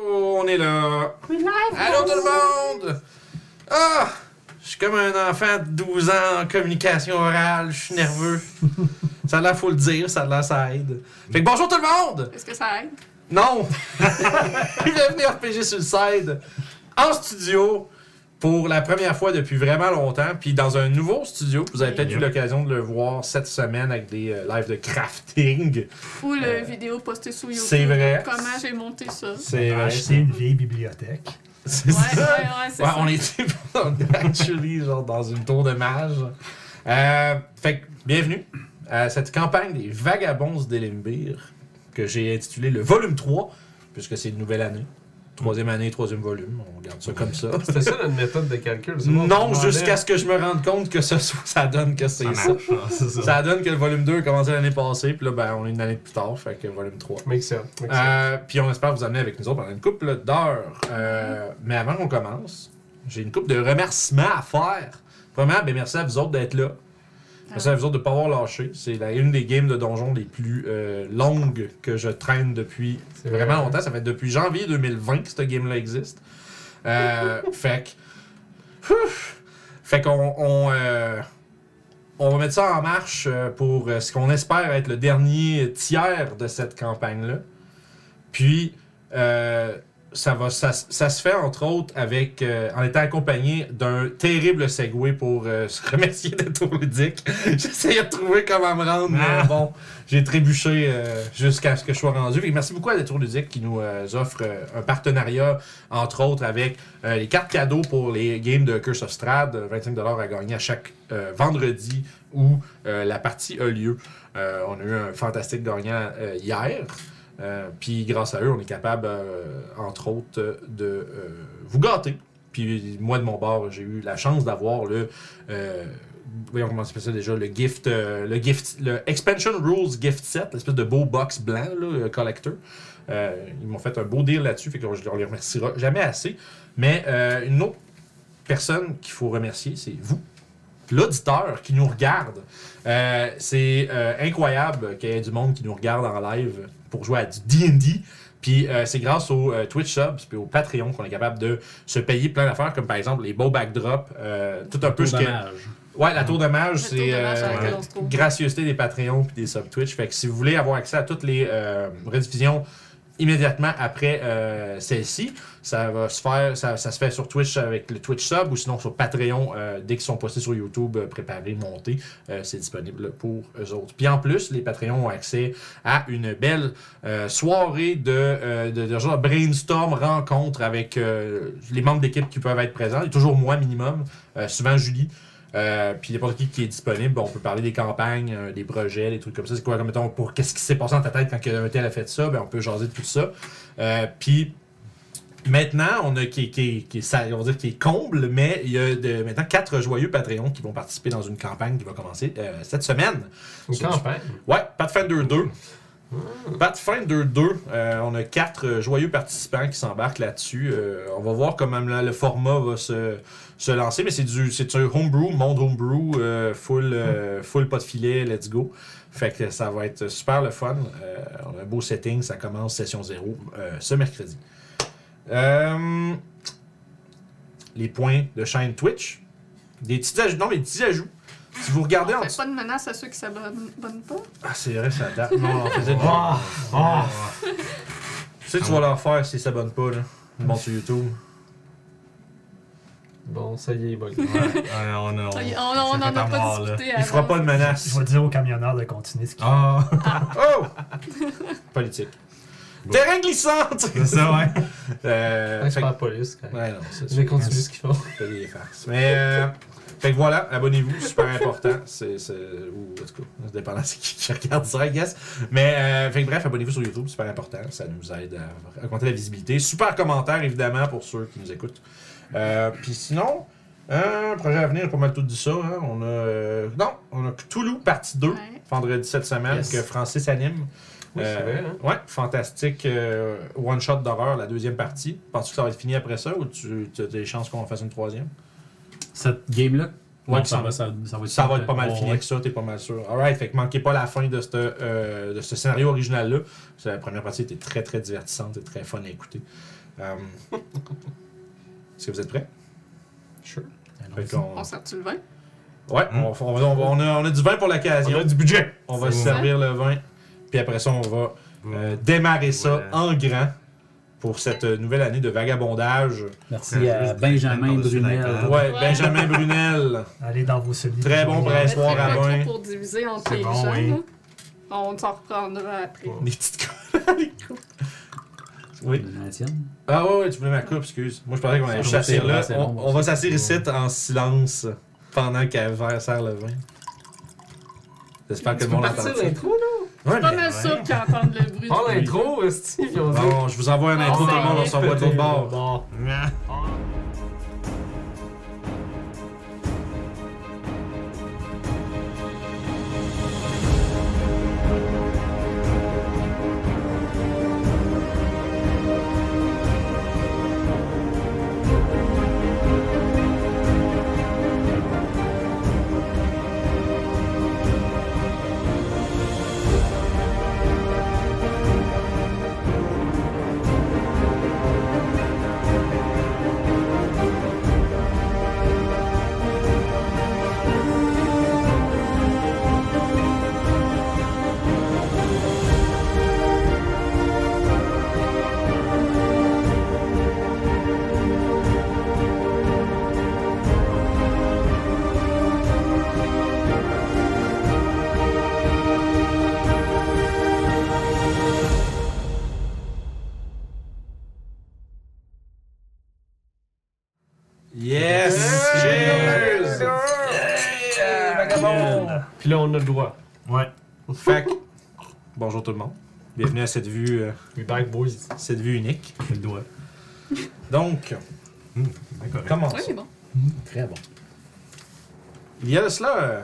on est là. Allô tout le monde! Ah! Je suis comme un enfant de 12 ans en communication orale, je suis nerveux. ça a l'air, faut le dire, ça a l'air, ça aide. Fait que bonjour tout le monde! Est-ce que ça aide? Non! Bienvenue à RPG Suicide en studio pour la première fois depuis vraiment longtemps, puis dans un nouveau studio. Vous avez peut-être eu l'occasion de le voir cette semaine avec des euh, lives de crafting. Ou le vidéo postée sur YouTube? Euh, c'est vrai. Comment j'ai monté ça? C'est On a vrai. acheté une vieille bibliothèque. C'est Ouais, ouais, ça. ouais, c'est Ouais, ça. on était on est actually genre dans une tour de mage. Euh, fait que, bienvenue à cette campagne des vagabonds d'Elimbir que j'ai intitulée le volume 3, puisque c'est une nouvelle année. Troisième année, troisième volume, on regarde ça comme ça. C'était ça notre méthode de calcul. c'est bon, on Non, demandait- jusqu'à ce que je me rende compte que ce soit, ça donne que c'est ça. Ah, c'est ça. Ça donne que le volume 2 a commencé l'année passée, puis là, ben, on est une année plus tard, fait que volume 3. Make sense. make sense. Euh, puis on espère vous amener avec nous autres pendant une couple d'heures. Euh, Mais avant qu'on commence, j'ai une couple de remerciements à faire. Premièrement, ben merci à vous autres d'être là. Merci à vous autres de ne pas avoir lâché. C'est la- une des games de donjon les plus euh, longues que je traîne depuis C'est vraiment vrai. longtemps. Ça fait depuis janvier 2020 que cette game-là existe. Euh, fait que. Ouf! Fait qu'on. on, euh, on va mettre ça en marche euh, pour euh, ce qu'on espère être le dernier tiers de cette campagne-là. Puis, euh, ça, va, ça, ça se fait entre autres avec, euh, en étant accompagné d'un terrible segway pour euh, se remercier d'être au ludique. J'essayais de trouver comment me rendre, mais bon, j'ai trébuché euh, jusqu'à ce que je sois rendu. Et merci beaucoup à Détour Ludique qui nous euh, offre euh, un partenariat, entre autres, avec euh, les cartes cadeaux pour les games de Curse of Strad, euh, 25$ à gagner à chaque euh, vendredi où euh, la partie a lieu. Euh, on a eu un fantastique gagnant euh, hier. Euh, Puis grâce à eux, on est capable, euh, entre autres, euh, de euh, vous gâter. Puis moi, de mon bord, j'ai eu la chance d'avoir le. euh, voyons comment s'appelle ça déjà, le gift, euh, le gift, le Expansion Rules Gift Set, l'espèce de beau box blanc, là, euh, collector. Euh, ils m'ont fait un beau deal là-dessus, fait qu'on je- on les remerciera jamais assez. Mais euh, une autre personne qu'il faut remercier, c'est vous, l'auditeur qui nous regarde. Euh, c'est euh, incroyable qu'il y ait du monde qui nous regarde en live pour jouer à du D&D. Puis euh, c'est grâce au euh, Twitch subs puis au Patreon qu'on est capable de se payer plein d'affaires, comme par exemple les beaux backdrops, euh, tout un peu ce que... Ouais, la tour de mage, La tour de c'est mage euh, à laquelle ouais. on se trouve. gracieuseté des Patreons puis des sub Twitch. Fait que si vous voulez avoir accès à toutes les euh, rediffusions immédiatement après euh, celle-ci, ça va se faire, ça, ça se fait sur Twitch avec le Twitch sub ou sinon sur Patreon euh, dès qu'ils sont postés sur YouTube, euh, préparés, montés, euh, c'est disponible pour eux autres. Puis en plus, les Patreons ont accès à une belle euh, soirée de, euh, de, de genre brainstorm rencontre avec euh, les membres d'équipe qui peuvent être présents, et toujours moi minimum, euh, souvent Julie. Euh, puis n'importe qui qui est disponible, on peut parler des campagnes, euh, des projets, des trucs comme ça. C'est quoi, comme mettons, pour qu'est-ce qui s'est passé dans ta tête quand que un tel a fait ça, ben, on peut jaser de tout ça. Euh, puis maintenant, on a qui, qui, qui, ça, on va dire qui est comble, mais il y a de, maintenant quatre joyeux Patreons qui vont participer dans une campagne qui va commencer euh, cette semaine. Une sur- campagne. Ouais, Pathfinder 2. Pathfinder 2, euh, on a quatre euh, joyeux participants qui s'embarquent là-dessus. Euh, on va voir comment la- le format va se, se lancer, mais c'est du c'est un homebrew, monde homebrew, euh, full, euh, full pas de filet, let's go. Fait que ça va être super le fun. Euh, on a un beau setting, ça commence session 0 euh, ce mercredi. Euh, les points de chaîne Twitch. Des petits ajouts. Non, mais des petits ajouts. Si vous regardez en On fait dessous. pas de menace à ceux qui s'abonnent pas. Ah, c'est vrai, ça date. Non, on faisait déjà. Ah, ah. Tu sais, tu vas leur faire s'ils s'abonnent pas, là. Ils vont sur YouTube. Bon, ça y est, bug. Ouais, ouais, on a. On, on, On, on en Ah, a pas discuté Il fera avant. pas de Il menace. faut dire aux camionneurs de continuer ce qu'ils Ah, Oh! Politique. Terrain glissante! C'est ça, ouais. Euh, c'est fait pas la que- police. quand même. Ouais, non, c'est Je sûr. vais continuer ce qu'ils font. Fais des farces. Mais, euh, fait que voilà, abonnez-vous, super important. C'est, c'est, ou, en tout cas, ça dépend c'est qui, qui regarde ça, I guess. Mais, euh, fait que bref, abonnez-vous sur YouTube, super important. Ça nous aide à augmenter la visibilité. Super commentaire, évidemment, pour ceux qui nous écoutent. Euh, Puis sinon, un projet à venir, j'ai pas mal tout dit ça. hein. On a, euh, non, on a Cthulhu partie 2, Ouais. vendredi cette semaine, Yes. que Francis anime. Euh, Oui, c'est vrai, hein. Ouais, fantastique one-shot d'horreur, la deuxième partie. Penses-tu que ça va être fini après ça ou tu tu as des chances qu'on en fasse une troisième? Cette game-là, Ouais, non, ça ça, va- va, ça, ça va être, Ça va être pas mal ouais, fini ouais. avec ça, t'es pas mal sûr. Alright, fait que manquez pas la fin de, cette, euh, de ce scénario original-là. Parce que La première partie était très très divertissante et très fun à écouter. Euh, Est-ce que vous êtes prêts? Sure. Fait Allons-y. qu'on- On sort-tu le vin? Ouais, Hmm. on, on- on- on a, on a du vin pour l'occasion. du budget. On va se C'est servir le vin. Puis après ça, on va Mm. euh, démarrer ça Ouais. en grand pour cette euh, nouvelle année de vagabondage. Merci à Benjamin Juste Brunel. l'iPad. Ouais, Ouais. Benjamin Brunel. Allez dans vos solides. Très bon On presse. mettra soir à le vin. tout pour diviser entre C'est les bon, gens. oui. hein. On s'en reprendra après. Ouais. Des petites coupes. les coupes. Oui. La tienne. Ah ouais, ouais, tu voulais ma coupe, excuse. Moi, je pensais qu'on allait Ça, juste c'est s'asseoir bon, là. c'est on bon, on va s'asseoir bon. ici en silence pendant qu'elle ver- sert le vin. J'espère que le monde entend ça. Partir l'intro, là. Ouais, Pas mais... mal sûr qu'ils entendent le bruit. Prends du- l'intro, Esti. puis on se dit- Bon, je vous envoie un intro, Ah, tout le monde, on c'est s'envoie de l'autre bord. Bon. Yes! Cheers! Cheers! Hey, vagabond! Puis là, on a le droit. Ouais. Fait que- bonjour tout le monde. Bienvenue à cette vue, euh, We back, boys. cette vue unique. Je le dois. Donc, Mmh, D'accord. commençons. Oui, bon. Très bon. Il y a de cela euh,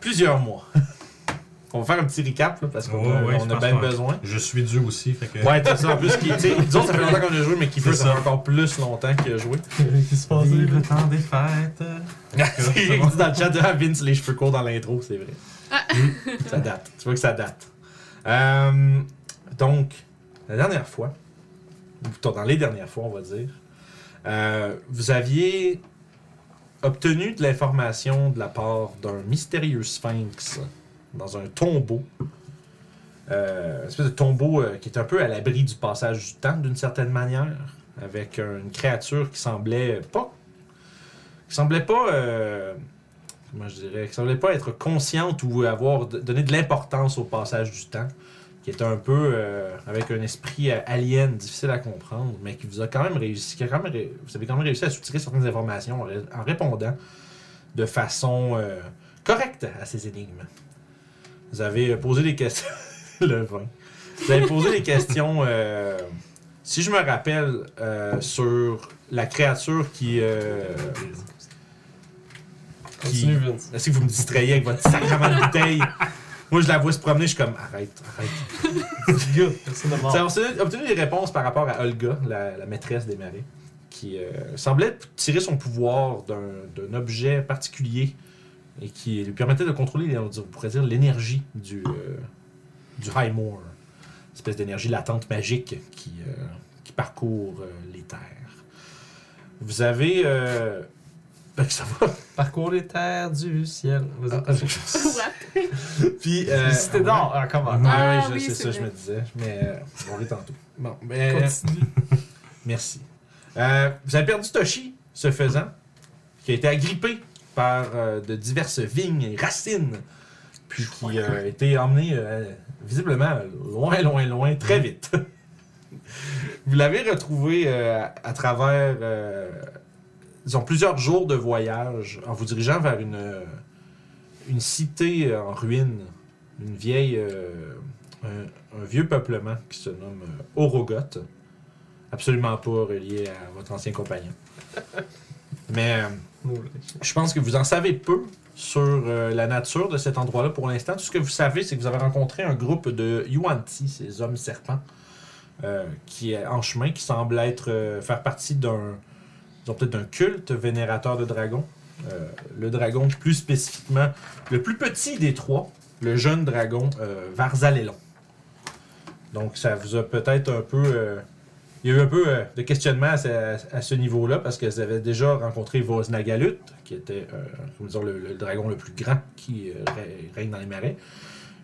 plusieurs mois. on va faire un petit recap là, parce qu'on Ouais, a- ouais, on a je pense bien qu'on- besoin. Je suis dû aussi, fait que. Ouais, t'as ça en plus qui, tu sais, disons, ça fait longtemps qu'on a joué, mais qui peut, C'est ça ça. fait encore plus longtemps qu'il a joué. Qu'est-ce qui se passe? Vive le temps des fêtes. C'est c'est il dit dans le chat de Ah, Vince, les cheveux courts dans l'intro, c'est vrai. ça date. Tu vois que ça date. Euh, donc, la dernière fois, ou plutôt dans les dernières fois, on va dire, euh, vous aviez obtenu de l'information de la part d'un mystérieux sphinx dans un tombeau. Euh, une espèce de tombeau euh, qui est un peu à l'abri du passage du temps, d'une certaine manière, avec une créature qui semblait pas qui semblait pas, euh, comment je dirais, qui semblait pas être consciente ou avoir d- donné de l'importance au passage du temps, qui était un peu euh, avec un esprit euh, alien difficile à comprendre, mais qui vous a quand même réussi, qui a quand même ré- vous avez quand même réussi à soutirer certaines informations en, ré- en répondant de façon euh, correcte à ces énigmes. Vous avez euh, posé des questions, le vin. Vous avez posé des questions. euh, si je me rappelle euh, sur la créature qui euh, Continue, Vince. est-ce que vous me distrayez avec votre sacrement de bouteille? Moi, je la vois se promener, je suis comme arrête, arrête. Good. Personne n'a mort. Ça, On s'est obtenu des réponses par rapport à Olga, la, la maîtresse des marées, qui euh, semblait tirer son pouvoir d'un d'un objet particulier et qui lui permettait de contrôler, on dirait- on pourrait dire, l'énergie du, euh, du High Moor. Espèce d'énergie latente magique qui, euh, qui parcourt euh, les terres. Vous avez. euh, ben, ça va. Parcours les terres du ciel. Ah. Vas-y. Ouais. Puis. euh, C'était d'or. Ah, comment? Ah Ah, oui, oui, je- c'est c'est ça, je vrai. me disais. Mais euh, on va tantôt. Bon, ben, Continue. merci. Euh, vous avez perdu Toshi, ce faisant, qui a été agrippé par euh, de diverses vignes et racines, puis qui euh, a été emmené euh, visiblement loin, loin, loin, très vite. vous l'avez retrouvé euh, à travers, euh, disons, plusieurs jours de voyage en vous dirigeant vers une, euh, une cité euh, en ruine, une vieille. euh, un, un vieux peuplement qui se nomme euh, Orogoth. Absolument pas relié à votre ancien compagnon. Mais euh, Oh, je pense que vous en savez peu sur euh, la nature de cet endroit-là pour l'instant. Tout ce que vous savez, c'est que vous avez rencontré un groupe de Yuan-Ti, ces hommes serpents, euh, qui est en chemin, qui semble être euh, faire partie d'un disons peut-être d'un culte vénérateur de dragons. Euh, le dragon, plus spécifiquement, le plus petit des trois, le jeune dragon euh, Varzalelon. Donc ça vous a peut-être un peu euh, Il y a eu un peu euh, de questionnement à ce, à ce niveau-là parce que vous avez déjà rencontré Voznagalut, qui était euh, comment dire, le, le dragon le plus grand qui euh, rè- règne dans les marais.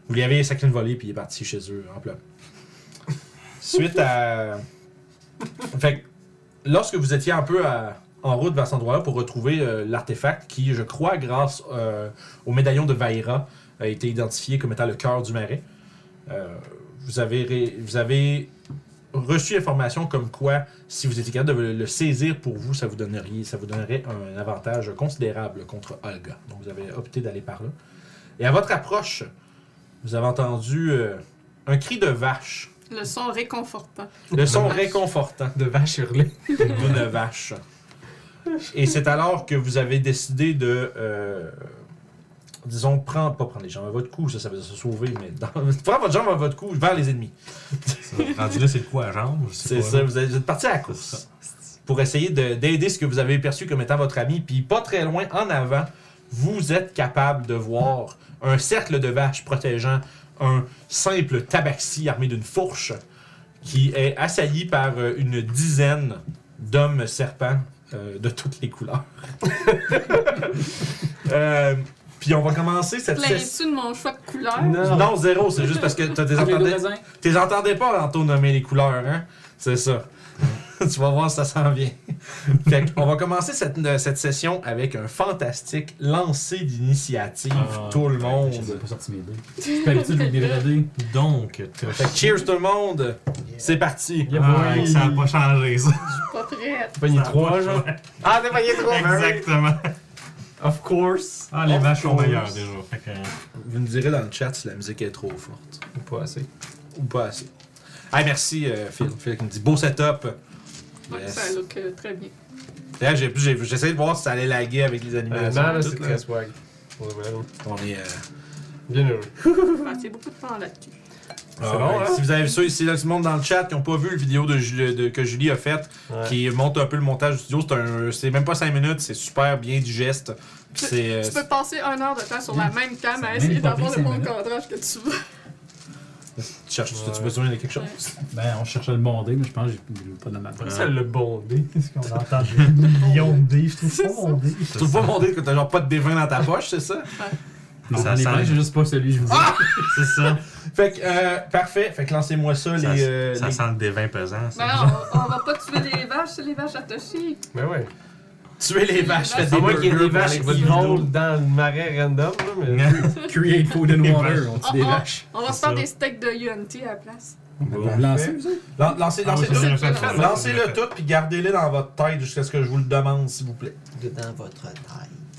Vous lui avez sacré une volée puis il est parti chez eux en plein. Suite à. Fait que, lorsque vous étiez un peu à- en route vers cet endroit-là pour retrouver euh, l'artefact qui, je crois, grâce euh, au médaillon de Vaira, a été identifié comme étant le cœur du marais, euh, vous, avez ré- vous avez reçu l'information comme quoi, si vous étiez capable de le saisir pour vous, ça vous, donneriez- ça vous donnerait un avantage considérable contre Olga. Donc vous avez opté d'aller par là. Et à votre approche, vous avez entendu euh, un cri de vache. Le son réconfortant. Le son réconfortant De vache hurlée. d'une vache. Et c'est alors que vous avez décidé de, euh, disons, prendre, pas prendre les jambes à votre cou, ça, ça veut dire se sauver, mais dans- prendre votre jambe à votre cou vers les ennemis. Ça, Rendu là, c'est le coup à jambe, je sais C'est pas. ça, là. vous êtes, vous êtes parti à la C'est course pour essayer de- d'aider ce que vous avez perçu comme étant votre ami, puis pas très loin en avant, vous êtes capable de voir un cercle de vaches protégeant un simple tabaxi armé d'une fourche qui est assailli par euh, une dizaine d'hommes serpents euh, de toutes les couleurs. Euh, puis on va commencer cette session. Plains-tu de mon choix de couleur? Non. Non, zéro, c'est juste parce que tu as des les deux entendais- raisins. tu les entendais pas tantôt nommer les couleurs, hein? C'est ça. tu vas voir si ça s'en vient. fait qu'on va commencer cette, euh, cette session avec un fantastique lancer d'initiative, Ah, tout le monde. Je sais pas sorti mes dés. Je suis pas habitué de les dégrader. ça. Donc, t'as- Fait que cheers tout le monde! C'est parti! Yeah, Ah, boy. que ça n'a pas changé, ça. Pas prête. Pogné trois, genre. Ah, t'es payé trop! Exactement. Of course. Ah, les Of vaches sont course. meilleures déjà. Fait que. Vous me direz dans le chat si la musique est trop forte. Ou Pas assez. Ou pas assez. Ah, merci euh, Phil. Phil qui me dit beau setup. Ouais, Yes. ça look euh, très bien. Là, j'ai- j'ai- j'essaie de voir si ça allait laguer avec les Euh, animations. non, là, tout, c'est là. très swag. Pour le vrai. On est. euh, Bien heureux. J'ai passé beaucoup de temps là-dessus. Ah C'est bon, ouais. hein? Si vous avez ça ici, là, tout le monde dans le chat qui n'ont pas vu le vidéo de, Ju- de- que Julie a faite, Ouais. qui montre un peu le montage du studio, c'est un- c'est même pas 5 minutes, c'est super bien digeste. Puis c'est. euh, Tu peux passer un heure de temps sur la même cam Ça a à même essayer pas d'avoir pris le cinq bon minutes. cadrage que tu veux. tu cherches, tu as Ouais. besoin de quelque chose? Ben, on cherchait le bon dé, mais je pense que j'ai- j'ai pas dans ma Comment ça le bondé? Qu'est-ce qu'on entend? Des millions de dés. Je trouve C'est pas ça. mon dé. Tu trouves pas mon dé que t'as genre pas de dévin dans ta poche, c'est ça? Non, Ça ça les sent- vrais, j'ai juste pas celui que je vous Ah! dis. C'est ça. Fait que, euh, parfait. Fait que lancez-moi ça, Ça, les. euh, ça les- sent le dévin pesant. Ben ça. non, on, on va pas tuer les vaches, c'est les vaches à Toshi. Ben ouais. Tuez les vaches, faites À des moins qu'il y ait des burgers pour vaches aller votre qui vidéo. roulent dans le marais random, là, mais. Create food and water, on tue des Oh, oh. vaches. On va se C'est faire ça. des steaks de UNT à la place. On va vous lancer, vous autres? Lan- Lancez, Ah, lancez oui, ça, tout. c'est fait, ça, Lancez-le c'est fait. tout, puis gardez-le dans votre tête jusqu'à ce que je vous le demande, s'il vous plaît. Dedans votre taille.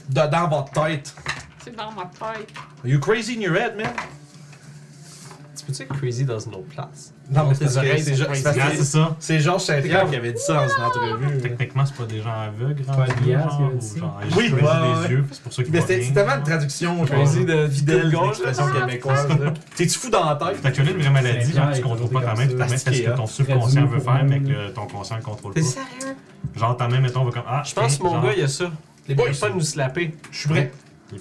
De- dans votre tête. C'est dans ma tête. Are you crazy in your head, man? Tu peux-tu être crazy dans une autre place? Non, mais tes parce que oreilles c'est sont ju- crazy. c'est parce que- Regarde, c'est ça. C'est Georges Saint-Pierre qui avait dit ça dans une entrevue. Techniquement, c'est pas des gens aveugles, Pas rendus, de gaz, genre, il avait ou dit ça. genre, ils Oui, choisissent ouais, ouais. des yeux, c'est pour ça qu'ils Mais voient c'était c'est rien. tellement une traduction Crazy genre, de fidèle de de gauche, là. l'expression québécoise. là. T'es-tu fou dans la tête? Fait que là, une vraie maladie, genre, tu Ouais, contrôles comme pas ta main, ça. puis ta main fait ce que ton subconscient veut faire, mais que le- ton conscient le contrôle pas. sérieux? Genre, ta main, mettons, va comme. Ah, Je pense que mon gars, il y a ça. Les Il boys, peut pas nous slapper. je suis prêt.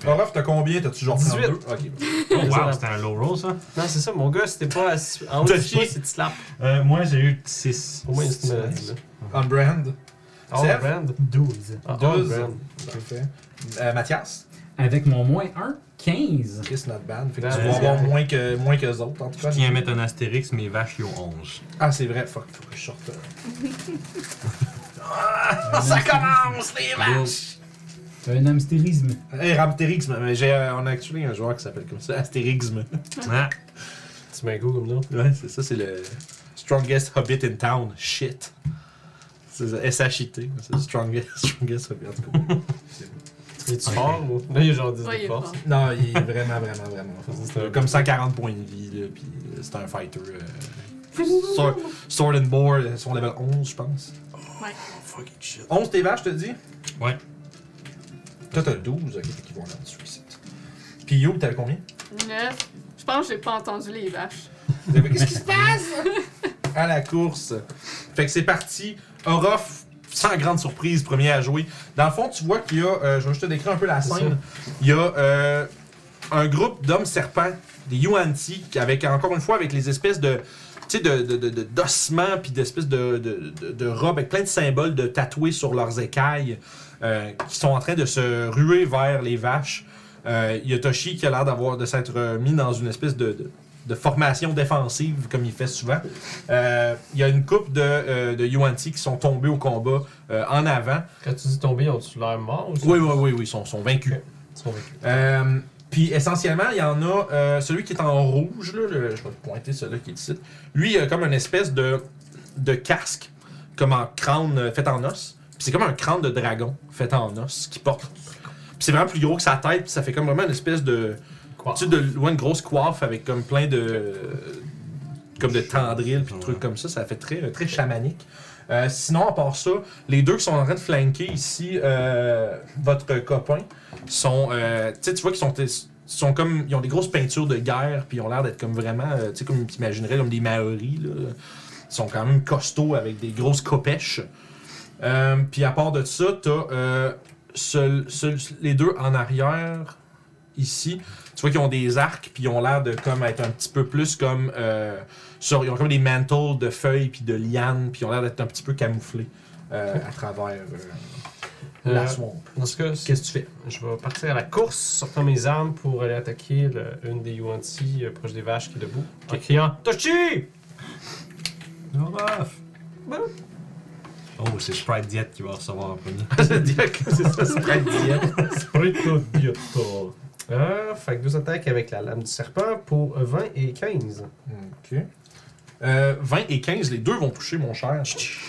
Orof, t'as combien? T'as-tu genre 18? 32? Ok. Oh, wow, c'était un low roll, ça. Non, c'est ça, mon gars, c'était pas assis- en haut T'as du chié. poids, c'est de slap. Euh, moi, j'ai eu 6. Au moins, c'est une maladie, là. On brand. All Seb? brand. 12. Ah, all 12. brand. Parfait. Euh, Mathias? Avec mon moins 1, 15. Chris, notre band. Fait que Ouais, tu vas c'est avoir vrai. moins que, moins que les autres, en tout cas. Je tiens à mettre un astérix, mes vaches, ils ont 11. Ah, c'est vrai. Fuck, faut que je sorte. euh. Ah, ça commence, les vaches! T'as un amstérisme. Hey, Ramtérixme, mais j'ai, euh, on a actually un joueur qui s'appelle comme ça, Astérixme. Ah, Tu mets go comme là. Ouais, c'est ça, c'est le strongest hobbit in town. Shit. C'est ça, S-H-I-T. C'est le strongest, strongest hobbit. En tout cas. Tu es-tu fort ou? Ah. Là, il y a genre 10 Ouais, de il est force. fort. Non, il est vraiment, vraiment, vraiment. fort. C'est un- Comme 140 points de vie, là, puis euh, c'est un fighter. euh, sword, sword and board, euh, son level 11, je pense. Ouais. Fucking shit. 11 tes vaches, je te dis Ouais. Toi, t'as 12, ok, qui vont là-dessus ici. Puis You, t'avais combien Neuf. Je pense que j'ai pas entendu les vaches. T'avais- Qu'est-ce qui se passe À la course. Fait que c'est parti. Orof, sans grande surprise, premier à jouer. Dans le fond, tu vois qu'il y a. euh, je vais juste te décrire un peu la C'est scène. Il y a euh, un groupe d'hommes serpents, des Yuan-Ti, avec encore une fois avec les espèces de. tu sais, de, de, de, de- d'ossements, puis d'espèces de, de, de- de robes avec plein de symboles de tatoués sur leurs écailles euh, qui sont en train de se ruer vers les vaches. Euh, Il y a Toshi qui a l'air d'avoir de s'être euh, mis dans une espèce de, de- de formation défensive, comme il fait souvent. Euh, Il y a une coupe de, euh, de Yuan-Ti qui sont tombés au combat euh, en avant. Quand tu dis tomber, ont-tu l'air mort ou ça? Oui, oui, oui, oui, ils sont, sont vaincus. Ok. Ils sont vécus. Euh, puis essentiellement, il y en a euh, celui qui est en rouge, là, le- je vais te pointer celui-là qui est ici. Lui, il a comme une espèce de, de casque, comme en crâne euh, fait en os. Puis c'est comme un crâne de dragon fait en os qu'il porte. Puis c'est vraiment plus gros que sa tête, puis ça fait comme vraiment une espèce de. Quoi? Tu sais, de loin, une grosse coiffe avec comme plein de. comme de tendrils, puis de trucs comme ça. Ça fait très, euh, très chamanique. Euh, sinon, à part ça, les deux qui sont en train de flanquer ici, euh, votre copain, sont. euh, tu sais, tu vois qu'ils sont. sont comme, ils ont des grosses peintures de guerre, puis ils ont l'air d'être comme vraiment, euh, tu sais, comme tu imaginerais, comme des Maoris. Là. Ils sont quand même costauds avec des grosses copèches. Euh, puis à part de ça, t'as euh, seul- seul- les deux en arrière, ici. Tu vois qu'ils ont des arcs, puis ils ont l'air de comme être un petit peu plus comme. euh, sur, ils ont comme des mantles de feuilles, puis de lianes, puis ils ont l'air d'être un petit peu camouflés euh, à travers euh, la Euh, swamp. Dans ce cas, c'est- Qu'est-ce que tu fais? je vais partir à la course, sortant mes armes pour aller attaquer le- une des Yuanti euh, proche des vaches qui est debout, en criant Toshi! Oh, c'est Sprite Diet qui va recevoir un premier. c'est ça, c'est prêt de dire. Ah, fait que deux attaques avec la lame du serpent pour 20 et 15. Ok. Euh, 20 et 15, les deux vont toucher, mon cher.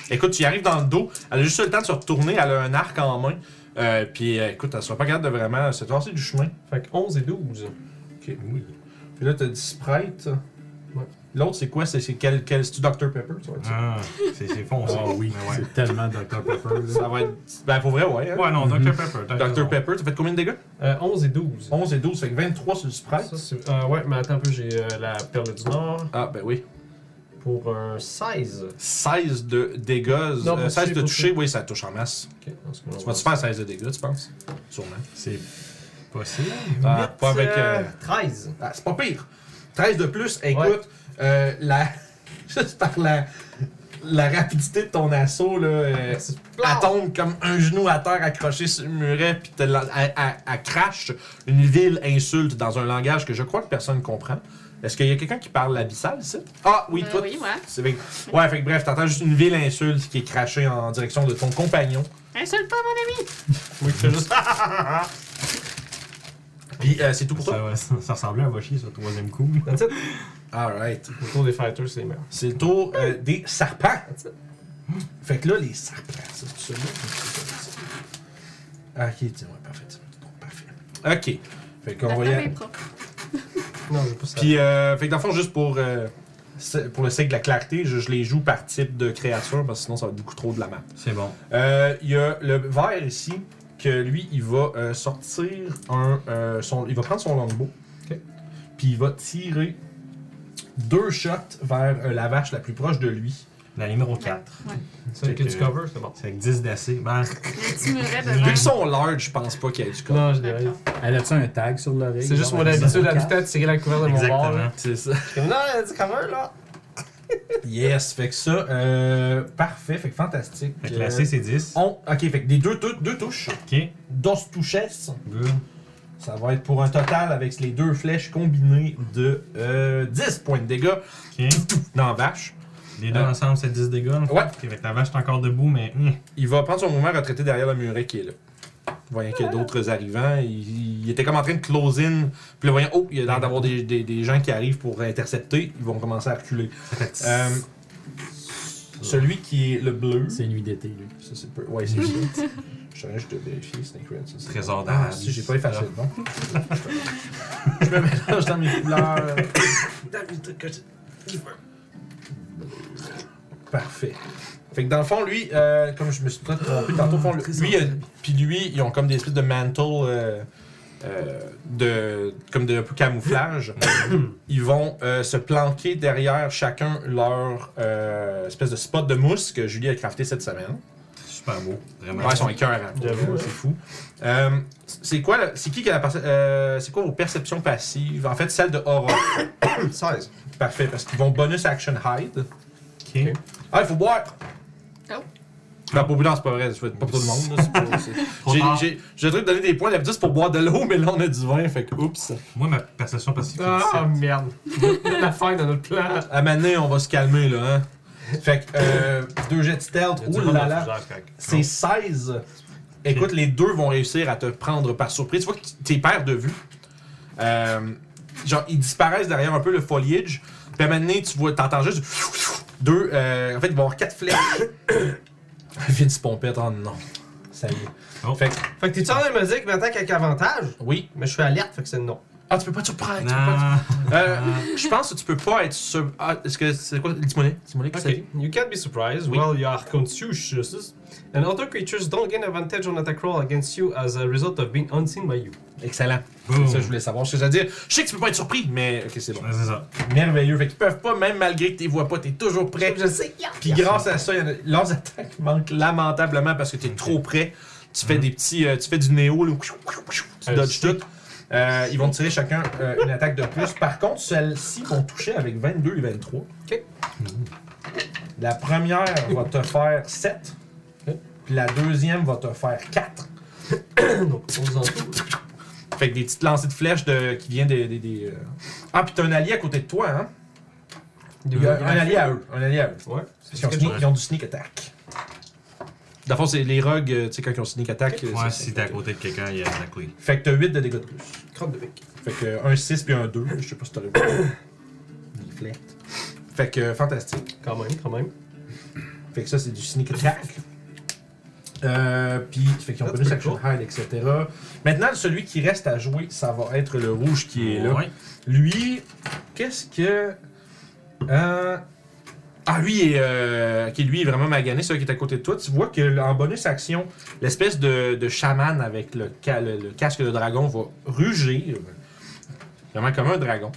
Écoute, tu y arrives dans le dos. Elle a juste eu le temps de se retourner. Elle a un arc en main. Euh, puis, euh, écoute, elle sera pas capable de vraiment se tracer du chemin. Fait que 11 et 12. Ok, oui. Puis là, t'as dit Sprite. Ouais. L'autre, c'est quoi C'est c'est quel, quel C'est-tu Dr Pepper ça va, être ça? Ah, c'est c'est foncé. Ah oui, Mais ouais. c'est tellement Dr. Pepper. là. Ça va être. Ben, pour vrai, ouais. hein. Ouais, non, Dr Pepper. t'as raison. Dr Pepper, t'as fait combien de dégâts Euh, 11 et 12. 11 et 12, ça fait que 23 sur le Sprite. Ça, c'est- euh, ouais, mais attends un peu, j'ai euh, la perle du Nord Ah, ben oui. pour un 16. 16 de dégâts. Non, euh, pour 16 de toucher, pour toucher, oui, ça touche en masse. Ok, on se Tu vas-tu faire 16 de dégâts, tu penses Sûrement. C'est possible. Ah, pas avec. euh, 13. Ah, c'est pas pire. 13 de plus, écoute, Ouais. euh, la... juste par la... la rapidité de ton assaut, là, euh, elle tombe comme un genou à terre accroché sur le muret, puis te lan- elle, elle- elle crache une ville insulte dans un langage que je crois que personne comprend. Est-ce qu'il y a quelqu'un qui parle l'abyssal ici? Ah oui, Euh, toi. oui, moi. C'est vrai. Ouais, fait que bref, t'entends juste une ville insulte qui est crachée en direction de ton compagnon. Insulte pas mon ami! Oui, tu fais juste. Puis euh, c'est tout pour toi. Ça, ouais, ça, ça ressemblait à Boshi, ce troisième coup. That's it. Alright. Le tour des fighters, c'est les meilleurs. C'est le tour euh, des serpents. Fait que là, les serpents, ça, c'est celui-là. Ah, ok, tiens, ouais, parfait. Bon, parfait. Ok. Fait qu'on La va y table aller. est propre. Non, je veux pas ça. Puis, euh, fait que dans le fond, juste pour, euh, c'est- pour le sake de la clarté, je, je les joue par type de créature, parce que sinon, ça va être beaucoup trop de la map. C'est bon. Euh, Il y a le vert ici, que lui, il va euh, sortir un. euh, son, il va prendre son longbow. Ok. Puis il va tirer deux shots vers euh, la vache la plus proche de lui. La numéro 4. Ouais. Celle que Fait tu que- covers, c'est bon. C'est avec 10 d'AC. Ben, Le petit muret Vu qu'ils devant. sont large, je pense pas qu'il y ait du corps. Non, je dis rien. D'accord. Elle a-tu un tag sur l'oreille? C'est juste Genre, mon elle habitude, a habitude à tirer la couverture de mon bord. exactement. là. C'est ça. Je suis comme, Non, elle dit cover, là. Yes, fait que ça, euh, parfait, fait que fantastique. Fait que l'AC, c'est 10. Euh, on- ok, fait que des deux, deux, deux touches, Ok. dos touches, Good. ça va être pour un total avec les deux flèches combinées de euh, 10 points de dégâts Ok. dans la vache. Les deux Euh. ensemble, c'est 10 dégâts. Ouais. Ok, Fait que la vache est encore debout, mais. hum. Il va prendre son mouvement retraité derrière le muret qui est là. Voyant qu'il y a d'autres arrivants, il, il était comme en train de close in, puis le voyant, oh, il y a l'air d'avoir des, des- des gens qui arrivent pour intercepter, ils vont commencer à reculer. Euh, celui qui est le bleu. C'est nuit d'été, lui. Ça, c'est peu. Ouais, c'est ça. Je suis juste de vérifier, Snake Red. Ça, c'est- Trésor Ah, d'Arabie. si, j'ai pas effacé le nom. Je me mélange dans mes couleurs. Parfait. Fait que dans le fond, lui, euh, comme je me suis peut-être trompé, tantôt, au fond, lui, lui, il a- puis lui, ils ont comme des espèces de mantle euh, euh, de, comme de camouflage. ils vont euh, se planquer derrière chacun leur euh, espèce de spot de mousse que Julie a crafté cette semaine. Ah, super beau. Vraiment. Ouais, ils sont écœurants. J'avoue, C'est fou. Euh, c'est quoi, la- c'est qui qui a la perce- euh, c'est quoi vos perceptions passives? En fait, celle de Aura. 16. Parfait, parce qu'ils vont bonus action hide. Ok. Ah, il faut boire! Oh. Non, pour boudin, c'est pas vrai, je fais pas pour tout le monde. là, c'est pas- c'est- Trop j'ai- tard. j'ai- J'ai truc de donner des points d'habitude c'est pour boire de l'eau, mais là on a du vin, fait que oups. Moi, ma perception passive, c'est Ah 17. merde. La fin de notre plan. À Mané, on va se calmer là, hein. Fait que euh, deux jets de stealth, Je vais ouh dire là dans là. le fougère, correct. C'est 16. Écoute, les deux vont réussir à te prendre par surprise. Tu vois que t'es perds de vue. Euh, genre, ils disparaissent derrière un peu le foliage. Puis à un moment donné, tu vois, t'entends juste du- deux. euh, en fait, ils vont avoir quatre flèches. Vince Pompette, oh non. Ça y est. Oh. Fait que, Fait que t'es-tu en train de me dire qu'il m'attaque avec avantage? oui. Mais je suis alerte, fait que c'est non. Ah, tu peux pas te surprendre. tu peux pas te- Non. Euh, je pense que tu peux pas être sur. Ah, est-ce que c'est quoi Dis-moi, dis-moi, qu'est-ce que Okay. You can't be surprised. Oui. Well, you are conscious. And other creatures don't gain advantage on attack roll against you as a result of being unseen by you. c'est? Excellent. Boom. C'est ça, que je voulais savoir. Je à dire, je sais que tu peux pas être surpris, mais ok, c'est bon. Ouais, C'est ça. Merveilleux. Fait qu'ils peuvent pas, même malgré que tu les vois pas, t'es toujours prêt. Je sais. Puis grâce à ça, il y en a- leurs attaques manquent lamentablement parce que t'es trop près. Tu fais des petits. euh, tu fais du néo, là. Tu Euh, dodges c'est- tout. Euh, ils vont tirer chacun euh, une attaque de plus. Par contre, celles-ci vont toucher avec 22 et 23. Ok. La première va te faire 7. Puis la deuxième va te faire 4. Donc, on Fait que des petites lancées de flèches de, qui viennent des. des- des, euh, Ah, puis t'as un allié à côté de toi, hein? Il y a un allié à eux. Un allié à eux. Ouais. Ils ont, sneak- ils ont du sneak attack. Dans le fond, c'est les rogues, euh, tu sais, quand ils ont sneak attack. euh, Ouais, c'est- si t'es à côté de quelqu'un, il y a de la couille. Fait que t'as 8 de dégâts de plus. Crotte de bec. Fait que euh, un 6 puis un 2. Je sais pas si t'aurais vu. Deflect. Fait que euh, fantastique. Quand même, quand même. Fait que ça, c'est du sneak attack. Euh, puis, fait qu'ils ont That's bonus pretty action hide, etc. Maintenant, celui qui reste à jouer, ça va être le rouge qui est là. Ouais. Lui, qu'est-ce que. Euh, Ah, lui, il est, euh, qui lui est vraiment magané, celui qui est à côté de toi. Tu vois que en bonus action, l'espèce de, de chaman avec le, ca- le- le casque de dragon va rugir. Vraiment comme un dragon.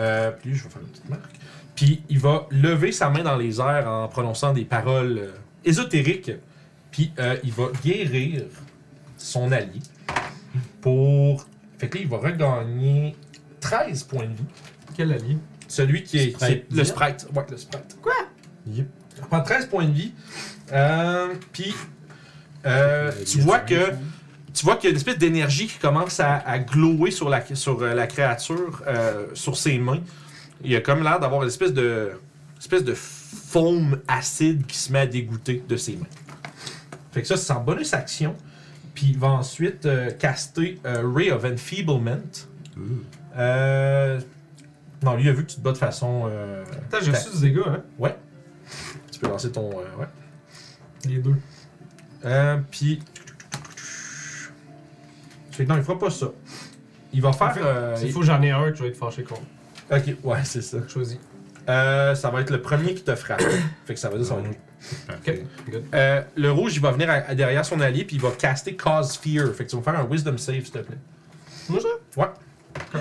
Euh, puis lui, je vais faire une petite marque. Puis il va lever sa main dans les airs en prononçant des paroles euh, ésotériques. Puis euh, il va guérir son allié pour. Fait que là, il va regagner 13 points de vie. Quel allié? Celui qui est, qui est- Sprite. le sprite. Ouais, le sprite. Quoi? Yep. Il prend 13 points de vie. Euh, Puis, euh, tu vois que tu vois qu'il y a une espèce d'énergie qui commence à, à glower sur la, sur euh, la créature, euh, sur ses mains. Il a comme l'air d'avoir une espèce de, espèce de faume acide qui se met à dégoûter de ses mains. Fait que ça, c'est en bonus action. Puis il va ensuite euh, caster euh, Ray of Enfeeblement. Euh, non, lui, il a vu que tu te bats de façon. euh, Putain, j'ai reçu du dégât, hein? Tu peux lancer ton. euh, ouais. Les deux. Euh, puis. Fait que non, il fera pas ça. Il va faire. euh, S'il faut que j'en ai un, tu vas être fâché contre. Ok, ouais, c'est ça. Choisis. Euh, ça va être le premier qui te frappe. fait que ça va dire ça va être lui. Parfait. Good. Euh, le rouge, il va venir à- à derrière son allié, puis il va caster Cause Fear. Fait que tu vas me faire un Wisdom Save, s'il te plaît. Moi, ça? Ouais.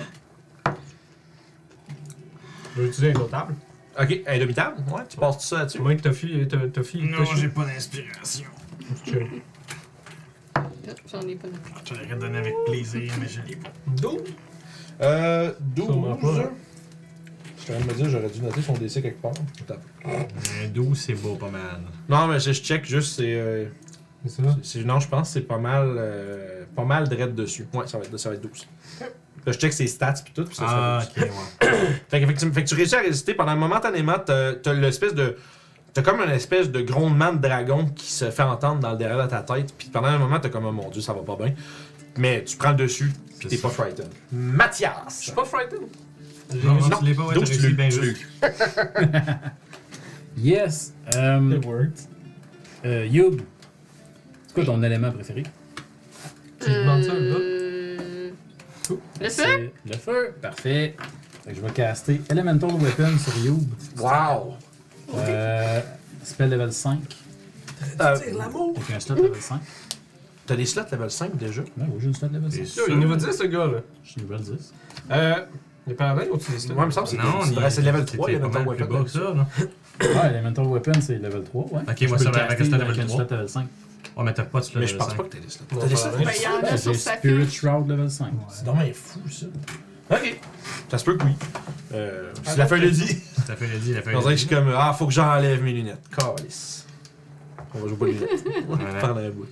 Je vais utiliser un comptable. Ok, indomitable. Ouais, tu passes tout ça Tu là-dessus. vois que Toffy. Toffy. Toffy. Non, j'ai pas d'inspiration. Chill. Hop, J'en ai pas non plus. Je l'aurais donné avec plaisir, mais je l'ai pas. Double. Euh, 12. Sûrement pas, hein. Je suis en train de me dire, j'aurais dû noter son DC quelque part. Attends. Un 12, Euh, c'est beau, pas mal. Non, mais je je check juste, c'est. euh, C'est ça? c'est- non, je pense que c'est pas mal. euh, pas mal dread dessus. Ouais, ça va être, ça va être 12. Là, je check ses stats, puis tout, puis ça, ça va être Ah, 12. ok, ouais. Fait que, effectivement- fait que tu réussis à résister pendant momentanément, t'as t'as l'espèce de. T'as comme une espèce de grondement de dragon qui se fait entendre dans le derrière de ta tête, puis pendant un moment, t'as comme, oh mon dieu, ça va pas bien. Mais tu prends le dessus, puis C'est t'es ça. pas frightened. Je Mathias! suis pas frightened. Non, non, non. tu l'es pas, ouais, Donc, t'as tu réussi l'as- bien tu l'as juste. Yes! Um, worked. euh, Youb, c'est quoi ton élément préféré? Tu demandes ça, là? Euh, Le feu? C'est le feu. Parfait. Fait que je vais caster Elemental Weapon sur Youb. Wow! Euh, spell level 5. Euh, Avec un slot level 5. t'as des slots level 5 déjà? Ben oui, j'ai un slot level 5. Yo, Il est niveau 10, ce gars-là. Je suis level 10. Euh. Il est paradis ou tu dis ça? Moi, il me semble que c'est- Non, c'est il- c'est level c'était 3, il y a pas longtemps mal qu'on plus l'a bas que fait. ça, là. Ah, Elemental Weapon, c'est level 3, ouais. Ok, moi, ça va avec un slot level un slot 3. level 5. Oh, mais t'as pas de slot Mais je de pense cinq. pas que t'as des slots. Non, T'as des pas slots? vrai. Ben, il y en a J'ai sur sa fiche. Spirit Shroud level 5. C'est dommage fou, ça. Ok. Ça se peut que oui. Euh, si la feuille le dit. Tout à fait, le dit, la feuille On le dirait que je dit. suis comme, ah, faut que j'enlève mes lunettes. Calice. On va jouer pas de lunettes. On va Voilà. faire la bout.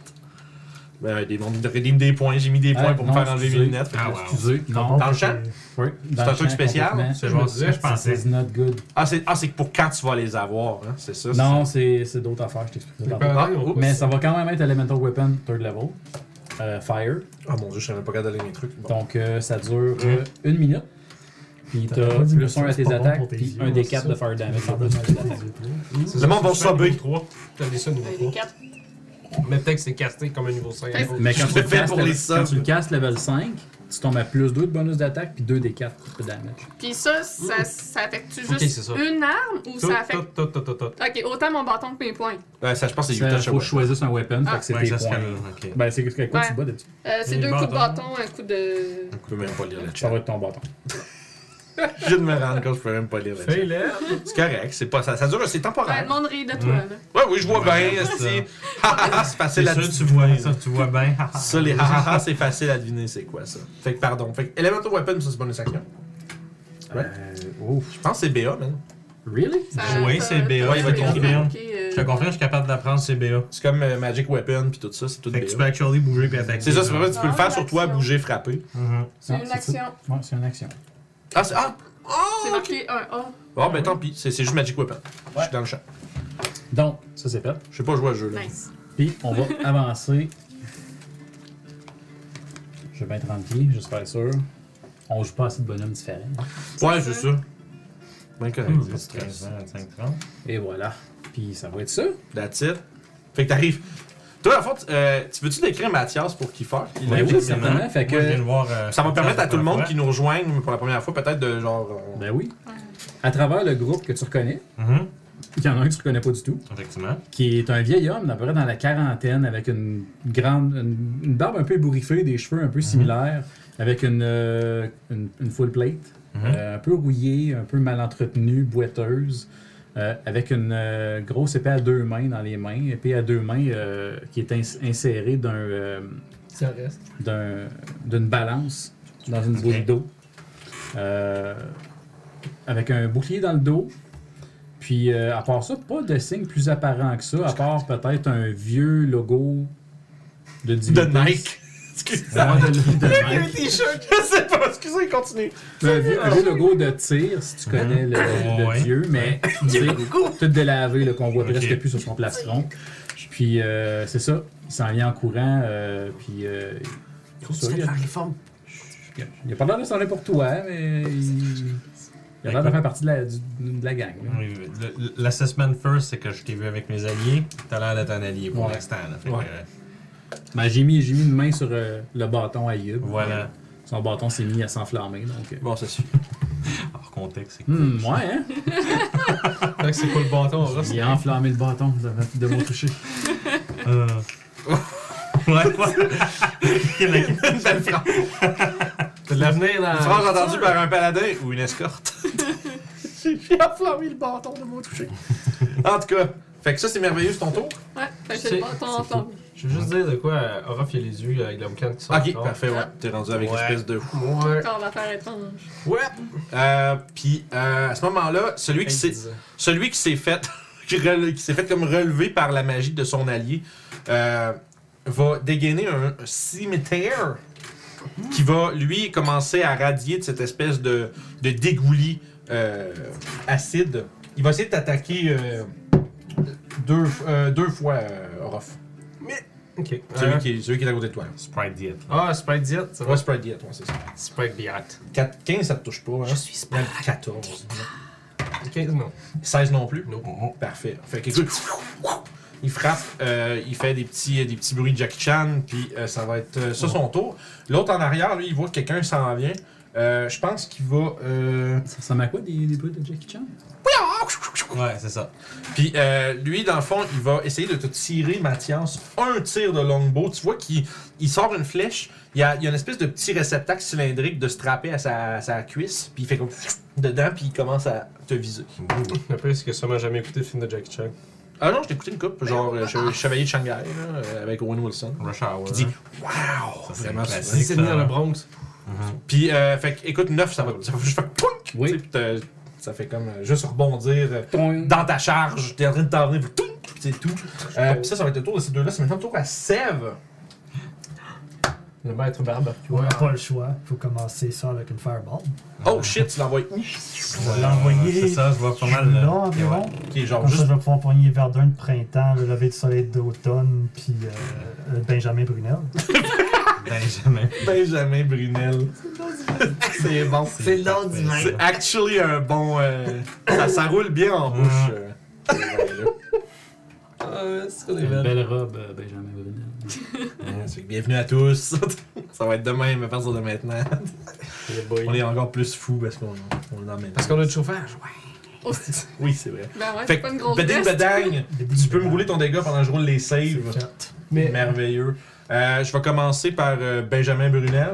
Ben, des mondes de redeem des points. J'ai mis des points Ah, pour non, me faire enlever mes excusez. lunettes. Fait que- Ah, wow. Excusez, non. Dans le champ? Oui, dans un le truc champ, spécial? complètement. C'est genre ça, je pensais. This is not good. Ah, c'est ah, c'est pour quand tu vas les avoir, hein? C'est ça? Non, c'est c'est d'autres affaires, je t'explique. Ben, Ah, non, oups. Mais ça va quand même être Elemental Weapon, third level. Euh, fire. Ah mon dieu, je savais même pas regarder mes trucs. Bon. Donc euh, ça dure euh, une minute. Puis Hein? T'as t'as pas dit plus ça, 1 à c'est tes pas bon attaques, pour tes puis yeux, un des c'est 4 ça. de fire damage en Faire de plus à tes attaques. Le monde va se saber. 3. T'as des ça Euh, les niveau quatre. 3. Mais peut-être que c'est casté comme un niveau 5. Peut-être. Mais quand Je tu, le le fais castes pour level- les quand subs. tu le castes level 5, tu tombes à plus 2 de bonus d'attaque, puis 2 des 4 de damage. Puis ça, ça, ça affecte-tu juste Mm. Ok, c'est ça. une arme ou ça affecte. Tout, tout, tout, tout. Ok, autant mon bâton que mes points. Ouais, ça, je pense que c'est Il Utah Shaw. faut choisir un weapon, Ah. fait que c'est Ouais, tes ça se points. calme, ok. Ben, c'est c'est quoi Ouais. tu bats d'habitude? Euh, c'est Les deux coups de bâtons. bâton, un coup de. Je peux même pas lire le Ça chat. va être ton bâton. Je viens de me rendre compte, je peux même pas lire le chat. Fais-le. C'est correct, c'est pas ça. Ça dure, c'est Ouais, Ah. le temporaire. monde rit de toi, Mm. là. Ouais, oui, je vois Ouais, bien. c'est C'est c'est facile à C'est sûr, tu vois ça, tu vois bien. Ça, les ha c'est facile à deviner c'est quoi ça. Fait que pardon. Fait que Elemental Weapon, ça c'est bonus action. Ouais. Euh, ouf. Je pense que c'est BA, man. Really? Ça- Oui, ça- c'est BA, ça- il va ça- confirmer. ok, euh, Je te confirme, je suis capable d'apprendre CBA. C'est comme euh, Magic Weapon puis tout ça, c'est tout Fait que tu peux BA. actually bouger puis attaquer. C'est ça, c'est vrai, tu peux le Non, faire sur toi, l'action. bouger, frapper. Mhm. C'est Non, une Ah, c'est ça. action. Ouais, c'est une action. Ah, c'est. Ah! Oh! C'est marqué 1A. Bon, ben tant pis, c'est c'est juste Magic Weapon. Je suis Ouais. dans le champ. Donc, ça c'est fait. Je sais pas jouer à ce jeu là. Nice. Puis on va avancer. Je vais bien 30 pieds, j'espère sûr. On joue pas assez de bonhommes différents. Ouais, c'est ça. Ben correct, pas de 10, stress. 15, 20, 25, 30. Et voilà. Puis ça va être ça. That's it. Fait que t'arrives. Toi, en fait, euh, tu veux-tu décrire Mathias pour Kiefer? Il Ben a- oui, Absolument. certainement, fait Moi, que- je viens de voir, euh, Ça va permettre à tout le monde fois. qui nous rejoigne pour la première fois, peut-être de genre. euh, Ben oui. À travers le groupe que tu reconnais, Mhm, il y en a un que tu reconnais pas du tout, Effectivement. qui est un vieil homme, à peu près dans la quarantaine, avec une grande, une, une barbe un peu ébouriffée, des cheveux un peu similaires, avec une, euh, une, une full plate, Mhm. euh, un peu rouillée, un peu mal entretenue, boiteuse, euh, avec une euh, grosse épée à deux mains dans les mains, épée à deux mains euh, qui est ins- insérée d'un euh, Ça reste. d'un- d'une balance dans une boule d'eau. Euh, avec un bouclier dans le dos. Puis, euh, à part ça, pas de signe plus apparent que ça, à part peut-être un vieux logo de De divinité. Nike. Ouais, Excusez-moi. de- de Le Nike. t-shirt, je sais pas. Excusez, continue. Un vieux, un vieux logo de tir, si tu connais le, le Ouais. dieu, mais tu sais, tout délavé, là, qu'on voit Ok. presque plus sur son plastron. Puis, euh, c'est ça, il s'en vient en courant, euh, puis... euh, c'est ça, il y a- réforme. Il a pas l'air de s'en aller pour toi, hein, mais il, il a l'air de faire partie de la, du- de la gang. là. Oui, le- le- L'assessment first, c'est que je t'ai vu avec mes alliés. T'as l'air d'être un allié pour Ouais. l'instant. là. Fait que, Ouais. euh, Ben, j'ai, mis, j'ai mis une main sur euh, le bâton à Yub. Voilà. Son bâton s'est mis à s'enflammer. Donc, euh, Bon, ça suffit. Hors contexte, c'est cool. hmm, ouais, hein? Fait que c'est quoi le bâton, on reste. Il a enflammé le bâton de, de mon toucher. Euh. ouais, ouais. Il y en a qui- Une belle phrase. T'as de l'avenir Une dans. phrase entendue par un paladin ou une escorte. J'ai enflammé le bâton de mon toucher. En tout cas, fait que ça, c'est merveilleux, c'est ton tour. Ouais, fait que C'est- j'ai le bâton en flamme. Je veux juste dire de quoi, euh, Orof, il a les yeux avec l'homme qui sort. Ok, encore. parfait, ouais. T'es rendu avec Ah, Ouais. l'espèce de. Ouais. Encore l'affaire étrange. Ouais. Euh, Puis euh, à ce moment-là, celui qui s'est, celui qui s'est fait, qui rele- qui s'est fait comme relever par la magie de son allié, euh, va dégainer un cimetière qui va lui commencer à radier de cette espèce de, de dégoulis euh, acide. Il va essayer de t'attaquer euh, deux, euh, deux fois, euh, Orof. Ok. Celui, Euh, Hein? qui, celui qui est à côté de toi. là. Sprite diet. Ah, Sprite Diet, ça va. Ouais, Sprite Diet, ouais, c'est ça. Sprite Diet. Quatre- 15, ça te touche pas. Hein? Je suis 14. 15 non. 16 non plus. Non. Parfait. Fait que, écoute, il frappe, euh, il fait des petits, des petits bruits de Jackie Chan, puis euh, ça va être euh, ça son tour. L'autre en arrière, lui, il voit que quelqu'un s'en vient. Euh, je pense qu'il va. euh, Ça ressemble à quoi des, des bruits de Jackie Chan? Ouais, c'est ça. Puis euh, lui, dans le fond, il va essayer de te tirer, Mathias, un tir de longbow. Tu vois qu'il il sort une flèche. Il y a, il y a une espèce de petit réceptacle cylindrique de strapper à sa, à sa cuisse. Puis il fait comme dedans, puis il commence à te viser. Après, c'est que sûrement jamais écouté le film de Jackie Chan. Ah non, j'ai écouté une coupe, genre euh, Che- Chevalier de Shanghai, là, euh, avec Owen Wilson. Rush Hour. Qui dit Wow! Ça, Uh-huh. c'est Vraiment un super. classique. C'est venir le Bronx. Puis, euh, fait que, écoute, 9, ça va, ça va juste faire pounk! Oui. tu sais, puis t'as- ça fait comme euh, juste rebondir euh, Ton- dans ta charge. T'es en train de t'en venir, puis tounk, puis c'est tout. Oh. Euh, puis ça, ça va être le tour de ces deux-là. C'est maintenant le tour à Sève. Le maître barbecue. On n'a pas le choix. Faut commencer ça avec une fireball. Ah. Oh shit, tu l'envoies où? On va l'envoyer. C'est ça, je vois pas mal. euh, Là, ouais. environ. Qui est genre Comme ça, juste. je vais pouvoir poigner Verdun de printemps, le lever du soleil d'automne, puis euh, euh, Benjamin Brunel. Benjamin. Benjamin Brunel. C'est bon. C'est l'ordimaire. C'est actually un bon. euh, ça, ça roule bien en bouche. Mm. euh, ce vin-là. Ah, c'est qu'on est Une belle. belle robe, euh, Benjamin Brunel. Ouais, Hein, c'est que bienvenue à tous. ça va être demain, mais à partir de maintenant. Le boy. On est encore plus fou parce qu'on on est dans le même. Parce qu'on a le chauffage. Ouais. Oh, c'est- Oui, c'est vrai. ben Fait ouais, c'est que pas une grosse beding veste. bedang, tu peux me rouler ton dégât pendant que je roule les saves. Fait. Mais Merveilleux. Euh, je vais commencer par euh, Benjamin Brunel.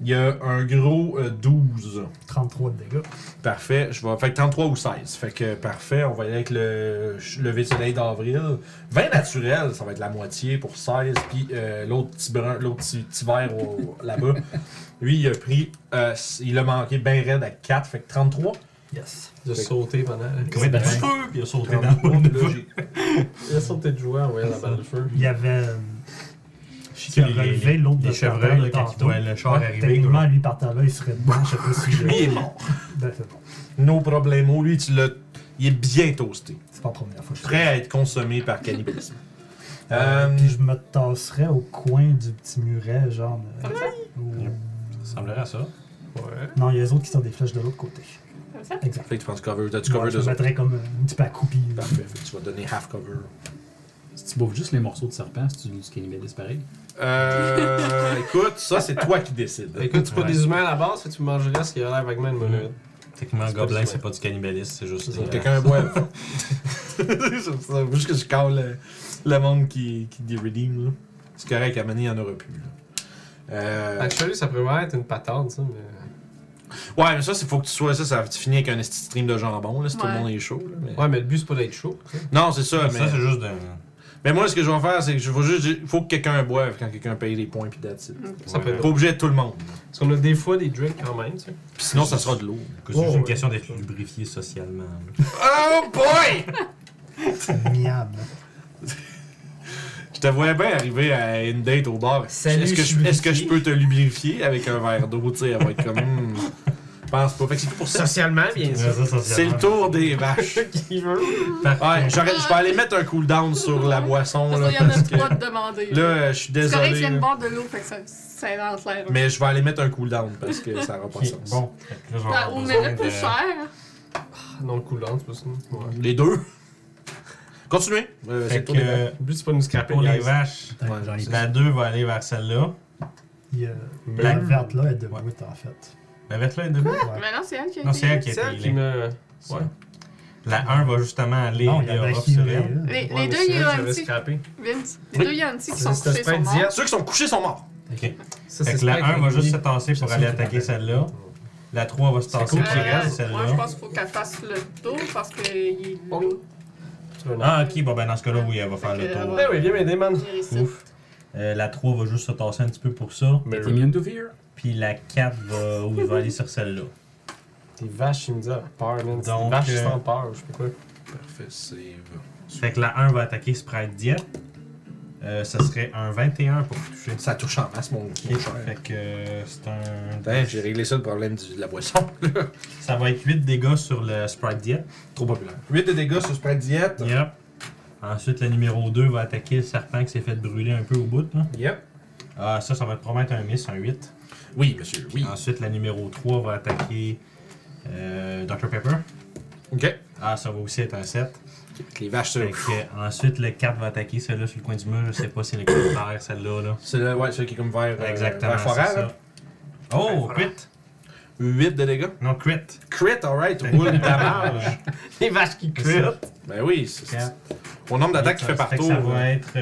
Il y a un gros euh, 12. 33 de dégâts. Parfait. Je vais... Fait que 33 ou 16. Fait que euh, parfait. On va y aller avec le ch- lever de soleil d'avril. 20 naturel, ça va être la moitié pour 16. Puis euh, l'autre petit brun, l'autre petit, petit vert au- là-bas. Lui, il a pris. euh, s- il a manqué bien raide à 4. Fait que 33. Yes. de sauter pendant. Combien de Euh, Ben. feu? Puis il a sauté dans 33, le là, feu. j'ai- Il a sauté de joie, ouais, la balle de feu. Il y avait. euh, qui que a les- relevé l'autre de Les Printemps chevreuils, de là, quand ils tantôt. voient le char Ouais, arriver. Techniquement, lui partant là, il serait dedans. Je sais pas si. Lui, il est mort. Ben, c'est bon. No problemo. Lui, tu l'as. Il est bien toasté. C'est pas la première fois. que je fais Prêt à être consommé par cannibalisme. ça. Euh, Puis je me tasserais au coin du petit muret, genre. euh, ou- Ça ressemblerait à ça. Ouais. Non, il y a les autres qui sont des flèches de l'autre côté. Comme ça? Exact. fait que tu prends du cover. T'as du Ouais, cover je de me ça. mettrais comme euh, un petit peu à couper. Parfait. Fait que tu vas donner half cover. Si tu bouffes juste les morceaux de serpent, si tu du cannibalisme pareil. Euh, écoute, ça, c'est toi qui décides. Bah, Écoute, c'est pas Ouais. des humains à la base, fait que tu mangerais ce qui a l'air vaguement une monade. Techniquement, C'est pas gobelin, du- c'est pas du cannibalisme, c'est juste. euh, C'est des- Quelqu'un boit. J'aime ça. Faut Juste que je cale le, le monde qui, qui des redeem. là. C'est correct, à Mani, il n'y en aura plus. là. Euh, Actually, ça pourrait être une patente, ça, mais. ouais, mais ça, c'est faut que tu sois. Ça, ça finit avec un esti de stream de jambon, là, si tout le Ouais. monde est chaud. là, mais- Ouais, mais le but, c'est pas d'être chaud. tu sais. Non, c'est ça. Ça, mais, c'est juste d'un. mais moi, ce que je vais faire, c'est que je faut juste. faut que quelqu'un boive quand quelqu'un paye les points, puis that's it. Ça peut être Pas obligé de tout le monde. Parce qu'on a des fois des drinks quand même, tu sais. Puis sinon, ça sera de l'eau. C'est juste Ouais, une ouais. question d'être lubrifié socialement. Oh boy! Miam. Je te voyais bien arriver à une date au bar. Salut, Est-ce que, je suis je- est-ce que je lubrifié. peux te lubrifier avec un verre d'eau? Tu sais, elle va être comme. Hmm, Je pense pas. Fait que c'est tout pour ça. Socialement, bien sûr. C'est le tour des vaches. Qui veut. Ouais, j'aurais- je vais aller mettre un cooldown sur la boisson. Parce Là, qu'il y en a parce que- trois de demander. là, euh, je suis c'est correct, je désolé. viens là, de boire de l'eau, fait que ça, ça est en l'air. Mais je vais aller mettre un cooldown parce que ça n'aura pas de Ok, sens. Bon. Fait que là, je vais Bah, avoir Ah, on besoin irait de- plus cher. Non, le coulant, c'est pas ça. Ouais. Les deux. Continuez. Euh, c'est Fait le que tour des vaches. euh, Le but, c'est pas de nous scraper, pour les guys. vaches, Ouais, J'en ai la 2 va aller vers celle-là. Il y a- La Black. verte là est de Ouais. brut en fait. La verte là est debout. Ouais. Mais non, c'est elle qui a Non, été- c'est elle qui C'est est elle qui payée. me. Ouais. La 1 va justement aller euh, Non, il y vers avait Europe qui sur là. elle. Les, les Ouais, mais deux c'est elle que j'avais Yanti, scrappé. Vince, les deux Yanti qui sont C'est- couchés c'est sont pas morts. diète. Ceux qui sont couchés sont morts. Ok. Ça, Fait que c'est la pas 1 va avec juste se lui. tasser pour C'est aller ça qui attaquer m'appelle. celle-là. La 3 va se tasser cool pour qui Euh, qu'il aller reste, vers Moi, je celle-là. pense qu'il faut qu'elle fasse le tour parce que il est Oh. lourd. Tu veux le- Ah, ok, bon, ben dans ce cas-là, oui, elle va faire Fait le que, tour. Eh ouais. Ben oui, viens m'aider, man. Il est ici. Ouf. Euh, la 3 va juste se tasser un petit peu pour ça. Mais T'es immune to fear. Puis la 4 va, oui, va aller sur celle-là. les vaches, ils me disent ah, peur, man. C'est Donc, des vaches euh, sans peur, je sais pas quoi. Parfait, save. Fait que la 1 va attaquer Sprite Diet. Euh, ça serait un 21 pour toucher. Ça touche en masse, mon mon Ok, cher. Fait que euh, c'est un. Putain, j'ai réglé ça le problème du- de la boisson. Ça va être 8 dégâts sur le Sprite Diet. Trop populaire. 8 de dégâts sur Sprite Diète. Yep. Ensuite, la numéro 2 va attaquer le serpent qui s'est fait brûler un peu au bout. Là. Yep. Ah, ça, ça va promettre un miss, un 8. Oui, monsieur, oui. Ensuite, la numéro 3 va attaquer euh, Dr. Pepper. Ok. Ah, ça va aussi être un 7. Les vaches, ça. Fait que, ensuite, le 4 va attaquer celle-là sur le coin du mur. Je sais pas si elle est contraire, celle-là. Là. C'est le- ouais, celui qui est comme vert. euh, Exactement. vert c'est forêt, ça. là. Oh, crit. 8 de dégâts. Non, crit. Crit, alright. Roule damage. Les vaches qui C'est crient. ça. Ben oui, c'est Quatre. c'est- Au nombre d'attaques qu'il fait euh, par Fait que tour. Ça va être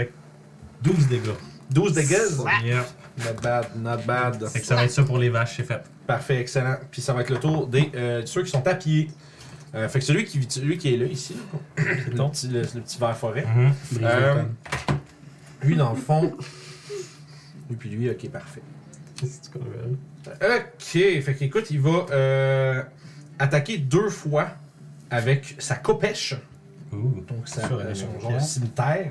12 dégâts. 12 dégâts. Yep. Not bad, not bad. Fait que ça va être ça pour les vaches, c'est fait. Parfait, excellent. Puis ça va être le tour des euh, ceux qui sont à pied. Euh, fait que celui qui, celui qui est là, ici, le ton. petit, le, le petit vert forêt, Mhm. Briser Euh, le temps. lui, dans le fond. Et puis lui, ok, parfait. C'est quoi, Noël? Ok, fait qu'écoute, il va euh, attaquer deux fois avec sa copèche, Ouh, donc sa, Sur la euh, son même genre de pièce. cimetière.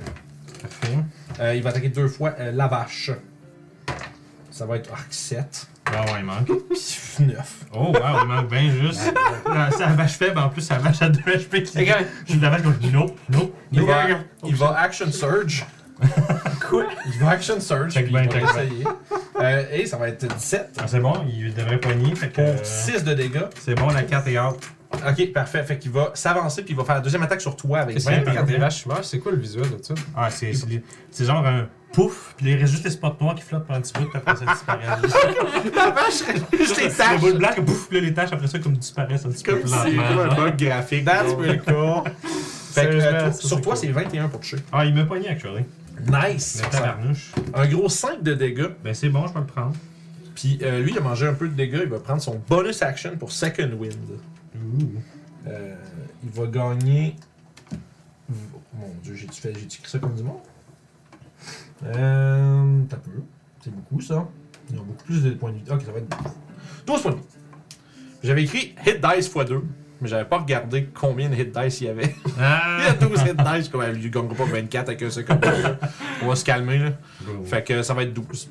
parfait. Euh, il va attaquer deux fois euh, la vache. Ça va être arc 7, Ah ouais, il manque. puis 9. Oh, wow, il manque bien juste. Ah, C'est la vache faible, en plus, c'est la vache à 2 HP qui. Je suis la vache comme. Non, non. Il non. va, il va action surge. Quoi? Il va action surge. Check puis bien, il va check bien. essayer. Euh, et ça va être 17 Ah, c'est bon, il devrait poigner. Fait que. euh, pour 6 de dégâts. C'est bon, la carte est out. Ok, parfait. Fait qu'il va s'avancer puis il va faire la deuxième attaque sur toi avec Qu'est-ce qu'il y a 20. quand les vaches meurent? C'est quoi le visuel de ça? Ah, c'est c'est les- c'est genre un pouf, puis il reste juste les spots noirs qui flottent pendant un petit bout, puis après ça disparaît. La vache, juste les Le boule blanc, pouf, puis là, les taches, après ça, comme disparaissent un petit peu plus lentement. genre. bug graphique. That's pretty cool. Fait que, euh, Sérieusement, toi- ça, sur c'est toi, cool. c'est 21 pour toucher. Ah, il m'a pogné, actually. Nice! La tabarnouche. Un gros 5 de dégâts. Ben, c'est bon, je peux le prendre. Puis euh, lui, il a mangé un peu de dégâts. Il va prendre son bonus action pour Second Wind. Ouh. Euh, il va gagner. Mon dieu, j'ai-tu fait... j'ai-tu écrit ça comme du monde? Euh. T'as peu. C'est beaucoup ça. Ils ont beaucoup plus de points de vie. Ok, ça va être. 12 points de vie. J'avais écrit Hit Dice x2, mais j'avais pas regardé combien de Hit Dice il y avait. Il y a Ah! 12 hit dice, comme euh, il gagnera pas 24 avec un second. là. On va se calmer, là. Fait que ça va être 12.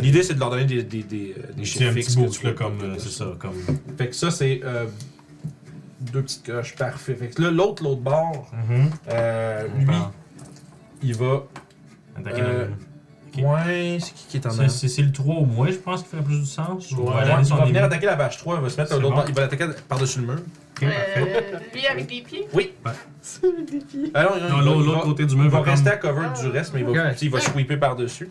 L'idée, c'est de leur donner des, des, des, euh, des C'est chiffres un fixes. petit que bout, tu là, vois pas comme. dedans. euh, C'est ça, comme. Fait que ça, c'est euh, deux petites coches. Parfait. Fait que là, l'autre, l'autre bord, Mhm. euh, On lui, parle. il va. Attaquer Euh, dans le- Ok. Ouais, c'est qui qui est en Ça, avant? C'est c'est le 3 au moins, je pense, qui ferait plus du sens. On Ouais, va ouais, aller il sur va les venir deux. attaquer la vache 3, il va se mettre C'est à l'autre bon. bord, il va l'attaquer par-dessus le mur. Ok, parfait. Euh, lui avec des pieds? Oui. Ouais. Celui avec des pieds. Ah non, non, il Non, va- il l'autre va- l'autre côté du mur Ah. Il va va rester rester. à cover du reste, mais il va, Ok. il va sweeper par-dessus.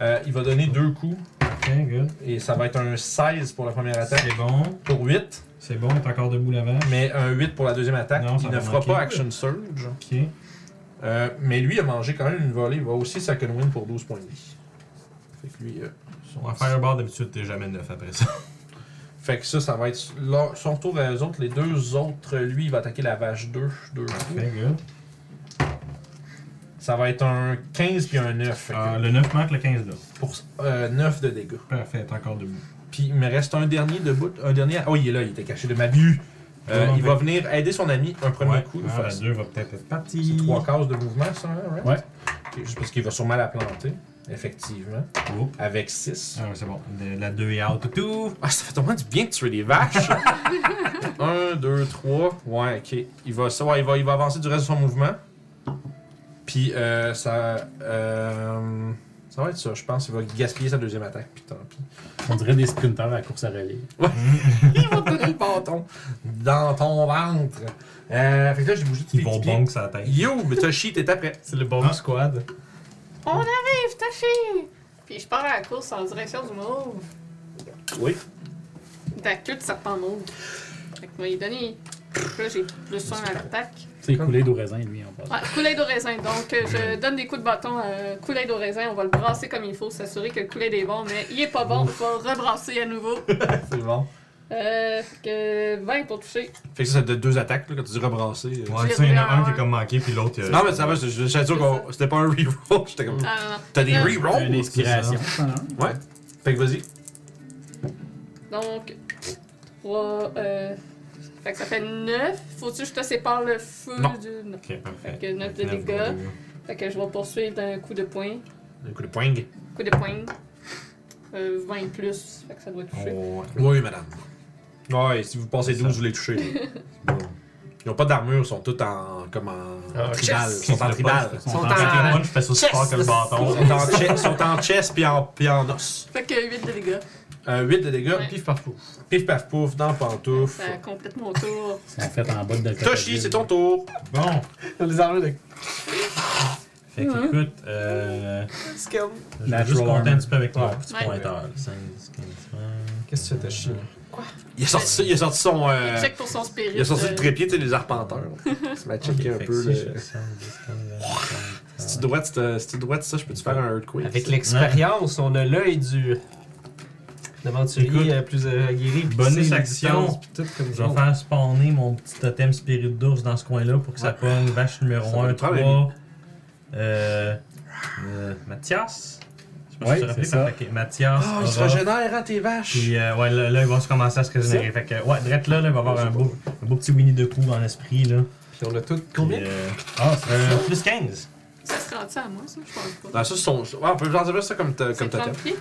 Euh, il va donner deux coups. Ok, good. Et ça va être un 16 pour la première attaque, C'est bon. pour 8, C'est bon, t'es encore debout l'avant. mais un 8 pour la deuxième attaque. Non, ça il ne va fera manquer. pas Action Surge. Ok. Euh, mais lui a mangé quand même une volée. Il va aussi second win pour 12 points de vie. Fait que lui, euh, son- On va faire un bar d'habitude, t'es jamais neuf après ça. Fait que ça, ça va être leur- son tour à eux autres. Les deux autres, lui, il va attaquer la vache 2. Deux coups. Parfait, good. Ça va être un 15 puis un 9. Fait que Ah, le 9 manque, le 15 là. pour euh, 9 de dégâts. Parfait, t'es encore debout. Puis il me reste un dernier debout. Un dernier. Oh, il est là, il était caché de ma vue. Euh, Non, non, il va venir aider son ami un premier Ouais. coup. Ah, Fait- la 2 va peut-être être C'est partie. trois cases de mouvement, ça, hein, right? Ouais. Ok, Juste parce qu'il va sûrement la planter, effectivement, Oh. avec 6. Ah, ouais, c'est bon. De- La 2 est out. Tout. Ah, ça fait tellement du bien de tuer des vaches! 1, 2, 3. Ouais, ok. Il va, ça, ouais, il, va, il va avancer du reste de son mouvement. Puis, euh, ça. euh, ça va être ça, je pense. Il va gaspiller sa deuxième attaque, puis tant pis. On dirait des sprinteurs à la course à rallye. Il va te donner le bâton dans ton ventre. Euh, fait que là, j'ai bougé tous Ils les vont petits pieds. bonk sa tête. Yo, mais Toshi, t'es après. C'est le bomb squad. On arrive, Taché! Puis je pars à la course en direction du mauve. Oui. De la queue de serpent mauve. Fait que moi, il donne. Là, j'ai plus un à l'attaque. C'est coulé d'eau raisin, lui, en passe. Ouais, coulée de raisin. Donc, euh, je donne des coups de bâton à coulée de raisin. On va le brasser comme il faut, s'assurer que le coulet est bon, mais il est pas bon. On va le rebrasser à nouveau. C'est bon. Euh, fait que 20 pour toucher. Fait que ça, ça te deux attaques, là, quand tu dis rebrasser. euh. Ouais, tu sais, il y en a un qui est comme manqué, puis l'autre. il a- Non, mais ça va, je je- je suis sûr que c'était pas un reroll. J'étais comme. Ah, non, non. T'as des Euh, rerolls? Une inspiration. hein? Ouais. Fait que vas-y. Donc, 3. Euh, fait que ça fait 9. Faut-tu que je te sépare le feu Non. du. Non. Ok, parfait. Fait que neuf de Neuf dégâts. Fait que je vais poursuivre d'un coup de poing. Un coup de poing. Coup de poing. Euh, 20 plus. Fait que ça doit toucher. Oh, ouais. Oui, madame. Ouais, si vous passez 12, vous les touchez. là. Ils ont pas d'armure, ils sont tous en. comme en. Ah, tribal. chess. Ils sont en tribal. Son Quand il y a le punch, je fais aussi Chest. fort que le Ils bâton. sont en, chess, ils sont en chess pis en, pis en os. Fait que 8 de dégâts. Euh, 8 de dégâts, Ouais. pif, Pif par pouf. pif paf pouf, dans pantouf. Ça complète mon tour. C'est fait en boîte de Toshi, c'est ton tour. Bon. Les armures de Fait que, écoute, euh, Scam. je vais Natural juste compter un armor. petit peu avec mon Ouais. petit Ouais. pointeur. 5, 15, 20. Qu'est-ce que tu fais, Tachi? Il a sorti, il a sorti son. euh, Check pour son spirit. il a sorti le euh, trépied, tu sais, les arpenteurs. Ça m'a checké un peu. le- Si tu dois, si tu dois de ça, je peux te faire un earthquake. Avec l'expérience, on a l'œil du. Écoute, L'aventurier euh, plus euh, aguerri. puis bonus tu sais les action. distances, puis tout comme Je ça. vais faire spawner mon petit totem spirit d'ours dans ce coin-là pour que ça pogne vache Ça numéro va 1, le prendre, 3. Euh, euh, Mathias. Je sais pas Ouais, si tu te rappelles, c'est ça. mais fait que Mathias. Ah, il se aura- régénère, hein, tes vaches! Puis euh, ouais, là, là, ils vont se commencer à se régénérer. Fait que, ouais, drette là, là, il va avoir un beau, un beau petit Winnie de coup en esprit. là. Puis on a tout. Puis, Combien euh, Ah, c'est euh, plus 15. Ça se rend à moi, ça? Je pense pas. Ah, ça, c'est son. ouais, on peut vous en dire ça comme, ta- comme C'est totem. 30 pieds?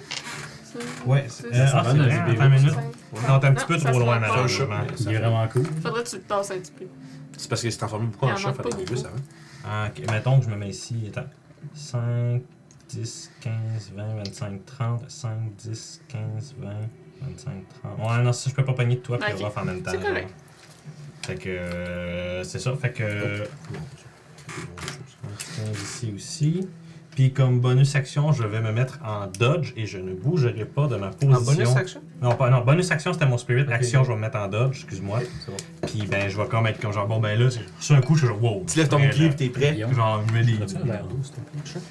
Ça- Ouais, c'est- euh, ça ah, va c'est dans vrai, les attends une minute. cinq- Non, t'es un petit Non, peu ça trop se loin, rend pas. malheureusement. Ça il est fait- vraiment cool. Faudrait que tu le tasses un petit peu. C'est parce qu'il s'est transformé beaucoup Il en en chat manque à pas ton beaucoup. plus avant. Ah, ok. Mettons que je me mets ici. Attends. 5, 10, 15, 20, 25, 30. 5, 10, 15, 20, 25, 30. Ouais, non, ça, je peux pas pogner de toi puis Ok. Ruff en même temps. C'est correct. genre. Fait que. euh, c'est ça. Fait que. euh, Oh. je prends ici aussi. Puis comme bonus action, je vais me mettre en dodge et je ne bougerai pas de ma position. En bonus action Non, pas, non, bonus action, c'était mon spirit. Ok. Action, je vais me mettre en dodge, excuse-moi. C'est bon. Puis ben, je vais comme être comme genre, bon ben là, c'est- sur un coup, je suis genre, wow. Tu lèves ton Ouais, bouclier là. et t'es prêt. Genre, je mets des. As-tu un verre d'eau, s'il te plaît?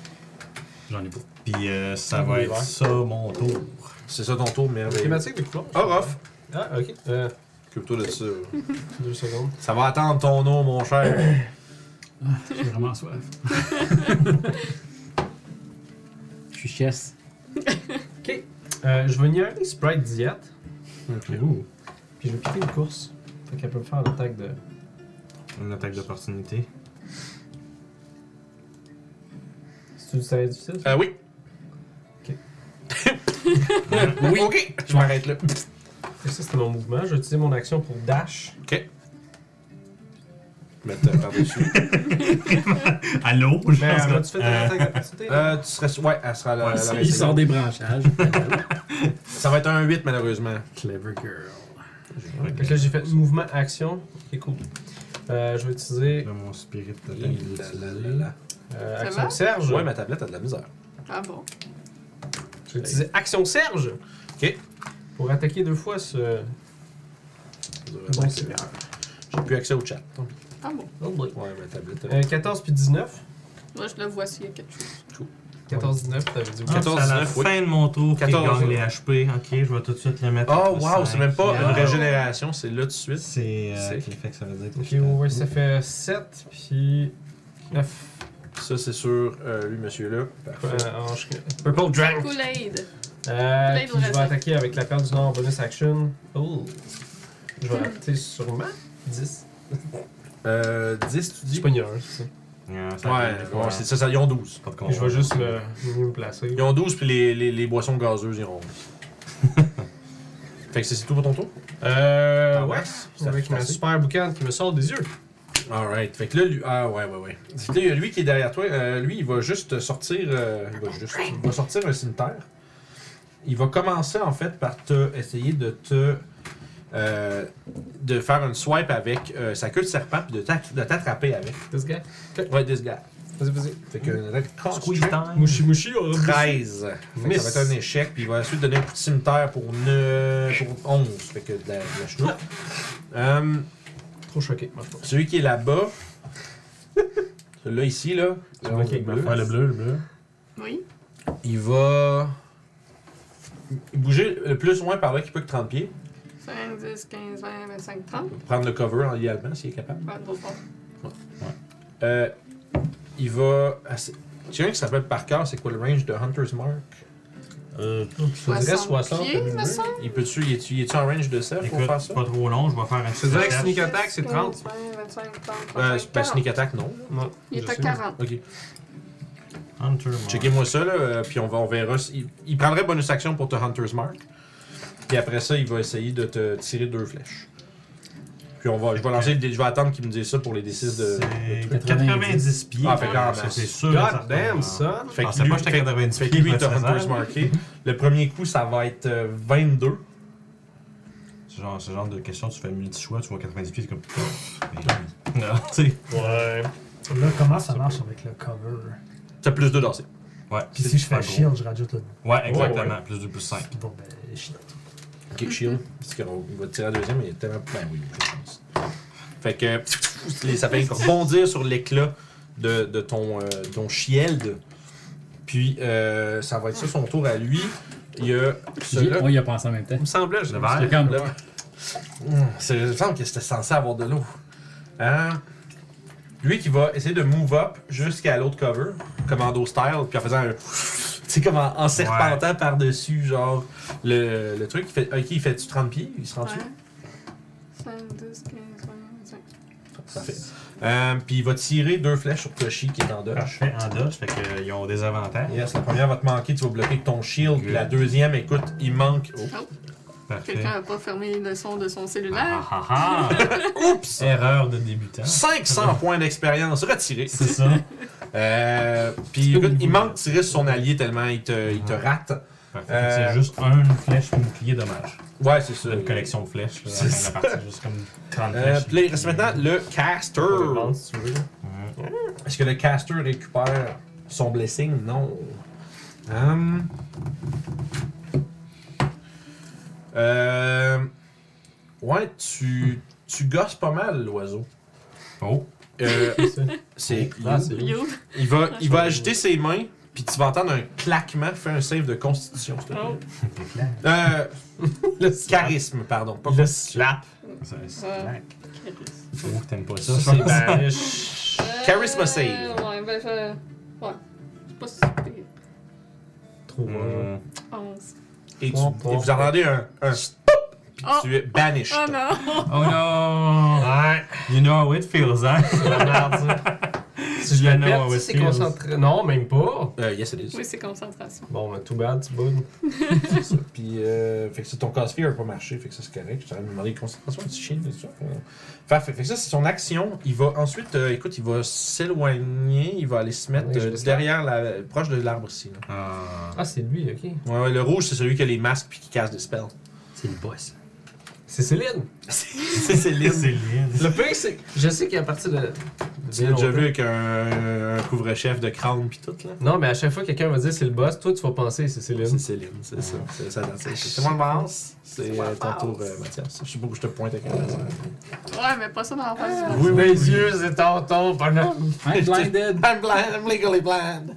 J'en ai pas. Puis euh, ça Un va être boulevard. ça mon tour. C'est ça ton tour, merveilleux. Thématique des couleurs. Oh, off! Ah, ok. Euh, Occupe-toi de ça. deux secondes. Ça va attendre ton eau, mon cher. J'ai vraiment soif. Je suis chess. Ok. Euh, je vais ignorer Sprite Diet. Ouh, Puis je vais piquer une course. Fait qu'elle peut me faire l'attaque de. une attaque d'opportunité. C'est du salaire difficile. Euh, oui. Ok. oui. Ok. Je m'arrête là. Et ça, c'était mon mouvement. J'ai utilisé mon action pour dash. Ok. Mettre euh, par-dessus. Allô? Je Mais pense euh, que- tu fais ton attaque d'opportunité euh, tu serais. su- Ouais, elle sera la. la- la- Il sort des branchages. Ça va être un 8, malheureusement. Clever girl. Fait que là, j'ai fait mouvement action. Ok, cool. Euh, je vais utiliser Là, mon spirit totem, La, il est la, utilisé. la, la. euh, Ça action va? Serge. Ouais, ma tablette a de la misère. Ah bon? Je vais utiliser action Serge. Ok. Pour attaquer deux fois ce. Bon, c'est bien. J'ai plus accès au chat. tant pis. Ah bon? Oh boy. Ouais, ma tablette. Euh, 14 puis 19. Moi, je le vois s'il y a quelque chose. 14-19, t'avais dit. Ah, 14, c'est à la 19, oui. fin de mon tour qu'il 14, gagne oui. les HP. Ok, je vais tout de suite le mettre. Oh, au wow, c'est cinq. même pas une Ah. régénération, c'est là tout de suite. C'est. euh, C'est- ok, fait que ça veut dire que Ok, je suis à- ouais, ça fait 7 puis 9. Ça, c'est sur euh, lui, monsieur-là. Euh, Parfait. oh, Purple Drank. Kool-Aid! Euh, Plein de puis je vais raisins. attaquer avec la carte du Nord en bonus action. Oh. Je Hmm. vais rater sûrement 10. Euh, 10, tu Je suis dis pas ignorant, c'est ça. Ah, ça Ouais, fait- ouais, c'est ça, ça, ils ont 12. Pas de Puis je vais juste le, mieux me placer. Ils ont 12, puis les, les, les boissons gazeuses iront. 11. fait que c'est c'est tout pour ton tour? Euh, Ah ouais. ouais, ça Avec fait ma passer. super boucane qui me sort des yeux. Alright. Fait que là, lui. Ah, ouais, ouais, ouais. Fait que là, il y a lui qui est derrière toi. Euh, lui, il va juste sortir. euh, il, va juste, il va sortir un cimetière. Il va commencer, en fait, par te essayer de te. euh, de faire une swipe avec euh, sa queue de serpent, puis de t'ac- de t'attraper avec. This guy. Ouais, this guy. Vas-y, vas-y. Fait que. une attaque Ah, Squeeze concentrée. time. Mouchi mouchi, oh. 13. Fait que ça Miss. va être un échec, puis il va ensuite donner un coup de cimetière pour, ne... pour 11. Fait que de la, de la chenoute. Euh, Trop choqué, moi, je pense. celui qui est là-bas, celui-là ici, là, Tu vois qu'il va faire le bleu, le bleu. Oui? il va bouger le plus loin par là qu'il peut que 30 pieds, 5, 10, 15, 20, 25, 30. pour prendre le cover en idéalement s'il est capable. Pas trop fort. Euh, il va. assez- Tu sais, un qui s'appelle Parker, c'est quoi le range de Hunter's Mark Euh, Je te dirais 60. pieds, comme me je veux. semble. Il peut-tu. Il est-tu il est-tu en range de self pour Écoute, faire ça c'est pas trop long, je vais faire un Je te dirais que setup. sneak attack, c'est 30. 20, 25, 30, Euh, 35, ben, 40. sneak attack, non. Non. Il est je à sais. 40. Ok. Hunter Mark. Checkez-moi ça, là, euh, puis on, va, on verra. si- Il, il prendrait bonus action pour te Hunter's Mark. Puis après ça, il va essayer de te tirer deux flèches. Puis on va, je vais lancer le dé- je vais attendre qu'il me dise ça pour les D6 de. de C'est trucs. 90 pieds. Ah, fait qu'en Ça, masse. c'est sûr. God damn, ça. son. Fait Je que pensais lui- Ah, pas que j'étais à 90 Fait que pieds. lui, il t'a je me faisais Hunter's mal. Marké. Le premier coup, ça va être euh, 22. Ce genre, ce genre de question, tu fais multi-choix, tu vois 90 pieds, c'est comme. Ben oui. Non, tu sais. Ouais. Là, comment ça marche avec le cover? T'as plus 2 d'assez. Ouais. Puis si je fais un shield, je rajoute le. Ouais, exactement. Ouais, Plus 2, plus 5. Bon, ben, shit. Ok, shield. Parce qu'il va tirer la deuxième, mais il est tellement. Ben oui, je pense. Fait que. pff, les- Ça fait rebondir sur l'éclat de, de ton, euh, ton shield. Puis, euh, ça va être ça son tour à lui. Il y a J'ai- celui-là. On y a pensé en même temps. Il me semblait, je Le C'est vert. comme- Là. Hum, c'est- Il me semble que c'était censé avoir de l'eau. Hein? Lui qui va essayer de move up jusqu'à l'autre cover, commando style, puis en faisant un. Tu sais, comme en, en serpentant par-dessus, genre, le, le truc. Il fait, ok, il fait-tu 30 pieds Il se rend-tu 5, 10, 15, 20, 25. Parfait. Euh, puis il va tirer deux flèches sur Toshi qui est en dodge. Parfait, en dodge, fait qu'ils ont des avantages. Yes, la première va te manquer, tu vas bloquer avec ton shield. Puis la deuxième, écoute, il manque. Oh. Parfait. Quelqu'un a pas fermé le son de son Ah, cellulaire. ah, ah, Oups! Erreur de débutant. 500 points d'expérience retirés. C'est ça. Euh, puis écoute, il manque de tirer sur son allié tellement il te, il te rate. Parfait. Euh, C'est juste une flèche bouclier dommage. Ouais, c'est ça. Une collection de flèches. Là, à C'est la ça. fin de la partie, juste comme 30 Euh, flèches. puis là, il reste maintenant le On le demande, caster. si tu veux. Mhm. Est-ce que le caster récupère son blessing? Non. Hum. Euh... Ouais, tu, tu gosses pas mal l'oiseau. Oh. Euh, ça. c'est Ah, c'est lui. You. Il va, il va agiter ses mains, puis tu vas entendre un claquement. Fais un save de constitution, s'il te plaît. Oh. Euh, Le charisme, pardon. Pas Le slap. C'est Ouais. slack. Oh, t'aimes pas ça. Ça, c'est ben, je- Charisma Euh, save. Ouais, ben je. Ouais. C'est pas si pire. Trop bon. Mhm. 11. Et, tu, et vous entendez un, un stop, puis Oh. tu es banished. Oh non! Oh non! Ouais. You know how it feels, hein? La merde, ça. Si je la know pète, tu how it sais, c'est feels. concentré. Non, même pas. Euh, yes, it is. Oui, c'est concentration. Bon, ben, too bad, tu boudes. C'est ça. Puis, euh, fait que ça, ton casse-fear n'a pas marché, fait que ça, c'est correct. Je t'aurais demandé de concentration, petit chien, tout ça. Fait, fait, fait que ça, c'est son action. Il va ensuite, euh, écoute, il va s'éloigner, il va aller se mettre Oui, je euh, le sais. derrière, la, proche de l'arbre ici. là. Ah, Ah, c'est lui, ok. Ouais, ouais, le rouge, c'est celui qui a les masques puis qui casse des spells. c'est le boss. C'est Céline. c'est Céline. C'est Lynn. Le pire, c'est. Je sais qu'à partir de. Tu l'as déjà vu avec un, un couvre-chef de crâne puis tout, là? Non, mais à chaque fois que quelqu'un va dire c'est le boss, toi, tu vas penser c'est C'est Céline. Céline, c'est ça. C'est ça, c'est- Ah. C'est moi le boss. C'est moi le euh, ton boss. tour, euh, Mathias. Je sais pas où je te pointe avec un laser. Ouais, mais pas ça dans la face du Oui, oui, Mes oui. yeux, c'est tonton, bonhomme. I'm blinded. I'm blind, I'm legally blind.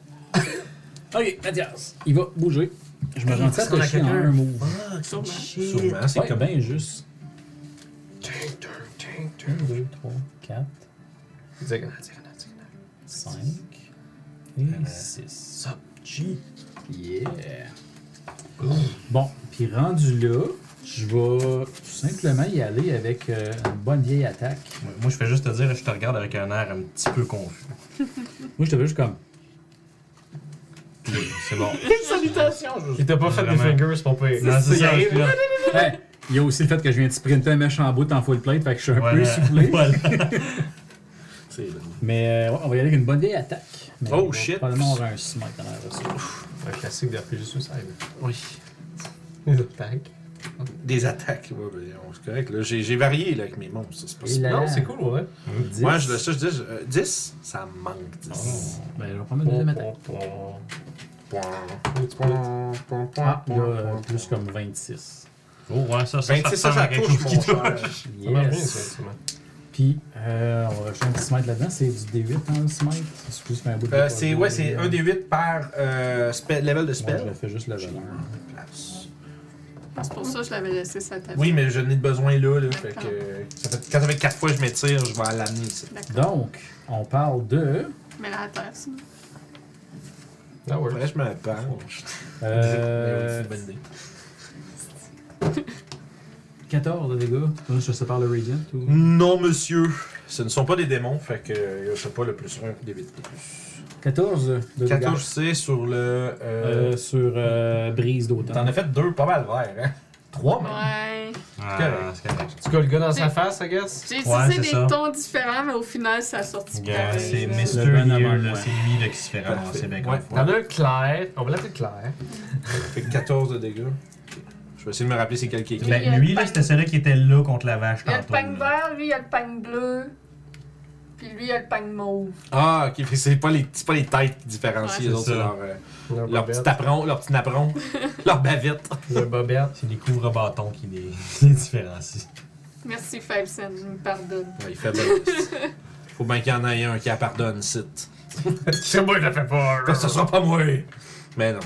Ok, Mathias, il va bouger. Je me rends Est-ce compte qu'on a que je suis en quelqu'un? un move. Sûrement. Sûrement, Ah, c'est Ouais, ben. comme bien juste. 1, 5, 2, 3, 4, 5 et 6. Sup, G. Yeah! Bon, puis rendu là, je vais tout simplement y aller avec euh, une bonne vieille attaque. Moi, moi, je fais juste te dire, je te regarde avec un air un petit peu confus. Moi, je te veux juste comme. C'est bon. Salutations, je Il t'a pas fait des Vraiment. fingers, mon père. Non, c'est Il ça. arrive, je- Hey, Il y a aussi le fait que je viens de sprinter un méchant bout en full plate, fait que je suis un peu Voilà. soufflé. Voilà. C'est drôle. Mais euh, ouais, on va y aller avec une bonne vieille attaque. Mais Oh, on va shit. Probablement aura un smite dans la ressource. Un classique d'RPG Suicide. Oui. Les attaques. Des attaques, ouais, ben, on- c'est correct. là. J'ai j'ai varié là, avec mes monstres, c'est pas Et si- là, Non, c'est cool, ouais. Moi, je, ça, je dis, euh, 10, ça manque 10. Oh. Ben, je vais prendre une deuxième attaque. Point, Tu peux- point, point, Ah, point, il y a euh, point, plus comme 26. Oh, ouais, ça, 26, ça, Ben, ça, ressemble à ça quelque touche, chose mon qui touche. cher. Ça marche bien, ça, Yes. effectivement. Puis, euh, on va rajouter un petit smite là-dedans. C'est du D8, hein, le smite? C'est plus un bout de Euh, papier. c'est ouais, c'est un des 8 par euh, spe- level de Ouais, je le spell. fais juste le valeur. C'est pour ça que je l'avais laissé sa table. Oui, mais je n'ai de besoin là. là fait que, ça fait- quand ça fait 4 fois que je m'étire, je vais l'amener ici. D'accord. Donc, on parle de. Mais là, à terre, sinon. That works. Après, je me penche. Euh, C'est une bonne idée. 14 de dégâts. Hein, Je te sépare le Radiant ou. Non, monsieur. Ce ne sont pas des démons, fait que euh, c'est pas le plus 1 des 8. 14 de dégâts. 14 c'est sur le. euh, Euh, sur euh, Brise T'en d'automne. as fait deux pas mal verts, hein? Trois, même. Ouais. Ah, c'est correct. Tu colles le gars dans sa face, I guess? J'ai Ouais, utilisé c'est des ça. tons différents, mais au final, ça a sorti Gars, pareil, C'est là. Mr. bonhomme en Year, moi. là, c'est lui là, qui se fait ramasser bien Ouais. comme T'en fois. as un Claire. On va l'appeler Claire. Fait que 14 de dégâts. Je vais essayer de me rappeler c'est quel qui est qui. Ben, Il y a Ben, lui, le là, pan- c'était celui qui était là contre la vache Il y a le tantôt. pagne là. vert, lui, il y a le pagne bleu. Puis lui, il y a le pagne mauve. Ah, ok, fait que c'est pas, les- c'est pas les têtes qui différencient Ouais, les autres, c'est c'est ça. leur, euh, Leur leur bobette. petit apron, leur petit napperon, leur bavette. Le bobette. C'est les couvre-bâtons qui les qui les différencient. Merci, Five Cent, je me pardonne. Ouais, il fait bien. Faut bien qu'il y en ait un qui la pardonne, site. C'est moi qui l'a fait peur. Ça sera pas moi! Mais Ah. non.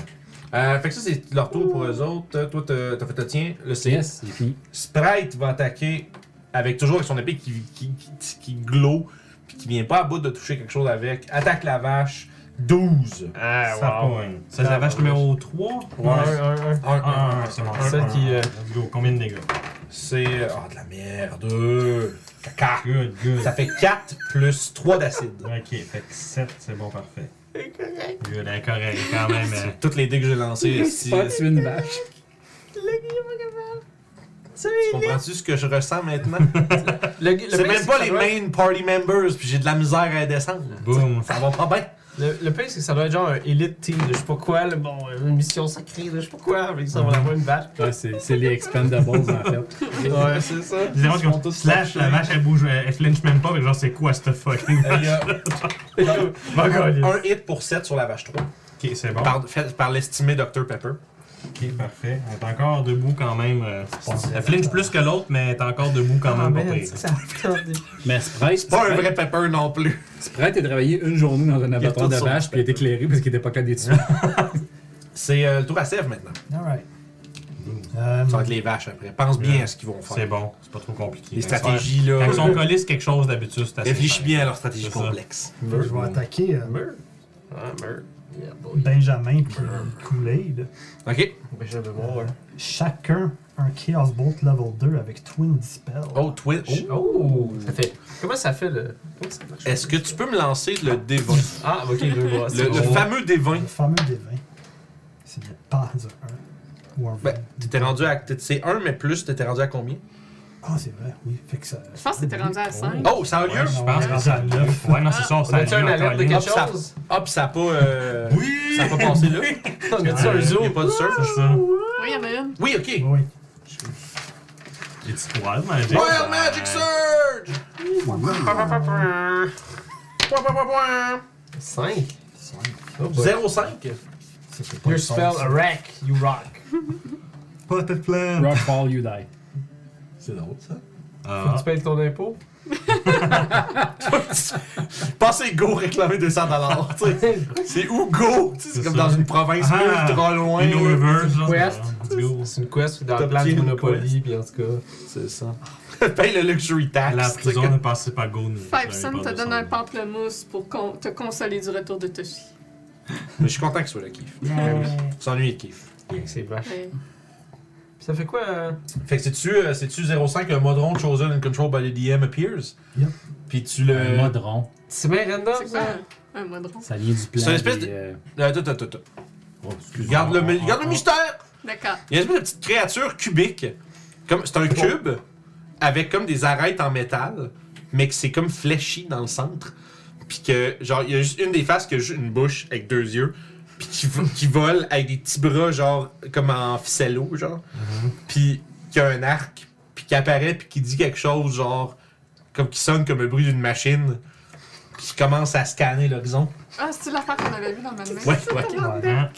Euh, fait que ça, c'est leur tour pour eux autres. Euh, Toi, t'as t'as fait le tien. Le CS. Yes, c'est fini. Sprite va attaquer avec toujours avec son épée qui, qui, qui, qui glow, puis qui vient pas à bout de toucher quelque chose avec. Attaque la vache. 12. Ah, Ça wow. pogne. Ça, c'est la vache numéro 3. Ouais. Un, un, un. Un, un, un. Ah, c'est bon. Celle qui, euh, Let's go. Combien de dégâts? C'est. Oh, de la merde. Caca. Good, good. Ça fait 4 plus 3 d'acide. Ok, fait que 7, c'est bon, parfait. Incorrect. Good, incorrect, quand même. euh, Toutes les dés que j'ai lancées, si, Pas tuer une vache. tu comprends-tu ce que je ressens maintenant? Le- le C'est pire, même que pas ça les doit- main party members, puis j'ai de la misère à descendre. Boum. Ça va pas bien. Le, le pire, c'est que ça doit être genre un Elite Team de je sais pas quoi, le bon, euh, une mission sacrée de je sais pas quoi, avec ça, on va avoir une vache. Ouais, c'est c'est les expendables en fait. Ouais, c'est ça. Les démons qui ont slash, la vache, elle bouge, elle, elle flinche même pas, mais genre, c'est quoi cette fucking Euh, Il y vache? a Oh, Va coller. un hit pour 7 sur la vache 3, Ok, c'est bon. par, fait par l'estimé Dr Pepper. Ok, parfait. On est encore debout quand même. euh, C'est- Elle flinche plus que l'autre, mais elle est encore debout quand Ah, même. pas pire. Mais Sprite, C'est pas un Sprite- vrai Pepper non plus. Sprite a travaillé une journée dans un abattoir tout de son vaches puis il est éclairé parce qu'il était pas capable d'étudier. C'est euh, le tour à Sèvres maintenant. Mm. Alright. Boum. Euh, Ça va être les vaches après. Pense bien à ce qu'ils vont C'est faire. bon, c'est pas trop compliqué. Les Quand ils sont- stratégies là. Quand ils sont collés, c'est quelque chose d'habitude, c'est assez Réfléchis simple. bien à leur stratégie C'est ça. complexe. je vais attaquer euh, Meur. Ah, meur. Yeah, boy. Ben. Benjamin puis Kool-Aid. Ok. Ben, j'ai de voir. Chacun un Chaos Bolt level 2 avec Twin Dispel. Oh, Twin. oh. Oh! Ça fait. Comment ça fait le. Comment ça marche? Est-ce que tu peux me lancer le D20 Ah, ok, deux bras. Le, le bon. fameux D20. Le fameux D20. C'est le pas du 1. Ou un 20. Ben, t'étais rendu à. t'étais- C'est 1, mais plus, t'étais rendu à combien Ah, c'est vrai, oui. Fait que ça. Je pense que t'étais rendu hein? à 5. Oh, ça a Mm. Ouais, lieu je pense que c'est à neuf. Ouais, non, c'est ça, On ça a-tu un alerte de Hop, quelque ça, chose? hop, ça a pas. euh, Oui! Ça a pas passé là. On a-tu un Ouais. Il zoo? n'y a pas de surf. C'est ça. Oui, il y en a une. Oui, ok. Oui. It's Wild Magic. Wild Magic Surge! Point, point, point, point. 5. 0,5. C'était pas Your le son, spell ça. a wreck, you rock. Pas de plan. Rock fall, you die. C'est drôle ça. Faut que Ah, tu payes ton impôt. Pensez go réclamer 200$. tu sais. C'est où go? Tu sais, C'est C'est comme ça. dans une province Ah. ultra loin. Inno Reverse, genre. Quest. Let's go. C'est une quest dans T'as le plan de obtenu une Monopoly, puis en tout cas. C'est ça. Paye le luxury tax. La tu sais, prison ne passait pas go. nous. Five Sun J'avais te pas de donne son. un pamplemousse pour con- te consoler du retour de Toshi. Mais je suis content qu'il soit le Ben kiff. S'ennuie le kiff. C'est vache. Ouais. Puis ça fait quoi? euh, Fait que c'est-tu euh, c'est-tu 05 un modron chosen and controlled by the DM appears? Yep. Puis tu le. Un modron. C'est bien random, C'est quoi ça? un- un modron? Ça vient du plan. C'est une espèce des, de- euh, Euh, tout, tout, tout, tout. oh, excuse-moi. Garde le, mi- On- garde le on- mystère! D'accord. Il y a une espèce de petite créature cubique. Comme, c'est un cube avec comme des arêtes en métal, mais que c'est comme fléchi dans le centre. Puis que, genre, il y a juste une des faces qui a juste une bouche avec deux yeux. Puis qui, vo- qui vole avec des petits bras, genre, comme en ficello, genre. Puis qui a un arc, puis qui apparaît, puis qui dit quelque chose, genre, comme qui sonne comme le bruit d'une machine. Puis qui commence à scanner l'horizon. Ah, c'est-tu l'affaire qu'on avait vue dans ma main? Ouais, ouais. Hein?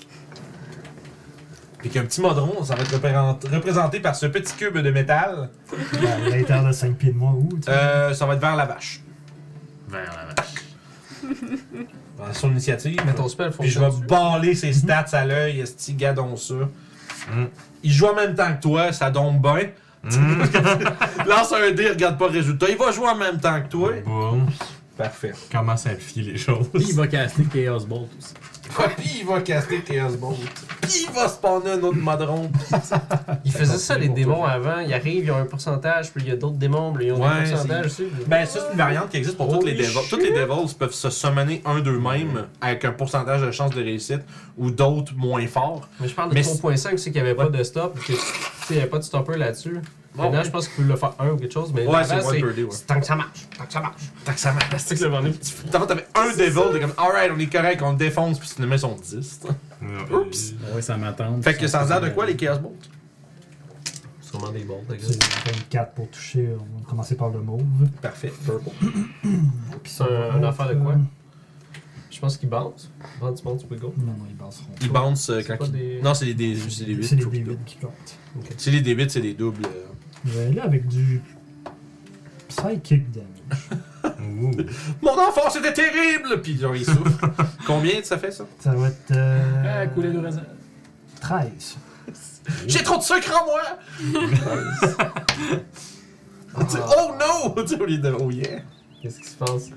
Puis qu'un petit modron, ça va être représent- représenté par ce petit cube de métal. Ben, à l'intérieur de 5 pieds de moi, où tu vois. Euh, ça va être vers la vache. Vers la vache. Dans son initiative. Mais ton spell Puis je vais fonctionne. Mhm. baller ses stats à l'œil, esti gadon ça. Il joue en même temps que toi, ça tombe bien. Lance un dé, regarde pas le résultat. Il va jouer en même temps que toi. Boum. Parfait. Comment simplifier les choses. Puis il va casser euh, Chaos Bolt aussi. Ah, Puis il va caster Chaos Bolt. Puis il va spawner un autre madron. Ils faisaient ça, les démons, avant. Ils arrivent, ils ont un pourcentage, puis il y a d'autres démons, puis ils ont Ouais, des pourcentages aussi. Ben ça c'est une variante qui existe pour toutes les Holy devils. shit. Toutes les devils peuvent se summoner un d'eux-mêmes avec un pourcentage de chance de réussite ou d'autres moins forts. Mais je parle de Mais 3.5, c'est qu'il n'y avait pas de stop, que tu sais, il n'y avait pas de stopper là-dessus. Maintenant, ouais. je pense qu'il peut le faire un ou quelque chose, mais Ouais, avant, c'est one per day, ouais. c'est tant que ça marche, tant que ça marche. Fait que ça marche. C'est que le vendeur, petit fou. T'as- T'avais un devil, t'es comme, alright, on est correct, on le défonce, puis finalement ils sont 10. Oups. Ah Ouais, ça m'attend. Fait que ça a l'air de quoi les Chaos Bolt? Sûrement des bolts, C'est 24 pour toucher. On va commencer par le mauve. Parfait, purple. Puis C'est un- un affaire Euh, de quoi? euh, Je pense qu'il bounce. Bounce, bounce, we go. Non, non, ils balanceront. Ils bounce euh, quand pas ils- des- Non, c'est les D8. C'est les C'est les D8. D8 qui comptent. C'est les D8, c'est les doubles. euh. Je vais aller avec du Psychic Damage. Ouh. Mon enfant, c'était terrible! Puis genre, il souffre. Combien ça fait ça? Ça va être. Ah, Euh, couler de raisin. 13. J'ai trop de sucre en moi! Tu- Oh no! Tu sais, au lieu de oh yeah. Qu'est-ce qui se passe?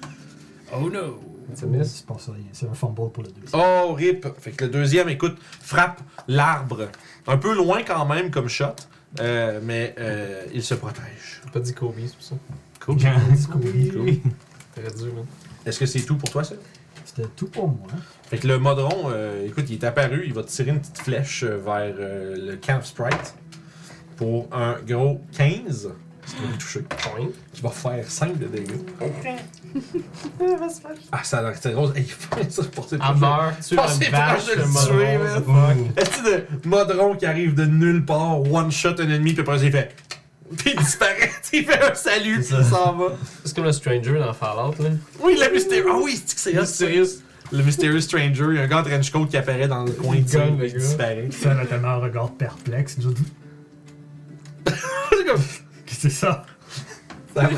Oh no! Ça Il miss? se passe rien. C'est un fumble pour le deuxième. Oh rip! Fait que le deuxième, écoute, frappe l'arbre. Un peu loin quand même comme shot, euh, mais euh, il se protège. T'as pas dit Kobe, c'est pour ça. Cool. Cool. T'aurais dû, man. Est-ce que c'est tout pour toi, ça? C'était tout pour moi. Fait que le modron, euh, écoute, il est apparu, il va te tirer une petite flèche euh, vers euh, le camp sprite pour un gros 15, ce qui va le toucher, Point. qui va faire 5 de dégâts. ah, ça a l'air c'est rose. Hey, il fait ça pour cette Elle meurt, tu Ah, c'est une vache, proche de le le tuer, man. modron. Est-ce que le modron qui arrive de nulle part, one shot un ennemi, puis après ça, il fait. Puis il disparaît, il fait un salut, puis C'est il ça. s'en va. C'est comme le Stranger dans Fallout, là. Oui, le Mysterious. Ah oui, c'est que c'est hot, sérieux. Le Mysterious Stranger, il y a un gars en trench coat qui apparaît dans le coin Il de gagne, tir, le il gars. disparaît. Ça a tellement un regard perplexe. nous autres, C'est comme- Qu'est-ce que C'est ça. Ça marche.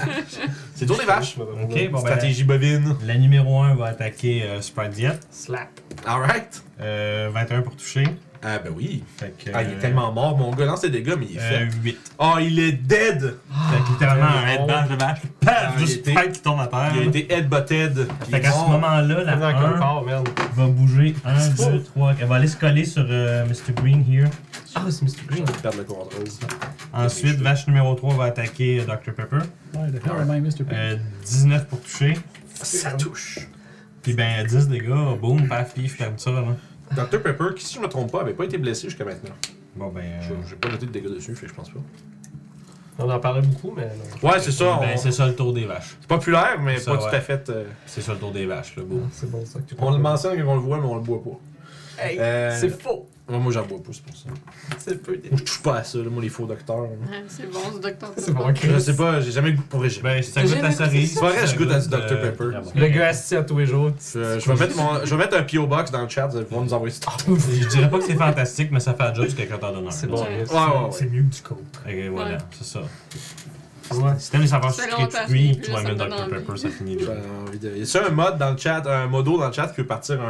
C'est tour des vaches. Ok, bon ben. Stratégie bovine. La numéro 1 va attaquer euh, Sprite Diet. Slap. Alright. Euh, 21 pour toucher. Ah ben oui. Fait que, Ah, il est tellement mort, mon gars. Lance ses dégâts, mais il est fait. 8. Ah, il est dead. fait que littéralement, un Ah, headband de vache. Paf! Ah, il Juste était- Sprite qui tombe à terre. Il a été headbutted. puis il Fait est qu'à ce mort. moment-là, la T'as encore un 1 corps, merde. va bouger 1, C'est 2, 3. Elle va aller se coller sur euh, Mr. Green here. Ah, c'est Mr. Green. Je vais perdre le contrôle. Ensuite, vache numéro 3 va attaquer euh, Dr. Pepper. Ouais, d'accord, même, Mr. P. Euh, 19 pour toucher. Ça touche. Puis ben, 10 dégâts. Boum, paf, pif, ferme ça. Là. Dr Pepper, qui si je me trompe pas, avait pas été blessé jusqu'à maintenant. Bon ben. Je euh, J'ai pas noté de dégâts dessus, fait que je pense pas. On en parlait beaucoup, mais non. Ouais, c'est ça. ben, on- c'est ça le tour des vaches. C'est populaire, mais Ça, pas ouais. tout à fait. euh, C'est ça le tour des vaches, là. Boum. C'est bon, ça que tu On le mentionne quand on le voit, mais on le boit pas. Hey, Euh, c'est faux. Ouais, moi, j'en bois pas, c'est pour ça. Moi, C'est peu des. je touche pas à ça, là, moi, les faux docteurs. là. Ouais, C'est bon, ce docteur. C'est bon, ok. Je sais pas, j'ai jamais goûté pour régime. Ben, si ça J'ai goûte jamais à goûté cerise. ça. C'est pas vrai, ça je goûte à du goûte, Dr. euh, Pepper. très bon. Le gars assis à tous les jours. Je, je vais mettre mon, je vais mettre un P.O. Box dans le chat, vous allez pouvoir nous envoyer ça. Je dirais pas que c'est fantastique, mais ça fait un job jusqu'à 4 heures d'honneur. C'est là, bon, tu Ouais. yes. Ouais, ouais, ouais. C'est mieux que du coke. sais. Ok, voilà, Ouais. c'est ça. Ouais. Si t'aimes les saveurs Ça fait sucrées longtemps que cuits, je tu l'ai vas vu, mettre ça me donne Dr. Pepper, envie. ça finit J'ai là. envie de- Y a-tu un mode dans le chat, un modo dans le chat qui peut partir un,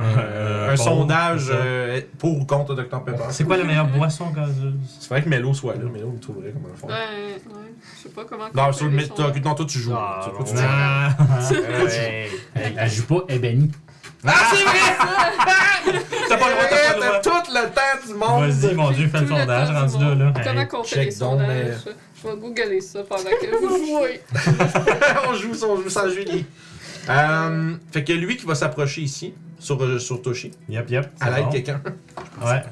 un, Euh, un bon, sondage c'est ça. euh, pour ou contre le Dr Pepper? C'est quoi la meilleure boisson gazeuse? C'est vrai que Melo soit là, Melo me trouverait comment le faire. Ouais, ouais. Je sais pas comment. Non, sur le comparer son- mythe, non, toi tu joues. Ah, Tu- toi, tu bon. joues. Ah, Ouais. Hey, elle joue pas Ebony. Ah, c'est vrai! T'as pas le droit, t'as pas le droit. T'as tout le temps du monde. Vas-y, mon dieu, fais le Tout le sondage, temps du rendu là, monde. là. Comment Hey. qu'on fait check les donc, sondages? Je vais googler ça pendant que vous jouez. on joue sans, on joue sans Julie. Euh, fait que lui qui va s'approcher ici, sur, euh, sur Toshi, Yep, yep. c'est à l'aide bon. de quelqu'un. Ouais.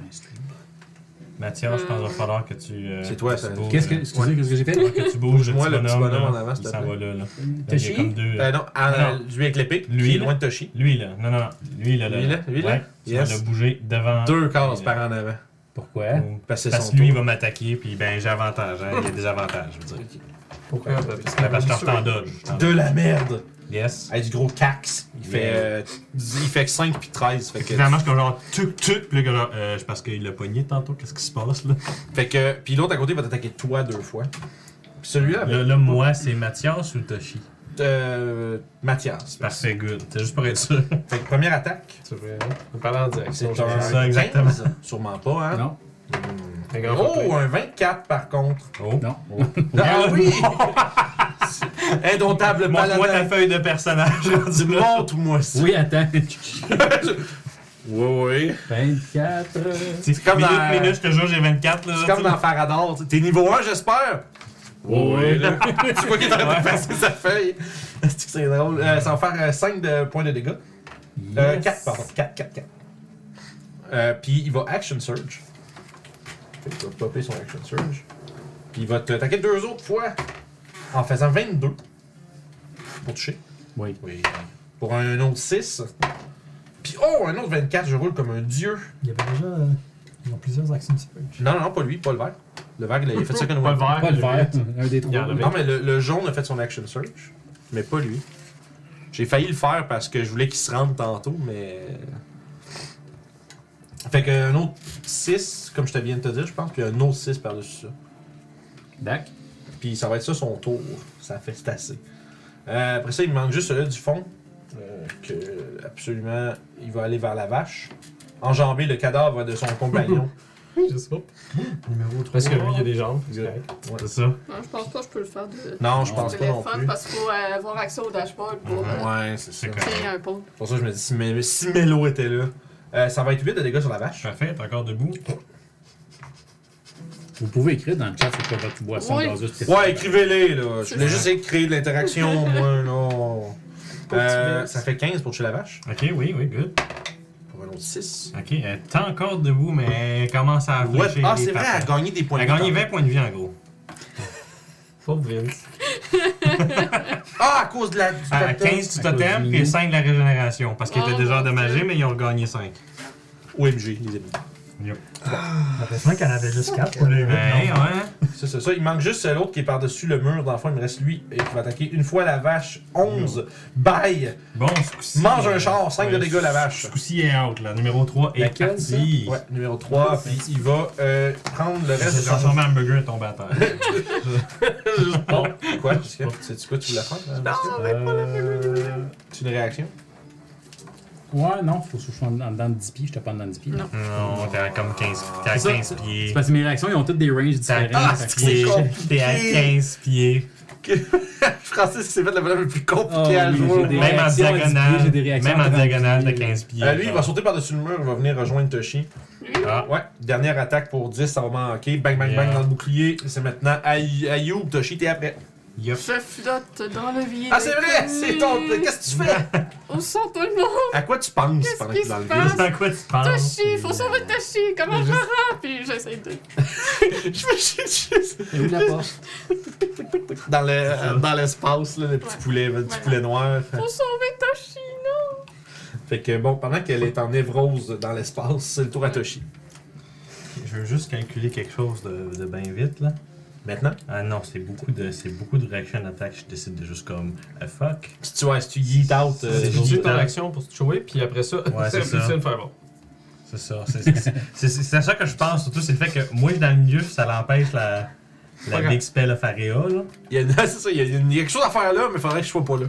Mathias, je pense Ah. qu'il va falloir que tu. euh, C'est toi, que tu ça. bouges, Qu'est-ce que, là. excusez, qu'est-ce que j'ai fait? Que tu bouges, Bouge-moi le petit bonhomme en avant, là. s'il Il te s'en plaît. va là, là. Là, il y a Toshi? comme deux. Euh, non, à- Non. lui avec l'épée, Lui, lui est là. loin de Toshi. Lui, là. Non, non, non. Lui, là. là. Lui, là, lui, là? Ouais. Tu vas Yes. le bouger devant. Deux cases par en avant. Pourquoi? Parce que c'est Parce son que lui, il tour. va m'attaquer, puis ben, j'ai avantage. hein. Il y a des avantages, je veux dire. Pourquoi? Parce Ben, Parce que je t'en dodge. je t'en De dodge. la merde! Yes. Avec du gros cax. Il fait, Yeah. euh, dix- il fait 5 puis 13. Fait que, Finalement, je suis comme genre tuc tuc, puis là, comme genre, euh, c'est parce qu'il l'a pogné tantôt, qu'est-ce qui se passe là? fait que, puis l'autre à côté va t'attaquer toi deux fois. Puis celui-là, Là, là, moi, c'est Mathias ou Toshi? euh, Mathias. Parfait, good. C'est juste pour être sûr. Fait que première attaque, Tu veux. hein? On parlait en direct. c'est un C'est ça, exactement. 15. Sûrement pas, hein? Non. Un grand Oh, papa. un 24 par contre. Oh. Non. Ah oui! Indomptable Montre-moi ta paladin. feuille de personnage rendu là. Montre-moi ça. Oui, attends. Oui, oui. 24. euh, C'est comme comme minute, dans- minute, je te jure, j'ai 24 là. C'est comme dans Farador. tu sais. T'es niveau 1, j'espère. Oui, là. tu vois qu'il est en train de passer sa feuille. C'est-tu que C'est drôle. Euh, ça va faire 5 de points de dégâts. Euh, 4, pardon. 4, 4, 4. Euh, Puis il va Action Surge. Fait qu'il va popper son Action Surge. Puis il va t'attaquer deux autres fois en faisant 22 pour toucher. Oui. Oui. Pour un autre 6. Puis oh, un autre 24, je roule comme un dieu. Il y avait déjà. euh, ils ont plusieurs actions de surge. Non, non, non, pas lui, pas le vert. Le vert, il a il a fait ça Pas le wave. vert. Pas le vert. Un des Il y en trois. a Non, mais le, le jaune a fait son action search, mais pas lui. J'ai failli le faire parce que je voulais qu'il se rende tantôt, mais. Fait qu'un autre 6, comme je te viens de te dire, je pense, puis un autre 6 par-dessus ça. Dac. Puis ça va être ça son tour. Ça fait c'est assez. Euh, après ça, il me manque juste celui du fond. euh, que absolument, il va aller vers la vache. enjamber le cadavre de son compagnon. Je sais pas. Numéro 3. Parce que lui, il y a des jambes. C'est ça. Non, je pense pas que je peux le faire de, Non, je Non, pense de pas non téléphone plus. parce qu'il faut euh, avoir accès au dashboard pour euh, Ouais, c'est ça. C'est C'est correct. créer un pôle. pour ça que je me dis, si, Mel- si Melo était là, euh, ça va être 8 de dégâts sur la vache. Parfait, t'es encore debout. Vous pouvez écrire dans le chat c'est quoi votre boisson Oui. gazeuse préférée. Ouais, écrivez-les, là. Je voulais C'est juste créer de l'interaction, moi, là. Euh, ça fait 15 pour tuer la vache. Ok, oui, oui, good. Pour un autre 6. Ok, elle est encore debout, mais elle commence à What? fléchir. Ah, les c'est vrai, elle a pattes. gagné des points elle a de vie. gagné 20 points de vie en gros. Pauvre Vince. Ah, à cause de la. du À totem. 15 du À cause totem du puis mien. 5 de la régénération. Parce Ah, qu'elle Oh, était déjà mon endommagée, Dieu. mais ils ont regagné 5. OMG, les amis. Heureusement qu'elle en avait juste 4 pour le 8. Ben, non? Eh, ouais. Ça, c'est ça. Il manque juste l'autre qui est par-dessus le mur. Dans le fond, il me reste lui et qui va attaquer une fois la vache. 11. Bye. Bon, ce coup-ci. Mange un euh, char. 5 de ouais, dégâts la vache. Ce coup-ci est out, là. Numéro 3 est Laquelle, parti. Ouais, numéro 3. Puis il va euh, prendre le Ça reste se de son transforme en burger et tombe à terre. Bon, Quoi, Jessica? Sais-tu quoi tu voulais faire? euh, Jessica? Euh, C'est une réaction? Ouais, non, faut que je sois en en dedans de 10 pieds, je te pas en dedans de 10 pieds. Non. non, t'es à comme 15, t'es à Ah. C'est ça, 15 pieds. C'est parce que mes réactions, ils ont toutes des ranges T'es à différents. Ah, 15 c'est pieds. compliqué. T'es à 15 pieds. Francis s'est fait la valeur la plus Ah oui, compliquée à jouer. j'ai des Même en réactions à 10 pieds, diagonale. j'ai des réactions Même à en 30 diagonale, t'as pieds. 15 pieds. Euh, lui, il va sauter par-dessus le mur, il va venir rejoindre Toshi. Ah. Ouais, dernière attaque pour 10, ça va manquer. Bang, bang, bang Yeah. dans le bouclier. C'est maintenant Ay- Ayoub. Toshi, t'es après. Yup. Je flotte dans le vide. Ah, c'est Mmh. vrai! C'est ton. Qu'est-ce que tu fais? On sent tout le monde. À quoi tu penses pendant que qui t'es dans se le passe? vide? C'est à quoi tu Ah, penses? Toshi, faut sauver Toshi. Comment je rends? Puis j'essaie de. Je me chie juste Et où la porte? dans le- euh, dans l'espace, là, le petit Ouais. poulet, le petit Voilà. poulet noir. Faut sauver Toshi, non? Fait que bon, pendant qu'elle est en névrose dans l'espace, c'est le tour à Toshi. Je veux juste calculer quelque chose de, de bien vite, là. Maintenant, Ah non, c'est beaucoup de, c'est beaucoup de reaction attack. Je décide de juste comme, ah, fuck. si tu, ouais, si tu yeet out. euh, C'est les autres juste ton temps. action pour se choyer, puis après ça, Ouais, c'est c'est ça. plus une fireball. C'est ça. C'est, c'est, c'est- c'est- c'est à ça que je pense, surtout, c'est le fait que moi, je suis dans le milieu, puis ça l'empêche la, la Pas grave. Big Spell of Area, là. Il y a, c'est ça, il y a, il y a quelque chose à faire là, mais faudrait que je sois pas là.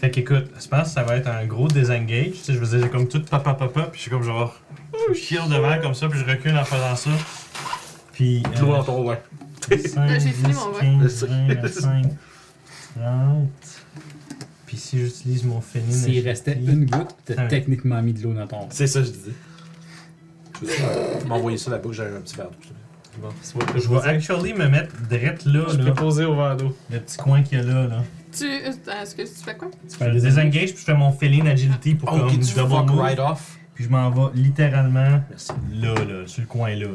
Fait qu'écoute, je pense que ça va être un gros désengage. Tu sais, je veux dire, j'ai comme tout papa papa, puis je suis comme genre. Je tire devant comme ça, puis je recule en faisant ça. Puis. euh, De l'eau dans ton ouais. Là, 5, j'ai 10, fini mon 15, 20, 25, 30. Puis si j'utilise mon féminin. S'il restait une goutte, t'as Ouais. techniquement mis de l'eau dans ton. C'est ça, que je disais. Tu veux ça, m'envoyer ça là-bas que j'ai un petit verre d'eau. ça. Bon, c'est moi que Je vais actually me mettre direct là, Je là. peux poser au verre d'eau. Le petit coin qu'il y a là, là. Tu. euh, Excuse, tu fais quoi? Tu Je désengage, puis je fais mon féline agility pour Ok, comme tu fuck double move. right off. Puis je m'en vais littéralement Merci. là, là, sur le coin là, là.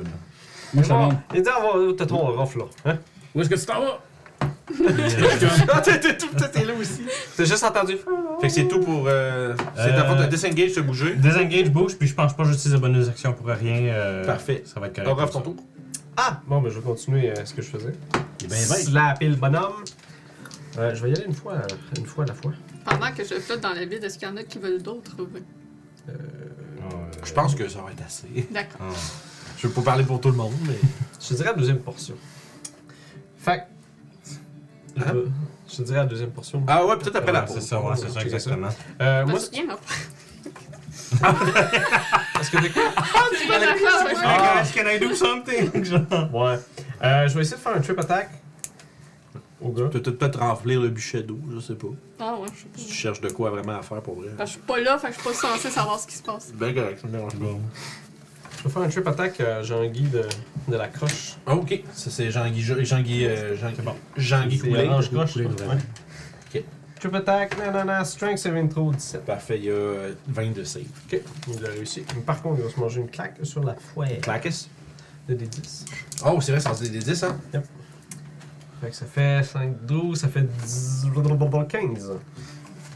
Moi, je te demande, Et d'avoir t'as ton rafle là. Hein? où est-ce que tu t'en vas? Puis, euh, Ah, t'es t'es tout, t'es là aussi. T'as juste entendu. Fait que c'est tout pour. euh, c'est ta Euh, faute de disengage, se bouger. Désengage, bouge, puis je pense pas que j'utilise la bonus action pour rien. euh, Parfait. Ça va être correct. On ref ton tour. Ah! Bon, ben je vais continuer euh, ce que je faisais. Il est bien Ben, vague. Slapper le bonhomme. Euh, je vais y aller une fois, euh, une fois à la fois. Pendant que je flotte dans le vide, est-ce qu'il y en a qui veulent d'autres? Oui. Je pense que ça va être assez. D'accord. Je veux pas parler pour tout le monde, mais. Je te dirais la deuxième portion. Fait que- Hein? Je te dirais la deuxième portion. Ah ouais, peut-être après la C'est pause. ça, ouais, c'est ça, exactement. Ah, Euh, Je me moi, c'est- souviens, Ben, non? parce que t'es Tu vas la Ah. faire, Hey guys, Ah, can I do something? Genre. Ouais. Euh, je vais essayer de faire un trip attack. Au gars. Peut-être peut-être remplir le bûcher d'eau, je sais pas. Ah ouais, je sais Si tu pas. cherches de quoi vraiment à faire pour vrai. Parce que Je suis pas là, fait que je suis pas censée savoir ce qui se passe. Ben correct, ça me dérange pas. Je vais faire un trip attack à Jean-Guy de, de la croche. Ah, Ok, ça c'est Jean-Guy. Jo- Jean-Guy. euh, Jean- Jean-Guy C'est Coulet. orange croche. Couler, Ouais. vraiment. Trip attack, nanana, strength saving throw 17. Parfait, il y a euh, 22 save. Ok, il a réussi. Mais par contre, il va se manger une claque sur la fouette Clackis. de D10. Oh, c'est vrai, ça en dit des 10, hein? Fait que ça fait 5, 12, ça fait 10, 15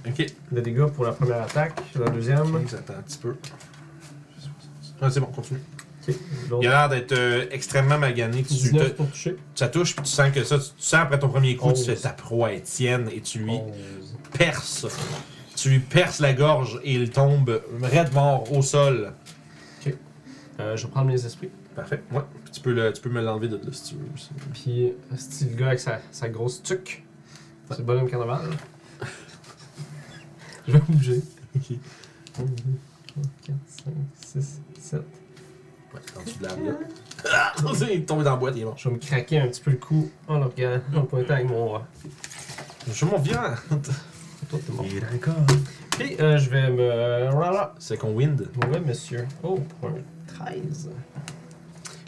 Ok. de dégâts pour la première attaque. La deuxième, Ok, Attends un petit peu. Ah, c'est bon, continue. Il ok, a l'autre. l'air d'être euh, extrêmement magané. Tu, 19 te- pour toucher. ça touche, puis tu sens que ça, tu, tu sens après ton premier coup, Onze. tu fais ta proie est tienne et tu lui 11. perces. Tu lui perces la gorge et il tombe raide mort au sol. Euh, je prends mes esprits. Parfait. Ouais. Puis tu peux, le- tu peux me l'enlever de là si tu veux. aussi. Puis, c'est le gars avec sa, sa grosse tuque. C'est le bonhomme carnaval. je vais bouger. 4, 5, 6, 7. Ouais, en dessous de la boîte. Ah, il est tombé dans la boîte, il est mort. Je vais me craquer un petit peu le cou en le regardant, en le pointant avec mon roi. Je suis mon viande. Toi, t'es mort. d'accord. Puis, euh, je vais me. Voilà. C'est qu'on wind. Ouais, monsieur. Oh, pour un 13.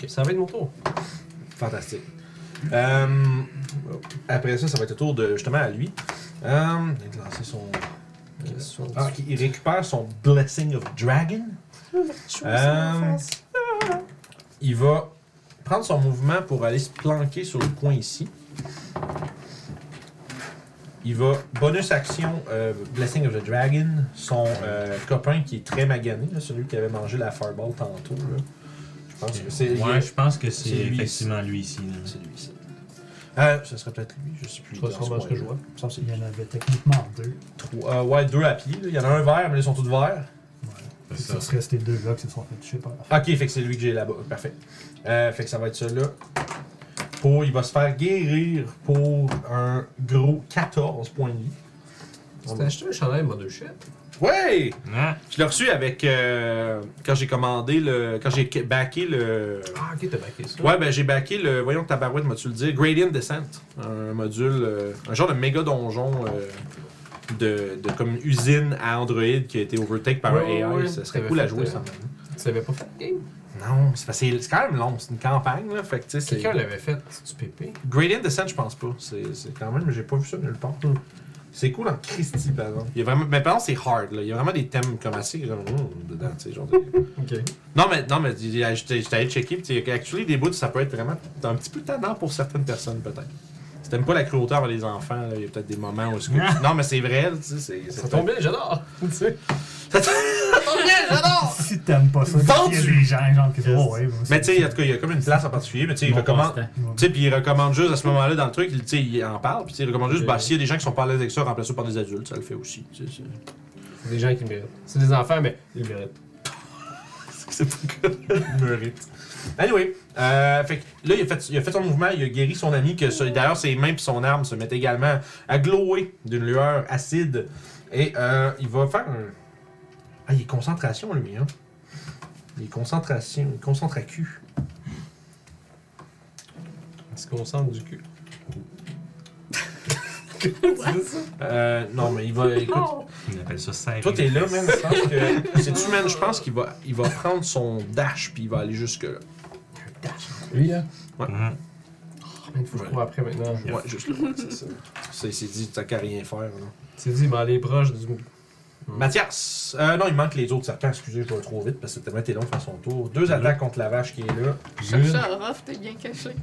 Ok. Ça va être mon tour. Fantastique. Euh, après ça, ça va être le tour de justement à lui. Euh, il a lancé son. Euh, sur- Ah, ok, il récupère son Blessing of Dragon. Euh, il va prendre son mouvement pour aller se planquer sur le coin ici. Il va bonus action euh, Blessing of the Dragon, son euh, copain qui est très magané, là, celui qui avait mangé la Fireball tantôt. là. Je pense que c'est Ouais, je pense que c'est c'est lui effectivement lui ici. là. c'est lui ça. Euh, ce serait peut-être lui, je sais plus. Toi, dans sûrement ce que je coin-là. vois. Il me semble que c'est Il lui. y en avait techniquement deux. Trois- euh, ouais, deux à pied. là. Il y en a un vert, mais ils sont tous verts. C'est Ça ça. serait ces deux-là qui se sont fait toucher par la Ok, fait que c'est lui que j'ai là-bas. Parfait. Euh, fait que ça va être celui-là. Pour, il va se faire guérir pour un gros 14 points de vie. Tu t'es acheté un chandail Mothership? Ouais! Ah, Je l'ai reçu avec. euh, quand j'ai commandé le. Quand j'ai backé le. Ah, ok, t'as backé ça. Ouais, ben j'ai backé le. Voyons, tabarouette, m'as-tu le dire? Gradient Descent. Un module. euh, un genre de méga donjon. euh, de, de comme usine à Android qui a été overtake par Ouais, un AI, ouais, ouais. ça serait T'avais cool à fait, jouer euh, ça. Tu l'avais pas fait le game? Non, c'est parce que c'est c'est quand même long, c'est une campagne là, fait que tu sais c'est- Quelqu'un l'avait fait, tu pépé. Gradient Descent, je pense pas. C'est c'est quand même, j'ai pas vu ça nulle part. C'est cool en Christie, par exemple. Il y a vraiment, mais par exemple, c'est hard, là. Il y a vraiment des thèmes comme assez comme, hum, dedans, tu sais, genre. des- Ok. non, mais, non, mais il y a- j'étais j'étais allé checker, puis tu sais, actually, des bouts, ça peut être vraiment un petit peu tendant pour certaines personnes, peut-être. Si t'aimes pas la cruauté envers les enfants, là, il y a peut-être des moments où. est-ce que tu- Non, mais c'est vrai, tu sais, c'est. Ça tombe bien, j'adore! Tu sais. Si t'aimes pas ça, il y a Vendu. des gens genre qui disent, oh, ouais, moi, Mais c'est- tu sais, en tout cas, il y a comme une place en particulier, mais tu sais, il Mon recommande. passe-temps. Ouais. Tu sais, puis il recommande juste à ce moment-là dans le truc, il, tu sais, il en parle, puis tu sais, il recommande juste, Ok. bah, s'il y a des gens qui sont pas à l'aise avec ça, remplace ça par des adultes, ça le fait aussi. tu sais, c'est- C'est des gens qui le méritent. C'est des enfants, mais ils le méritent. C'est pas mérite. Anyway, euh, fait que là, il a, fait, il a fait son mouvement, il a guéri son ami, que ça- d'ailleurs, ses mains et son arme se mettent également à glower d'une lueur acide. Et euh, il va faire un. Ah, il est concentration, lui, hein. Il est concentration, il concentre à cul. Ils se concentrent du cul. Euh, non, mais il va. Écoute, on appelle ça serrer. toi, t'es là, man. Je pense que. C'est-tu, man? Je pense qu'il va, il va prendre son dash, puis il va aller jusque-là. Lui, là. Mhm. Ah, man, faut que je cours après maintenant. hein. Ouais, juste là, ouais, c'est ça. C'est c'est dit, t'as qu'à rien faire, là. C'est dit, mais aller proche ben, du. Mathias! Euh, non, il manque les autres serpents. Excusez, je vais trop vite parce que c'était été long de faire son tour. Mm-hmm. Deux attaques contre la vache qui est là. Cherche ça, Orof, t'es bien caché.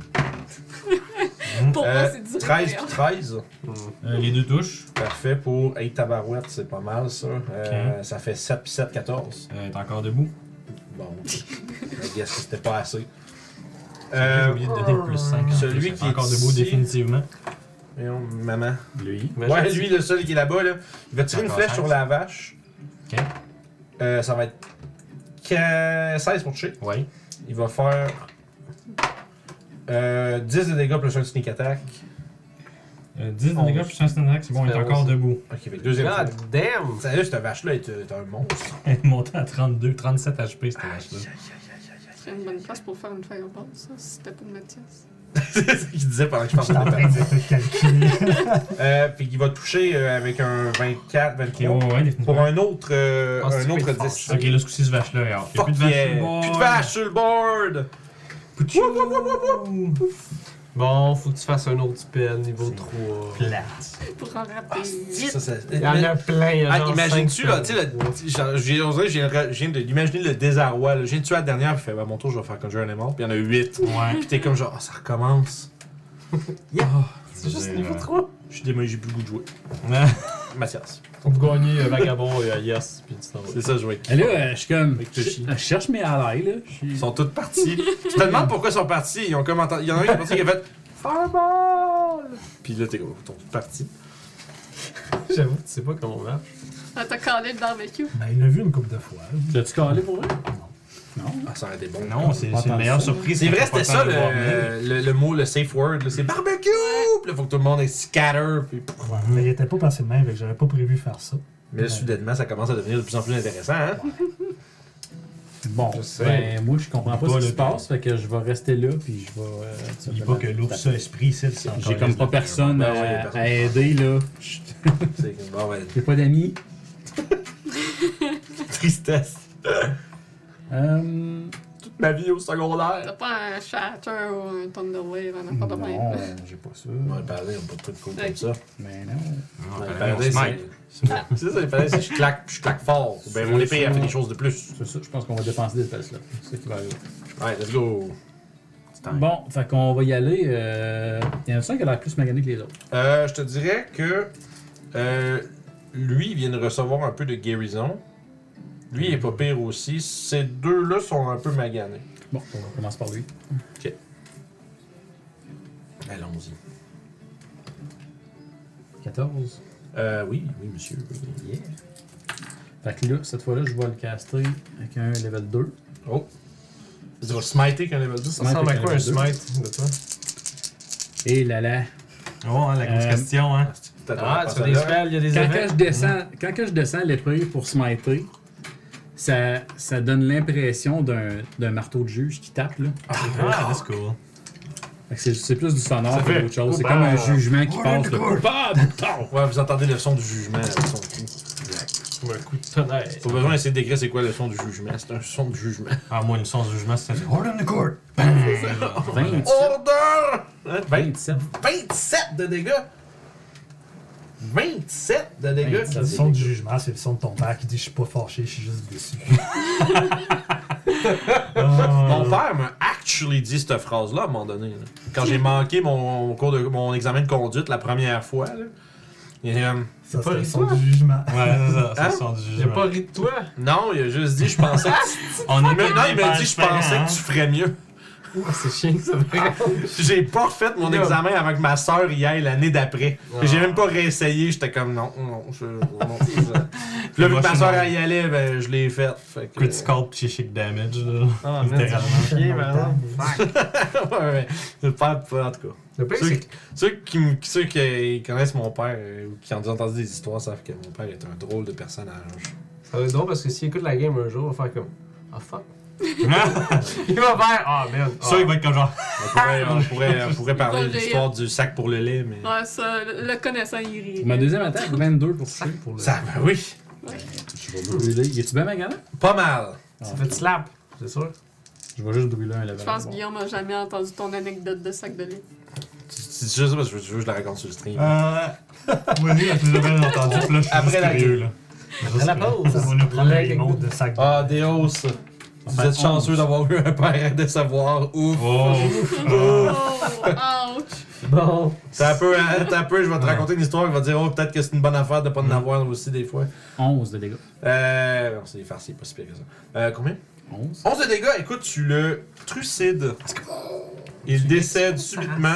Pour moi, Euh, c'est direct. 13 puis 13. Euh, les deux touches. Parfait pour 8 tabarouettes, c'est pas mal ça. Euh, Ça fait 7 puis 7, 14. Euh, T'es encore debout. Bon, je guess que c'était pas assez. J'ai Euh, oublié de donner le plus 5. celui qui est encore ici. debout définitivement. voyons, maman. Lui. Ouais, lui, le seul qui est là-bas, là, il va tirer une Encore flèche sur 16. la vache. Ok. Euh, ça va être qua- 16 pour toucher. Ouais. Il va faire euh, 10 de dégâts plus un sneak attack. Euh, 10 de Onze. dégâts plus un stun attack, c'est bon, il est Ça fait encore onze. debout. Ok, fait que deuxième fois. God damn! Sérieux, cette vache-là est, est un monstre. Elle est montée à 32, 37 HP cette vache-là. C'est une bonne place pour faire une fireball, ça, si t'as pas de Mathias. C'est ce qu'il disait pendant que je pensais J'étais en train de te calculer. euh, Puis il va toucher euh, avec un 24, Ok, 23. ouais, ouais, ouais, Pour définitivement. un autre, euh, Ah, c'est un autre pas une 10. Ok, là, ce coup-ci, ce vache-là est hors. Il y Fuck a plus de vache yeah! sur le bord. Plus de vache sur le board! Poutchou! Wouh, wouh, wouh, Bon, faut que tu fasses un autre spell niveau 3. Plate. Pour en rappeler Ça, 8. ça- Il y en a plein, il y a Ah, genre imagines-tu, cinq là, spells. tu sais, le- genre, j'ai- on dirait que j'ai- je viens de- d'imaginer le désarroi, là. Je viens de tuer la dernière, puis je fais, bah, mon tour, je vais faire conjurer un aimant, puis il y en a 8. Ouais. Puis t'es comme genre, Ah, ça recommence. Yeah. C'est juste niveau 3. Je suis démoli, j'ai plus le goût de jouer. Mathias. Faut que vous gagner euh, Vagabond et euh, Yes, puis tu t'en vas. C'est ça, jouer. Et là, euh, je suis comme. Avec Je Toshi. je cherche mes alliés, là. Je suis- Ils sont tous partis. Je te demande pourquoi ils sont partis. Ils ont comme entendu- Il y en a un qui est parti qui a fait Fireball! Puis là, t'es comme, ils sont tous partis. J'avoue, tu sais pas comment on marche. Ah, t'as calé le barbecue. Ben, il l'a vu une couple de fois. L'as-tu calé pour vrai? Non. Ah, ça aurait été bon. Non, c'est c'est une meilleure surprise. C'est vrai, qu'on c'était peut ça pas voir venir. le, le, le mot, le safe word. là, C'est barbecue! Puis là, faut que tout le monde est scatter. Puis... Ouais, Mhm. mais il était pas passé de même, fait que j'avais pas prévu faire ça. Mais là, soudainement, ça commence à devenir de plus en plus intéressant. Hein? Bon, Je sais. ben, moi, je comprends pas Pas ce qui le se passe, fait que je vais rester là, puis je vais. euh, Il dit pas que l'ours a esprit, c'est le J'ai comme pas personne Ben ouais, y a à, personne. à aider, là. C'est que- Bon, ben, J'ai pas d'amis. Tristesse. Euh, toute ma vie au secondaire. T'as pas un shatter ou un thunderwave, un n'importe non, quoi. j'ai pas ça. On va parler, on peut pas de trucs cool comme ça. Mais non. Ouais, Ouais, le paradis, on se ben, c'est- C'est ça, le paradis, c'est je claque, puis je claque fort. Ou bien mon épée, elle fait des choses de plus. C'est ça, je pense qu'on va dépenser des espèces, là. C'est ça qui va arriver. Ouais, let's go. C'est time. Bon, fait qu'on va y aller. euh, Il y en a un qui a l'air plus magané que les autres. Euh, je te dirais que euh, lui, il vient de recevoir un peu de guérison. Lui, il est pas pire aussi. Ces deux-là sont un peu maganés. Bon, on commence par lui. Allons-y. 14. Euh, oui, oui, monsieur. Yeah. Fait que là, cette fois-là, je vais le caster avec un level 2. Oh. Tu vas smiter quand il va dire Ça ressemble à quoi un smite de toi Et là là. Oh, hein, la grosse Euh, question, hein. Ah, tu fais des spells, il y a des Quand, que effets. je descends, quand que je descends l'épreuve pour smiter, ça, ça donne l'impression d'un d'un marteau de juge qui tape, là. Ah, that's cool. Fait que c'est- C'est plus du sonore Ça que fait d'autres choses. C'est coupable. comme un jugement qui Ouais, passe. cool. le Coupable! tard. Ouais, vous entendez le son du jugement. là, le son du- Ou un coup de tonnerre. Pas besoin d'essayer de décrire c'est quoi le son du jugement. C'est un son du jugement. Ah, moi, le son du jugement, c'était. Hold on the court! 20, Order! 27. 27 de dégâts! 27 de dégâts! 27. Le son du jugement, c'est le son de ton père qui dit Je suis pas fâché, je suis juste déçu. Ah, Mon père m'a actually dit cette phrase-là à un moment donné. là. Quand j'ai manqué mon, cours de, mon examen de conduite la première fois, là, il a dit, euh, Ça, pas c'est le les son du jugement. Ouais, c'est ça, c'est Hein? le son du Il a jugement. pas ri de toi. Non, il a juste dit, je pensais que tu... On a Maintenant, il m'a dit, je pensais que tu ferais mieux. Ah, c'est chiant, ça me J'ai pas fait mon Non. examen avec ma sœur y aille l'année d'après. Ah. Puis J'ai même pas réessayé, j'étais comme non, non, je. non, c'est ça. Puis là, vu que ma sœur elle y allait, ben, je l'ai faite. Fait que- Critical psychic damage, là. Ah, man, Littéralement. c'est chier, par exemple. Fuck. Ouais, ouais. Le père, en tout cas. Le pire, Ceux, c'est qui- ceux qui, me- ceux qui connaissent mon père euh, ou qui ont déjà entendu des histoires savent que mon père est un drôle de personnage. que ça va être drôle parce que s'il écoute la game un jour, il va faire comme Ah fuck. Il va faire Ah merde. Ça, il va être comme genre. On pourrait, on pourrait, on Ah, pourrait parler de Drôle de l'histoire du sac pour le lait, mais. Ouais, ça, le le connaissant, il rit. Ma deuxième attaque, 22 pour toucher. Pour le... Ça, ben oui. Je vais brûler. Y tu bien magané? Pas mal. Ça fait de slap, c'est sûr. Je vais juste brûler un level. Je pense que Bon. Guillaume a jamais entendu ton anecdote de sac de lait. Tu- tu- Je sais pas, je veux, je veux que je la raconte sur le stream. Euh. Moi, lui, la plus belle entendu, puis là, je suis Après juste la curieux, là. Juste la là. pause. On a pris La- les mots. Mot de sac. Ah, des hausses. Vous Enfin, êtes chanceux onze. d'avoir eu un père à décevoir. Ouf. Oh! Oh, ouch! Ah. Bon. T'as un peu, hein, t'as un peu, je vais te raconter une histoire qui va dire, oh, peut-être que c'est une bonne affaire de pas en avoir aussi des fois. 11 de dégâts. Euh, non, c'est des farces, c'est pas si pire que ça. Euh, combien 11. 11 de dégâts, écoute, tu le trucides. Il décède subitement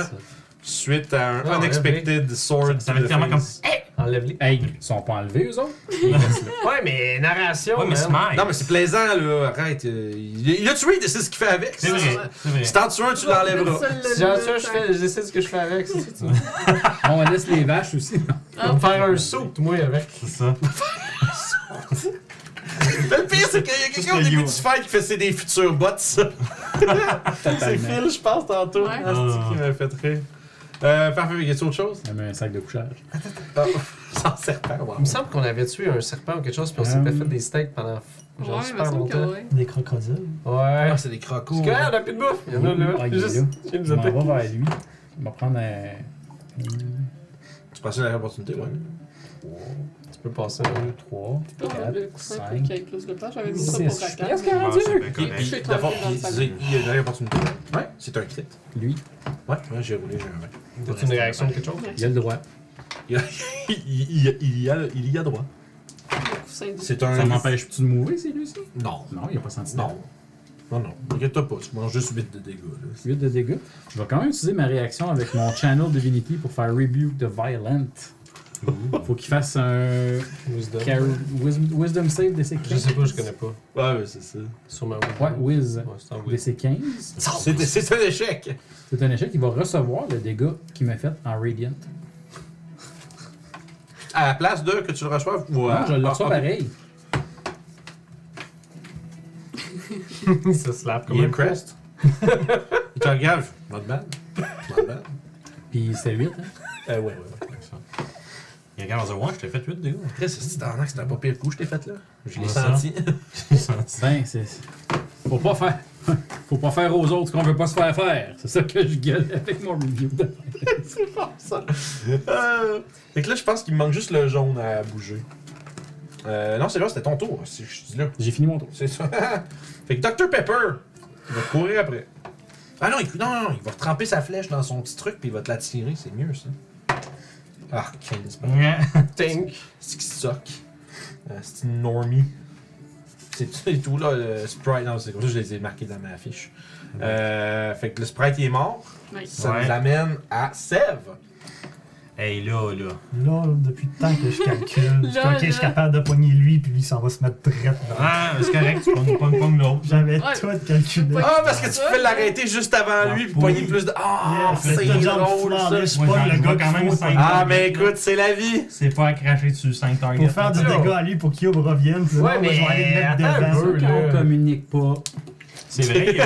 suite à un Ah, unexpected sword. Ça to va the être clairement comme. face. Enlève-les. Hey, ils sont pas enlevés, eux autres? Ouais, mais narration. Ouais, mais man. smile! Non, mais c'est plaisant, là. Arrête. euh, Il il l'a tué, il sait ce qu'il fait avec. C'est vrai, c'est vrai. Si t'en tues un, tu l'enlèveras. Si j'en tue un, je fais- je décide ce que je fais avec. c'est ça, tu vois. On laisse les vaches aussi. Ah, On va me faire un saut, moi, avec. C'est ça. Mais le pire, c'est qu'il y a quelqu'un au le début yo. du fight qui fait c'est des futurs bots, ça. c'est Totalement. Phil, je pense, tantôt. Ouais. Ah, c'est qui m'a fait rire. Euh, parfait, y a-t-il autre chose? Même un sac de couchage. Ah, sans serpent, wow. Il me semble qu'on avait tué un serpent ou quelque chose, puis on s'était Euh. fait des steaks pendant Ouais, genre il me super semble que longtemps. ouais. Des crocodiles. Ouais. Ah, c'est des crocos. Parce que, ah, on a plus de bouffe. Il y en a là. Ah, il est juste, là. je viens de Je m'en zapper. vais vers lui. Il va prendre un. Tu passes la opportunité, ouais. Tu peux passer. 2, 3, Tu peux enlever le 4, coussin pour qu'il 5. y ait plus de place. J'avais mis ça pour la 6. carte. Presque rendu. Je suis Il, d'abord, tombée dans il, le sac. il, y a une opportunité. Ouais, c'est un crit. Lui, Ouais, ouais j'ai roulé, j'ai un vingt. T'as-tu une réaction de quelque chose? il a le droit. Il, y a- il, y a- il y a, il y a droit. Le coussin du- C'est un. Ça m'empêche-tu de Euh, mourir, c'est lui, ça? Non. Non, il a pas senti. de- Non. Non, non. Inquiète-toi pas, tu manges juste 8 de dégâts. Là. 8 de dégâts. Je vais quand même utiliser ma réaction avec mon Channel Divinity pour faire Rebuke de Violent. Faut qu'il fasse un Wisdom. carry- Wis- Wisdom Save DC Je 15. sais pas, je connais pas. Ouais, ouais, c'est ça. Sûrement Ouais, Wiz Ouais, c'est un oui. DC 15. C'est c'est un échec. C'est un échec. Il va recevoir le dégât qu'il m'a fait en Radiant. À la place Ah, Ah, de que tu le reçoives, ouais. Non, je le reçois Ah, pareil. Ça slap comme Il est un impressed. Il te regarde. Not bad. Not bad. Puis c'est 8. Hein? Euh, ouais, ouais, ouais. ça. Il regarde en disant, ouais, je t'ai fait 8 dégâts. Chris, c'est un que c'était un pas pire coup, que je t'ai fait là. Je Ouais, l'ai senti. Je l'ai senti. Ben, c'est. Faut pas faire. Faut pas faire aux autres ce qu'on veut pas se faire faire. C'est ça que je gueule avec mon review. C'est fort ça. Euh, fait que là, je pense qu'il me manque juste le jaune à bouger. Euh, non, c'est là, c'était ton tour. si Je suis là. J'ai fini mon tour. C'est ça. fait que Dr Pepper, il va courir après. Ah non, il, non, non, non, il va tremper sa flèche dans son petit truc puis il va te la tirer, c'est mieux ça. Ah, 15 pas. tank. C'est qui sock. Euh, c'est une normie. C'est tout et tout là, le sprite. Non, c'est comme ça que je les ai marqués dans ma fiche. Euh, fait que le sprite il est mort. Nice. Ça Ouais. nous amène à Sèvres. Hey, là, là. Là, depuis le temps que je calcule, je Là, fais, ok, je là. suis capable de poigner lui, puis lui, il s'en va se mettre drette dans Ah, mais c'est correct, tu pognes pognes- pognes l'autre. J'avais Ouais. tout calculé. Ouais. Ah, parce que tu pouvais l'arrêter juste avant lui puis Oui. pogner plus de. Ah, Yes, c'est le genre de drôle ça. flambeau, je Moi, pogne j'en le vois gars quand qui même fout. cinq. Ah, mais écoute, c'est la vie. C'est pas à cracher dessus 5 targets. Pour faire du Non. dégât à lui pour qu'il revienne, puis Ouais, non, moi, je vais aller mais le mettre attends un devant. peu. On communique pas. C'est vrai, euh,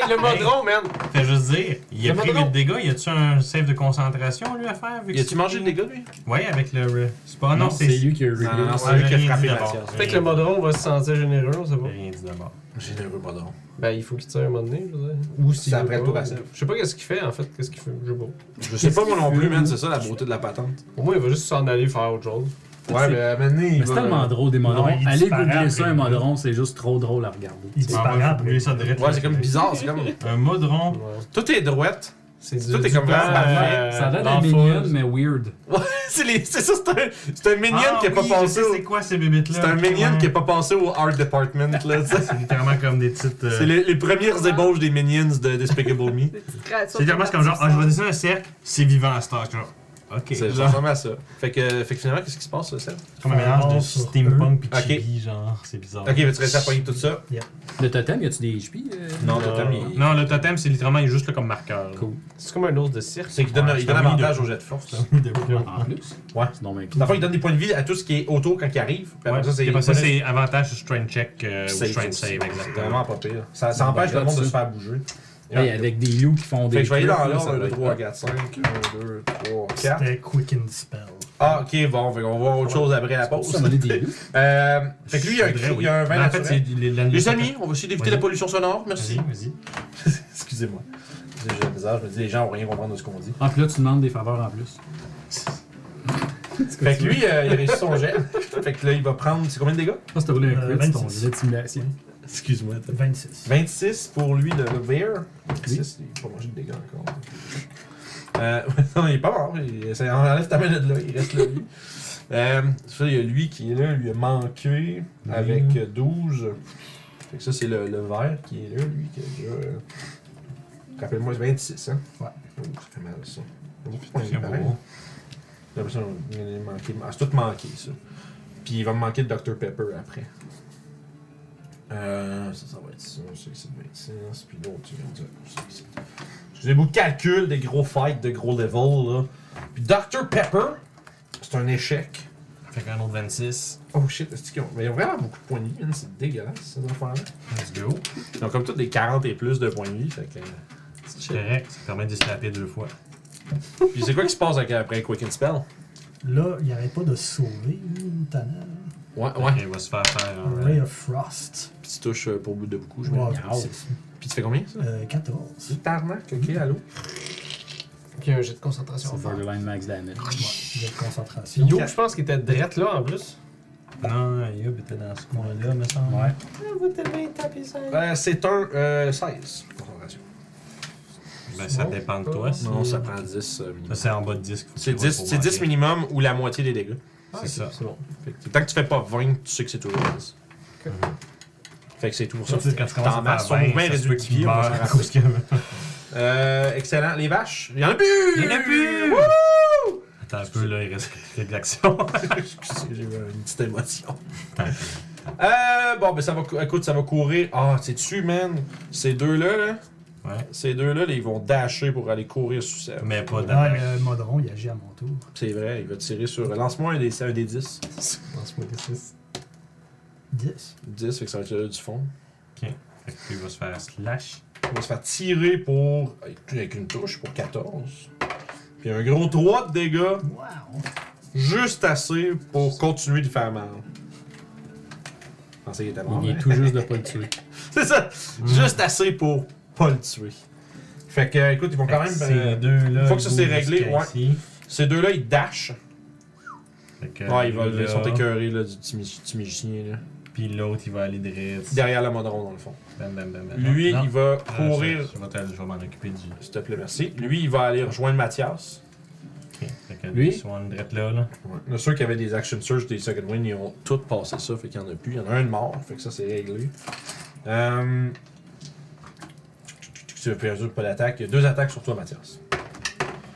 Hey, le modron, man. fais juste dire, il a Le pris madron. 8 dégâts, y a-tu un save de concentration lui à faire vu que As-tu mangé le dégât, lui Ouais, avec le. re- C'est pas. Ah Ah non, c'est. lui qui a Ah, Non, review. non, Non, c'est lui qui a rien frappé dit d'abord. Mathias. Peut-être que le modron va se sentir généreux, on sait J'ai pas. rien dit d'abord. Généreux, pas donc. Ben, il faut qu'il tire un moment donné, je veux dire. Ou s'il C'est veut après le pas. tour à Sèvres. Je sais pas qu'est-ce qu'il fait, en fait, qu'est-ce qu'il fait, je sais pas. Je sais pas moi non plus, man, c'est ça la beauté de la patente. Au moins, il va juste s'en aller faire autre chose. Ouais, mais à un moment donné, il Mais va- c'est euh, tellement drôle des modrons. Non, il Allez disparaît googler ça, après. un modron, c'est juste trop drôle à regarder. Il Ah, ouais, disparaît faut après. brûler ça direct, Ouais, là. c'est comme bizarre, c'est comme. Un modron. Ouais. Tout est droite. C'est du. Tout est du comme blanc, vraiment parfait. euh, Ça donne dans un la mignon, foule. mais weird. Ouais, c'est les- c'est ça, c'est un, c'est un minion Ah qui a pas oui, je passé. sais au- C'est quoi ces bébites là C'est un minion qui a pas passé au art department, là, tu sais. C'est littéralement comme des petites. euh, C'est les, les premières ébauches des minions de Despicable Me. Des petites créatures C'est littéralement c'est comme genre, ah, je vais dessiner un cercle, c'est vivant à Star genre. Ok. C'est Genre, vraiment ça. Fait que, fait que finalement, qu'est-ce qui se passe, là, Seb? Comme un mélange de Bon, sur steampunk pis Ok. chibi, genre, c'est bizarre. Ok, veux-tu rester à poigner tout ça? Le totem, y a-tu des HP euh? Non, Non, totem, il... non, le totem, c'est littéralement il est juste là comme marqueur. Cool. C'est comme un ours de cirque. C'est qu'il donne, Ouais, il c'est donne un mini avantage de- au jet de force, là. En plus. ben, Ouais. C'est non, mais. Dans le fond, il donne des points de vie à tout ce qui est autour quand il arrive. Puis après Ouais, ça, c'est. et après ça, c'est avantage sur strength check euh, ou Safe strength aussi. save, C'est exactement. vraiment pas pire. Ça, ça empêche Ben, le monde de ça. se faire bouger. Hey, avec des loups qui font des. Fait que je vais aller dans trucs, là, ça l'ordre doit 1, être 3, bon. 4, 5, 1, 2, 3, 4. C'était Quicken Spell. Ah, ok, bon, fait qu'on va voir autre chose après la pause. Ça m'a donné des loups. Euh, fait que lui, il y a un, Je voudrais, cri- oui. il y a un vin Mais En fait, c'est naturel. l'année. Les amis, on va essayer d'éviter Vas-y. la pollution sonore, merci. Vas-y, vas-y. Excusez-moi. J'ai le bizarre, je me dis, les gens vont rien comprendre de ce qu'on dit. En plus, là, tu demandes des faveurs en plus. Fait que lui, euh, il a réussi son jet. fait que là, il va prendre. C'est combien de dégâts Je pense que t'as roulé un Euh, crit, c'est ton 26. jet d'intimidation. Excuse-moi. 26. 26 pour lui, le, le bear. 26, il va pas manger de dégâts encore. Euh, non, il est pas mort. Il, ça, on enlève ta main de là, il reste là, lui. Euh, ça, il y a lui qui est là, lui a manqué avec euh, 12. Fait que ça, c'est le, le vert qui est là, lui, qui a déjà. euh, Rappelle-moi, c'est 26, hein? Ouais. Oh, ça fait mal, ça. On a plus de points de vie, C'est pareil. beau. J'ai l'impression qu'il m'en est manqué. Ah, c'est tout manqué, ça. Puis il va me manquer le Dr Pepper après. Euh, ça, ça va être ça. Je sais que c'est le 26. Puis l'autre, tu viens de dire. je sais que c'est- J'ai des bouts de calcul, des gros fights, de gros levels, là. Puis Dr Pepper, c'est un échec. Fait qu'un autre 26. Oh shit, est-ce qu'ils ont... Mais ils ont vraiment beaucoup de points de vie, man, c'est dégueulasse, ces affaires-là. Let's go. Ils ont comme toutes des 40 et plus de points de vie, fait que... euh. C'est correct. Ça permet de se taper deux fois. Puis c'est quoi qui se passe avec- après Quicken Spell? Là, il n'arrête pas de sauver, hum, Tana. Ouais, Fait ouais. qu'il va se faire faire un. Ray of Frost. Puis tu touches euh, pour bout de beaucoup, je Wow, me c'est- Puis tu fais combien, ça? euh, 14. C'est tarnac, ok, allô? Puis un jet de concentration. C'est borderline max damage. Ouais, j'ai de concentration. Yo, je pense qu'il était drette là en plus. Non, Yob était dans ce coin-là, me semble. Ouais. Vous devez taper ça. Euh, c'est un euh, 16. Concentration. Ben, ça dépend de toi. Non, ça prend 10 euh, Ça, minimum. c'est en bas de 10. qu'il faut C'est que tu roules 10, pour c'est 10 manquer. minimum ou la moitié des dégâts. C'est ça. Ah, C'est bon. Fait que tant que tu fais pas 20, tu sais que c'est toujours 10. Ok. Fait que c'est tout pour ça. Quand tu commences à T'en faire masses, son 20, mouvement ça est se peut réductible, qu'il on meure s'en à rappelle. cause qu'il y a- Euh, excellent. Les vaches, il y en a plus! Il y en a plus! Wouh! Attends un peu, là, il reste quelques de l'action. Excusez, j'ai eu une petite émotion. Euh, bon, ben ça va, cou- écoute, ça va courir. Ah, tu tu man? Ces deux-là, là, Ouais. ces deux-là, là, ils vont dasher pour aller courir sous ça. Mais pas Ah, d'attaque. le Modron, il agit à mon tour. C'est vrai, il va tirer sur. Lance-moi un des, un des 10. Lance-moi des 6. 10. 10, fait que ça va être le du fond. Fait que lui, il va se faire slash. Il va se faire tirer pour. avec une touche pour 14. Puis un gros 3 de dégâts, Wow! juste assez pour continuer de lui faire mal. Je pensais qu'il était mort. Il est tout juste de pas le tuer. C'est ça! Juste assez pour pas le tuer. Fait que, écoute, ils vont quand même. euh, deux-là. faut que ça ils s'est bougent réglé, jusqu'à ouais. ici. ces deux-là, ils dashent. Fait que Ouais, ils, veulent, ils sont Euh, là, écœurés là, du petit magi- petit magicien. Là. Puis l'autre, il va aller direct. Derrière le modron, dans le fond. Bam, bam, bam, bam. Lui, Non. il va Euh, courir. Je, je vais, te- je vais m'en occuper du. S'il te plaît, merci. Lui, il va aller rejoindre Mathias. Ok. Fait que Lui? lui, soit en direct là, là. Il y en a ceux qui avaient des action surge, des second win, ils ont tous passé ça, fait qu'il y en a plus. Il y en a un de mort, fait que ça c'est réglé. Euh... Tu veux plus résoudre pas l'attaque. Il y a deux attaques sur toi, Mathias.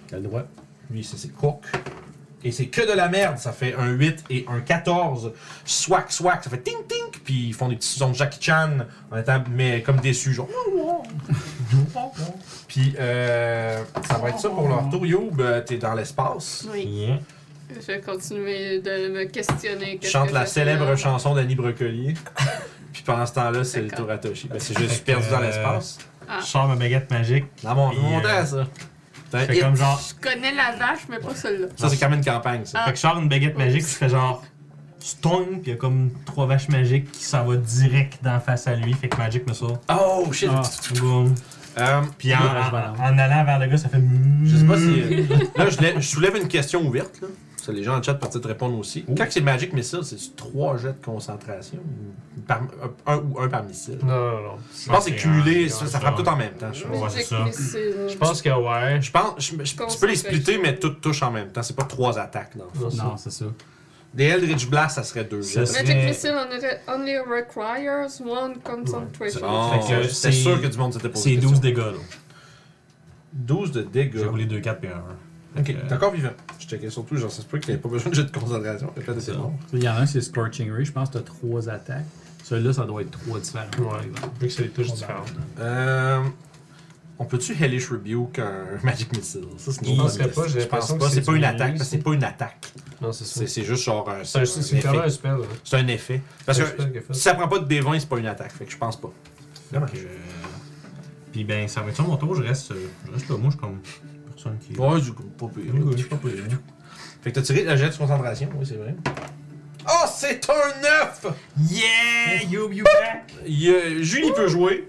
T'as le droit. Lui, c'est ses crooks. Et c'est que de la merde, ça fait un 8 et un 14. Swack, swack, ça fait ting ting, puis ils font des petits sons de Jackie Chan en étant, mais comme déçus, genre. Puis euh, ça va être ça pour leur tour. Youb, euh, t'es dans l'espace. Oui. Yeah. Je vais continuer de me questionner. Je qu'est-ce chante que la ça célèbre fait. chanson d'Annie Brocolier. Puis pendant ce temps-là, c'est le D'accord. tour à Toshi. Ben, c'est je suis que, perdu dans euh, l'espace. Ah. Je sors ma baguette magique. Dans mon puis, mon euh, temps, ça. C'est un Je fais hit. comme genre. Je connais la vache, mais pas celle-là. Ça, c'est Carmen Campagne, ça. Ah. Fait que je sors une baguette magique, puis je fais genre. Stone, puis il y a comme trois vaches magiques qui s'en vont direct d'en face à lui. Fait que Magic me sort. Oh shit! Ah. Boum. Euh, Puis en, en, je balance. en allant vers le gars, ça fait. Mm. je sais pas si. euh, là, je, lè- je soulève une question ouverte, là. Ça, les gens en chat peuvent peut-être répondre aussi. Quand c'est Magic Missile, c'est trois jets de concentration Ou par- un, un ou un par missile. Non, non, non. Je pense que c'est cumulé, un, ça, un, ça un. frappe tout en même temps. Je pense. Ouais, c'est Musique, ça. missile. Je pense que ouais. Je pense, je- je- tu peux les splitter, mais toutes touchent en même temps. C'est pas trois attaques, non. Non, c'est ça. Des Eldritch Blast, ça serait deux Ça jets. Magic serait- missile only- only requires one concentration. Bon, Fait que c'est c'est- sûr que du monde s'était posé C'est 12 dégâts. dégâts, là. 12 de J'ai dégâts. roulé 2, 4 puis 1. Ok, Euh, t'es encore vivant. Je checkais surtout, genre, ça se peut qu'il n'y ait pas besoin de jet de concentration. Peut-être que c'est ça. bon. Il y en a un, c'est Scorching Ray. Je pense que t'as trois attaques. Celui-là, ça doit être trois différents. par Ouais, exemple. vu que c'est des touches différentes. Euh, on peut-tu Hellish Rebuke un Magic Missile Ça, c'est une Je autre penserais question. pas, j'ai Je pense l'impression pas. que C'est c'est pas une du attaque, melee, parce que c'est pas une attaque. Non, c'est ça. C'est c'est juste genre euh, un. C'est un- C'est effet. clairement un spell. là. C'est un effet. Parce C'est un spell que qu'il a fait. si ça prend pas de D20, c'est pas une attaque. Fait que je pense pas. Fait que, euh, Puis ben, ça va être sur mon tour, je reste, euh, je reste là. Moi, je suis comme personne qui. Ouais, du coup, pas pire. hein. Oui, oui, pas possible. Fait que t'as tiré la jet de concentration, oui, c'est vrai. Oh, c'est un 9! Yeah! You, you back! Il, euh, Julie peut jouer.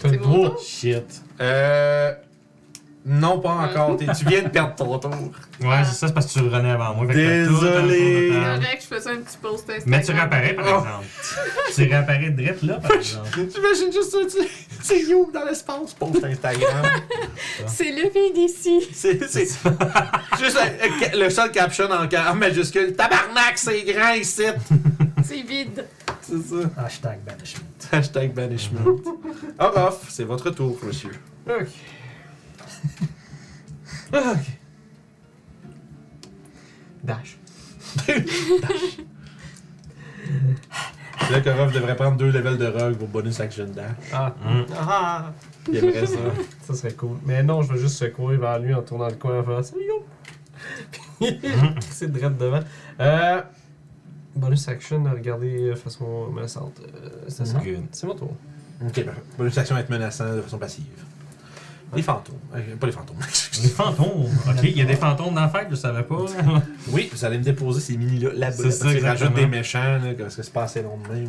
T'as C'est une mon gros. tour? Shit. Euh. Non, pas encore. T'es- tu viens de perdre ton tour. Ouais, c'est ça, c'est parce que tu le renais avant moi. Fait que t'as tout Désolé. un tour de table. Correct, je faisais un petit post Instagram. Mais tu réapparais, par Oh. exemple. tu réapparais direct là, par exemple. J'imagine juste ça. tu- C'est You dans l'espace. Post Instagram. C'est levé d'ici. C'est c'est- juste la- le seul caption en, en majuscule. Tabarnak, c'est grand ici. C'est vide. C'est ça. Hashtag banishment. Hashtag banishment. Orof, Oh, c'est votre tour, monsieur. Ok. Ok. Dash. Là, Orof devrait prendre deux levels de rogue pour bonus action dash. Ah. Hum. Ah. Il aimerait ça. Ça serait cool. Mais non, je vais juste secouer vers lui en tournant le coin en faisant Salut, yo! Puis, Mm-hmm. c'est direct devant. Euh, bonus action à regarder de façon menaçante. Euh, c'est ça. Good. C'est mon tour. Ok, parfait. Bonus action être menaçant de façon passive. Les fantômes. Euh, pas les fantômes. Les fantômes. Ok, il y a des fantômes dans la fête, je savais pas. oui, vous allez me déposer ces minis-là là-bas. C'est parce ça, qu'ils rajoutent exactement. des méchants, là, parce que c'est pas assez long de même.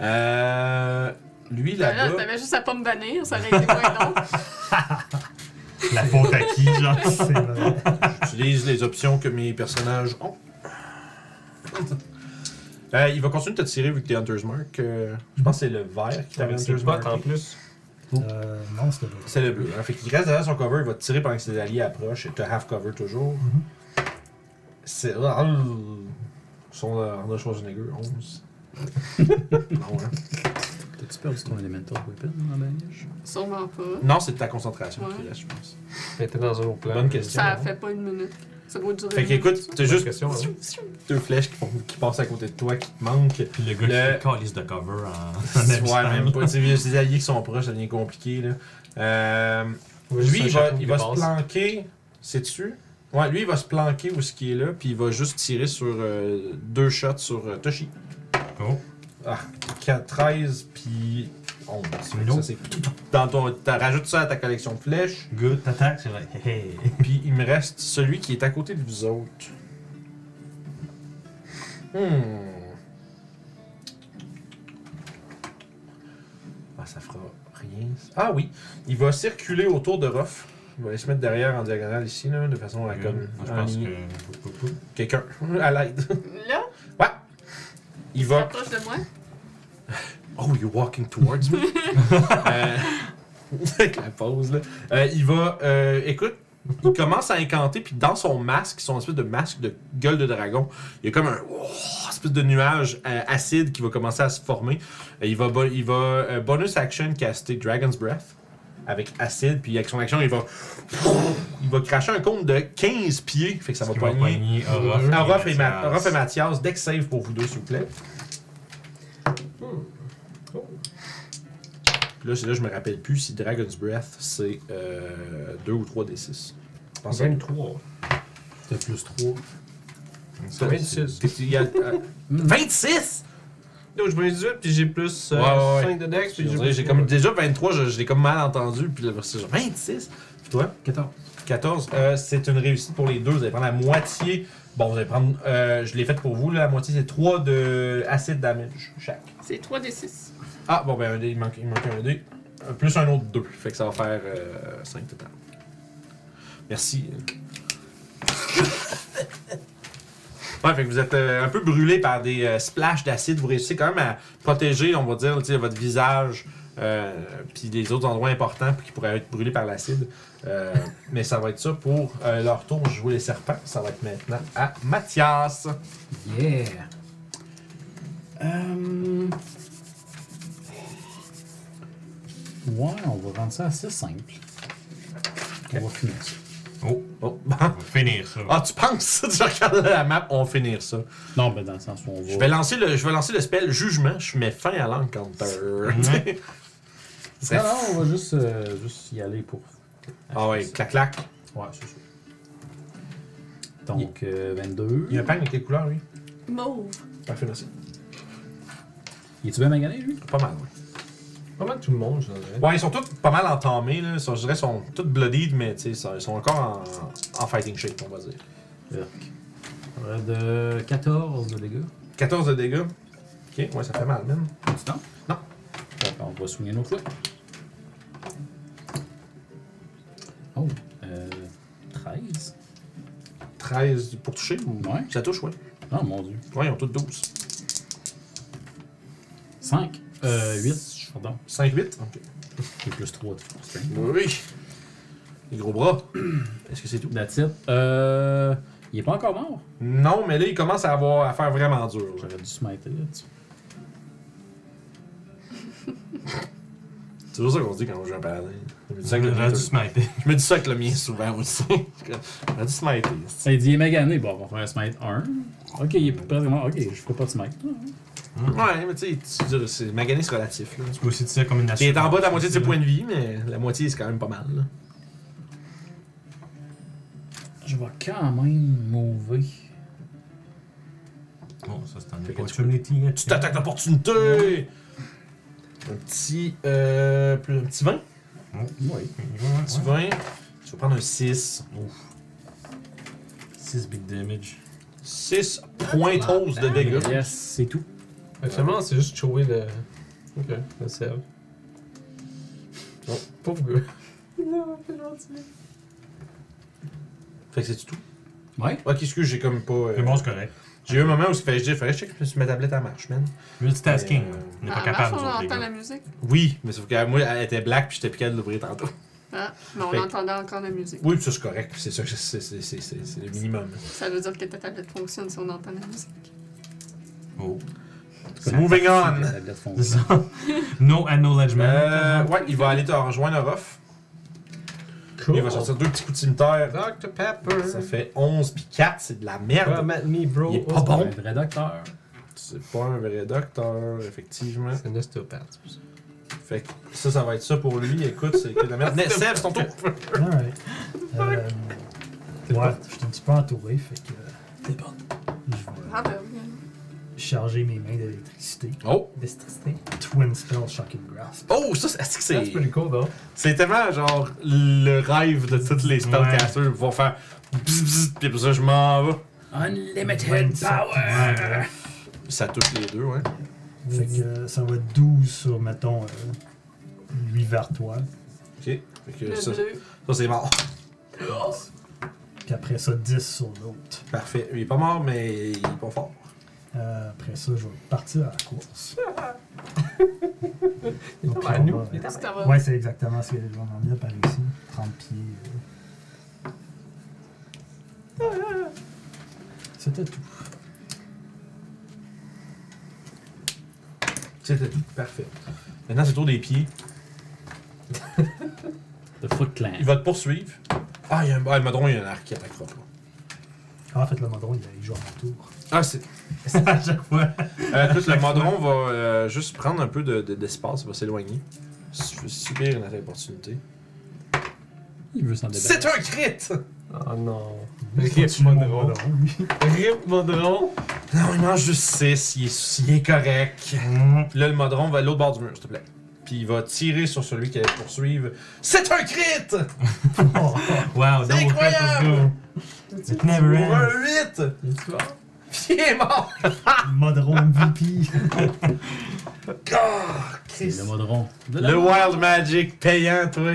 Euh, lui, Là, là-bas. t'avais juste à pas me bannir, ça aurait été moins long. La faute à qui, genre? C'est vrai. J'utilise les options que mes personnages ont. Euh, il va continuer de te tirer vu que t'es Hunter's Mark. euh, je pense que c'est le vert qui t'avait Avec ses Hunter's bottes Mark. en plus. Euh, non, c'était pas C'est le bleu. Hein. Fait qu'il reste derrière son cover, il va te tirer pendant que ses alliés approchent et te half cover toujours. C'est. Ah, ah, son euh, Arnold Schwarzenegger, 11. non, hein. T'as-tu perdu ton Elemental Weapon en bagnage? Sûrement pas. non c'est de ta concentration Ouais. qui reste, je pense. Elle était dans un autre plan. Bonne question. Ça fait pas une minute. Ça doit durer. Fait une que écoute, minute, t'as Bonne juste question. hein. deux flèches qui, font- qui passent à côté de toi qui te manquent. Puis le gars Le- qui fait calice de cover en. en Ouais, habitant, même là. pas. Tu sais, il y a ses alliés qui sont proches, ça devient compliqué. Là. Euh, On juste lui, un il va, château il qui va se passe. planquer. C'est-tu? Ouais, lui, il va se planquer où ce qui est là, puis il va juste tirer sur euh, deux shots sur euh, Toshi. Oh, Ah, 4, 13, puis 11. l'autre. Ça, c'est... Dans ton, t'as- rajoute ça à ta collection de flèches, Good, t'attaques, c'est vrai. Hey, hey. puis il me reste celui qui est à côté de vous autres. Hmm. Ah, ça fera rien. Ah oui, il va circuler autour de Ruff. Il va aller se mettre derrière en diagonale ici, là, de façon à comme. Good. Moi, je en pense ligne. que. Quelqu'un, à l'aide. Là, Ouais! Il va. t'approches de moi. Oh, you're walking towards me. Euh, Avec la pause, là. Euh, il va. euh, écoute, il commence à incanter, puis dans son masque, son espèce de masque de gueule de dragon, il y a comme un oh, espèce de nuage euh, acide qui va commencer à se former. Euh, il va, bo- il va euh, bonus action caster Dragon's Breath avec acide, puis avec son action, il va. Il va cracher un compte de 15 pieds, fait que ça va pas poigner. gagner Orof et, Ah, Ma- Orof et Mathias, deck save pour vous deux, s'il vous plaît. Puis Là, c'est là, je me rappelle plus si Dragon's Breath, c'est 2 ou 3 des 6. Je pense que 23. T'as plus 3. c'est 26. T'es- il y a- euh, 26! Donc, je me 18, puis j'ai plus euh, Ouais, ouais, ouais. 5 de dex, puis Je veux j'ai dire, J'ai comme, déjà 23, je, je l'ai comme mal entendu, puis là, c'est genre 26! Puis toi? 14. 14, euh, c'est une réussite pour les deux. Vous allez prendre la moitié. Bon, vous allez prendre. euh, je l'ai faite pour vous, là, la moitié, c'est 3 de acid damage chaque. C'est 3 des 6. Ah, bon, ben, un dé, il manque, il manque un dé. Euh, Plus un autre 2. Fait que ça va faire 5 total. Merci. Ouais, fait que vous êtes euh, un peu brûlé par des euh, splashes d'acide. Vous réussissez quand même à protéger, on va dire, tu sais, votre visage, euh, puis les autres endroits importants qui pourraient être brûlés par l'acide. Euh, mais ça va être ça pour euh, leur tour. Je joue les serpents. Ça va être maintenant à Mathias. Yeah! Euh... Ouais, on va rendre ça assez simple. On va finir ça. Oh, Oh. on va finir ça. ah, tu penses? tu regardes la map, on va finir ça. Non, mais dans le sens où on va. Je vais lancer le, je vais lancer le spell jugement. Je mets fin à l'encounter. Non, non, on va juste, euh, juste y aller pour. ah ouais, clac clac. Ouais, c'est ça. Donc, euh, 22. Il y a un pack de quelle couleur lui Mauve. Parfait merci. Il est-tu bien magané, lui? Pas mal. Ouais. Pas mal tout le monde, je dirais. ouais, ils sont tous pas mal entamés là. Ils sont- je dirais ils sont tous bloodied, mais tu sais, ça- ils sont encore en, en fighting shape, on va dire. Euh, De 14 de dégâts. 14 de dégâts. Ok, ouais, ça fait mal même. Tu t'en? Non. Fait qu'on va soigner nos fois. Oh, euh, 13? 13 pour toucher ou Ouais. Ça touche, ouais. Oh mon dieu. Ouais, ils ont tous 12. 5? Euh, 8, pardon. 5 8. Ok. Et plus 3 de force. Oui. Les gros bras. Est-ce que c'est tout That's it. Euh, il est pas encore mort. Non, mais là, ils commencent à avoir à faire vraiment dur. là. J'aurais dû se mettre là-dessus. C'est toujours ça qu'on se dit quand on joue un paladin. Je me dis ça avec le J'aurais mien, dû se mettre. je me dis ça avec le mien souvent aussi. J'aurais dû se mettre. Ça, il dit, il est magané. Bon, on va faire se mettre 1. Ok, il est presque mort. Ok, je ferai pas de smite. Ouais, mais tu sais, tu dis, c'est magané, c'est relatif. Là. Tu peux aussi te dire comme une Il nation. est en bas de la moitié de ses points de vie, mais la moitié, c'est quand même pas mal. Là. Je vais quand même mouver. Bon, ça, c'est un Fait que tu opportunity. Petite attaque d'opportunité! Un petit. Euh, plus, un petit 20. Oh, Oui. Petit 20. Tu vas prendre un 6. 6 big damage. 6 points 11 de dégâts. Yes, c'est tout. Actuellement, c'est juste chower le. Ok, le save. Bon, pauvre gars. Non, c'est gentil. Fait que c'est tout. Ouais. Ok, excuse, j'ai comme pas. euh, C'est bon, c'est correct. j'ai eu un moment où je fais- je dis, faudrait que je check si ma tablette elle marche, man. Multitasking. Euh, On n'est pas Ah, capable, marche, nous on autres, les entend la gars. musique. Oui, mais sauf que moi, elle était black puis j'étais piqué de l'ouvrir tantôt. Ah, mais on Fait que- entendait encore la musique. Oui, puis ça, c'est correct. puis C'est ça, c'est- c'est c'est- c'est- c'est- c'est le minimum. Ça veut dire que ta tablette fonctionne si on entend la musique. Oh. Moving on! La tablette C'est fonctionne. ça. No acknowledgement. Euh, ouais, il va aller te rejoindre, Orof. Cool. Il va sortir deux petits coups de cimetière. Dr. Pepper. Ça fait 11 puis 4, c'est de la merde. Come at me, bro. Il est pas bon. Un vrai docteur. C'est pas un vrai docteur, effectivement. C'est un ostéopathe, c'est pour ça. Fait que ça, ça va être ça pour lui. Écoute, c'est que de la merde. Mais Seb, c'est ton tour. Alright. Euh, ouais, je suis un petit peu entouré, fait que. T'es bon. Je vais, Ah, ben oui. charger mes mains d'électricité. Oh! Destricité. Twin Spell Shocking Grasp. Oh, ça, c'est est-ce que That's c'est. pretty cool, though. C'est tellement genre le rêve de toutes les spellcasters de pouvoir faire bzz bzz, pis pour ça je m'en vais. Unlimited 27. power! Ça touche les deux, ouais. Fait que euh, ça va être 12 sur, mettons, euh, lui vers toi. Ok. Fait que Le Euh, ça, bleu. ça, c'est mort. Puis après ça, 10 sur l'autre. Parfait. Il est pas mort, mais il est pas fort. Euh, après ça, je vais partir à la course. Donc, Ah, on nous, va- il est à- Tu t'en vas. Ouais, c'est exactement ce que je vais en venir par ici. 30 pieds. euh. C'était tout. C'était tout. Parfait. Maintenant, c'est le tour des pieds. The Foot Clan. Il va te poursuivre. Ah, il y a un. Ah, le madron, il y a un arc qui attaquera pas. Ah, en fait, le mandron, il, il joue à mon tour. Ah, c'est. à chaque fois. Euh, écoute, le madron va euh, juste prendre un peu de- de- d'espace, il va s'éloigner. Su- Subir une attaque d'opportunité. Il veut s'en débarrasser. C'est un crit! Oh non. Continue Rip mon Modron. mandron, lui. Rip Modron. Non, il mange juste 6, il est, il est correct. Puis Mm-hmm. là, le modron va à l'autre bord du mur, s'il te plaît. Puis il va tirer sur celui qui allait te poursuivre. C'est un crit! Oh, Wow, C'est double crit, let's incroyable! go. It never Pour ends. un 8! Es-tu mort? Il est mort! Modron MVP. Ah, C'est Christ. le modron. De la- Le Wild Magic payant, toi.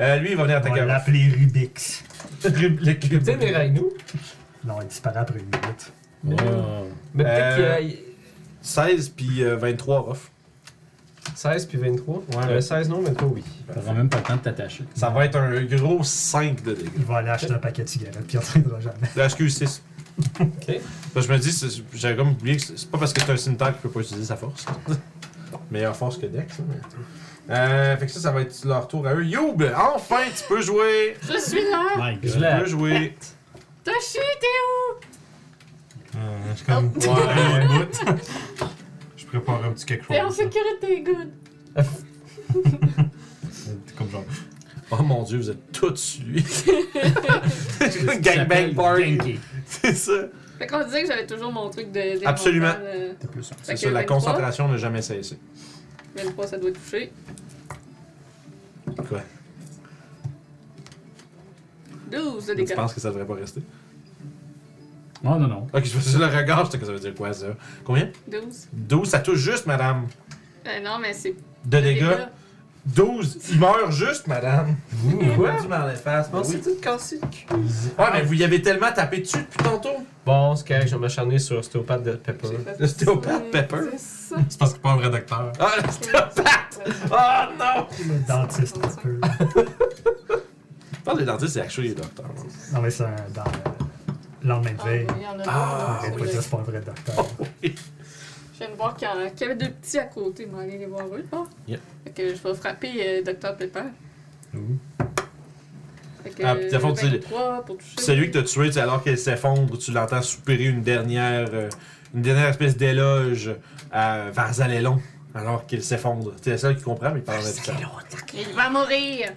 Euh, lui, il va venir On attaquer va avant. l'appeler Rubix. Le Tu cube. sais, mes Ragnou. Non, il disparaît après une minute. Oh. Mais peut-être Euh, qu'il y a. 16 puis euh, 23 off. 16 puis 23. Ouais, mais- Ben 16 non, 23 oui. T'auras même pas le temps de t'attacher. Ça va être un gros 5 de dégâts. Il va aller acheter un paquet de cigarettes, puis il entraînera jamais. La SQ6. Ok. Parce que je me dis, c'est- j'avais comme oublié que c'est c'est pas parce que t'es un cimetière qu'il peut pas utiliser sa force. Meilleure force que Dex. hein, mais- Euh, fait que ça, ça va être leur tour à eux. Youb, enfin, tu peux jouer! Je suis là! My Tu God. l'ai. peux jouer! Toshi, t'es Euh, Je suis comme. Ouais, ouais. Je prépare un petit quelque où? T'es en chose. sécurité, good! C'est Comme genre. Oh mon dieu, vous êtes tous lui. Ça s'appelle Gangbang party. Genki. C'est ça. Fait qu'on disait que j'avais toujours mon truc de. des Absolument. mentales, euh, T'as plus un. C'est Fait ça, que la 23. concentration n'a jamais cessé. 23, euh, ça doit toucher. Quoi? 12 de Tu dégâts. penses que ça devrait pas rester? Non, non, non. Ok, je fais juste le regard, je sais que ça veut dire quoi ça? Combien? 12. 12, ça touche juste, madame. Euh, non, mais c'est. De Les dégâts. 12, il meurt juste, madame. Quoi? Ben Tu m'en effaces, Bon, c'est tout cassé le cul. Ouais, Ah, mais vous y avez tellement tapé dessus depuis tantôt. Bon, c'est correct, je vais m'acharner sur Ostéopathe de Pepper. L'ostéopathe Pepper. C'est ça. C'est parce que pas un vrai docteur. Ah, l'ostéopathe! Oh non! Le dentiste, un peu. Je parle des dentistes, c'est actually les docteurs. hein. Non, mais c'est un. Dans le le lendemain de Ah, Oh, il veille. y en a Ah, Arrête deux. pas de Oui. dire c'est pas un vrai docteur. Je viens de voir qu'il y, en a- qu'il y avait deux petits à côté. Je vais aller les voir eux. là. Yeah. Fait que je vais frapper euh, Docteur Dr Pepper. Ouh. Fait que, Ah, puis dans le fond, tu sais, 23 pour toucher. Celui que t'as tué, tu sais, alors qu'elle s'effondre, tu l'entends soupirer une dernière, euh, une dernière espèce d'éloge à Varzalelon, alors qu'il s'effondre. C'est la seule qui comprend, mais il parle en même temps. Il va mourir!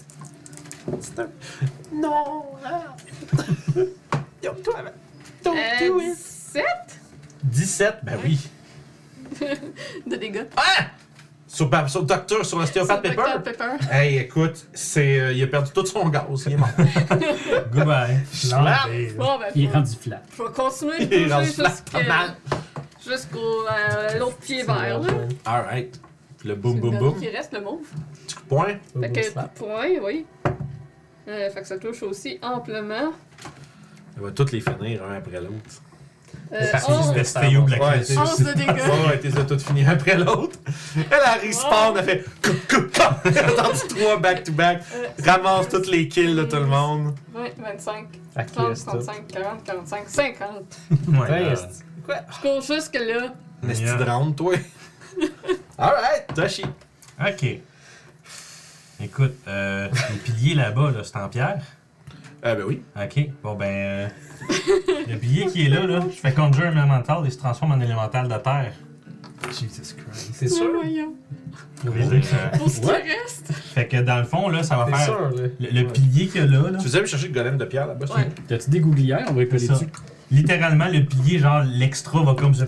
Non! ah. Don't do it! Don't Euh, 17 17? Ben oui. de dégâts. Ah! Sur, pa- sur le docteur, sur l'ostéopathe Sur Pepper? Dr Pepper. Hey, écoute, c'est, euh, il a perdu tout son gaz, il est mort. Goodbye. L'enlever, là. Bon, ben, Il est faut- rendu flat. je vais continuer Ah, Il est de rendu bouger pas mal. jusqu'à- jusqu'au euh, l'autre pied vert. là. Oh. Alright. Puis le C'est boum le boum dernier boum. qui reste le mauve. Petit coup de poing. Fait que point, oui. Euh, fait que ça touche aussi amplement. On va toutes les finir un après l'autre. Euh, Parce que 11, c'est le stéo de la Ouais, créature. c'est- 11 de dégâts. Ouais, t'es toutes finir un après l'autre. Elle Oh. arrive, spawn, elle fait coup coup coup. Elle a tendu trois back to back. Euh, Ramasse toutes les kills de tout le monde. 20, 25, À 30, 35, 40, 45, 50. Ouais, Ben, euh, est-ce- Quoi? Je cours jusque là. Mais c'est Yeah. de round, toi. Alright, Toshi. euh, Ok. Écoute, euh, les piliers là-bas, là, c'est en pierre. Euh, ben oui. Ok. Bon, ben. euh, le pilier qui est là, là, je fais conjure un elemental et se transforme en élémental de terre. Jesus Christ. C'est sûr? Voyons. Pour Euh, les autres, Pour ce qui reste. fait que dans le fond, là, ça va C'est faire. sûr, là. Le, le pilier qu'il y a là, là Tu faisais me chercher le golem de pierre là-bas. c'est Ouais. tout? T'as-tu des gouglières? On va épeler C'est ça. dessus. littéralement, le pilier, genre, l'extra va comme se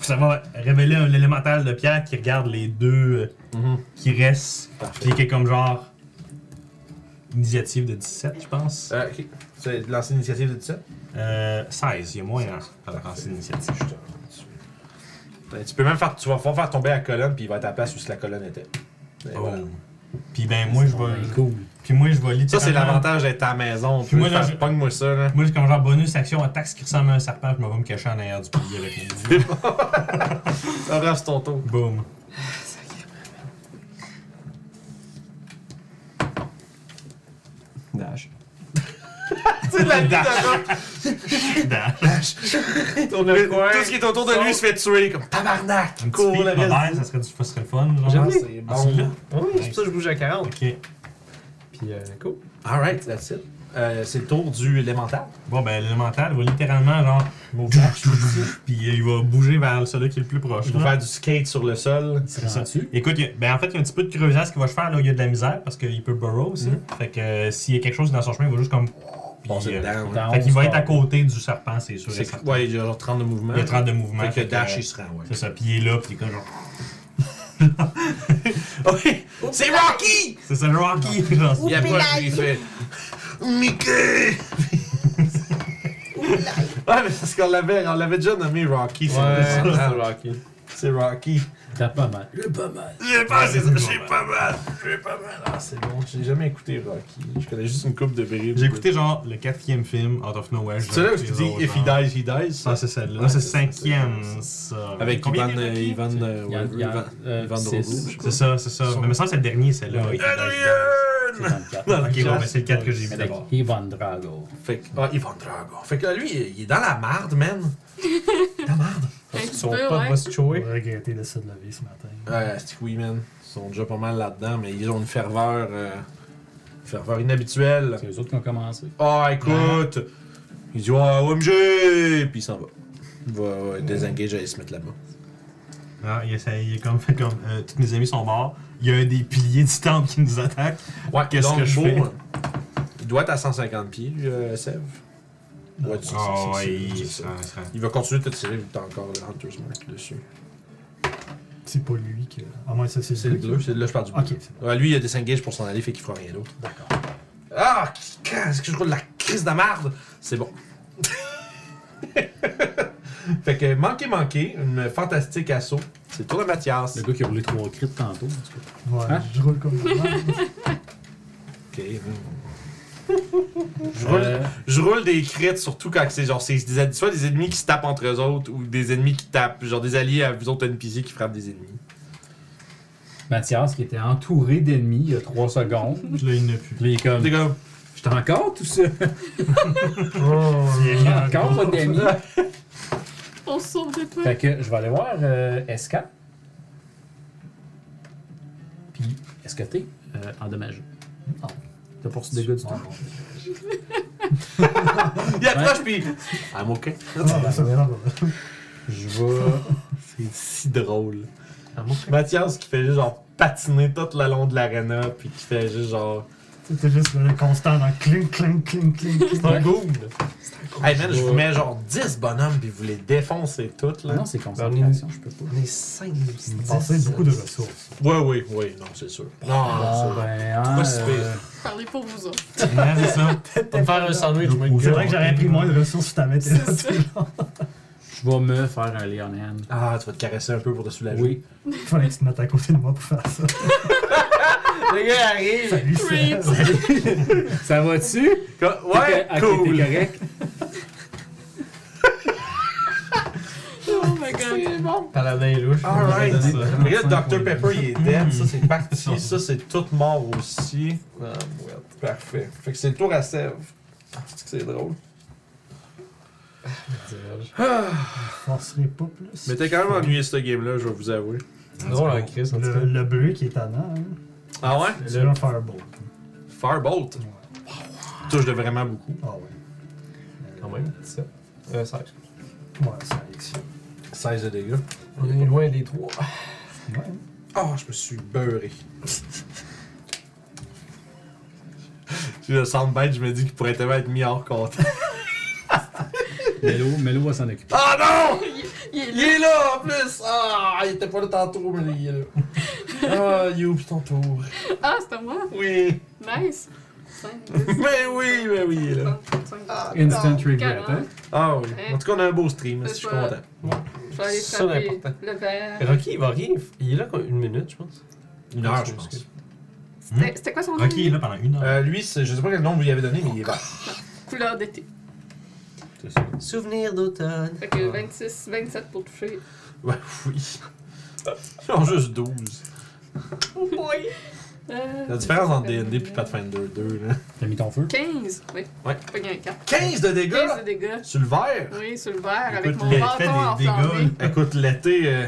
ça va révéler un élémental de pierre qui regarde les deux euh, Mhm. qui restent, Parfait. puis qui est comme genre. Initiative de 17, je pense. Euh, ok. C'est de lancer l'initiative de 17? Euh, 16, il y a moyen à lancer l'initiative. Ben, tu peux même faire, tu vas pouvoir faire tomber la colonne, puis il va être à la place où la colonne était. Ben, Oh. voilà. Puis ben moi je C'est vais. cool. Puis moi je vais littéralement. Ça, c'est l'avantage d'être à la maison. Puis moi, Moi, là, je je- pogne moi ça, là. Moi j'ai comme genre bonus action attaque ce qui ressemble à un serpent, je me vais me cacher en arrière du pilier avec mes yeux. Ça reste ton tour. Boom. Dash. C'est la vie d'avant. Dash. Tout ce qui est autour de lui se fait tuer, comme Un tabarnak. petit cool, Cours, la vie. ça serait, du- ça serait le fun. genre. J'avoue, c'est Ah, celui-là? bon. Oui, c'est pour ça que je bouge à 40. Ok. Puis, euh, cool. Alright, that's it. Euh, c'est le tour du élémental. Bon, ben, l'élémental va littéralement, genre, puis il va bouger vers celui qui est le plus proche. Je vais là. faire du skate sur le sol. Tu te rends-tu? Écoute, il y a- ben, en fait, il y a un petit peu de curiosité à ce qu'il va se faire, là, il y a de la misère, parce qu'il peut burrow aussi. Fait que euh, s'il y a quelque chose dans son chemin, il va juste comme. Puis, Bon, c'est euh, dedans. là. Dans fait qu'il va être à 11, côté du serpent, c'est sûr. et C'est- certain. Ouais, il y a genre 30 de mouvement. Il y a 30 de mouvement. Fait que dash, euh, il se rend, ouais. C'est ça, puis il est là, puis il est comme genre. Ok, c'est Rocky! C'est ça, le Rocky! genre, Il approche, il fait Mickey! ouais, mais c'est parce qu'on l'avait, on l'avait déjà nommé Rocky. c'est Ouais, pour c'est ça. Rocky. C'est Rocky. T'as pas mal. J'ai pas mal. J'ai pas, c'est ça, j'ai pas mal. J'ai pas mal. Ah, c'est bon, j'ai jamais écouté Rocky. Je connais juste une coupe de brides. J'ai écouté genre le quatrième film, Out of Nowhere. C'est là où tu dis If he dies, he dies. Ça, c'est celle-là. Ouais, c'est Ah, c'est ça, cinquième, c'est ça. Avec Combien Ivan. de euh, Ivan. euh, Rocky? Il y a- il y a, Ivan euh, Ivan six. Drogo, je crois. C'est ça, c'est ça. Mais il me semble que c'est le dernier, celle-là. Ouais. If he dies, C'est Adrien! dans he le cadre. dies. Ok, bon, ben, c'est le 4 que j'ai vu Avec d'abord. Ivan Drago. Fait que, ah, Ivan Drago. Fait que là, lui, il est dans la marde, man. la marde. Un Ils petit sont peu, pas de ouais. West Choi. J'ai regretté de se lever ce matin. Ouais, c'est que oui, man. Ils sont déjà pas mal là-dedans, mais ils ont une ferveur. euh, une ferveur inhabituelle. C'est eux autres qui ont commencé. Ah, écoute! Il dit, ah, OMG! Puis il s'en va. Il va euh, désengager et se mettre là-bas. Ah, il, essaie- il est comme fait comme. euh, tous mes amis sont morts. Il y a un des piliers du temple qui nous attaque. Ouais, Qu'est-ce donc, que je beau, fais? hein. Il doit être à 150 pieds, lui, euh, Sèvres. Ouais, tu sais, Oh, c'est- c'est- ouais, c'est- il c'est- ça, ça. Il va continuer de te tirer, vu que t'as encore le Hunter's Mark dessus. C'est pas lui que. À moins que ça, c'est C'est le bleu, c'est là, je parle du bleu. Ok, c'est bon. Ouais, lui, il a désengage pour s'en aller, fait qu'il fera rien d'autre. D'accord. Ah, qu'est-ce que je roule la crise de merde! C'est bon. fait que manqué, manqué, une fantastique assaut. C'est le tour de Mathias. Le gars qui a roulé trois crits tantôt. en tout cas. Ouais, Hein? je roule comme ça. Ok. Je roule, Euh, je roule des crits, surtout quand c'est genre c'est des, en- soit des ennemis qui se tapent entre eux autres ou des ennemis qui tapent, genre des alliés à vous autres NPC qui frappent des ennemis. Mathias qui était entouré d'ennemis il y a trois secondes. Puis Là, il n'a plus. Puis il est comme. T'es comme, J'étais encore tout seul. Oh, J'ai encore pas d'amis. On se sauve de toi. Fait que je vais aller voir euh, SK. Puis, est-ce que t'es euh, endommagé? Non. T'as pour ce dégât du temps? il approche pis. I'm ok. Ah, ça va. Je vais. C'est si drôle. Ah, Mathias qui fait juste genre patiner tout le long de l'arena puis qui fait juste genre. C'était juste le constant dans clink, clink, clink, clink. clink. un goon! Hey man, je vous mets genre 10 bonhommes puis vous les défoncez toutes là. Non, c'est concentration, je peux pas. on est 5 Il me passait beaucoup euh, de ressources. Ouais, ouais, ouais, non, c'est sûr. Non, Bon, Ah. non, c'est ben, hein, pas si pire. Ah, euh, Parlez pour vous autres. Ouais, Ah, c'est ça. On va faire un sandwich, moi. Ou C'est vrai que j'aurais pris moins de ressources si t'avais été là. C'est ça. je vais me faire un Leon Hand. Ah, tu vas te caresser un peu pour te soulager. Oui. Fallait que tu te mettes à côté de moi pour faire ça. Le gars arrive. Salut, Creep. Seb. Ça va-tu? Co- Ouais, T'es- ok, cool. T'es correct? Oh my god. C'est bon. Paladin est louche. Alright. Ça. Regarde, Dr Pepper, il est dead. Ça, c'est Hmm. parti. Ça, c'est tout mort aussi. Ah, mouette. Parfait. Fait que c'est le tour à Sèvres. Ah, c'est que c'est drôle. Forcerai pas plus. Mais t'es quand même ennuyé ce game-là, je vais vous avouer. C'est drôle en Chris, en tout Le, cas. le bleu qui est tannant, hein. Ah ouais? C'est un firebolt. Firebolt. Touche de vraiment beaucoup. Ah ouais. Quand même, 17. Euh, 16. Ouais, ça action. 16 de dégâts. On est loin des 3. Ouais. Ah, je me suis beurré. J'ai le soundbite, je me dis qu'il pourrait tellement être mis hors compte. Melo, Melo va s'en occuper. Ah non! Il- Il est Il là. est là en plus! Ah, il était pas là tantôt, mais il est là. Ah, Youp, ton tour. Ah, c'est à moi. Oui! Nice. 5, 10, Mais oui, mais oui, il est là. 5, Ah, Instant non. regret, hein? Ah oui. En tout cas, on a un beau stream, je suis content. Je vais aller Ça, frapper l'important. le verre. Rocky, il va rien. Il est là quoi, une minute, je pense. Une heure, je pense. C'était c'était quoi son nom? Ok, il est là pendant une heure. Euh, lui, c'est- je sais pas quel nom vous lui avez donné, mais il est vert. Couleur d'été. C'est ça. Souvenir d'automne. Fait que 26, 27 pour toucher. Ouais, oui. Ils ont juste 12. Euh, La différence entre D&D et Pathfinder 2, là. T'as mis ton feu? 15. Oui. Ouais. Pas gagné 4. 15 de 15 de dégâts! dégâts. Sur le vert! Oui, sur le verre, avec Écoute, mon l'effet bâton des dégâts, enflammé. Écoute, l'été, euh,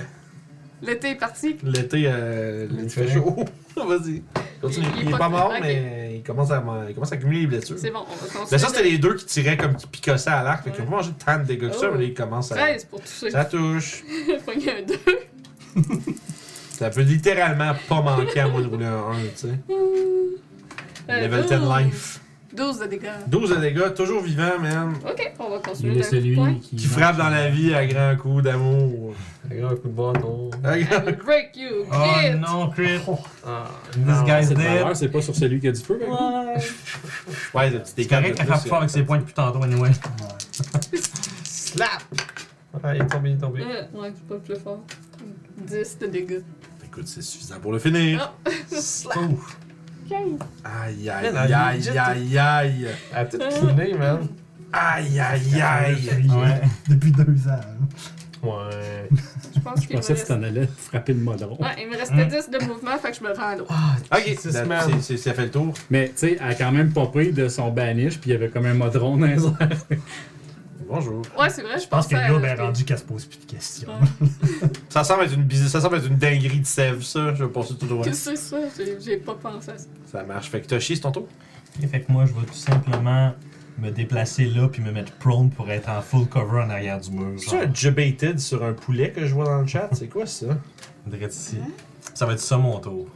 L'été est parti. l'été, euh, l'été fait fait chaud. Vas-y. Continue. Il- il est Il, est pas- pas mort, ok. mais il commence, à, il commence à accumuler les blessures. C'est bon, on va continuer. Mais ça, c'était les deux qui tiraient comme qui picossaient à l'arc. Fait qu'ils ont Ouais. pas mangé tant de dégâts que ça, Oh. mais là, ils commencent à. 13 pour toucher. Ça touche. Pas gagné un 2. Ça peut littéralement pas manquer à moi de rouler un 1, tu sais. Level 10 oh. life. 12 Euh, de dégâts. 12 de dégâts, toujours vivant, man. Ok, on va continuer. Il est d'un point. celui qui. Qui frappe dans la vie à grands coups d'amour. Un grand coup de bâton. À grands- I will break you, Oh kid! non, crit! Ah, This guy's C'est dead! pas, c'est pas sur celui qui a du feu, par exemple. Ouais, le petit C'est écart. correct de qu'elle frappe plus, fort avec ses points depuis tantôt, anyway. Slap! Ah, il est tombé, il est tombé. Euh, ouais, c'est pas le plus fort. 10 de dégâts. euh, Écoute, c'est suffisant pour le finir. Ah. Ouf! Aïe, Man, aïe, elle est aïe, legit. aïe, aïe. Elle a Ah, tout cleané, man. Aïe, aïe, aïe. Ouais. Depuis deux ans. hein. Ouais. Je pense Je qu'il me pensais que tu reste. t'en allais frapper le modron. Ouais, il me restait Mm. 10 de mouvement, fait que je me rends à l'eau. Ah, Ok, Jesus, là, man. c'est- c'est- ça fait le tour. Mais tu sais, elle a quand même pas pris de son banish, puis il y avait comme un modron dans les airs. Bonjour. Ouais, c'est vrai, je, Je pense que pensais là, à- ben rendu qu'elle se pose plus de questions. Ouais. Ça semble être une, bise- ça semble être une dinguerie de sève, ça. Je vais passer tout droit. Qu'est-ce que c'est ça? J'ai- J'ai pas pensé à ça. Ça marche. Fait que Toshi, c'est ton tour. Et fait que moi, je vais tout simplement me déplacer là puis me mettre prone pour être en full cover en arrière du mur. C'est Genre, un jubated sur un poulet que je vois dans le chat. C'est quoi ça? direct ici. Ça va être ça mon tour.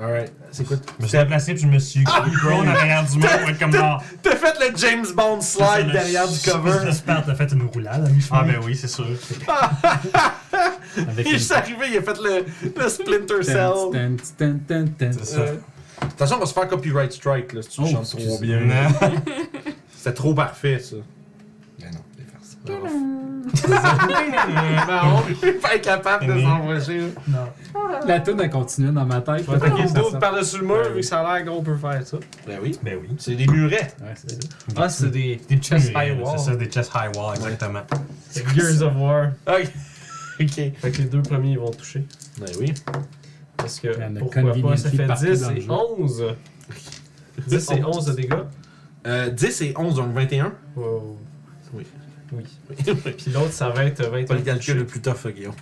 Alright. C'est quoi? Je me suis déplacé puis je me suis prone en arrière du mur pour être comme genre. T'as fait le James Bond slide derrière du cover. J'espère que t'as fait une roulade à mi-chemin. Ah ben oui, c'est sûr. Avec Il est juste arrivé, il a fait le, le Splinter Cell. Tan, tan, tan, tan, tan. C'est ça. Euh, Attention, on va se faire copyright strike là, si tu Oh, chantes trop excusez. bien. Non. C'était trop parfait ça. Mais non, les farces. Marron. Il est pas capable de Mais- s'envoyer. Non. La toune a continué dans ma tête. Je vais attaquer le Ça dos sort. par-dessus le mur, vu que ça a l'air qu'on peut faire ça. Ben oui. Ben oui. C'est des murets. Ouais, c'est ça. Ah, c'est des, Des chest high wall. Euh, C'est ça, des chest high wall, exactement. C'est Gears of War. Ok. Ok. Fait que les deux premiers ils vont toucher. Ben oui. Parce que Il y en a pourquoi pas, ça conveniently fait partout 10 dans le et jeu. 11. 10 et 11 de dégâts. Euh, 10 et 11, donc 21. Wow. Oui. Oui. Pas Puis l'autre, ça va être 20 le calcul le plus tough, hein, Guillaume.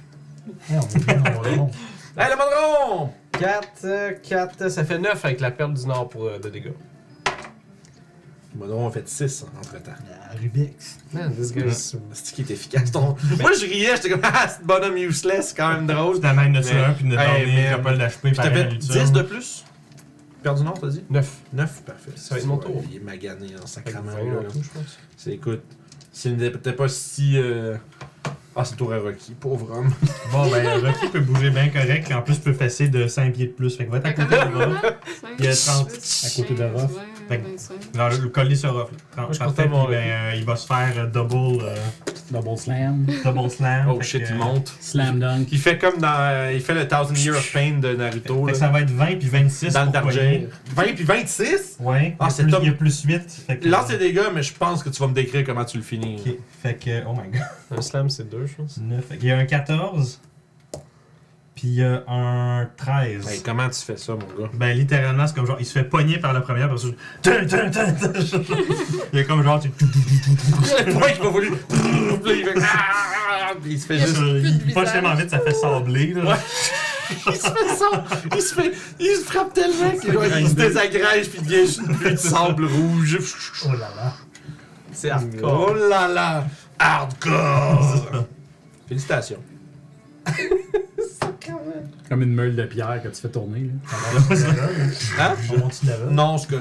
Eh, on est bien, on est bon. Hey, le mandron! 4, 4, ça fait 9 avec la perte du nord pour euh, de dégâts. Le mandron a fait 6 entre temps. La Rubik's. Man, this guy is C'est qui est efficace. ton- Moi, je riais, j'étais comme, ah, c'est bonhomme useless, c'est quand même drôle. Juste amène de tuer un puis de Hey, donner man. un peu d'HP Puis par t'as fait la 10 de plus. Perdu du Nord, t'as dit 9. 9, parfait. Ça va être mon Ouais, tour. Il est magané en Fait que sacrament. vingt là. en tout, je pense. C'est écoute, s'il n'était peut-être pas si. euh, Ah, c'est le tour à Rocky, pauvre homme. Bon, ben, Rocky peut bouger bien correct et en plus peut passer de 5 pieds de plus. Fait que va être à Fait côté de combien de Ruff. mouvements? Il y a 5, 30. 10, À côté de 15, Ruff. 20, Fait que- 25. Non, le coller sur Ruff. là. Moi, je Parfait, comptais mon puis, ben, euh, il va se faire euh, double, euh, Double slam. double slam. Oh Fait shit, que, il euh, monte. Slam dunk. Il fait comme dans. euh, il fait le Thousand Years of Pain de Naruto. Fait Là, que ça va être 20 puis 26 dans le pour Darjer. poigner. 20 puis 26 Ouais. Ah, Ah, c'est c'est plus, top. Il y a plus 8. Fait que, Lance tes dégâts, mais je pense que tu vas me décrire comment tu le finis. Ok, Fait que, oh my god, Un slam, c'est 2, je pense. 9. Fait qu'il y a un 14. Puis il y a un 13. Hey, Ben, comment tu fais ça, mon gars? Ben, littéralement, c'est comme genre, il se fait pogner par la première parce que. Tum, tum, tum, tum. Il y a comme genre, tu. Le point qu'il m'a voulu. Puis là, il fait. Ah! Puis il se fait juste. Il visage. pas tellement vite, ça fait sabler. Là. Il se fait ça! Il se fait. Il se frappe tellement qu'il doit- il se désagrège puis il devient juste une pluie de sable rouge. Oh là là. C'est Oh hardcore. là là! Hardcore! Félicitations. Comme une meule de pierre que tu fais tourner. Là. Hein? On monte-tu de la Non, ce que.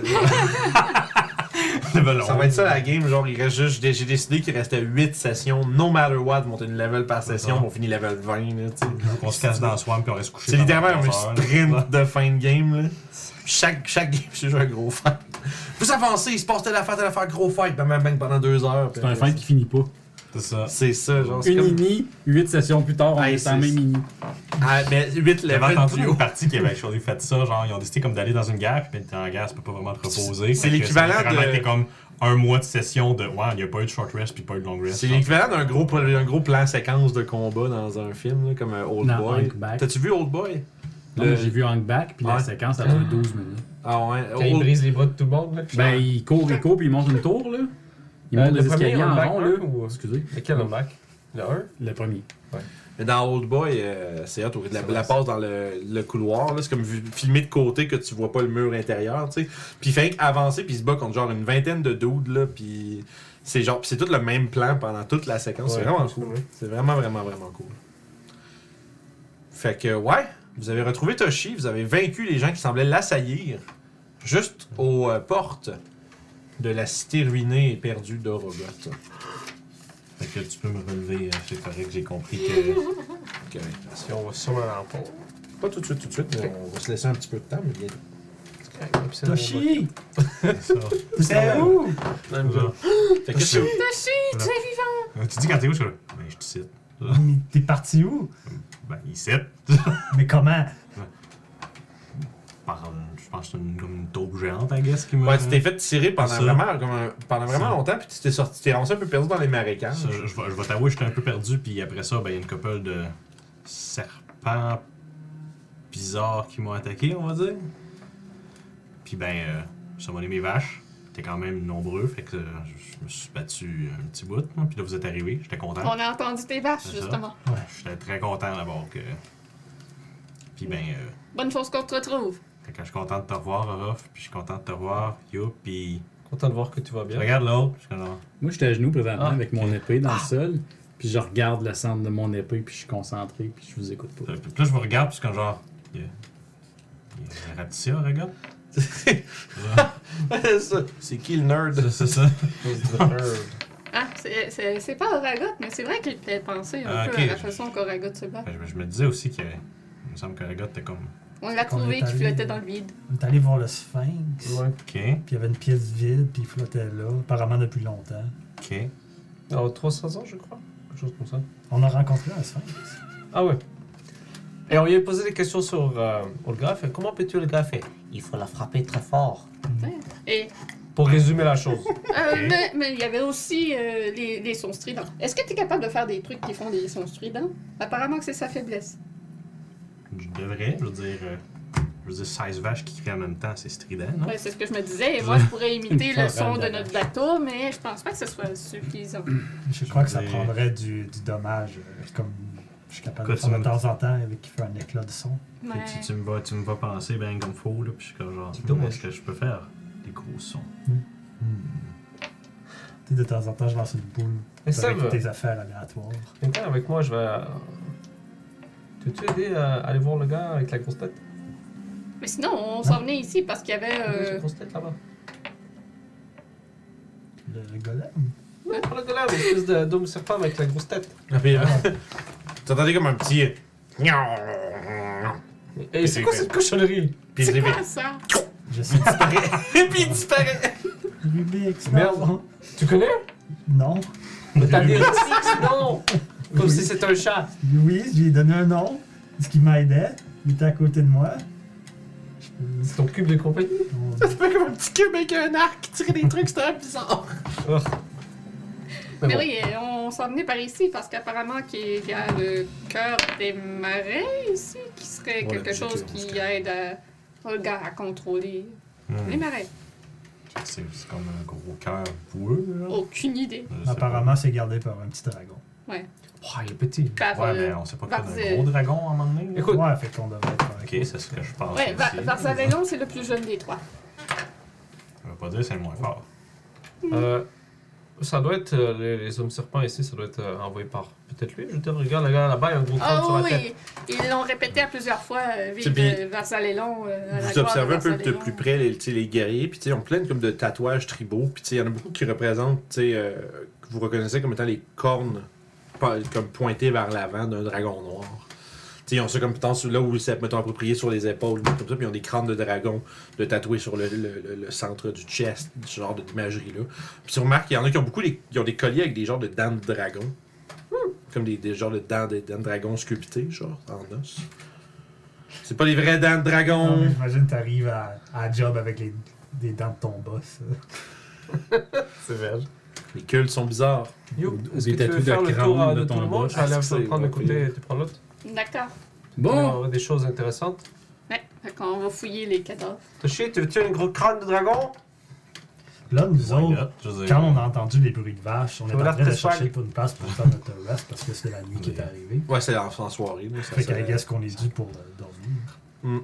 Level Ça va être ça la game, genre il reste juste, j'ai j'ai décidé qu'il restait 8 sessions, no matter what, monter une level par session, Ouais. on finit level 20, là, tu sais. On se casse dans le swamp puis on reste couché. C'est pendant littéralement un trois heures, là. sprint de fin de game, là. Chaque, chaque game, je suis juste un gros fight. Vous avancez, il se passe telle affaire, telle affaire, gros fight, bang, bang, bang, pendant deux heures. C'est puis un après, fight qui finit pas. C'est ça. C'est ça, genre, c'est Une comme... ini, 8 sessions plus tard, on Hey, est en c'est- même ini. Ah, mais 8 J'avais levels entendu plus une haut. partie qui avait surely fait ça, genre ils ont décidé comme d'aller dans une guerre, puis dans la guerre, tu peux pas vraiment te reposer. C'est Fait que l'équivalent ça a littéralement de- été comme un mois de session de « Wow, il n'y a pas eu de short rest puis pas eu de long rest. » C'est l'équivalent d'un gros, d'un gros plan séquence de combat dans un film, là, comme un Old Dans Boy. Hank Back. T'as-tu vu Old Boy? Non, Le- mais J'ai vu Hank Back, puis la Ouais. séquence, elle dure 12 minutes. Ah ouais. Quand il Old- brise les bras de tout le monde, là. Ben, il court, il court, puis il monte une tour, là. Il Euh, monte le des premier, escaliers en on le rond, back là. un ou- euh, Excusez, Lequel on back Le 1 hein? le premier. Mais dans Old Boy, euh, c'est hot. La, C'est vrai, la ça. passe dans le, le couloir, là, c'est comme vu- filmé de côté que tu vois pas le mur intérieur, tu sais. Puis il fait avancer, puis il se bat contre genre une vingtaine de dudes, là, puis c'est genre, puis c'est tout le même plan pendant toute la séquence. c'est Ouais, vraiment c'est cool. vrai. C'est vraiment, vraiment, vraiment cool. Fait que, ouais, vous avez retrouvé Toshi, vous avez vaincu les gens qui semblaient l'assaillir juste aux euh, portes de la cité ruinée et perdue d'Orogot. Fait que tu peux me relever, euh, c'est correct, j'ai compris que... Ok. Parce qu'on va sûrement en pause. Pas tout de suite, tout de suite, mais on va se laisser un petit peu de temps, mais bien. Toshi! c'est ça. C'est où? Fait que qu'est-ce que- Toshi, tu es vivant! Euh, Tu dis quand t'es où, je suis là, Ben, je te cite. Mm. Mais t'es parti où? Ben, il cite. Mais comment? Par, euh, je pense que c'est une, comme une taupe géante, I guess, qui m'a... Ouais, tu t'es fait tirer pendant Ça. vraiment, comme un- pendant vraiment Ça. longtemps, puis tu t'es sorti, tu t'es rendu un peu perdu dans les marécages. Ça, je, je vais, je vais t'avouer, j'étais un peu perdu, puis après ça, ben, il y a une couple de serpents bizarres qui m'ont attaqué, on va dire. Puis ben, euh, ça m'a donné mes vaches. T'es quand même nombreux, fait que euh, je je me suis battu un petit bout. hein, Puis là, vous êtes arrivés, j'étais content. On a entendu tes vaches, C'est ça. justement. J'étais très content d'abord que. Puis ben, euh, Bonne chose qu'on te retrouve. fait que je suis content de te revoir, Orof, puis je suis content de te revoir, Yo, puis. Content de voir que tout va bien. Regarde l'autre, je suis comme, Moi, j'étais à genoux présentement Ah, avec mon épée dans le sol, puis je regarde le centre de mon épée, puis je suis concentré, puis je vous écoute pas. euh, Puis là, je vous regarde, puis je suis comme genre. Il y a. Il y a un rapetissia, regarde. Ça, c'est qui le nerd? C'est c'est ça. Cause du nerf. Ah, c'est- c'est c'est pas Oragot, mais c'est vrai qu'il fait penser un Ah, peu ok. à la façon qu'Oragot se bat. Ben, je, je me disais aussi que. Il me semble que le gars était comme. On l'a Qu'on est trouvé qui allé- flottait dans le vide. On est allé voir le Sphinx. Ouais. Ok, Puis il y avait une pièce vide, puis il flottait là, apparemment depuis longtemps. ok. Alors, 300 oh, ans, je crois. Quelque chose comme ça. On a rencontré un Sphinx. Ah ouais. Et on lui a posé des questions sur euh, on le graphe. Comment peux-tu le graffer Il faut la frapper très fort. Et Pour résumer la chose. Euh, Ok. mais- mais il y avait aussi euh, les, les sons stridents. Est-ce que tu es capable de faire des trucs qui font des sons stridents? Apparemment que c'est sa faiblesse. Je devrais, je veux dire. euh, je veux dire, 16 vaches qui crient en même temps, c'est strident, non? Ouais, c'est ce que je me disais. Et moi, je pourrais imiter le Une son de parole notre bateau, mais je pense pas que ce soit suffisant. Je crois que ça Mais- prendrait du, du dommage, euh, comme je suis capable de Quoi, faire de tu temps en temps avec qui fait un éclat de son. Fait que Ouais. Tu, tu me vas, tu me vas penser ben comme faux, là, puis je suis comme genre. Dis donc, hum, Est-ce que je peux faire des gros sons? Tu sais, de temps en temps, je lance une boule Mais ça avec va. tes affaires aléatoires. Viens avec moi, je vais. euh, T'as-tu aidé à aller voir le gars avec la grosse tête Mais sinon, on s'en venait ici parce qu'il y avait. J'ai euh, une grosse tête là-bas. Le, le golem. Ouais, pour le gars-là, l'espèce de- d'homme serpent avec la grosse tête. T'entendais comme un petit. euh, Et c'est quoi cette cochonnerie Puis il C'est disparaît. quoi ça? Je suis Puis il disparaît. Rubik's. Merde. non. Tu connais Non. Mais T'as dit Rubik's, non Comme si c'était un chat. Oui, je lui ai donné un nom, ce qui m'aidait. Il était à côté de moi. C'est ton cube de compagnie. On- Tu fais comme un petit cube avec un arc qui tire des trucs, c'était bizarre. Oh. Mais, Mais bon. oui, euh, on s'en venait par ici parce qu'apparemment qu'il y a le cœur des marais ici qui serait Ouais, quelque c'est chose clair, c'est qui clair. aide à, au gars à contrôler Hum, les marais. C'est c'est comme un gros cœur boueux, là. Aucune idée. Je sais pas. Apparemment, c'est gardé par un petit dragon. Oh, il est petit. Par, Ouais, euh, mais on sait pas quoi Varzé. d'un gros dragon à un moment donné. là. Écoute. Ouais, fait qu'on devrait être Ok, correct. c'est ce que je pense. Ouais, aussi. Var- Varsavelon, c'est le plus jeune des trois. Je vais pas dire c'est le moins fort. Euh, Ça doit être. euh, les, les hommes serpents ici, ça doit être euh, envoyé par. Peut-être lui. Je te regarde, le gars là-bas, il y a un gros crâne Ah sur la tête. oui, ils l'ont répété à plusieurs fois, euh, vive C'est bien. euh, Versalélon. euh, à la Vous gloire observez un peu de Versalélon. plus près les, tu sais, les guerriers, puis tu sais, ils ont plein de, comme, de tatouages tribaux, puis tu sais, il y en a beaucoup qui représentent, tu sais, euh, que vous reconnaissez comme étant les cornes pas- comme pointées vers l'avant d'un dragon noir. Tu sais, ils ont ça comme étant sur- là où c'est, mettons, approprié sur les épaules, comme ça, puis ils ont des crânes de dragon de tatoués sur le, le- le- le centre du chest, ce genre d'imagerie-là. Puis tu remarques qu'il y en a qui ont beaucoup des, ils ont des colliers avec des genres de dents de dragon. Hmm. Comme des, des genres de dents, des dents de dragon sculptées, genre, en os. C'est pas les vraies dents de dragon! Non, mais J'imagine t'arrives à, à job avec les, des dents de ton boss. C'est vert. Les cultes sont bizarres. Yo, Ou- ou est-ce que des tu veux tatous de faire le crâne tour euh, de de ton tout le monde boss? Je vais aller Ah, c'est- prendre le côté ouais. et tu prends l'autre. D'accord. On va Bon! avoir des choses intéressantes. Ouais, fait qu'on va fouiller les cadavres. Toshi, tu veux-tu un gros crâne de dragon Là, nous Why autres, not? Je veux dire, Oh. quand on a entendu les bruits de vache, on est Voilà, en train de t'es chercher swag. pour une place pour faire notre rest parce que c'est la nuit qui est arrivée. Ouais, c'est en, en soirée. Là, ça, Fait ça- qu'à guess qu'on est dû pour euh, dormir.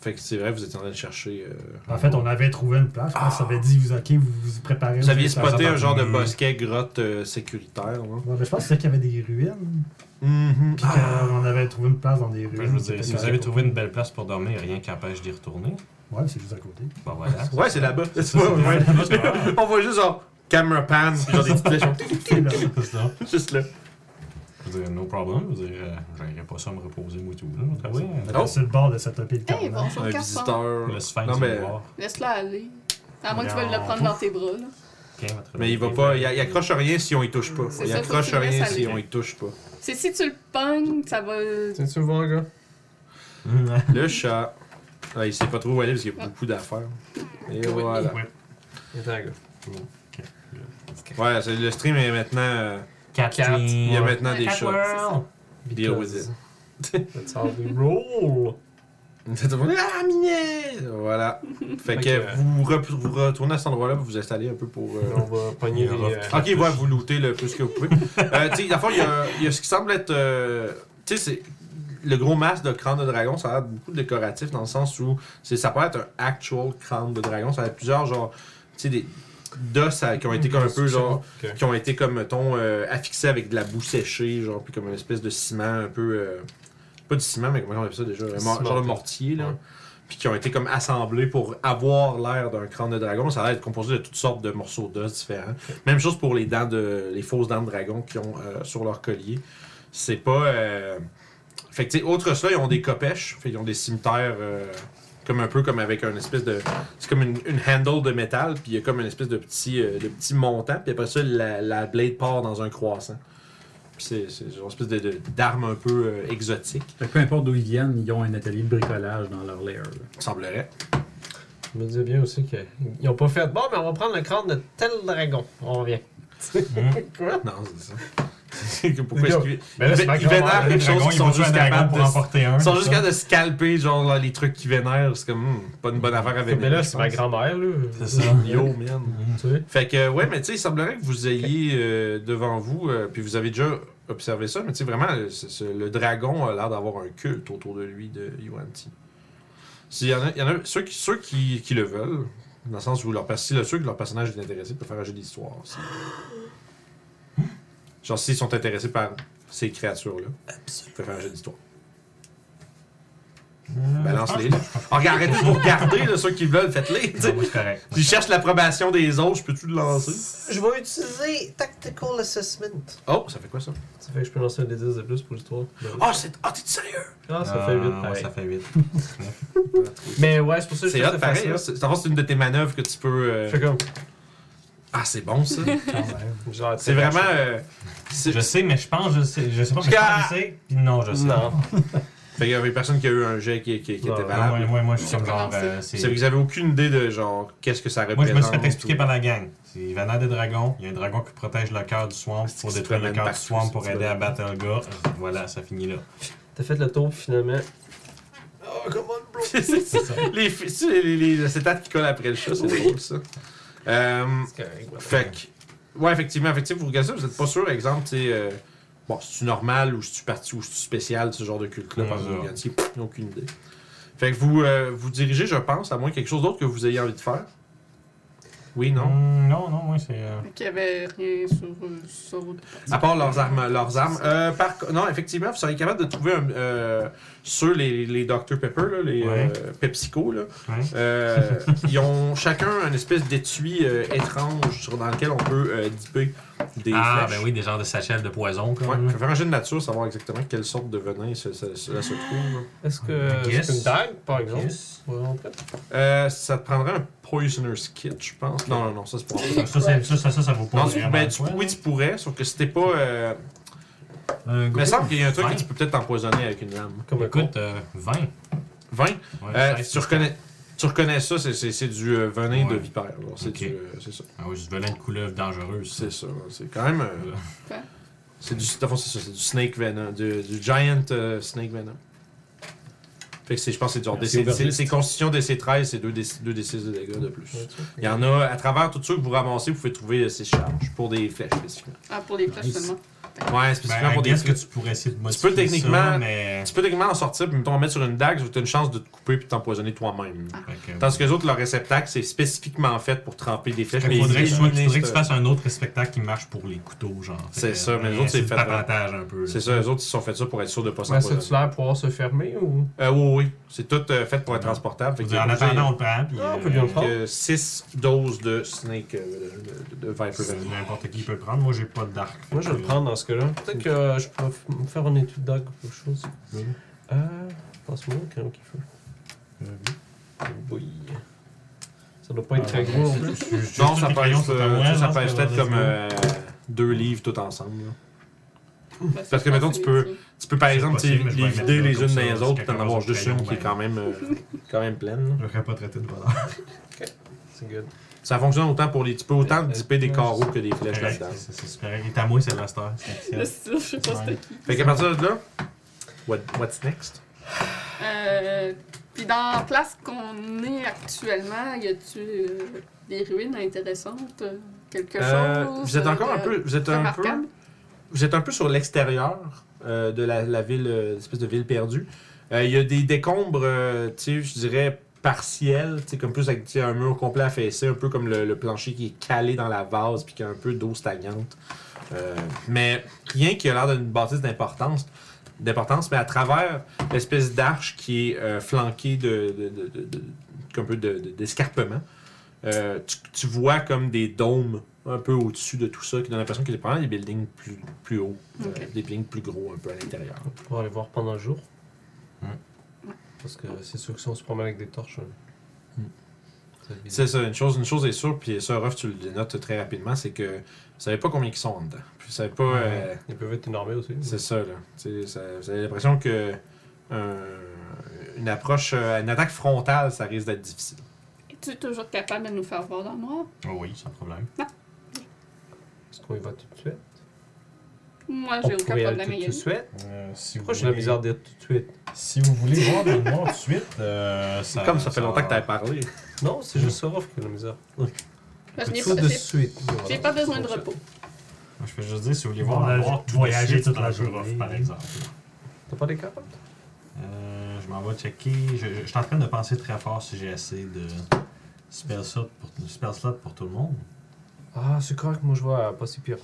Fait que c'est vrai, vous étiez en train de chercher. euh, En fait, on avait trouvé une place. Je pense que ça avait dit, vous, ok, vous vous préparez. Ah. Vous aviez êtes spoté un abandonnés. genre de bosquet grotte euh, sécuritaire. Là. Ouais, ben, je pense que c'est qu'il y avait des ruines. Mhm. Puis qu'on avait trouvé une place dans des Ah. Je ruines. veux dire, C'était si vous correct. avez trouvé une belle place pour dormir, rien qu'empêche d'y retourner. Ouais, c'est juste à côté. Ben voilà. Ouais, c'est là-bas. Ouais, ouais. on voit juste genre camera pan, puis genre des petites flèches. genre, C'est là. C'est ça. juste là. Je veux dire, no problem. Je veux dire, euh, j'arriverai pas ça à me reposer, moi, tout. Là, Ah ouais. On était Oh. sur le bord de cette opée de Hey, carnage. bonjour, Un Carpent. visiteur. Le sphinx, non, mais, il va voir. Laisse-la aller. À moins que tu veuilles le Non. prendre dans tes bras, là. Tiens, votre- mais il va pas. Il, il euh, accroche rien si on y touche pas. C'est Il ça, faut accroche qu'il reste rien à si l'écran. on y touche pas. C'est si tu le pognes, ça va. Tiens-tu le voir, gars Le chat. Ah, il sait pas trop où aller parce qu'il y a beaucoup d'affaires. Et voilà. Attends, gars. Ouais, c'est- le stream est maintenant. euh, Kathleen. il y a maintenant des Quatre chats. words. ça. Deal with it. That's how we roll. Tout le monde, Ah, minet! Voilà. Fait Fait que que, euh, vous, re- vous retournez à cet endroit-là, vous vous installez un peu pour. euh, On va pogner les. euh, Ok, ouais, vous lootez le plus que vous pouvez. euh, tu sais, dans le fond, il y a- il y, a ce qui semble être. euh, tu sais, c'est. Le gros masque de crâne de dragon, ça a l'air beaucoup décoratif dans le sens où c'est, ça peut être un actual crâne de dragon. Ça a plusieurs, genre. Tu sais, des. D'os à- qui ont été comme un peu, genre. Ok. Qui ont été comme, mettons, euh, affixés avec de la boue séchée, genre, puis comme une espèce de ciment un peu. euh, pas du ciment, mais comment on appelle ça déjà Un mor- Genre de Cimenté. mortier, là. Ouais. Puis qui ont été comme assemblés pour avoir l'air d'un crâne de dragon. Ça a l'air d'être composé de toutes sortes de morceaux d'os différents. Même chose pour les dents de. les fausses dents de dragon qui ont euh, sur leur collier. C'est pas. euh, Fait que, tu sais, outre ça, ils ont des copèches. Fait qu'ils ont des cimetières. euh, Comme un peu comme avec une espèce de. C'est comme une, une handle de métal, puis il y a comme une espèce de petit, euh, de petit montant, puis après ça, la, la blade part dans un croissant. Puis c'est- c'est genre une espèce de- de- d'arme un peu euh, exotique. Fait que peu importe d'où ils viennent, ils ont un atelier de bricolage dans leur lair. là. semblerait. Je me disais bien aussi qu'ils ont pas fait. Bon, mais on va prendre le crâne de tel dragon. On revient. Quoi? Non, c'est ça. C'est que Pourquoi est-ce qu'ils Mais là, c'est ils ma ils vénèrent grand-mère, quelque chose Dragon, ils il va sont tuer un juste dragon capables pour de... en porter un. Ils sont c'est juste ça? capables de scalper, genre, là, les trucs qui vénèrent. C'est comme, hmm, pas une bonne affaire à vénérer. Mais là, je c'est ma pense. grand-mère, là. C'est ça. Yo, man. Mm-hmm. Tu sais? Fait que, ouais, mais tu sais, il semblerait que vous ayez euh, devant vous, euh, puis vous avez déjà observé ça, mais tu sais, vraiment, le, c'est- c'est- le dragon a l'air d'avoir un culte autour de lui, de Yuan-Ti. S'il y en a, il y en a ceux, qui, ceux qui, qui le veulent, dans le sens où leur, pers- si le, ceux que leur personnage est intéressé, peut faire un jeu d'histoire aussi. Genre, s'ils sont intéressés par ces créatures-là, peut faire un jeu d'histoire. Euh, Ah, Balance-les. là. Oh, regarde, Arrêtez de vous regarder, là, ceux qui veulent, faites-les. tu sais. Non, moi, c'est correct. Si je cherche l'approbation des autres, je peux-tu le lancer? Je vais utiliser Tactical Assessment. Oh, ça fait quoi ça? Ça fait que je peux lancer un des 10 de plus pour l'histoire. Ah, Oh, c'est... oh t'es sérieux? Ah, ça Ah, fait 8 ouais, pareil. Ça fait 8. Mais ouais, c'est pour ça que je C'est fais hot cette pareil, face-là. hein? c'est en fait, c'est une de tes manœuvres que tu peux. euh, Je fais comme. Ah, c'est bon ça! Quand même. Genre, c'est vraiment. euh, c'est- Je sais, mais je pense, je sais, je sais pas, mais je pense que je sais. Puis Non, je sais. Non. Fait qu'il y avait personne qui a eu un jet qui, qui, qui Non, était non, Ah, Moi, valable. moi, moi, je suis comme genre. Comment euh, C'est que c'est- vous avez aucune idée de genre qu'est-ce que ça représente. Moi, je me suis fait expliquer par la gang. C'est Ivana des dragons. Il y a un dragon qui protège le cœur du swamp C'est pour qu'il se détruire le promène cœur du partout, swamp c'est pour qu'il aider se à battre le gars. Voilà, ça finit là. T'as fait le tour, puis finalement. Oh, come on, bro! les, fi- tu sais, les, les, les acétates qui collent après le chat, c'est drôle ça. Euh, C'est correct. Fait que, ouais, effectivement, fait que, tu sais, vous regardez ça, vous êtes pas sûr, exemple, tu sais, euh, bon, c'est-tu normal ou c'est-tu parti ou c'est-tu spécial, ce genre de culte-là, Ouais, par ça. exemple, Yanti, pff, ils n'ont aucune idée. Fait que vous euh, vous dirigez, je pense, à moins quelque chose d'autre que vous ayez envie de faire. Oui, non. Hmm, non, non, moi, c'est. euh, Qu'il n'y avait rien sur euh, sur autre À part leurs armes. Leurs armes. Euh, par co- non, effectivement, vous seriez capable de trouver un, euh, sur les, les Dr Pepper, là, les Ouais. euh, PepsiCo. Là, ouais. euh, ils ont chacun une espèce d'étui euh, étrange sur, dans lequel on peut euh, dipper des Ah, flèches. ben oui, des genres de sachets de poison, Ouais, comme. faut faire un jeu de nature, savoir exactement quelle sorte de venin se- se- cela se trouve. Est-ce que Yes. c'est une dague, par exemple? Yes. Ouais, en fait. Euh, ça te prendrait un Poisoner's Kit, je pense. Non, non, non, ça c'est pour Ça, ça, c'est- ça, ça, ça, ça vaut pas hein? Non, tu- vraiment ben, le tu- poids, oui, tu pourrais, sauf que c'était pas. euh, Un mais il me semble qu'il y a un truc Ouais. que tu peux peut-être empoisonner avec une lame. Comme un con. Écoute, euh, 20. 20. Ouais, Euh, 16, tu, reconnais, tu reconnais ça, c'est- c'est c'est du euh, venin Ouais. de vipère. là. C'est Ok. du, euh, c'est ça. Ah oui, je velin de couleuvre dangereuse. C'est ça. là. C'est quand même. euh, Ouais. c'est du, dans le fond, c'est ça, c'est du snake venom, du, du giant euh, snake venom. Fait que c'est- je pense que c'est du genre Merci, DC c'est- Aubergiste. C'est constitution DC13, c'est 2D6 de dégâts de plus. Il y en a, à travers tout ça que vous ramassez, vous pouvez trouver euh, ces charges pour des flèches spécifiquement. Ah, pour les flèches Nice. seulement. Ouais, Ben, spécifiquement I pour des guess que flèches. tu pourrais essayer de modifier peux techniquement- ça, mais... Tu peux techniquement en sortir, puis mettons, en mettre sur une dague, tu as une chance de te couper puis de t'empoisonner toi-même. Fait que- Tandis que les autres, leur réceptacle, c'est spécifiquement fait pour tremper des flèches. Il mais faudrait, que, tu sois- éliminer faudrait que tu cette- fasses un autre spectacle qui marche pour les couteaux, genre. Fait C'est que, ça, mais les euh, autres, c'est du fait- papantage un peu. là. euh, C'est ça, les autres, ils se sont fait ça pour être sûrs de pas Mais c'est-tu s'empoisonner. l'air pouvoir se fermer ou. Euh, oui, oui. C'est tout euh, fait pour être transportable. Fait Faut que dire, en t'es obligé- attendant, on le prend, puis... euh, Ah, on peut bien le prendre. que 6 doses de Snake, euh, de, de- de Viper euh, Venom. N'importe qui peut le prendre. Moi, j'ai pas de dark. Euh, Moi, je vais le prendre dans ce cas-là. Peut-être que euh, je peux f- me faire une étude d'ag ou quelque chose. Oui. Euh. Passe-moi le crayon qu'il faut. Oh boy. Ça doit pas être très gros non plus. Non, ça pèse, euh, ça, hein, ça pèse peut-être comme euh, deux livres tout ensemble. là. Parce que, mettons, tu peux- Tu peux par C'est exemple tu sais, possible, mais je les vais vider mettre les comme unes ça, dans les parce autres, que puis t'en quelqu'un avoir d'autre juste crayon, une qui est ben- quand même, euh, quand même pleine. là. Je l'aurais pas traité de bonheur. C'est good. Ça fonctionne autant pour les. Tu peux autant Euh, dipper des euh, carreaux que des flèches Correct, là-dedans. c'est- C'est super. Il est à moi, c'est l'asteur. C'est Le officiel. style, je sais pas c'était qui. Fait qu'à partir de là, what- what's next? Euh, Puis dans la place qu'on est actuellement, y a-tu euh, des ruines intéressantes? euh, Quelque Euh, chose? vous êtes euh, encore un de- peu. Vous êtes un peu. Remarquable? Vous êtes un peu sur l'extérieur euh, de la, la ville, euh, espèce de ville perdue. Euh, Il y a des décombres, euh, tu sais, je dirais partiels, tu sais, comme plus avec tu sais, un mur complet affaissé, un peu comme le, le plancher qui est calé dans la vase puis qui a un peu d'eau stagnante. Euh, mais rien qui a l'air d'une bâtisse d'importance, d'importance, mais à travers l'espèce d'arche qui est euh, flanquée de, de, de- de- de- un peu de- de- d'escarpements, euh, tu, tu vois comme des dômes un peu au-dessus de tout ça, qui donne l'impression qu'il y a probablement des buildings plus, plus hauts, euh, Ok. des buildings plus gros un peu à l'intérieur. On va pouvoir aller voir pendant le jour. Hmm. Parce que c'est sûr que si on se promène avec des torches. euh, Hmm. ça va être bizarre. C'est ça, une chose, une chose est sûre, puis ça, Ruff, tu le dénotes très rapidement, c'est que vous savez pas combien ils sont en dedans. Puis vous savez pas. euh, Ils peuvent être énormes aussi. C'est ça, là. Tu sais, ça- vous avez l'impression que euh, une approche, euh, une attaque frontale, ça risque d'être difficile. Es-tu toujours capable de nous faire voir dans le noir? Oh oui, sans problème. Est-ce qu'on y va tout de suite Moi, On j'ai aucun pourrait y aller problème à y tout de aller. suite. Euh, si Pourquoi j'ai la misère d'y être tout de suite Si vous voulez voir le noir tout de suite, euh, ça. Comme ça fait longtemps que t'avais parlé. Non, c'est juste Sorof qui a la misère. Parce que j'ai Tout pas- de j'ai- suite. J'ai Voilà. pas besoin de repos. Je fais juste dire, si vous voulez voir le Voyage- noir tout de voyager suite, euh, toute la je journée. offre, par exemple. T'as pas des capotes Euh, je m'en vais checker. Je, je- je suis en train de penser très fort si j'ai assez de spell slot pour, spell slot pour tout le monde. Ah, c'est correct, moi je vois pas si pire.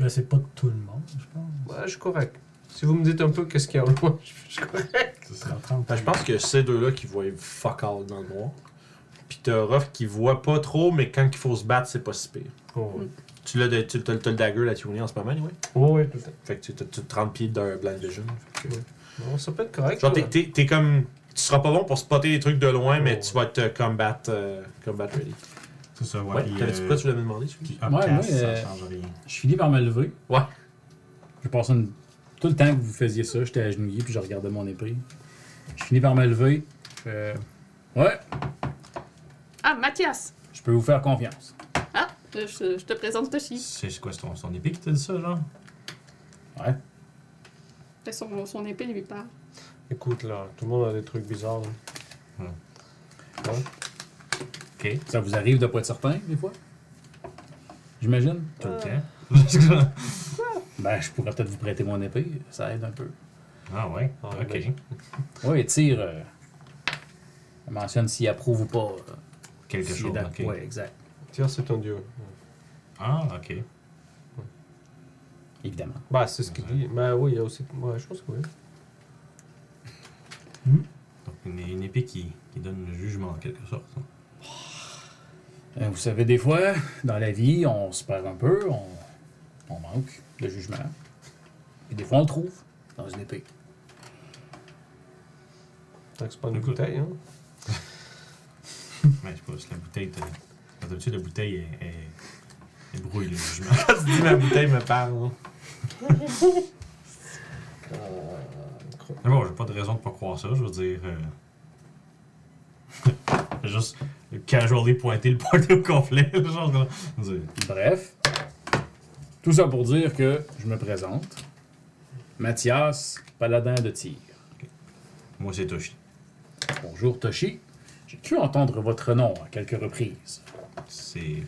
Là, c'est pas tout le monde, je pense. Ouais, je suis correct. Si vous me dites un peu qu'est-ce qu'il y a au loin, je je suis correct. Fait que je pense que ces deux-là qui voient fuck all dans le noir. Puis t'as Ruff qui voit pas trop, mais quand il faut se battre, c'est pas si pire. Oh, Mm. ouais. Tu l'as, de- tu t'as, t'as le dagger là, tu en ce moment, oui. Oh, ouais, tout le temps. Fait que tu t'as, t'as 30 pieds d'un blind vision. Fait que- Non, ça peut être correct. Genre, hein. t'es, là. t'es- t'es comme. Tu seras pas bon pour spotter des trucs de loin, mais Oh, tu vas te combat, euh, combat ready. Tout ça, ouais. Ouais, puis, t'avais-tu euh, quoi, tu l'avais demandé, celui puis upcast, moi, ça euh, change rien. Je finis par me lever. Ouais. Je passe une- tout le temps que vous faisiez ça, j'étais agenouillé puis je regardais mon épée. Je finis par me lever. Euh, Ouais, Ah, Mathias! je peux vous faire confiance. Ah, je, je te présente Toshi. C'est c'est quoi, c'est ton, son épée qui t'a dit ça, genre? Ouais. Fait Son, son épée lui parle. Écoute là, tout le monde a des trucs bizarres. là. Ok, Ça vous arrive de pas être certain, des fois? J'imagine. tout le temps. Ben, je pourrais peut-être vous prêter mon épée. Ça aide un peu. ah ouais, Ah, ok. ben, ouais. Ouais, et tire. euh, on mentionne s'il approuve ou pas. euh, Quelque s'il est chose, d'ac- ok. Ouais, exact. Tyr, c'est un dieu. Ah, ok. Évidemment. Bah, c'est ce qu'il dit. Mais oui, il y a aussi. Ouais, je pense que oui. Donc, une, une épée qui, qui donne le jugement, en quelque sorte. Euh, Vous savez, des fois, dans la vie, on se perd un peu, on, on manque de jugement. Et des fois, on le trouve dans une épée. Tant que c'est pas une Écoute. bouteille, hein. Mais je sais pas, si la bouteille. t'as- Quand d'habitude, la bouteille est, est- elle brouille le jugement. tu dis la bouteille me parle. Euh, Mais bon, j'ai pas de raison de pas croire ça, je veux dire. euh, j'ai juste casually pointer le pointer au complet. le genre de- je veux dire, Bref, tout ça pour dire que je me présente. Mathias, paladin de tir. Moi, c'est Toshi. Bonjour Toshi. J'ai cru entendre votre nom à quelques reprises. C'est.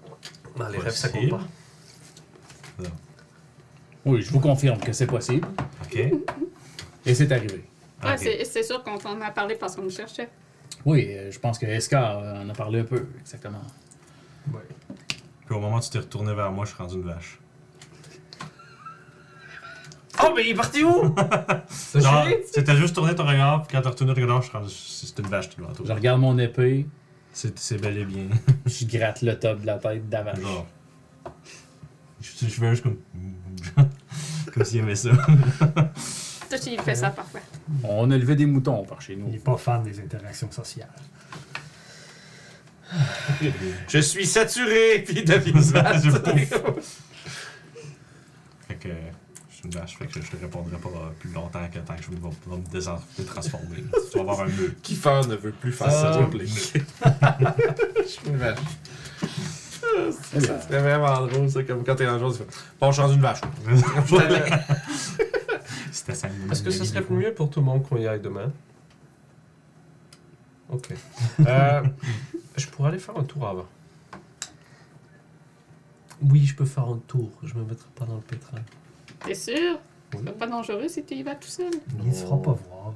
Dans bah, les possible. rêves, ça compte pas. Oui, je vous confirme que c'est possible. Ok. Et c'est arrivé. Ah, Ok. c'est- C'est sûr qu'on t'en a parlé parce qu'on nous cherchait. Oui, euh, je pense que Escar euh, en a parlé un peu, exactement. Puis au moment où tu t'es retourné vers moi, je suis rendu une vache. Oh, mais il est parti où? Genre, tu t'as juste tourné ton regard, puis quand t'as retourné ton regard, je suis rendu. C'est une vache, tout devant Je toi. regarde mon épée, C'est c'est bel et bien. je gratte le top de la tête d'avant. Genre. Je, je fais juste comme. comme s'il aimait ça. Toshi, il fait ça parfois. On a levé des moutons par chez Il nous. n'est pas fan des interactions sociales. Je suis saturé, puis de Je visage. Fait que je suis une vache, fait que je te répondrai pas euh, plus longtemps que tant que je vais vais me désen- me transformer. tu vas avoir un mur. Kiefer ne veut plus faire ça, s'il vous plaît. Euh. Je suis une vache. Eh bien, C'est vraiment drôle, ça, comme quand t'es dans le jour, tu fais Bon, je suis rendu une vache. C'était ça. Est-ce que ce serait mieux pour tout le monde qu'on y aille demain Ok. Euh, je pourrais aller faire un tour avant. Oui, je peux faire un tour. Je me mettrai pas dans le pétrin. T'es sûr? Oui. C'est pas dangereux si tu y vas tout seul. Il ne se fera pas voir.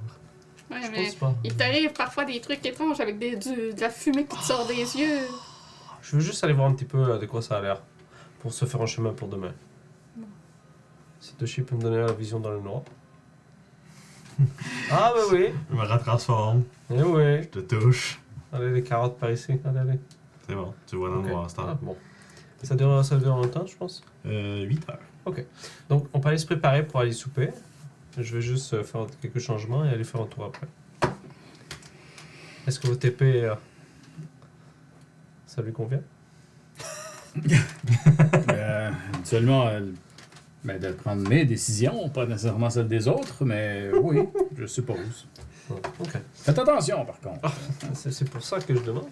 Ouais, Je mais pense pas. il t'arrive parfois des trucs étranges avec des, du- de la fumée qui te sort des yeux. Je veux juste aller voir un petit peu euh, de quoi ça a l'air pour se faire un chemin pour demain. Si Toshi peut me donner la vision dans le noir. ah bah oui. Je me retransforme, Eh oui. je te touche. Allez les carottes par ici. Allez allez. C'est bon, tu vois dans Ok. le noir, c'est Ah, tard. bon. Ça dure ça dure longtemps, je pense. Euh, 8 heures. Donc, on peut aller se préparer pour aller souper. Je vais juste euh, faire quelques changements et aller faire un tour après. Est-ce que votre épée, euh, ça lui convient euh, habituellement, euh, ben, de prendre mes décisions, pas nécessairement celles des autres, mais oui, je suppose. Ok. Faites attention, par contre. C'est c'est pour ça que je demande.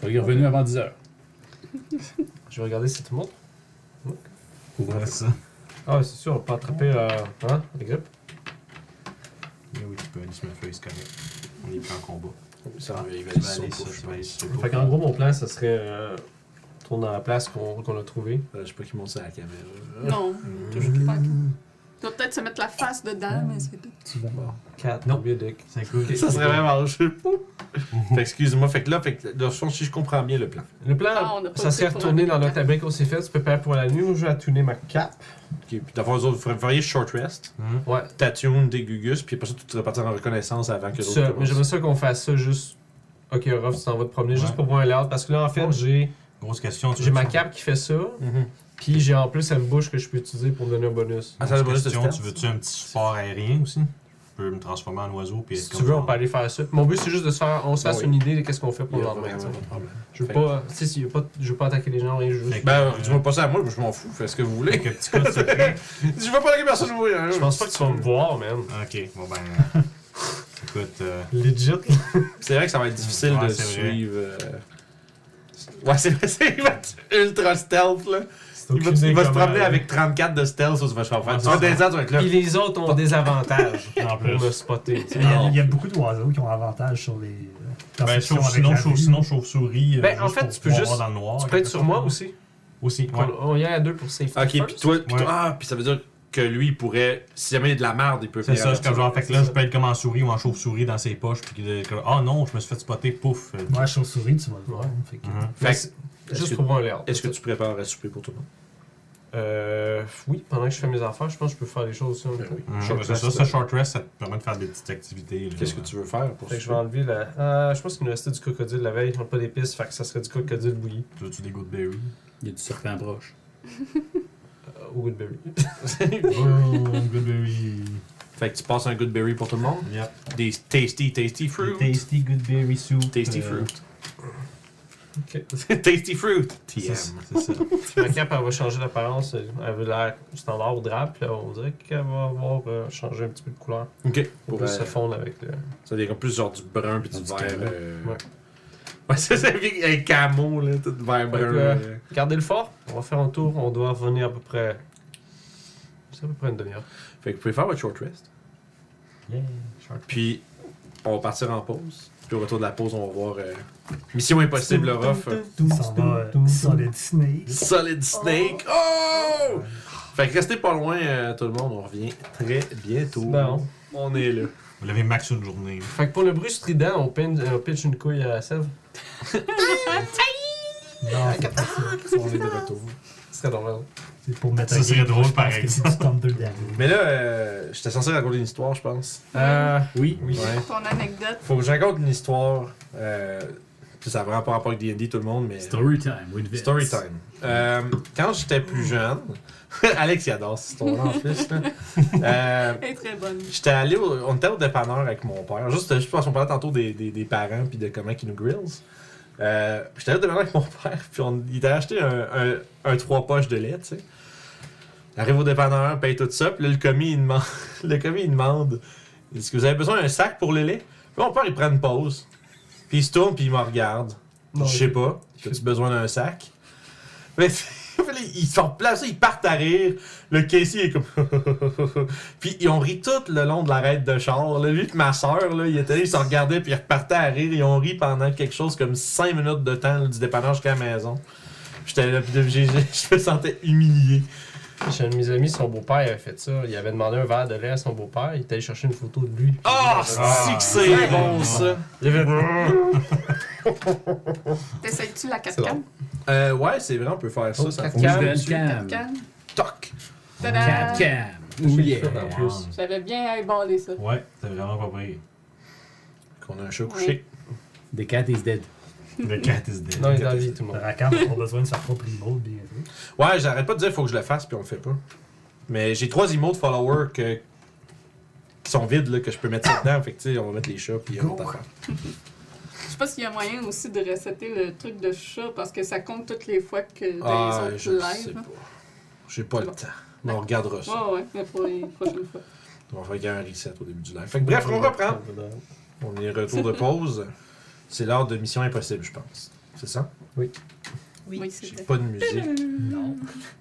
Soyez revenus avant 10 heures. Je vais regarder cette montre. Ouais, ça. Ah, ouais, c'est sûr, on peut attraper euh, hein, les grippes. Mais Eh oui, tu peux aller sur ma feuille, c'est correct. On est plus en combat. Oh, Ça, il va Tu vas aller sur, tu vas aller sur. Fait qu'en gros, mon plan, ça serait euh, tourner dans la place qu'on qu'on a trouvée. Je sais pas qui monte ça à la caméra. Non, toujours pas. Il doit peut-être se mettre la face dedans, mais c'est tout. Quatre. Non. De... C'est cool. Ça serait vraiment. Je sais pas. Fait que, excuse-moi, fait que là, fait que, de toute façon, si je comprends bien le plan. Le plan, Ah, on a pas ça dit serait pour retourner aller. dans notre abri qu'on s'est fait, se préparer pour la nuit. Moi, je vais attuner ma cape. Ok, puis d'abord, vous autres, vous feriez short rest, Ouais. t'attunes des gugus, puis après ça, tu te repartir en reconnaissance avant que Ça, l'autre mais commence. j'aimerais ça qu'on fasse ça juste. Ok, Ruff, tu t'en vas te promener juste Ouais. pour voir un layout. Parce que là, en fait, Ouais. j'ai Grosse question. tu j'ai veux- ma cape qui fait ça. Mhm. Puis j'ai en plus une bouche que je peux utiliser pour me donner un bonus. Ah, ça, Grosse le bonus de question, stats. Tu veux-tu un petit support aérien aussi Je peux me transformer en oiseau puis être Si tu veux, on peut parle. aller faire ça. Mon but, c'est juste de se faire, on se Ah fasse oui. une idée de qu'est-ce qu'on fait pour Il le y a lendemain. vraiment tu sais. pas de problème. Je veux Fait pas, tu sais, s'il y a pas, je veux pas attaquer les gens, rien, je veux Fait juste. que- Ben, tu vois pas ça à moi, je m'en fous, fais ce que vous voulez. Fait que petit coup de secret. Je veux pas laisser personne mourir. hein. Je pense pas que tu vas me voir, man. Ok, bon ben. Écoute. euh, Legit. C'est vrai que ça va être difficile Ouais, de c'est vrai. suivre. euh, Ouais, c'est vrai, c'est- il va être ultra stealth, là. Il va, il va se promener avec 34 de stealth, euh, ça, ça va se faire faire. Tu vas des ans, tu vas être là. Puis les autres ont des avantages En pour plus. me spotter. tu sais. Il y, a, il y a beaucoup d'oiseaux qui ont avantage sur les. euh, Ben, perceptions chauve- avec sinon, la chauve- vue. sinon, chauve-souris. euh, Ben, en juste fait, pour tu peux pouvoir juste- voir dans le noir. Tu peux être sur moi aussi. Aussi, ouais. On, on y est à deux pour safety. Ok, puis first. toi, puis Ouais. toi- ah, puis ça veut dire que lui, il pourrait. Si jamais il y a de la merde, il peut C'est ça, venir c'est comme avertir. genre, fait que là, je peux être comme en souris ou en chauve-souris dans ses poches, puis que- que, ah non, je me suis fait spotter, pouf. Euh, Moi, chauve-souris, tu vas le voir. hein, Fait que- Mhm. Fait que- Juste que- pour voir un layout. Est-ce que tu prépares à souper pour tout le monde? Euh, oui, pendant que je fais mes affaires, je pense que je peux faire des choses aussi. en même temps. Mhm. Short C'est ça, rest, ça, short rest, ça te permet de faire des petites activités. là. Qu'est-ce que tu veux faire pour Fait que je vais souper? enlever la. Ah, je pense qu'il nous restait du crocodile la veille, on n'a pas d'épices, fait que ça serait du crocodile bouilli. Tu veux-tu des good berry? Il y a du serpent proche. Euh, Au Woodberry. Oh, good berry. Fait que tu passes un good berry pour tout le monde? Yep. Des tasty, tasty fruit. Tasty good berry soup. Tasty Euh, fruit. ok. tasty fruit. C'est TM. ça. c'est ça. Puis ma cape, elle va changer d'apparence. Elle avait l'air standard au drap, puis là, on dirait qu'elle va avoir euh, changé un petit peu de couleur. Ok. Pour Pour, euh, se fondre avec le. ça devient comme plus genre du brun puis du Du vert. camo. euh, Ouais. Ouais, ça, ça vient avec camo, là, tout vert brun. que, euh, là. Gardez le fort, on va faire un tour, on doit revenir à peu près. C'est à peu près une demi-heure. Fait que vous pouvez faire votre short rest. Yeah, short Puis, on va partir en pause. Puis, au retour de la pause, on va voir euh, Mission Impossible, Ruff. Il s'en va euh, Solid Snake. Solid Snake. Oh! Fait que restez pas loin, euh, tout le monde. On revient très bientôt. Bon. On est là. Vous l'avez max une journée. Fait que pour le bruit strident, on, pin- on pitch une couille à la sève. Non, c'est pas ça. On est de retour. Ce serait normal. C'est pour mettre Ça un serait game. drôle, Je pense par que exemple. C'est du tome 2 dernier. Mais là, euh, j'étais censé raconter une histoire, je pense. Euh. Oui. Oui. Ouais. Ton anecdote. Faut que je raconte une histoire. Euh, puis ça a vraiment pas rapport avec D&D, tout le monde, mais... Story time with Vince. Story time. Euh, quand j'étais plus jeune... Alex, il adore cette histoire-là, en plus. là. Euh, Elle est très bonne. J'étais allé au- on était au dépanneur avec mon père. Juste, je pense qu'on parlait tantôt des, des, des parents puis de comment ils nous grills. Euh, J'étais allé au dépanneur avec mon père puis on, il avait acheté un, un, un trois poches de lait, tu sais. Arrive au dépanneur, paye tout ça, puis là, le commis, il demande, le commis, il demande Est-ce que vous avez besoin d'un sac pour le lait Puis mon père, il prend une pause. Puis il se tourne, puis il me regarde. Non. Je sais pas. As-tu besoin d'un sac? Mais fait là, ils se font placer, ils partent à rire. Le caissier est comme. puis ils ont ri tout le long de l'arrêt de char. Là, lui et ma soeur, là, ils, étaient, là, ils se regardaient puis ils repartaient à rire. Ils ont ri pendant quelque chose comme 5 minutes de temps là, du dépanneur jusqu'à la maison. J'étais là, puis de- j'ai- j'ai- je me sentais humilié. J'ai un de mes amis, son beau-père avait fait ça. Il avait demandé un verre de lait à son beau-père. Il était allé chercher une photo de lui. Ah, c'est Ah, que c'est bon ça! Il avait- "Mm, T'essayes-tu la C'est 4-4? Euh, ouais, c'est vrai, on peut faire ça. Oh, ça quatre fonctionne. Cam, Cat tu- cam. Toc! Cat Tada! cam. Oh yeah. En plus. J'avais bien eyeballé ça. Ouais, c'est vraiment pas pire. Qu'on a un chat couché. The cat is dead. The cat is dead. Non, il est dans la vie, tout le monde. Rakam n'a pas besoin de sa propre emote, bien vu. Ouais, j'arrête pas de dire faut que je le fasse puis on le fait pas. Mais j'ai trois emotes followers que... qui sont vides là, que je peux mettre ça dedans. Fait que tu sais, on va mettre les chats puis on va faire. Je sais pas s'il y a moyen aussi de recéter le truc de chat parce que ça compte toutes les fois que Ah, dans les je autres sais lives. hein. pas. J'ai pas le temps. Mais on regardera ça. Ouais, ouais, mais pour les prochaines fois. On va faire un reset au début du live. Fait que bref, on reprend. On est retour de pause. C'est l'heure de Mission Impossible, je pense. C'est ça? Oui, J'ai c'était. pas de musique. Non.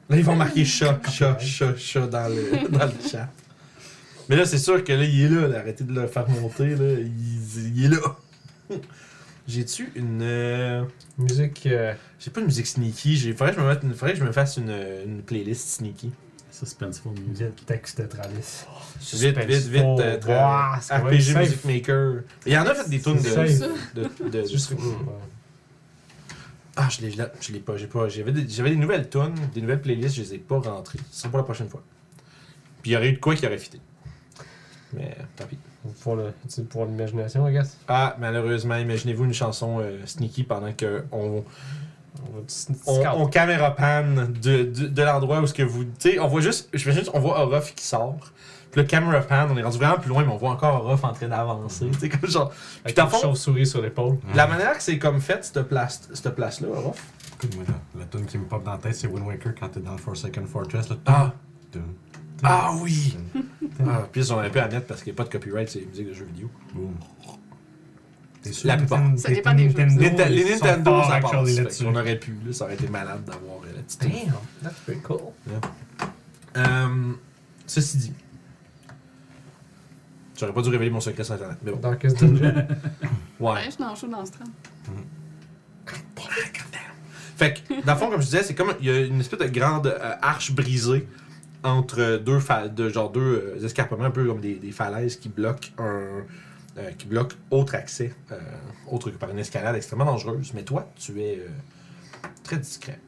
Là, ils vont marquer chat, chat, chat, chat dans le, dans le chat. Mais là, c'est sûr que là, il est là, là. Arrêtez de le faire monter, là. Il, il est là. J'ai-tu une. euh, Musique. euh, J'ai pas de musique sneaky. J'ai... Faudrait, que je me mette une... Faudrait que je me fasse une, une playlist sneaky. Suspenseful music. Vite, texte de Travis. Vite, vite, vite. euh, tra- Ouah, c'est quand même RPG safe. Music Maker. Il y en a fait des tunes de, C'est de, safe. de, de- C'est juste. Mm, ouais. Ah, je l'ai, je l'ai- je l'ai pas, j'ai pas. J'avais des, j'avais des nouvelles tunes, des nouvelles playlists, je les ai pas rentrées. Ce sera pour la prochaine fois. Puis il y aurait eu de quoi qui aurait fité. Mais euh, tant pis. Pour le- c'est pour l'imagination, I guess. Ah, malheureusement, imaginez-vous une chanson euh, sneaky pendant que on, On va s- s- on, scout. on caméra pan de, de, de l'endroit où ce que vous. Tu sais, on voit juste. Je juste, on voit Orof qui sort. Puis le caméra pan, on est rendu vraiment plus loin, mais on voit encore Orof en train d'avancer. Tu sais, comme genre. Puis Avec une dans le fond, chauve-souris sur l'épaule. la manière que c'est comme fait, cette place- cette place-là, Orof. Écoute-moi là. La tune qui me pop dans la tête, c'est Wind Waker quand t'es dans le Forsaken Fortress. Là. Ah! Dun, Ah oui! Ah, puis on est un peu à mettre parce qu'il n'y a pas de copyright sur les musiques de jeux vidéo. boom. T'es La plupart. Nintendo- Ça dépend des jeux. Nintendo, Nita- les ils sont Nintendo, forts, ça actually, passe. là-dessus. On aurait pu, là, ça aurait été malade d'avoir euh, la petite. that's pretty cool. Euh, ceci dit, j'aurais pas dû révéler mon secret sur Internet, mais bon. Darkest Dungeon. Ouais. Ouais, je suis dans le chaud dans ce train. Fait que, dans le fond, comme je disais, c'est comme il y a une espèce de grande euh, arche brisée entre deux, fa- de, genre deux euh, escarpements, un peu comme des, des falaises qui bloquent un. euh, qui bloquent autre accès, euh, autre que par une escalade extrêmement dangereuse. Mais toi, tu es euh, très discret.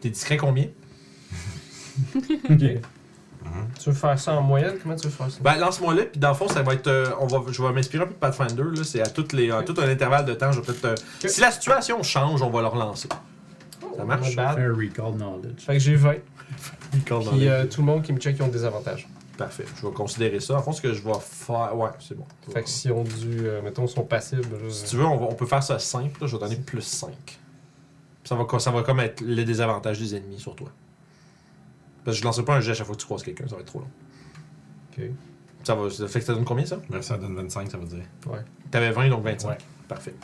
T'es discret combien? Tu veux faire ça en moyenne? Comment tu veux faire ça? Ben, lance-moi là, puis dans le fond, ça va être. euh, on va, je vais m'inspirer un peu de Pathfinder, là. C'est à, toutes les, à tout un intervalle de temps. Je vais peut-être. euh, Si la situation change, on va le relancer. Ça marche? Not Oh, bad. Faire un recall knowledge. Fait que j'ai 20. Nicole dans Puis les- euh, tout le monde qui me check, ils ont des avantages. Parfait. Je vais considérer ça. En fond, ce que je vais faire. Ouais, c'est bon. Fait que s'ils ont dû, euh, mettons, sont passifs, ben, juste- Si tu veux, on, va- on peut faire ça simple. là. Je vais donner plus 5. Ça va, co- ça va comme être le désavantage des ennemis sur toi. Parce que je lancerai pas un jet à chaque fois que tu croises quelqu'un, ça va être trop long. Ok. Ça, va, ça fait que ça donne combien ça Bref, ça donne 25, ça veut dire. T'avais 20, donc 25. Parfait.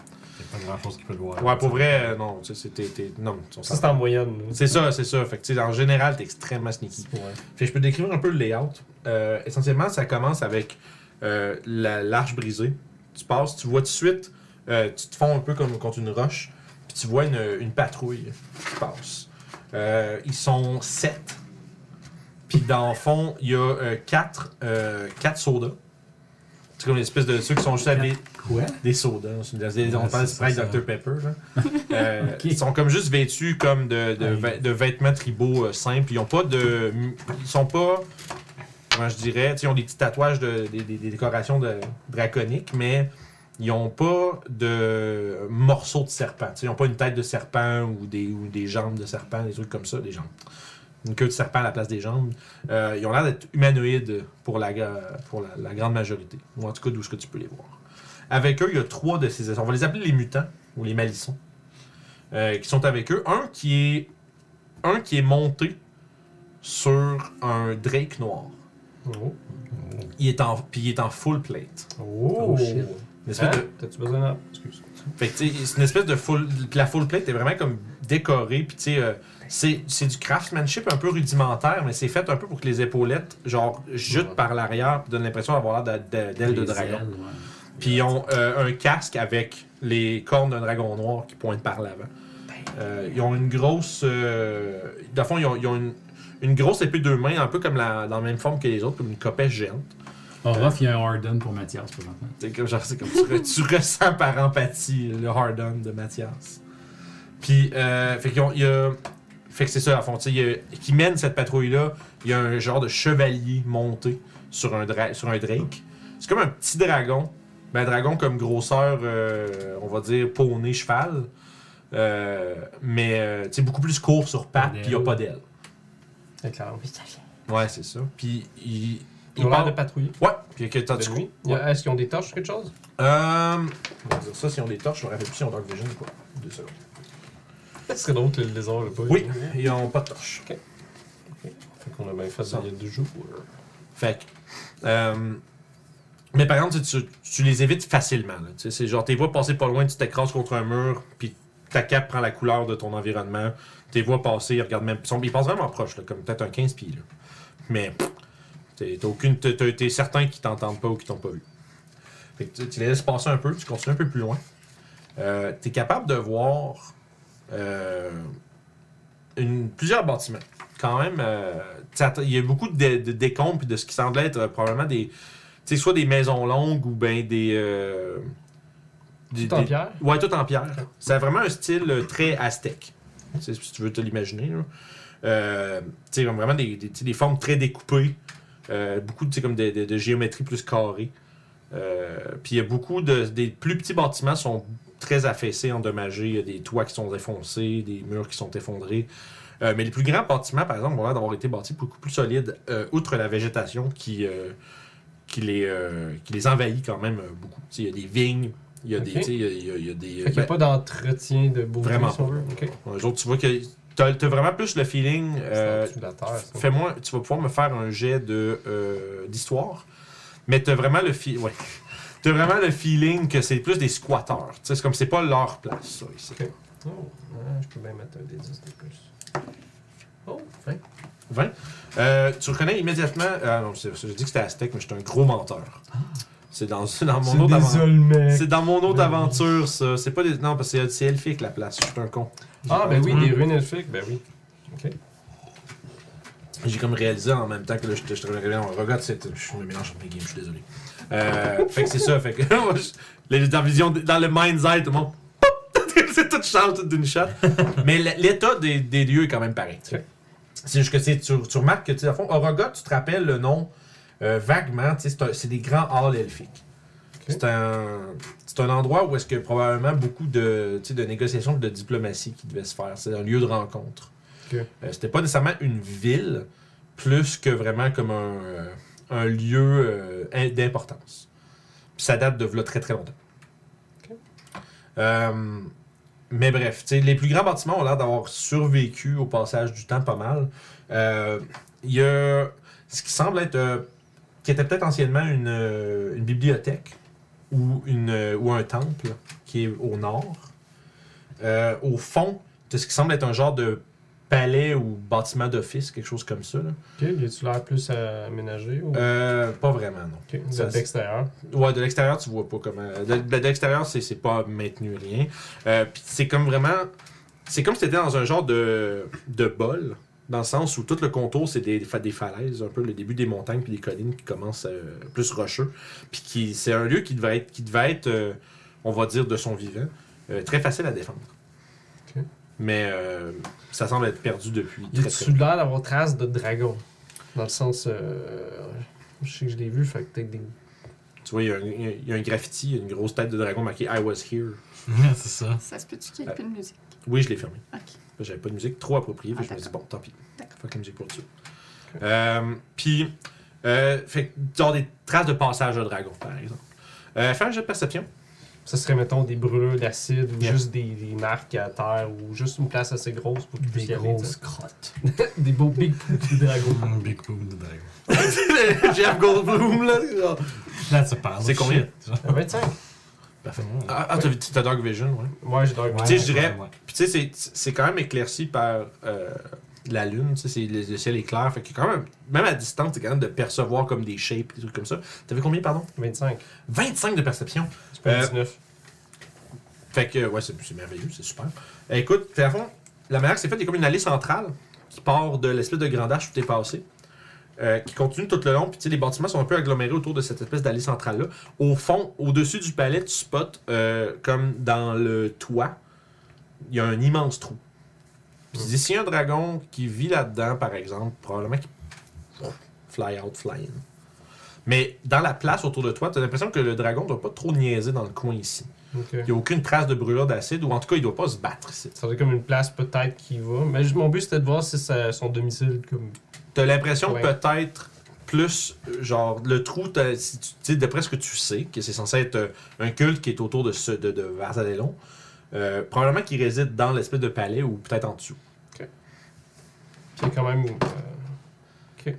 Il n'y a pas grand chose qui peut le voir. Ouais, pour vrai, euh, non, tu sais, c'était. t'es- Non, on Ça, s'en- c'est en moyenne. là. C'est ça, c'est ça. Fait que, tu sais, en général, t'es extrêmement sneaky. Ouais. Fait que je peux décrire un peu le layout. Euh, essentiellement, ça commence avec euh, la- l'arche brisée. Tu passes, tu vois tout de suite, euh, tu te fonds un peu comme contre une roche, puis tu vois une, une patrouille qui passe. Euh, ils sont sept. Puis dans le fond, il y a euh, quatre, euh, quatre sodas. C'est comme une espèce de ceux qui sont juste habillés. Quoi? Des sodas. On se- des- on Ouais, parle de c'est Sprite, ça, ça. Dr Pepper. là. Euh, Ok. Ils sont comme juste vêtus comme de, de, Ouais. vê- de vêtements tribaux euh, simples. Ils ont pas de, ils sont pas, comment je dirais, tu sais, ils ont des petits tatouages de, des, des- des décorations de, draconiques, mais ils ont pas de morceaux de serpent. Tu sais, ils ont pas une tête de serpent ou des ou des jambes de serpent, des trucs comme ça, des jambes. Une queue de serpent à la place des jambes. Euh, ils ont l'air d'être humanoïdes pour la, ga- pour la, la grande majorité. Ou en tout cas, d'où ce que tu peux les voir. Avec eux, il y a trois de ces... On va les appeler les mutants, ou les malissons, euh, qui sont avec eux. Un qui est... Un qui est monté sur un drake noir. Oh. Il est en... Puis il est en full plate. Oh, shit. Une espèce Hein? de- T'as-tu besoin d'un. Excuse. Fait que, tu sais, c'est une espèce de full. puis La full plate est vraiment comme décorée. Puis, tu sais, euh, c'est c'est du craftsmanship un peu rudimentaire, mais c'est fait un peu pour que les épaulettes, genre, jutent Ouais. par l'arrière, puis donnent l'impression d'avoir l'air d'a- d'a- d'ailes de Les dragon. ailes, ouais. Puis, ils ont euh, un casque avec les cornes d'un dragon noir qui pointent par l'avant. Euh, ils ont une grosse. Euh, dans le fond, ils ont, ils ont une, une grosse épée deux mains, un peu comme la, dans la même forme que les autres, comme une copèche géante. Orof, Oh, il y a un Harden pour Mathias présentement. C'est comme, genre, c'est comme tu, re- tu ressens par empathie le hard-on de Mathias. Puis, euh, fait, qu'ils ont- il y a- fait que c'est ça, à fond. tu sais, il y a- qui mène cette patrouille-là, il y a un genre de chevalier monté sur un, dra- sur un drake. C'est comme un petit dragon. Ben, un dragon comme grosseur, euh, on va dire, poney, cheval. Euh, mais, euh, tu sais, beaucoup plus court sur pattes, puis il n'y a pas d'aile. Éclairant. Ouais, c'est ça. Puis, il. Ils ont l'air de patrouiller. Ouais, puis que t'as De du nuit. Il y a- Est-ce qu'ils ont des torches ou quelque chose? Euh, on va dire ça si on des torches, je me rappelle plus si on Dark Vision ou quoi. Deux secondes. Ce serait drôle que le lézard là pas. Oui, ils n'ont pas de torches. Fait qu'on a bien fait ça il y a deux jours. Fait que, euh, mais par exemple, tu, tu- tu les évites facilement. là. Tu sais, C'est genre, tes vois passer pas loin, tu t'écrases contre un mur, puis ta cape prend la couleur de ton environnement. Tes vois passer, ils regardent même. ils sont- Ils passent vraiment proche, là, comme peut-être un 15 pieds. là. Mais pff, t'es t'as aucune- t'es- t'es- t'es certain qu'ils t'entendent pas ou qu'ils t'ont pas vu. Fait que tu, tu les laisses passer un peu, tu continues un peu plus loin. Euh, T'es capable de voir euh, une, plusieurs bâtiments. Quand même, euh, tu sais, il y a beaucoup de, de décombres puis de ce qui semble être euh, probablement des. tu sais, soit des maisons longues ou bien des. euh, des- Tout en des- pierre. Ouais, tout en pierre. Ça a vraiment un style euh, très aztèque. Tu sais, Si tu veux te l'imaginer. là. Euh, tu sais, comme vraiment des, des- tu sais, des formes très découpées. Euh, beaucoup tu sais, comme de, de- de géométrie plus carrée. Euh, Puis il y a beaucoup de. Des plus petits bâtiments sont très affaissés, endommagés. Il y a des toits qui sont défoncés, des murs qui sont effondrés. Euh, mais les plus grands bâtiments, par exemple, vont l'air d'avoir été bâtis beaucoup plus solides, euh, outre la végétation qui, euh, qui, les, euh, qui les envahit quand même euh, beaucoup. Tu sais, Il y a des vignes, il y a Ok. des. tu sais, Il y a, il y a- il y a des. Fait qu'il n'y a ben, pas d'entretien de beauté, Vraiment si on veut. Ok. un jour, tu vois que t'as as vraiment plus le feeling. euh, C'est en dessous de la terre. ça. Fais-moi, tu vas pouvoir me faire un jet de euh, d'histoire, mais t'as vraiment le fi- ouais. T'as vraiment le feeling que c'est plus des squatteurs. Tu sais, C'est comme c'est pas leur place, ça, ici. Ok. Oh, ouais, je peux bien mettre un des 10 de plus. Oh, fin. 20. Euh, tu reconnais immédiatement. Ah non, c'est- je dis que c'était Aztec, mais j'étais un gros menteur. Ah. C'est dans, c'est dans mon autre aventure. Olmecs. C'est dans mon autre Ben aventure, ça. C'est pas des. Non, parce que c'est- c'est elfique la place. Je suis un con. ben Ah, ben oui, des ruines elfiques, ben oui. J'ai comme réalisé en même temps que là, je je travaillais en regarde, c'est- je me mélange entre mes games, je suis désolé. Euh, fait que c'est ça, fait que moi, je- les- dans, la vision, dans le mindset, tout le monde, pop, c'est tout change tout d'une shot. Mais l- l'état des, des lieux est quand même pareil. tu sais. C'est juste que c'est- tu, tu remarques que, tu sais, à fond, Orogot, tu te rappelles le nom euh, vaguement, tu sais, c'est un- c'est des grands halls elfiques. C'est un, c'est un endroit où est-ce que probablement beaucoup de, tu sais, de négociations de diplomatie qui devaient se faire. C'est un lieu de rencontre. Ok. Euh, c'était pas nécessairement une ville, plus que vraiment comme un, euh, un lieu euh, in- d'importance. Puis ça date de là très très longtemps. Euh, mais bref, tu sais, les plus grands bâtiments ont l'air d'avoir survécu au passage du temps pas mal. Euh, Il y a ce qui semble être, euh, qui était peut-être anciennement une, euh, une bibliothèque ou, une, euh, ou un temple qui est au nord. Euh, au fond, de ce qui semble être un genre de palais ou bâtiment d'office, quelque chose comme ça. là. Ok, y a-tu l'air plus euh, aménagé ou. Euh, pas vraiment, non. ok, ça- de l'extérieur. Ouais, de l'extérieur, tu vois pas comment. euh, De, de- de l'extérieur, c'est c'est pas maintenu rien. Euh, Puis c'est comme vraiment. C'est comme si t'étais dans un genre de, de bol, dans le sens où tout le contour, c'est des, fa- des falaises, un peu le début des montagnes puis des collines qui commencent euh, plus rocheux. Puis qui- c'est un lieu qui devait être, qui devait être euh, on va dire, de son vivant, euh, très facile à défendre. Ok. Mais euh, ça semble être perdu depuis. Y très, très a-tu l'air d'avoir trace de dragon Dans le sens. euh, je sais que je l'ai vu, fait que peut-être des. Tu vois, il y, a un- il y a- il y a un graffiti, il y a une grosse tête de dragon marquée I was here. Ouais, c'est ça. Ça se peut-tu qu'il n'y ait plus de musique? Oui, je l'ai fermé. Ok. J'avais pas de musique trop appropriée, fait que Ah, je me dis bon, tant pis. D'accord. Fuck la musique pour dessus. Euh, Puis, euh, fait que genre des traces de passage de dragon, par exemple. Euh, fais un jeu de perception. Ça serait, mettons, des brûlures d'acide ou Yeah. juste des, des marques à terre ou juste une place assez grosse pour que tu puisses y Des aller, grosses crottes. tu sais. des beaux big poux de dragon. Mm, Big poop de dragon. Jeff Goldblum, là. genre. That's a pile C'est of combien? shit, genre. Ah, 25 Parfait. Ah, ah, t'as vu- t'as Dark Vision, ouais. Ouais, j'ai dormi. Puis, tu sais, Ouais, je dirais, ouais, ouais. puis tu sais, c'est- c'est quand même éclairci par euh, la lune, tu sais, c'est- le, le ciel est clair, fait que quand même, même à distance, c'est quand même de percevoir comme des shapes, des trucs comme ça. T'avais combien, pardon 25. 25 de perception. C'est pas Euh, 19. Fait que, ouais, c'est c'est merveilleux, c'est super. Euh, Écoute, fait à fond, la manière que c'est fait, il y a comme une allée centrale qui part de l'espèce de grande arche où t'es passé, euh, qui continue tout le long. Puis, tu sais, les bâtiments sont un peu agglomérés autour de cette espèce d'allée centrale-là. Au fond, au-dessus du palais, tu spots, euh, comme dans le toit, il y a un immense trou. Puis, tu dis, s'il y a un dragon qui vit là-dedans, par exemple, probablement qu'il fly out, fly in. Mais dans la place autour de toi, t'as l'impression que le dragon doit pas trop niaiser dans le coin ici. Ok. Il n'y a aucune trace de brûlure d'acide, ou en tout cas, il doit pas se battre ici. Ça serait comme une place peut-être qui va. Mais juste, mon but c'était de voir si ça- son domicile comme. T'as l'impression Ouais. peut-être plus, euh, genre, le trou, t'as- si tu tu sais, d'après ce que tu sais, que c'est censé être euh, un culte qui est autour de, ce, de, de Varzalelon, euh, probablement qu'il réside dans l'espèce de palais ou peut-être en dessous. Puis quand même. euh, Ok.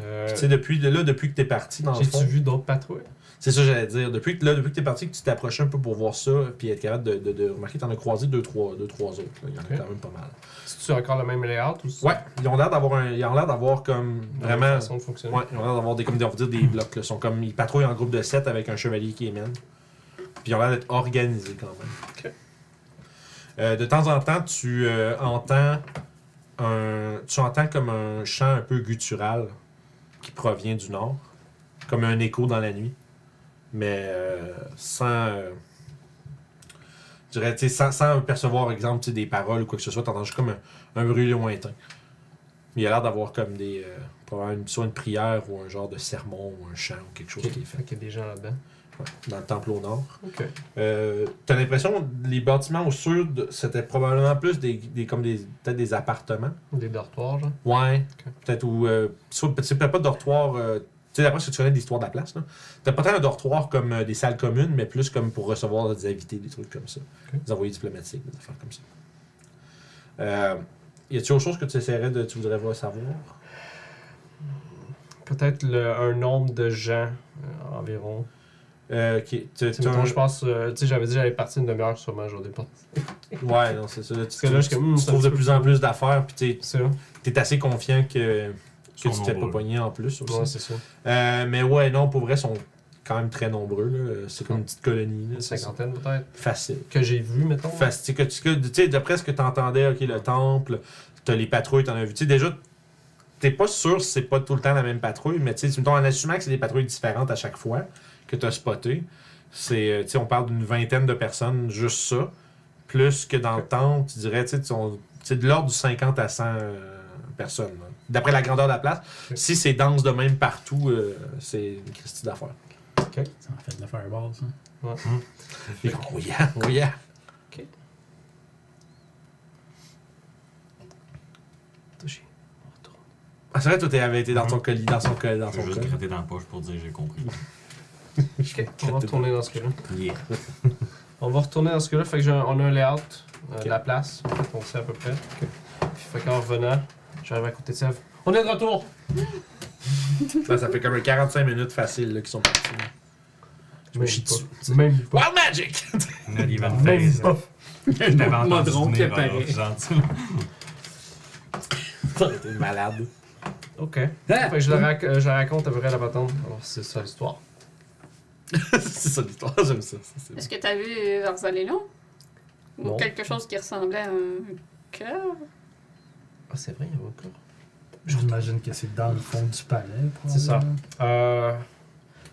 Euh, Tu sais, depuis, de là, depuis que t'es parti, dans le J'ai-tu fond, vu d'autres patrouilles c'est ça que j'allais dire. Depuis que, là, depuis que t'es parti, que tu t'approchais un peu pour voir ça, puis être capable de, de, de remarquer, t'en as croisé deux, trois, deux, trois autres. là. Il y en Ok. a quand même pas mal. C'est-tu encore le même layout ou c'est- Ouais, ils ont l'air d'avoir un- ils ont l'air d'avoir comme la même vraiment... façon de fonctionner? Ouais, ils ont l'air d'avoir des, comme, des- on va dire des blocs. Là. Ils, sont comme, ils patrouillent en groupe de 7 avec un chevalier qui les mène. Puis ils ont l'air d'être organisés quand même. Ok. Euh, de temps en temps, tu euh, entends un, tu entends comme un chant un peu guttural qui provient du nord, comme un écho dans la nuit, mais euh, sans, euh, je dirais, tu sais, sans, sans percevoir, exemple, tu sais, des paroles ou quoi que ce soit, t'entends juste comme un, un bruit lointain. Il a l'air d'avoir comme des. euh, probablement une- soit une prière ou un genre de sermon ou un chant ou quelque chose Ok, qui est fait fait qu'il y a des gens là-dedans. ouais, dans le temple au nord. Ok. Euh, T'as l'impression que les bâtiments au sud, c'était probablement plus des, des- comme des peut-être des appartements. Des dortoirs, genre. Ouais. Ok. Peut-être ou euh, soit- peut- c'est peut-être pas de dortoir. euh, tu sais, d'après ce que tu connais de l'histoire de la place, là. T'as pas tant un dortoir comme euh, des salles communes, mais plus comme pour recevoir des invités, des trucs comme ça. Ok. Des envoyés diplomatiques, des affaires comme ça. Euh, y a-tu autre chose que tu essaierais de. Tu voudrais voir savoir Peut-être le- un nombre de gens euh, environ. euh, qui, tu- Tu sais, tu- mettons, je pense, euh, tu sais, j'avais dit j'allais partir une demi-heure sûrement, je départ. Ouais, non, c'est ça. Tu, que là, je suis comme, hmm, tu c'est un trouves de petit plus peu- en plus d'affaires, puis t'es- C'est ça? Ouais, t'es assez confiant que, que Ils tu sont te fais pas nombreux. pogner en plus aussi. c'est ça. Euh, mais ouais, non, pour vrai, ils sont quand même très nombreux. là. C'est comme une petite colonie. là. Une C'est cinquantaine peut-être. facile. Que j'ai vu, mettons. Fac- c'est que tu que- tu sais, d'après ce que tu entendais, OK, le temple, t'as les patrouilles, t'en as vu. Tu sais, déjà, t'es pas sûr si c'est pas tout le temps la même patrouille, mais tu sais, mettons, en assumant que c'est des patrouilles différentes à chaque fois que t'as spoté, c'est, euh, tu sais, on parle d'une vingtaine de personnes, juste ça, plus que dans le temps, tu dirais, tu sais, tu- on- c'est de l'ordre du 50 à 100 euh, personnes, là. d'après la grandeur de la place. Si c'est dense de même partout, euh, c'est une christie d'affaires. Ça en fait de la fireball, ça. Fait qu'on- Oh yeah, oh yeah. Touché. Ah, c'est vrai, toi, t'avais été dans ton colis, dans son colis, Ah, dans Mm-hmm. son Je vais juste colis. gratter dans la poche pour dire j'ai compris. Ok, on va retourner dans ce cas-là. Yeah. On va retourner dans ce cas-là. Fait que j'ai un- on a un layout euh, Ok. de la place. En fait, on sait à peu près. Puis, fait qu'en revenant, j'arrive à côté de Sèvres. On est de retour! Là, ça fait comme un 45 minutes facile là, qu'ils sont partis. là. Je me chie dessus. Même pas. Wild Magic! Une olive à Même face. pas. Je t'avais entendu Modron qui venir, apparaît. alors, gentil. T'es malade. Ok. Fait que je, la rac- euh, je la raconte à peu près la patente. Alors, c'est ça l'histoire. c'est ça l'histoire, j'aime ça. ça, c'est bon. Est-ce que t'as vu Arzaleno? Ou Non. quelque chose qui ressemblait à un cœur? Ah, c'est vrai, il y a encore. J'imagine que c'est dans le fond du palais. C'est ça. probablement. Euh,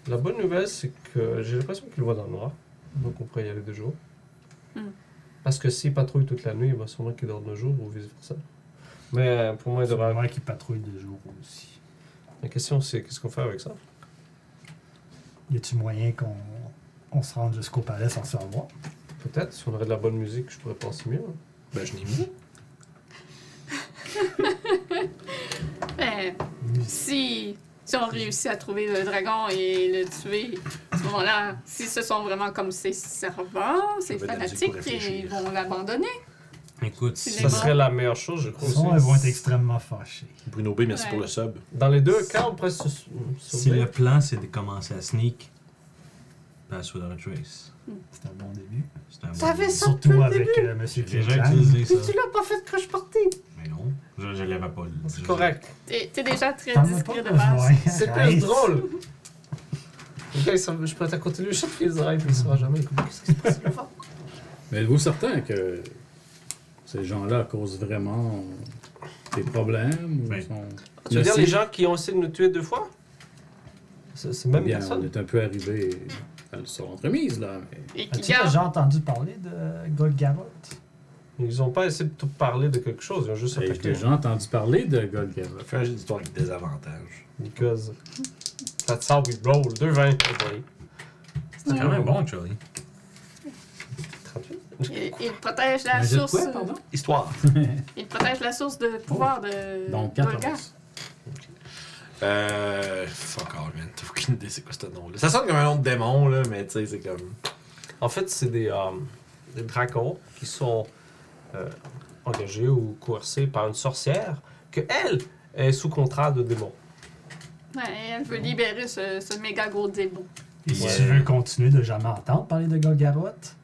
la bonne nouvelle, c'est que j'ai l'impression qu'il le voit dans le noir. Donc on pourrait y aller de jour. Hmm. Parce que s'il patrouille toute la nuit, il va sûrement qu'il dort de jour ou vice-versa. Mais euh, pour moi, il C'est devrait vraiment qui patrouille des jours aussi. La question, c'est qu'est-ce qu'on fait avec ça Y a-tu moyen qu'on on se rende jusqu'au palais sans se revoir? Peut-être, si on aurait de la bonne musique, je pourrais penser mieux. hein. Ben, je l'ai mis. Ben, si, si on réussit à trouver le dragon et le tuer, à ce moment-là, si ce sont vraiment comme ses servants, ces Ça va être la musique fanatiques, pour ils réfléchir. vont l'abandonner. Écoute, C'est si- les Ça serait la meilleure chose, je crois. Sinon, aussi. elles vont être extrêmement fâchées. Bruno B, merci Ouais. pour le sub. Dans les deux cas, on pourrait se. se- si sauver. le plan c'est de commencer à sneak, pass without a trace. C'est un bon début. C'est un Ça bon- fait ça depuis Surtout le avec début. euh, Monsieur J'ai déjà Kirkland. utilisé ça. Tu l'as pas fait quand je partais. Mais non, je, je l'avais pas. C'est correct. T'es t'es déjà très T'en as discret de pas base. besoin. C'est plus Nice. drôle Ok, ça- je peux être à côté de lui, je les oreilles, puis il saura jamais. Qu'est-ce qui se passe Mais êtes-vous certain que ces gens-là causent vraiment des problèmes ou Oui. sont... Tu veux Mais dire si- les gens qui ont essayé de nous tuer deux fois C'est c'est même Bien, on personne. est un peu arrivé à le- sur l'entremise, là. Mais... Et qui As-tu garde. déjà entendu parler de Golgaroth? Ils ont pas essayé de tout parler de quelque chose, ils ont juste J'ai attaqué. déjà entendu parler de Golgara. Fais un jeu d'histoire avec des avantages. Because. Ça te sort, il roll, 2 20 oh boy. C'est quand même bon, Charlie. 38. Il, il protège la Un jet de source. quoi, euh, pardon? Histoire. il protège la source de pouvoir de Donc, Olga. 14. Euh. Fuck all, man. T'as aucune idée c'est quoi ce nom-là. Ça sonne comme un nom de démon, là, mais tu sais, c'est comme. En fait, c'est des, euh, des dragons qui sont euh, engagés ou coercés par une sorcière que elle est sous contrat de démon. Ouais, elle veut libérer ce, ce méga gros démon. Et si Ouais. tu veux continuer de jamais entendre parler de Golgaroth,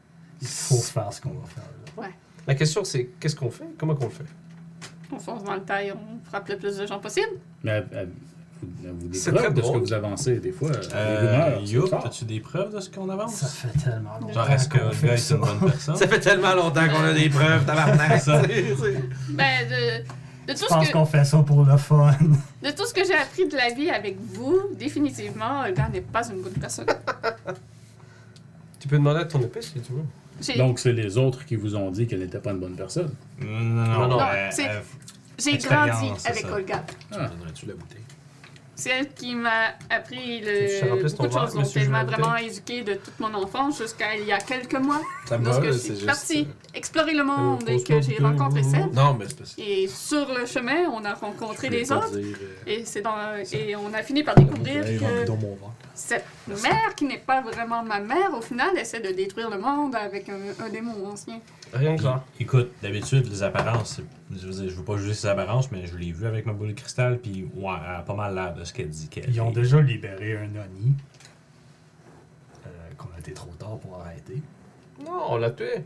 il faut faire ce qu'on va faire. là. La question, c'est qu'est-ce qu'on fait Comment qu'on le fait On fonce dans le taille, on frappe le plus de gens possible. Mais euh, vous, vous des C'est preuves très de ce que drôle. vous avancez, des fois. Euh, les rumeurs, Youp, c'est fort. as-tu des preuves de ce qu'on Ça avance? fait tellement longtemps. Genre, est-ce que qu'on le fait gars est ça. une bonne personne? Ça fait tellement longtemps qu'on a des preuves, tabarnak. Ça. tu sais. Ben, de, de tout Je ce pense que. qu'on fait ça pour le fun. De tout ce que j'ai appris de la vie avec vous, définitivement, Olga n'est pas une bonne personne. Tu peux demander à ton épée si tu veux. J'ai Donc, c'est les autres qui vous ont dit qu'elle n'était pas une bonne personne. Non, non, Non, non. non, euh, c'est- euh, j'ai expérience, grandi c'est avec ça. Olga. Ah. Tu donnerais-tu la bouteille? C'est elle qui m'a appris Je te le... beaucoup rappelle de ton verre, choses. Donc, monsieur, elle je m'a vais vraiment éduquée de toute mon enfance jusqu'à il y a quelques mois. Ça me va, Lorsque là, je c'est suis juste. partie explorer le Euh, monde et pose-moi Ah, que j'ai deux, rencontré non, non, Seb. euh, Non, mais c'est pas ça. Et sur le chemin, on a Je rencontré voulais les pas autres. dire, euh, Et, c'est dans, et on a fini par découvrir bouteille remplie que dans mon ventre. cette mère, qui n'est pas vraiment ma mère, au final, essaie de détruire le monde avec un, un démon ancien. Rien que ça. Écoute, d'habitude, les apparences, c'est- je veux dire, je veux pas juger ses apparences, mais je l'ai vu avec ma boule de cristal, puis ouais, elle a pas mal l'air de ce qu'elle dit qu'elle Ils ont est. déjà libéré un Oni. euh, qu'on a été trop tard pour arrêter. Non, on l'a tué.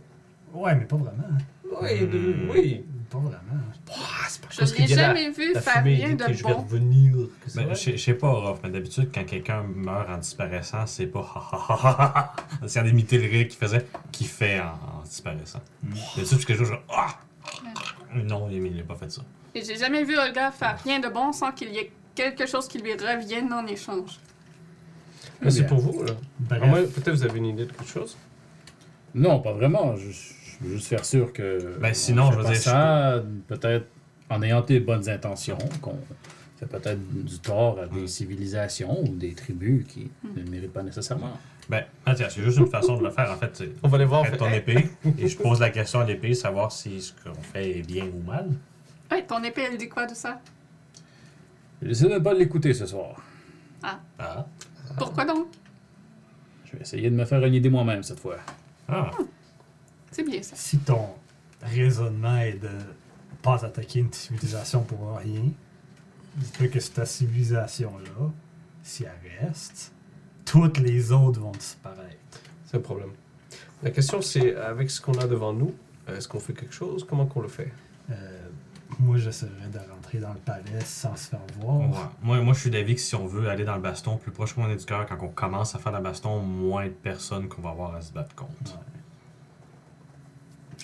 Ouais, mais pas vraiment. hein. Oui, de- Hmm. oui. Pas vraiment. Je n'ai jamais vu faire rien de bon. revenir. Ben, je sais- je sais pas, Rolf, mais d'habitude, quand quelqu'un meurt en disparaissant, c'est pas ha ha ha ha ha ha. C'est en imiter le rire qu'il faisait, qu'il fait en, en disparaissant. D'habitude, c'est quelque chose genre ah! Non, il n'a pas fait ça. Et j'ai jamais vu Olga faire rien de bon sans qu'il y ait quelque chose qui lui revienne en échange. Mais c'est pour vous, là. Bref. Ah, moi, Peut-être vous avez une idée de quelque chose. Non, pas vraiment. Je, je veux juste faire sûr que. Ben, on sinon, je fait veux pas dire, ça, peut-être en ayant des bonnes intentions, qu'on fait peut-être du tort à des Hmm. civilisations ou des tribus qui ne le méritent pas nécessairement. Ben, Mathias, c'est juste une façon de le faire, en fait. c'est- On va aller voir. Prête ton épée et je pose la question à l'épée, savoir si ce qu'on fait est bien ou mal. Ouais, ton épée, elle dit quoi de ça? Je décide de ne pas l'écouter ce soir. Ah. Pourquoi donc? Je vais essayer de me faire une idée moi-même cette fois. Ah. C'est bien ça. Si ton raisonnement est de pas attaquer une civilisation pour rien, il se peut que cette civilisation-là, si elle reste, toutes les autres vont disparaître. C'est le problème. La question, c'est avec ce qu'on a devant nous, euh, est-ce qu'on fait quelque chose Comment qu'on le fait Euh, moi, j'essaierais de rentrer dans le palais sans se faire voir. Ouais. Moi, moi, je suis d'avis que si on veut aller dans le baston, plus proche qu'on est du cœur, quand on commence à faire le baston, moins de personnes qu'on va avoir à se battre contre.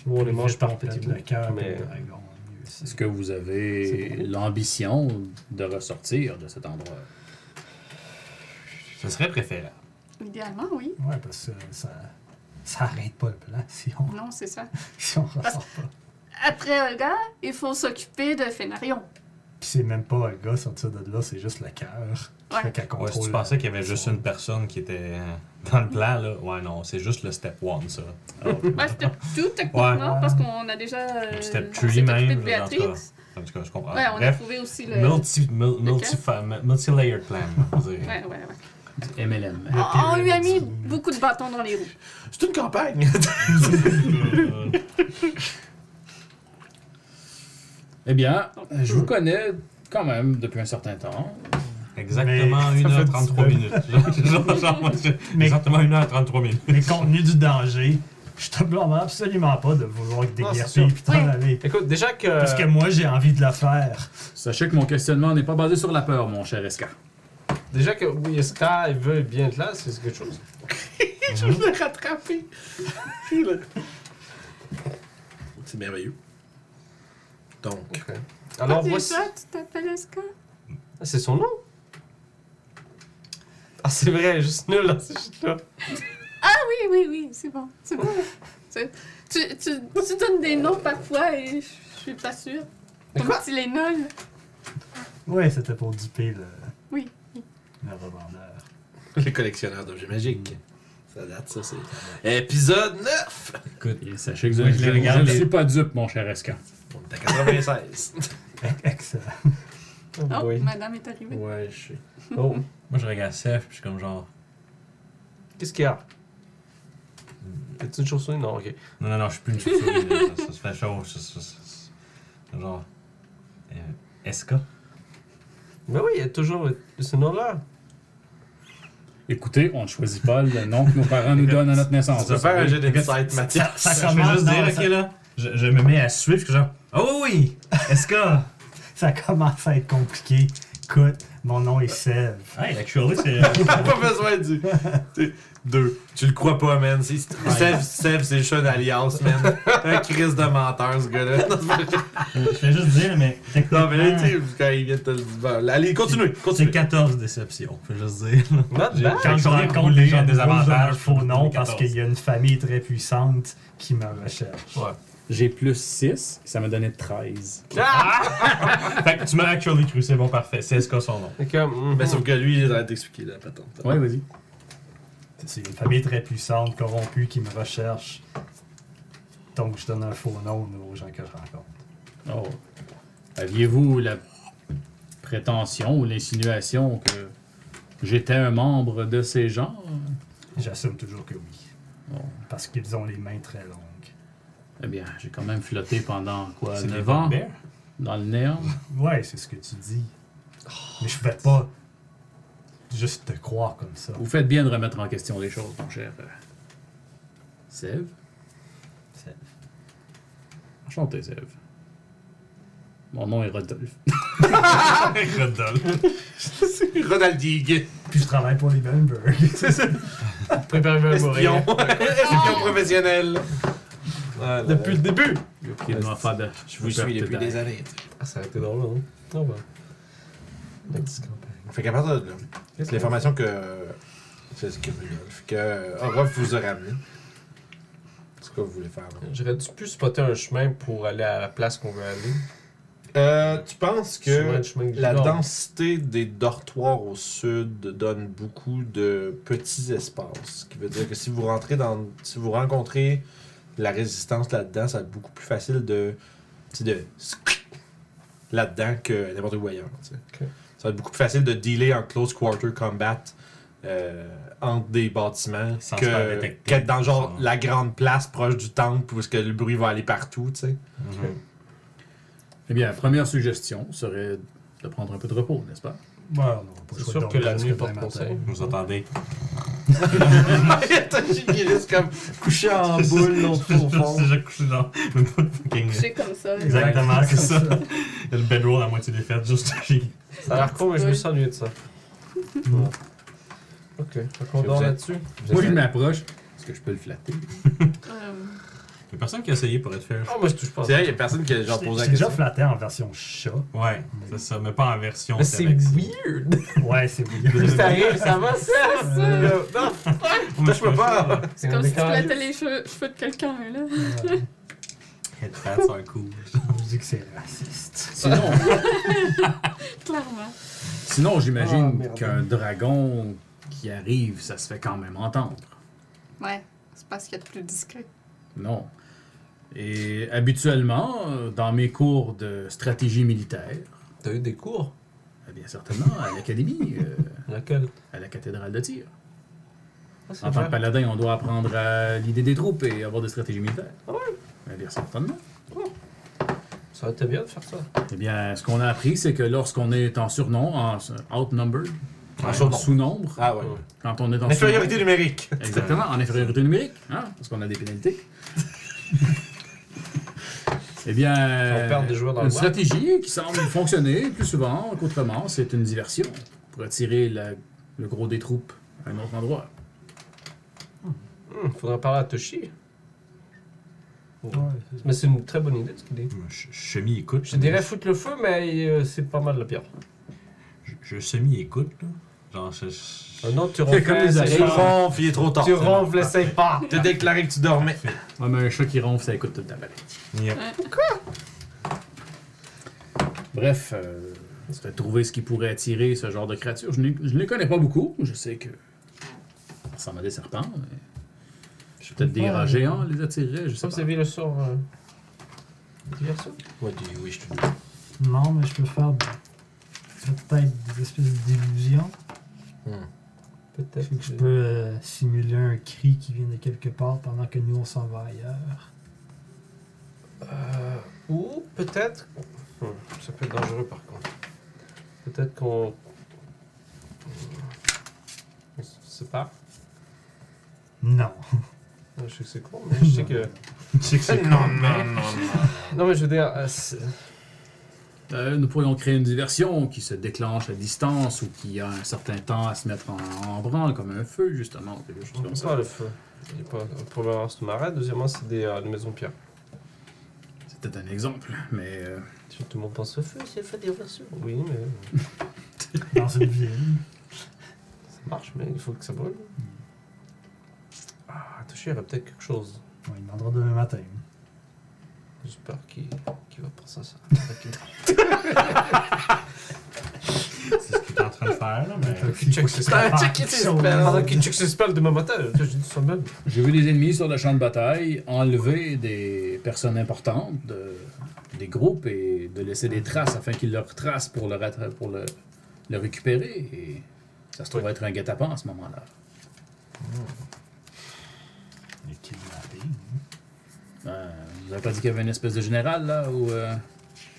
Ou on les mange mange par petits bouts. le cœur Mais- mais... le dragon. mieux c'est. Est-ce que vous avez l'ambition de ressortir de cet endroit? Ce serait préférable. Idéalement, oui. Ouais, parce que ça, ça arrête pas le plan si on, Non, c'est ça. si on ressort pas. Après Olga, il faut s'occuper de Fénarion. Puis c'est même pas un gars sortir de là, c'est juste le cœur. qui Ouais. fait qu'elle Ouais, si tu contrôle- pensais qu'il y avait juste une personne qui était dans le plan, là, ouais, non, c'est juste le step 1, ça. Ouais, c'était tout techniquement parce qu'on a déjà. euh, Step on three s'est occupé même, de là, dans ce Béatrix. Ouais, En tout cas, je comprends. on a Bref, trouvé aussi le. multi, mul- multi, multi layered plan. on va dire. Ouais, ouais, ouais. Du MLM. On, on lui a mis beaucoup de bâtons dans les roues. C'est une campagne. Euh, Eh bien, je vous connais quand même depuis un certain temps. Exactement Mais- Ça 1h33 fait minutes. Genre, genre, moi, je- Mais- Exactement 1h33 minutes. Mais compte tenu du danger, je te blâme absolument pas de vouloir te Non, c'est déguerpir sûr. puis t'en Oui. aller. Écoute, déjà que. Parce Euh. que moi, j'ai envie de le faire. Sachez que mon questionnement n'est pas basé sur la peur, mon cher Esca. Déjà que oui, Sky veut bien être là, c'est quelque chose. Je l'ai rattrapé. C'est merveilleux. Donc, Alors Ah, c'est voici. ça, tu t'appelles Esca? Ah, c'est son nom Ah, c'est vrai, juste nul dans ce shit-là. Ah Oui, oui, oui, c'est bon. C'est bon. C'est- tu, tu, tu donnes des noms parfois et je je suis pas sûre. Mais Comme quoi? Tylenol. Ouais, c'était pour duper le, Oui. le revendeur. les collectionneurs d'objets magiques. Ça date, ça, c'est. Épisode 9! Et sachez que je, Oui, je les je- je regarde, ne les- suis pas dupe, mon cher Esca. On est à 96. Excellent. Oh, oui. madame est arrivée. ouais, je sais. Oh, Moi, je regarde Seth, puis je suis comme genre. qu'est-ce qu'il y a C'est une chauve-souris Non, ok. Non, non, non, je suis plus une chauve-souris. là. ça, ça se fait chaud. ça- ça- ça- ça- genre. euh, Esca. Mais oui, il y a toujours ce nom-là. Écoutez, on ne choisit pas le nom que nos parents nous donnent à notre naissance. On peut faire un jeu d'insight, ça- Mathias. ça Je vais commence juste dire, dans- ok, là. Je, je me mets à suivre, je suis genre. Oh oui! Esca! Ça commence à être compliqué. Écoute, mon nom est Sève. Hey, actually, c'est. T'as pas besoin du. t'sais, Deux. Tu le crois pas, man. C'est- c'est- Sev, Sev, c'est juste un alias, man. un crise de menteur, ce gars-là. Non, c'est pas vrai. Je vais juste dire, mais Non, mais là, techniquement, tu sais, quand il vient de te le dire. Bon, allez, continuez, C'est continuez. 14 déceptions, faut juste dire. Not J'ai- bad. Quand je J'ai rencontre roulé les gens un des désavantage avantages, faux nom pour parce 14. qu'il y a une famille très puissante qui me recherche. J'ai plus 6, ça m'a donné 13. fait que tu m'as actually cru, c'est bon, parfait. C'est Esca son nom. Fait que, mhm. Mais sauf que lui, il va t'expliquer la patente. Ouais, vas-y. C'est une famille très puissante, corrompue, qui me recherche. Donc, je donne un faux nom aux gens que je rencontre. Oh. Aviez-vous la prétention ou l'insinuation que j'étais un membre de ces gens? J'assume toujours que oui. Bon. Parce qu'ils ont les mains très longues. Eh bien, j'ai quand même flotté pendant quoi, C'est 9 Van ans Bear? dans le néant. Ouais, c'est ce que tu dis. Mais je vais pas juste te croire comme ça. Vous faites bien de remettre en question les choses, mon cher. euh, Sève. Sève. Enchanté, Sève. Mon nom est Rodolphe. Rodolphe. Ronaldinho. Puis je travaille pour les Benberg. Préparez-vous à mourir. Espion. Espion professionnel. Ah, depuis le début! Il doit faire de- Je vous suis depuis des années. tu Ah, ça a été drôle, hein? Non, bah. La petite campagne. sais. Fait qu'à partir de là, c'est l'information que. C'est ce que que Orof vous a ramené. C'est ce que vous voulez faire. là. J'aurais dû plus spotter un chemin pour aller à la place qu'on veut aller. Euh, tu penses Sûrement que le chemin que la j'ai- Non. densité des dortoirs au sud donne beaucoup de petits espaces. Ce qui veut dire que si vous rentrez dans. Si vous rencontrez la résistance là-dedans, ça va être beaucoup plus facile de. tu sais, de. là-dedans que n'importe où ailleurs. tu sais. Ok. Ça va être beaucoup plus facile de dealer en close quarter combat euh, entre des bâtiments Sans se faire que- détecter. qu'être dans genre Sans- la grande place proche du temple où est-ce que le bruit va aller partout. tu sais. Eh bien, la première suggestion serait de prendre un peu de repos, n'est-ce pas? Bon, on n'aura pas le C'est choix sûr de que la dormir nuit jusqu'à porte demain matin. conseil. Vous entendez? Il reste comme couché en boule l'autre fois au fond. C'est déjà couché dans même pas de fucking. Couché comme ça. Exactement, c'est ça. Il y a le bedroll à moitié défaite, juste j'ai. Ça a l'air con, mais je me suis ennuyé de ça. Ok, fait qu'on Si dort vous êtes- là-dessus. Moi, je m'approche. Est-ce que je peux le flatter? Euh, Il y a personne qui a essayé pour être fait. Ah, moi, je touche pas. à C'est ça. vrai, il y a personne qui a genre posé Je la t'ai déjà question. flatté en version chat. Ouais, c'est ça, mais pas en version. Mais c'est Telex. weird! Ouais, c'est weird. ça arrive, ça va, ça! ça. Non, Moi, je peux pas. C'est comme si tu flattais les cheveux, cheveux de quelqu'un, là. Headpats are cool. Je dis que c'est raciste. Sinon, Clairement. sinon Ah, j'imagine merde. qu'un dragon qui arrive, ça se fait quand même entendre. Ouais. C'est parce qu'il y a de plus discret. Non. Et habituellement, euh, dans mes cours de stratégie militaire, T'as eu des cours? eh bien certainement à l'académie, euh, Laquelle? à la cathédrale de tir. Ah, c'est En tant que vrai. paladin, on doit apprendre à l'idée des troupes et avoir des stratégies militaires. Ah Eh bien certainement. Ça aurait été bien de faire ça. Eh bien, ce qu'on a appris, c'est que lorsqu'on est en surnom, en outnumbered, En en surnom. sous-nombre, Ah ouais. quand on est en Infériorité sous-nombre, numérique. exactement, en infériorité numérique, hein, parce qu'on a des pénalités. Eh bien, On perd des joueurs dans le une bois. stratégie qui semble fonctionner plus souvent qu'autrement, c'est une diversion pour attirer la- le gros des troupes à un autre endroit. Hmm, faudrait parler à Toshi. Ouais, Mais c'est une très bonne idée, ce qu'il dit. Je semi-écoute. Je dirais foutre le feu, mais euh, c'est pas mal le pire. Je- Je semi-écoute, là. Genre, je. je- Euh, non, tu C'est comme les c'est abeilles. Tu pas- ronfles, il est trop tard. Tu ronfles, l'essaye pas. T'as déclaré que tu dormais. Ouais, Ah, mais un chat qui ronfle, ça écoute toute la palette. Yep. Bref, euh, c'est de trouver ce qui pourrait attirer ce genre de créature. Je ne les connais pas beaucoup. Je sais que ça ressemble à des serpents. mais Peut-être des rats géants les attireraient, je sais Ça, pas. vous avez le sort. Euh... Diversion. What do you wish to do? Non, mais je peux faire peut-être des espèces d'illusions. Peut-être. Fait que je peux euh, simuler un cri qui vient de quelque part pendant que nous on s'en va ailleurs. Euh, ou peut-être. Hmm, ça peut être dangereux par contre. Peut-être qu'on. hmm, On se sépare. Non. Ah, Je sais que c'est con, mais je sais que. Je sais que c'est Non, non, non. Non, mais je veux dire. euh, c'est- Euh, nous pourrions créer une diversion qui se déclenche à distance ou qui a un certain temps à se mettre en, en branle, comme un feu, justement. ou quelque chose On comme peut ça. pas le feu. Il y a pas- Premièrement, c'est une marais. Deuxièmement, c'est des, euh, des maisons de pierre. C'était un exemple, mais euh, Tout le monde pense au feu, c'est le feu des versions. Oui, mais Dans une ville. ça marche, mais il faut que ça brûle. Ah, touché, il y aurait peut-être quelque chose. On lui demandera demain matin. J'espère qu'il qu'il va penser à ça. Ah, c'est ce que t'es en train de faire, là, mais. Qu'il check ses spells. Ah, Check it, ses spells. Pendant qu'il check ses spells demain matin, j'ai dit ça même. j'ai vu des ennemis sur le champ de bataille enlever des personnes importantes, de- des groupes, et de laisser des traces afin qu'ils leur tracent pour le, rattra- pour le, le récupérer. Et ça se trouve être un guet-apens à ce moment-là. Le kidnapping. Euh, vous avez pas dit qu'il y avait une espèce de général, là, ou... euh,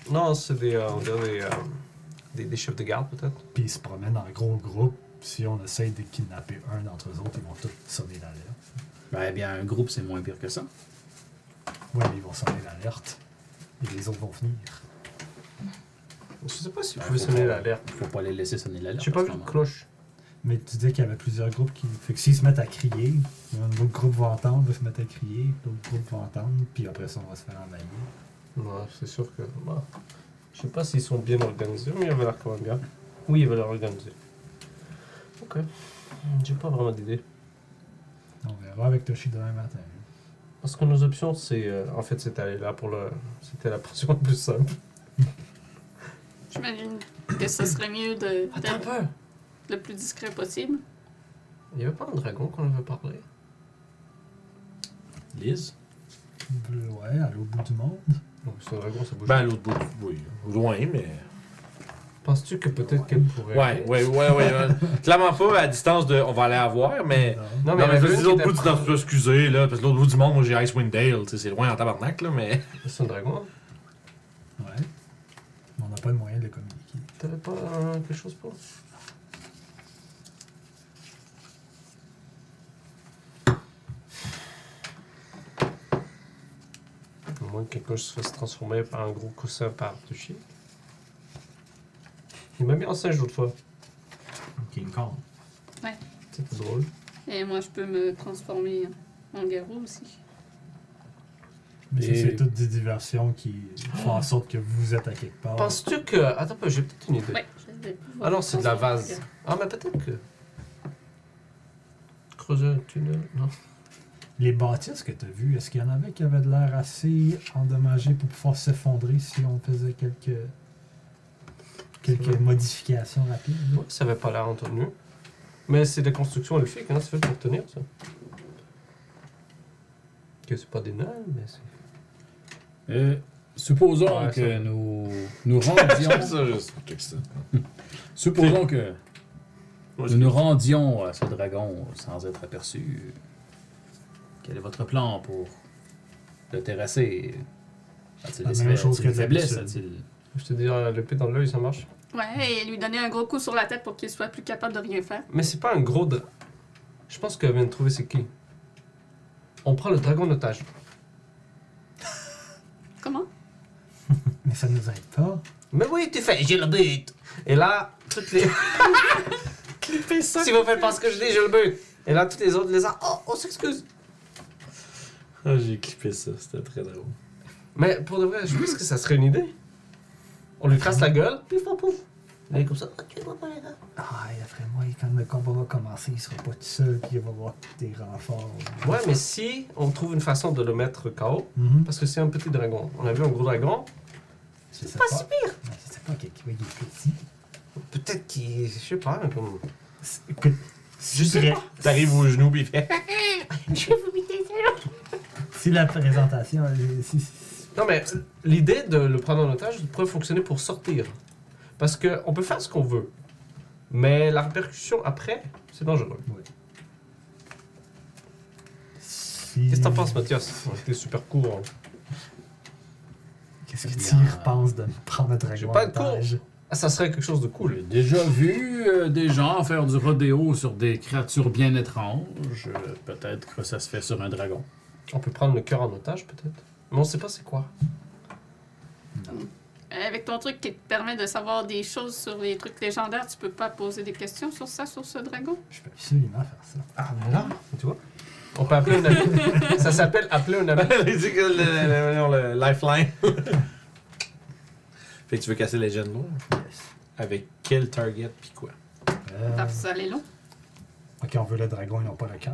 Non, c'est des, euh, on dirait des, euh, des, des chefs de garde peut-être. Puis ils se promènent en gros groupe. Si on essaye de kidnapper un d'entre eux autres, ils vont tous sonner l'alerte. ben, eh bien, un groupe, c'est moins pire que ça. Ouais, mais ils vont sonner l'alerte. Et les autres vont venir. Je sais pas si vous Ben, pouvez faut sonner pas. Ah, l'alerte. Faut pas les laisser sonner l'alerte. J'ai pas à ce vu de moment. cloche. Mais tu dis qu'il y avait plusieurs groupes qui. Fait que s'ils se mettent à crier, un autre groupe va entendre, va se mettre à crier, l'autre groupe va entendre, puis après ça, on va se faire envahir. Ouais, c'est sûr que. bah, je sais pas s'ils sont bien organisés, mais ils veulent l'air quand même bien. Oui, ils veulent l'air organisés. Ok. J'ai pas vraiment d'idée. On verra avec Toshi demain matin. Parce que nos options, c'est. euh, en fait, c'était aller là pour le. C'était la portion la plus simple. J'imagine que ce serait mieux de- Attends un d'être peu le plus discret possible. Il y avait pas un dragon qu'on avait parlé Liz? Bleu, Ouais, à l'autre bout du monde. Donc, ce dragon, ça bouge. Ben, à l'autre bout, oui. Loin, mais. Penses-tu que peut-être qu'elle pourrait. Ouais, ouais, ouais, ouais. ouais. Clairement pas à distance de. On va aller avoir, mais. Non, Non, mais, mais, il y en avait c'est une qui l'autre était bout, tu t'en proche. peux excuser, là. Parce que l'autre bout du monde, moi, j'ai Icewind Dale. tu sais, C'est loin en tabarnak, là, mais. C'est un dragon hein. Ouais. Mais on n'a pas de moyen de le communiquer. T'avais pas euh, quelque chose pour Au moins que quelque chose se fasse transformer par un gros coussin par Tushi. Il m'a mis en singe l'autre fois. King Kong. C'était drôle. Et moi, je peux me transformer en garou aussi. Mais ça, Et- c'est toutes des diversions qui font en sorte que vous êtes à quelque part. Penses-tu que. Attends un peu, j'ai peut-être une idée. Ouais, je vais pouvoir Ah non, c'est de la me transformer en vase. Ah, mais peut-être que. Creuser un tunnel. Non. Les bâtisses que tu as vues, est-ce qu'il y en avait qui avaient de l'air assez endommagées pour pouvoir s'effondrer si on faisait quelques, C'est quelques vrai. modifications rapides? là? Ouais, ça avait pas l'air entretenu. Mais c'est des constructions elfiques, hein, c'est fait pour tenir ça. Que c'est pas des nains, mais c'est. Euh, supposons Ouais, que ça. nous nous rendions. ça, juste. check ça. supposons que Ouais, nous nous rendions à ce dragon sans être aperçus. Quel est votre plan pour le terrasser A-t-il La des, même fa- chose a-t-il que des faiblesses d'habitude. a-t-il- Je te dis, euh, l'épée dans l'œil, ça marche. Ouais, et lui donner un gros coup sur la tête pour qu'il soit plus capable de rien faire. Mais c'est pas un gros. dra- Je pense qu'elle vient de trouver c'est qui. On prend le dragon en otage. Comment? Mais ça nous aide pas. Mais oui, tu fais, j'ai le but Et là, toutes les. si vous faites pas ce que je dis, j'ai le but Et là, toutes les autres les a. Oh, on s'excuse Ah, j'ai clippé ça, c'était très drôle. Mais pour de vrai, je pense que ça serait une idée. On lui crasse la gueule, pif pouf pouf Il est comme ça, ok, on va pas les gars. Ah, et après moi, quand le combat va commencer, il sera pas tout seul, puis il va voir des renforts. Ouais, mais si on trouve une façon de le mettre KO, Mhm. parce que c'est un petit dragon. On a vu un gros dragon. C'est pas, si pire! Je sais pas quel qui est petit. Peut-être qu'il. Je sais pas, comme. C'est- Écoute, je dirais, T'arrives aux genoux, pis fait. si la présentation, euh, elle- si, si- Non, mais l'idée de le prendre en otage pourrait fonctionner pour sortir. Parce que on peut faire ce qu'on veut. Mais la répercussion après, c'est dangereux. si- Qu'est-ce que t'en penses, Mathias C'était super court. hein. Qu'est-ce que tu y repenses de me prendre un J'ai dragon pas en de cours. otage? Ah, ça serait quelque chose de cool. J'ai déjà vu euh, des gens faire du rodéo sur des créatures bien étranges. Euh, Peut-être que ça se fait sur un dragon. On peut prendre le cœur en otage, peut-être. Mais on sait pas c'est quoi. Euh, Avec ton truc qui te permet de savoir des choses sur les trucs légendaires, tu peux pas poser des questions sur ça, sur ce dragon? Je peux absolument faire ça. Ah, mais là, tu vois On peut appeler un ami. ça s'appelle appeler un ami. Il dit que le, le- le- le lifeline. fait que tu veux casser Legend Lore? Avec quel target, pis quoi? Euh, Ah, ça allait long. Ok, on veut le dragon, ils n'ont pas le cœur.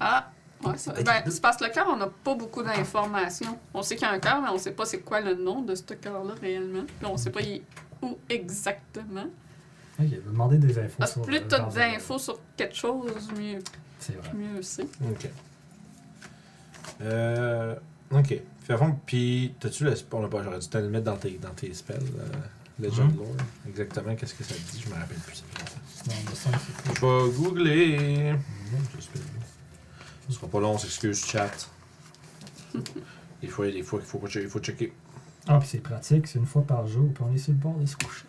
Ah, ouais, ça. Ben, c'est parce que le cœur, on n'a pas beaucoup d'informations. On sait qu'il y a un cœur, mais on sait pas c'est quoi le nom de ce cœur-là réellement. Puis on sait pas il est où exactement. Ok, il veut demander des infos. Parce que sur Ah, plus le t'as dragon. des infos sur quelque chose, mieux, C'est vrai. mieux c'est. Ok. Euh. Ok. Fait à fond, pis t'as-tu le. On n'a pas, j'aurais dû te le mettre dans tes, dans tes spells, euh, Legend Lore. Exactement, qu'est-ce que ça te dit? Je me rappelle plus. Non, le son, c'est Je vais googler. Ce sera pas long, on s'excuse, chat. Des fois, des fois, il faut, il faut checker. Ah, puis c'est pratique, c'est une fois par jour, puis on est sur le bord de se coucher.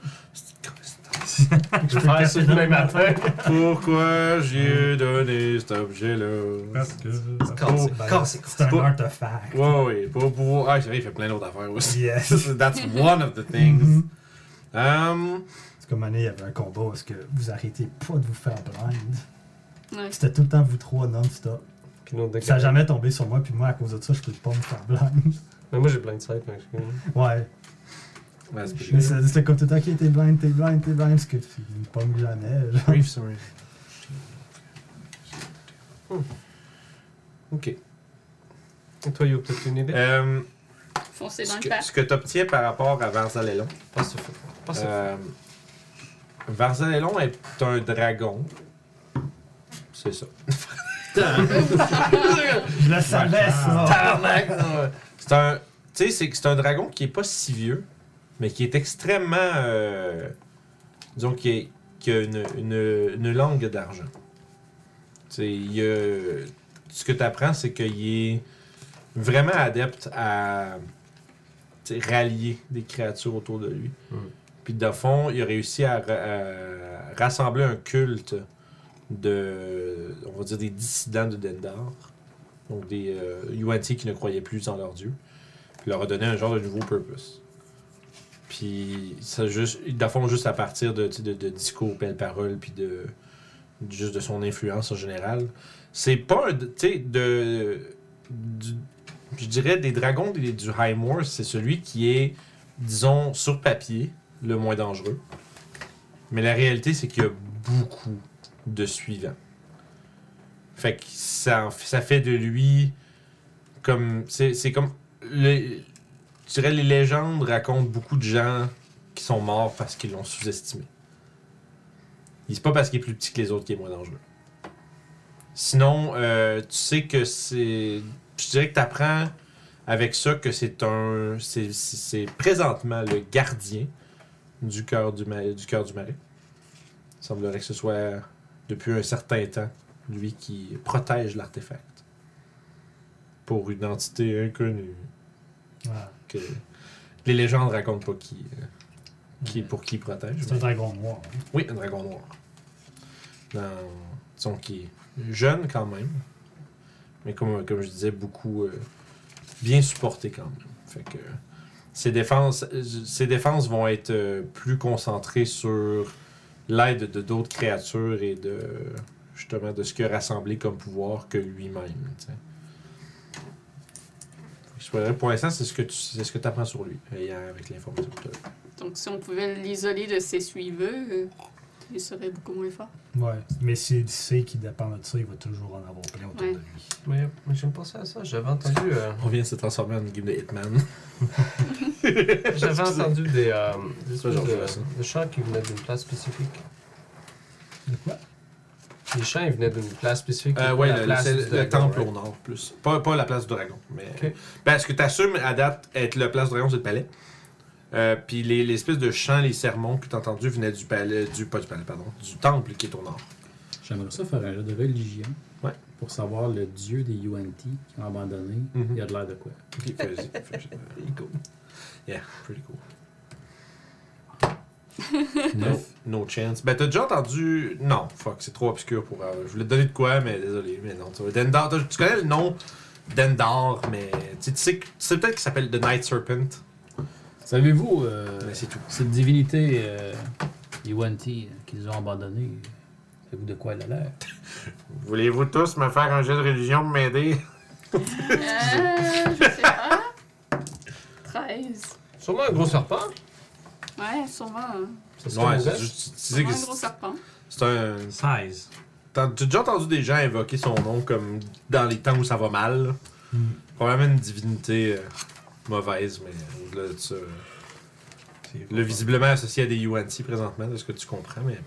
Je vais faire ça demain matin. Pourquoi j'ai donné cet objet-là? Parce que. Quand c'est- Oh, quand c'est- C'est un artefact. Ouais, ouais, pour pouvoir. Ah, c'est vrai, il fait plein d'autres affaires aussi. Yes. That's one of the things. Mhm. Um, C'est comme année, il y avait un combat où est-ce que vous arrêtez pas de vous faire blind. Ouais. C'était tout le temps vous trois non-stop. Puis nous, Ça a jamais tombé sur moi, puis moi, à cause de ça, je peux pas me faire blind. Mais moi, j'ai plein de sites, mais excuse-moi. Ouais. Ouais, c'est Mais c'est- c'était comme tout le temps, ok, t'es blind, t'es blind, t'es blind, parce que tu me pommes jamais. genre. Brief summary. Ok. Et toi, Yo, peut-être une idée? Euh, Foncez ce dans que, le parc. ce que tu obtiens par rapport à Varzalelon, Passe le feu. Passe le feu. euh, Varzalelon est un dragon. C'est ça. Je le savais, ça! Tabarnak! Ah. C'est un. Tu sais, c'est que c'est un dragon qui est pas si vieux, mais qui est extrêmement. euh, disons, qui, est- qui a une, une- une langue d'argent. Tu sais, il a- Ce que tu apprends, c'est qu'il est vraiment adepte à tu sais, rallier des créatures autour de lui. Mm. Puis, de fond, il a réussi à, ra- à rassembler un culte de. On va dire des dissidents de Dendar. Donc des euh, UNT qui ne croyaient plus en leur dieu. Puis leur a donné un genre de nouveau purpose. Puis ça juste, ils la font juste à partir de, tu sais, de, de discours, belles paroles, puis de juste de son influence en général. C'est pas un, tu sais, de, du- je dirais des dragons des- du High Moor, c'est celui qui est, disons, sur papier, le moins dangereux. Mais la réalité, c'est qu'il y a beaucoup de suivants. Fait que ça, ça fait de lui comme. C'est c'est comme. Le, je dirais, les légendes racontent beaucoup de gens qui sont morts parce qu'ils l'ont sous-estimé. Il- C'est pas parce qu'il est plus petit que les autres qu'il est moins dangereux. Sinon, euh, tu sais que c'est. Je dirais que tu apprends avec ça que c'est un. c'est- C'est c'est présentement le gardien du cœur du, ma- du, cœur du marais. Il semblerait que ce soit depuis un certain temps lui qui protège l'artefact pour une entité inconnue Ah, que les légendes racontent pas qui, euh, qui pour qui il protège. C'est un dragon noir. hein. Oui, un dragon noir. Dans, disons qui est jeune quand même, mais comme, comme je disais, beaucoup euh, bien supporté quand même. Fait que ses défenses, euh, ses défenses vont être euh, plus concentrées sur l'aide de d'autres créatures et de justement de ce qu'il a rassemblé comme pouvoir que lui-même. tu sais. Je pourrais- Pour l'instant, c'est ce que tu c'est ce que apprends sur lui, ayant- avec l'information que tu Donc, si on pouvait l'isoler de ses suiveurs, euh, il serait beaucoup moins fort. Ouais. Mais s'il sait qu'il dépend de ça, il va toujours en avoir plein autour Ouais. de lui. Mais, euh, mais je me pensais à ça. J'avais entendu. euh, On vient de se transformer en une game de Hitman. J'avais entendu des, euh, des Ça, espèces j'en reviens à ça. de, de chants qui venaient d'une place spécifique. De quoi? Les chants, ils venaient d'une place spécifique. Euh, pas ouais, la le, place c'est du le dragon, temple right? au nord, plus. Pas, pas la place du dragon. Mais... Ok. Ben, ce que tu assumes à date être la place du dragon, c'est le palais. Euh, Puis les- l'espèce de chant, les sermons que tu as entendus venaient du palais, du, pas du palais, pardon, du temple qui est au nord. J'aimerais ça faire un jeu de religion Ouais. pour savoir le dieu des UNT qui ont abandonné. Mhm. Il a de l'air de quoi Ok, vas-y, fais- fais- cool. Yeah, pretty cool. No, no chance. Ben, t'as déjà entendu. Non, fuck, c'est trop obscur pour. euh, je voulais te donner de quoi, mais désolé, mais non. tu vois, Dendar, t'as- tu connais le nom Dendar, mais tu tu sais, que- tu sais peut-être qu'il s'appelle The Night Serpent, Savez-vous, euh, mais Ben, c'est tout. cette divinité euh, UNT euh, qu'ils ont abandonnée, savez-vous de quoi elle a l'air Voulez-vous tous me faire un jeu de religion pour m'aider? Euh, je sais pas. 13. Sûrement un gros serpent. hein. Ouais, sûrement. hein. Ça serait Ouais, mauvais. c'est juste- tu sais Sûrement que un gros c'est- serpent. c'est un. 16. t'as- T'as déjà entendu des gens invoquer son nom comme dans les temps où ça va mal. là. Probablement une divinité euh, mauvaise, mais au-delà de ça. euh, Le visiblement associé à des UNT présentement, de ce que tu comprends, mais.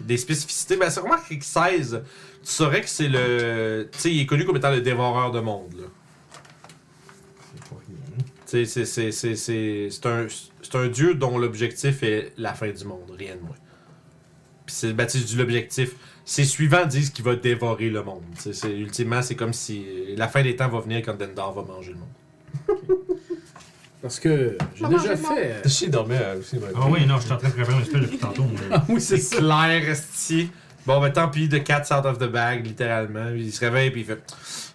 Des spécificités. Ben, c'est remarque que 16, tu saurais que c'est le. Tu sais, il est connu comme étant le dévoreur de monde, là. Tu sais, c'est- c'est- c'est- c'est c'est un, c'est un dieu dont l'objectif est la fin du monde, rien de moins. Puis c'est ben, tu sais, du l'objectif. Ses suivants disent qu'il va dévorer le monde. Tu sais, c'est- ultimement, c'est comme si euh, la fin des temps va venir quand Dendar va manger le monde. Parce que j'ai Maman, déjà j'ai mal. fait. Chier dormait euh, aussi. ouais. Ah oui, non, je suis en train de préparer un spell depuis tantôt. mais- Ah oui, c'est ça. clair, esti. Bon, ben tant pis, de cats out of the bag, littéralement. Puis il se réveille, puis il fait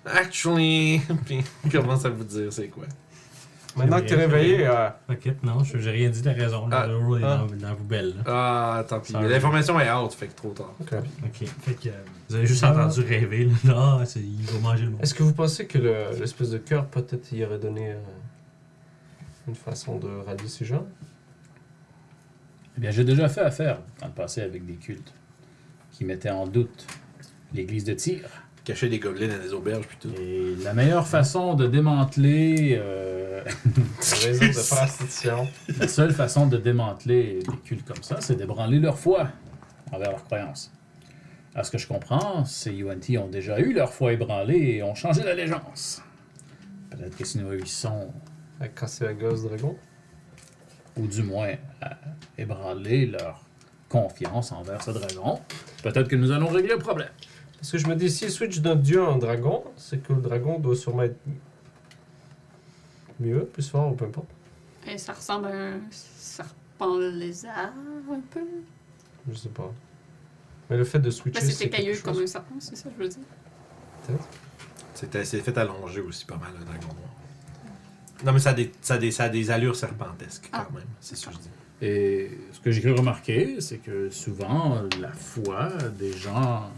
Actually. Puis il commence à vous dire c'est quoi. Maintenant que t'es réveillé, euh, T'inquiète, non, je- j'ai rien dit de la raison. Ah, Le roll est ah. dans, dans la poubelle. là. Ah, tant pis. Sorry. L'information est out, fait que trop tard. Ok. Fait que. euh, Vous avez juste entendu rêver, là. Ah, c'est- il va manger le monde. est-ce que vous pensez que le- l'espèce de cœur, peut-être, y aurait donné euh, une façon de rallier ces gens Eh bien, j'ai déjà fait affaire dans le passé avec des cultes qui mettaient en doute l'église de Tyr. Cacher des gobelins dans les auberges, puis tout. Et la meilleure façon de démanteler, euh, Raison de faire cette session. la seule façon de démanteler des cultes comme ça, c'est d'ébranler leur foi envers leurs croyances. À ce que je comprends, ces UNT ont déjà eu leur foi ébranlée et ont changé d'allégeance. Peut-être que si nous réussissons, À casser la gosse dragon ou du moins à ébranler leur confiance envers ce dragon, peut-être que nous allons régler le problème. Parce que je me dis, s'il switch d'un dieu à un dragon, c'est que le dragon doit sûrement être mieux, plus fort ou peu importe. Et ça ressemble à un serpent lézard, un peu. Je sais pas. Mais le fait de switcher. Là, c'est Bah, c'était quelque cailleux chose. comme un serpent, c'est ça que je veux dire. C'était- C'est fait allonger aussi pas mal, un dragon noir. Non, mais ça a des, ça a des, ça a des allures serpentesques, quand Ah. même. C'est ce que je dis. Et ce que j'ai cru remarquer, c'est que souvent, la foi des gens,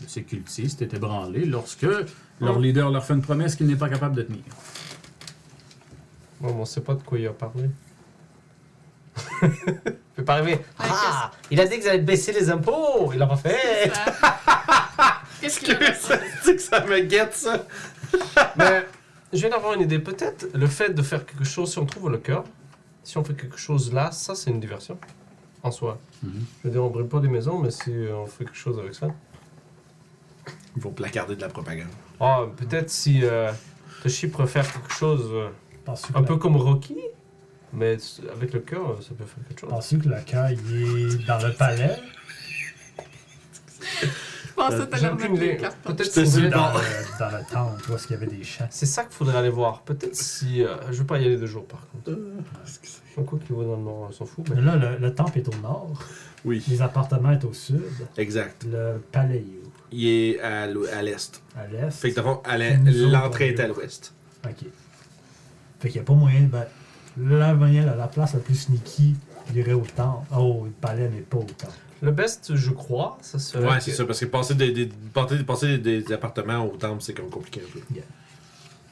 de ces cultistes, est ébranlée lorsque leur leader leur fait une promesse qu'il n'est pas capable de tenir. Ouais, mais on sait pas de quoi il a parlé. Peut pas arriver. Ah, il a dit qu'ils allaient baisser les impôts. Il l'a pas fait. Ça- Qu'est-ce qu'il y a? C'est que ça me guette, ça. Mais je viens d'avoir une idée. Peut-être le fait de faire quelque chose, si on trouve le cœur, si on fait quelque chose là, ça c'est une diversion. En soi. Mhm. Je veux dire, on brûle pas des maisons, mais si euh, on fait quelque chose avec ça. Ils vont placarder de la propagande. Ah, peut-être si euh, Toshi préfère quelque chose euh, Penses-tu que, un la- peu comme Rocky, mais s- avec le cœur, euh, ça peut faire quelque chose. penses-tu que le cœur, il est dans le palais Je pensais que Euh, J'ai t'allais aucune remettre idée. les cartes. Peut-être Je te qu'on suis devrait- dans, le, dans le temple, où est-ce qu'il y avait des champs C'est ça qu'il faudrait aller voir. Peut-être si. euh, je veux pas y aller deux jours par contre. Un coup qui va dans le nord, on euh, s'en fout. Mais... Mais là, le, le temple est au nord, Oui. les appartements sont au sud, Exact. le palais est où Il est à l'ou- à l'est. À l'est. Fait que, de fond, à la- Nous autres, l'entrée on est à est- l'ouest. Ok. Fait qu'il n'y a pas moyen. Ben, la, moyen la, la place la plus sneaky, il irait au temple. Oh, le palais, mais pas au temple. Le best, je crois, ça serait. Ouais, que- c'est ça, parce que passer des, des- passer- passer des, des appartements au temple, c'est comme compliqué un peu. Yeah.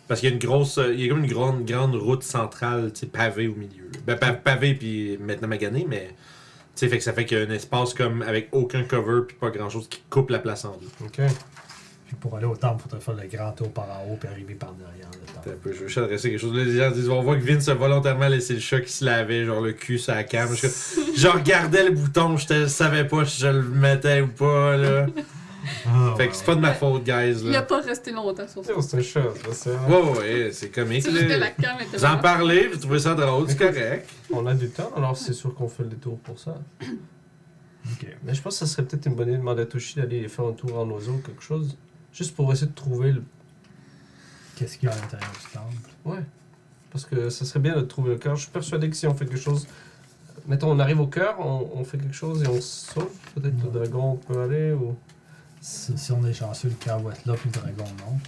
Parce qu'il y a une grosse. euh, Il y a comme une grande, grande route centrale, tu sais, pavée au milieu. Ben, pa- pavé, puis maintenant magané, mais. Tu sais, fait que ça fait qu'il y a un espace comme avec aucun cover, puis pas grand chose qui coupe la place en deux. Ok. Puis pour aller au temple, il te faire le grand tour par en haut puis arriver par derrière le Attends temple. un peu, je veux juste adresser quelque chose. Là, les gens disent on voit que Vince a volontairement laissé le chat qui se lavait, genre le cul sur la cam. Je, je regardais le bouton, je te- je savais pas si je le mettais ou pas, là. Ah, Fait que c'est pas de ma faute, guys, Il a là. pas resté longtemps sur ça. C'est une chose, euh, là, c'est- Ouais, ouais, c'est comique, Tu sais que là. la cam était Vous en là. parlez, vous trouvez ça drôle, c'est correct. On a du temps, alors c'est sûr qu'on fait le détour pour ça. Ok. Mais je pense que ça serait peut-être une bonne idée de demander à Toshi d'aller faire un tour en oiseau ou quelque chose. Juste pour essayer de trouver le. Qu'est-ce qu'il y a à l'intérieur du temple Ouais. Parce que ça serait bien de trouver le cœur. Je suis persuadé que si on fait quelque chose. Mettons, on arrive au cœur, on, on fait quelque chose et on se sauve. Peut-être le dragon peut aller ou. si, si on est chanceux, le cœur va être là, puis le dragon, non.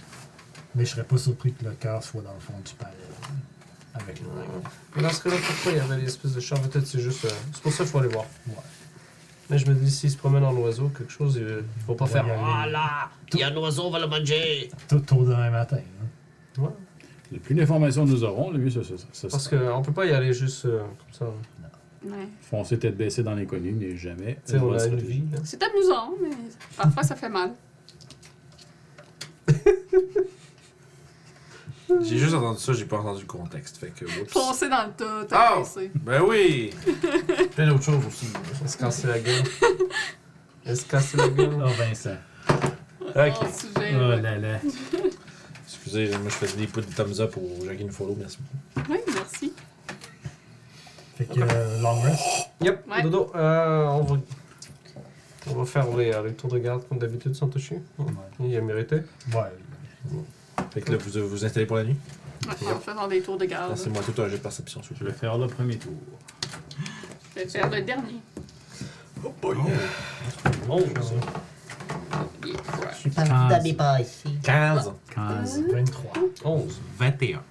Mais je serais pas surpris que le cœur soit dans le fond du palais. là, Avec le dragon. Mais dans ce cas-là, pourquoi il y avait l'espèce de char Peut-être c'est juste. euh, c'est pour ça qu'il faut aller voir. Ouais. Mais je me dis, s'il se promène en oiseau, quelque chose, euh, il faut pas Ouais, faire. il y a- Ah là, il y a un oiseau, on va le manger. Tout tôt demain matin. hein. Ouais. Le plus d'informations nous aurons, le mieux ce ce- ce Parce sera. qu'on peut pas y aller juste euh, comme ça. Ouais. Foncer tête baissée dans l'inconnu n'est jamais Tu sais, une on bonne a une stratégie. vie. hein. là. C'est amusant, hein, mais parfois ça fait mal. J'ai juste entendu ça, j'ai pas entendu le contexte. Fait que, oups. Foncer dans le tas, Oh! t'as pensé. Ben oui! Plein d'autres choses aussi. On se casser la gueule. On se casser la gueule. Oh, Vincent. Ah, Hors sujet. Ah, Oh là. là là. Excusez, moi je faisais des poules de thumbs up aux gens qui nous follow, merci. Oui, merci. Fait que euh, long rest. Yep, Ouais. Dodo, euh, on va. On va faire les, euh, les tours de garde comme d'habitude sans toucher. Il a mérité. Ouais. Fait que là, vous vous vous installez pour la nuit? Ouais, en faisant des tours de garde. Laissez-moi tout un jeu de perception, s'il vous Je vais plaît. faire le premier tour. Je vais faire le dernier. Oh, Yeah. Je suis pas d'aller par ici. 15! 15. 23. 11. 21.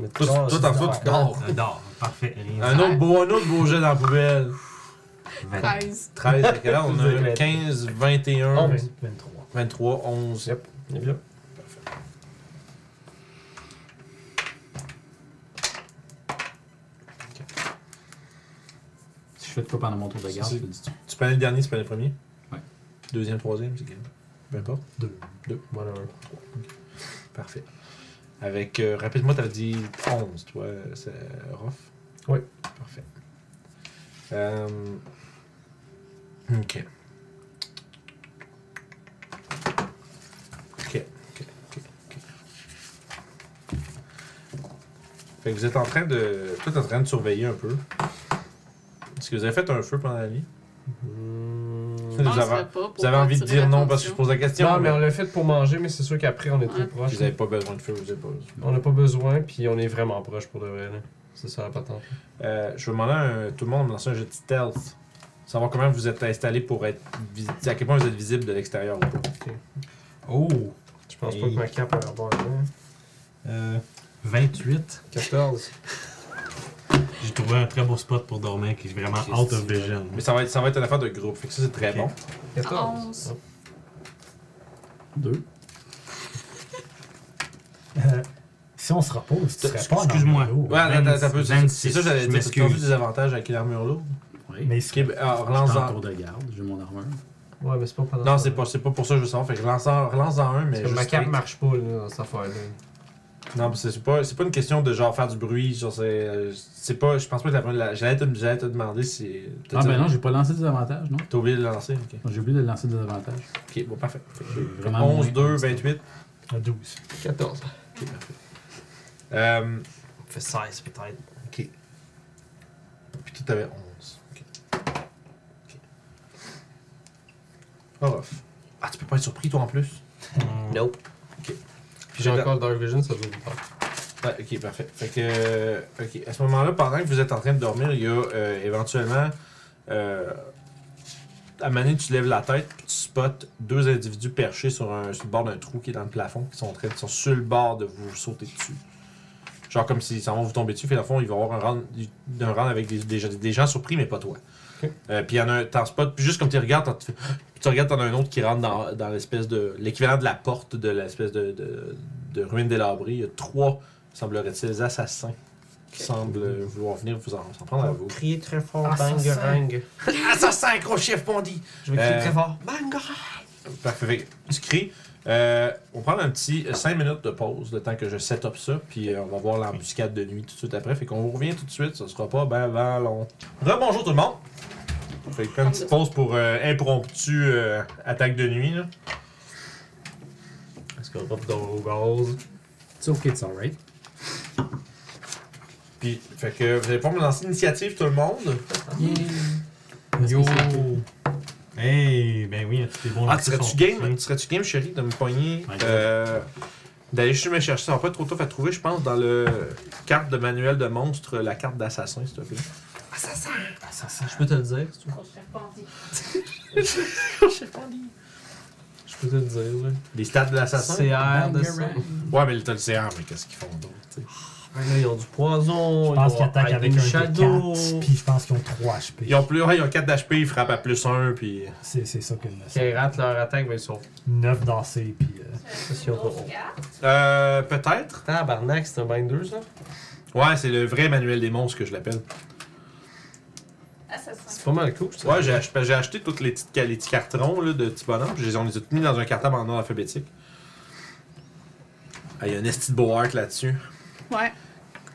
Mais Toi, non, toi, c'est t'en des fous, tu affaires. dors. Un d'or. Parfait. Rien. Un autre beau, un autre beau jet dans la poubelle. Ah, 13. 13, à quelle heure? On Vous a avez- 15, 21, 11. 23. 23, 11. Yep. Yep, yep. Si je fais de quoi pendant mon tour de garde, C'est- je te le dis-tu. Tu prenais le dernier, tu prenais le premier? Ouais. Deuxième, troisième, c'est quel? Peu importe. Deux. Deux. Voilà, un. Trois. Ok. Parfait. Avec, euh, rapidement, t'avais dit 11, toi, euh, c'est Rof? Oui. Parfait. Euh, ok. Ok, ok, ok, ok. Fait que vous êtes en train de. Toi, t'es en train de surveiller un peu. Est-ce que vous avez fait un feu pendant la nuit? Je Vous penserais avez- pas pour Vous avez envie de attirer dire non parce que je l'attention. pose la question. Non, mais on l'a fait pour manger, mais c'est sûr qu'après, on est trop Ouais. proche. Vous n'avez pas besoin de feu, vous n'avez pas besoin. On n'a pas besoin, puis on est vraiment proche pour de vrai. là. C'est ça la patente. Euh, je vais demander à un- tout le monde de me lancer un jeu de stealth. Savoir comment vous êtes installé pour être visible. À quel point vous êtes visible de l'extérieur ou pas. Oh! Je pense pas que ma cape a avoir hein. Euh, 28. 14. J'ai trouvé un très beau spot pour dormir qui est vraiment out of vision. Mais ça va, être, ça va être une affaire de groupe. Fait que ça, c'est très Ok. bon. 14. Onze. Deux. Euh, si on se repose, tu serais pas en Excuse-moi. armure. Ouais, attends, attends, ça peut. C'est 26, c'est ça, j'allais je dire. Tu as m'excuse. des avantages avec l'armure lourde. Oui. Mais Ok, il serait- ben, alors, Je suis relance en en. tour de garde, j'ai mon armure. Ouais, mais c'est pas pendant. Non, c'est pas, c'est pas pour ça que je veux savoir. Fait que relance en, relance en un, mais. Parce que juste ma cape straight. marche pas là, dans cette affaire-là. Non, mais c'est c'est pas, c'est pas une question de genre faire du bruit. Genre, c'est. euh, C'est pas. Je pense pas que la- la. J'allais te, j'allais te demander si. t'as Ah dit- ben non, j'ai pas lancé des avantages, non? T'as oublié de le lancer, ok. J'ai oublié de lancer des avantages. Ok, bon, parfait. Fait que J'ai vraiment 11, moins- 2, 28. Un 12. 14. Ok, parfait. Euh, On fait 16 peut-être. ok. Puis toi, t'avais 11. Ok. Ok. Oh, off. Ah, tu peux pas être surpris, toi, en plus. Nope. Puis Puis j'ai j'ai- encore Dark Vision, ça dure longtemps. Ouais, ok, parfait. Fait que, euh, ok. À ce moment-là, pendant que vous êtes en train de dormir, il y a euh, éventuellement. Euh, à Mané, tu lèves la tête, puis tu spots deux individus perchés sur, un, sur le bord d'un trou qui est dans le plafond, qui sont, en train, qui sont sur le bord de vous sauter dessus. Genre comme s'ils s'en vont vous tomber dessus, puis dans le fond, il va y avoir un round, un round avec des, des, des gens surpris, mais pas toi. Ok. Euh, puis il y en a un, t'en spots, puis juste comme tu regardes, t'en- tu fais- puis tu regardes, t'en as un autre qui rentre dans, dans l'espèce de. l'équivalent de la porte de l'espèce de, de, de ruine délabrée. Il y a trois, semblerait-il, assassins qui semblent euh, vouloir venir vous en, s'en prendre Ah, à vous. Crier très fort, Assassin. bangerang. Assassin, gros chef Bondi! Je vais crier Euh, très fort, bangerang. Parfait. Fait que Tu cries. Euh, on prend un petit 5 minutes de pause, le temps que je set up ça, puis euh, on va voir l'embuscade de nuit tout de suite après. Fait qu'on vous revient tout de suite, ça sera pas ben avant long. Rebonjour tout le monde! Fait que une petite pause pour euh, impromptu euh, attaque de nuit. Là. Est-ce qu'on va au gaz? It's ok, it's alright. Puis, fait que vous allez pas me lancer l'initiative tout le monde. Yo! Hey! Ben oui, t'es bon Ah, là, tu serais-tu sont- game, tu serais-tu game, chérie, de me pogner? Ouais. euh, D'aller juste me chercher, ça va pas être trop tough à trouver, je pense, dans le carte de manuel de monstre, la carte d'assassin, s'il te plaît. Je peux te le dire, c'est tout. Je peux te le dire, là. Des stats de l'assassin? CR de ça. Ouais, mais le Tolcéan, mais qu'est-ce qu'ils font d'autre, tu sais? Ah, Là, ils ont du poison. Je pense ils qu'ils ont attaquent avec un shadow. D4, puis je pense qu'ils ont 3 HP. Ils ont plus, ouais, ils ont 4 d'HP, ils frappent à plus 1, puis. C'est c'est ça que me Si ils ratent leur attaque, ben ils sont. 9 dansés, puis euh, Ça, c'est un peu- Euh, peut-être. Tabarnak, c'est un binder, ça. Ouais, c'est le vrai manuel des monstres que je l'appelle. C'est pas mal cool, ça. Ouais, j'ai acheté, j'ai acheté toutes les petites les petits cartons là, de petits bonhommes, puis je les- on les a tous mis dans un cartable en ordre alphabétique. Ah, il y a un esti de beau art là-dessus. Ouais,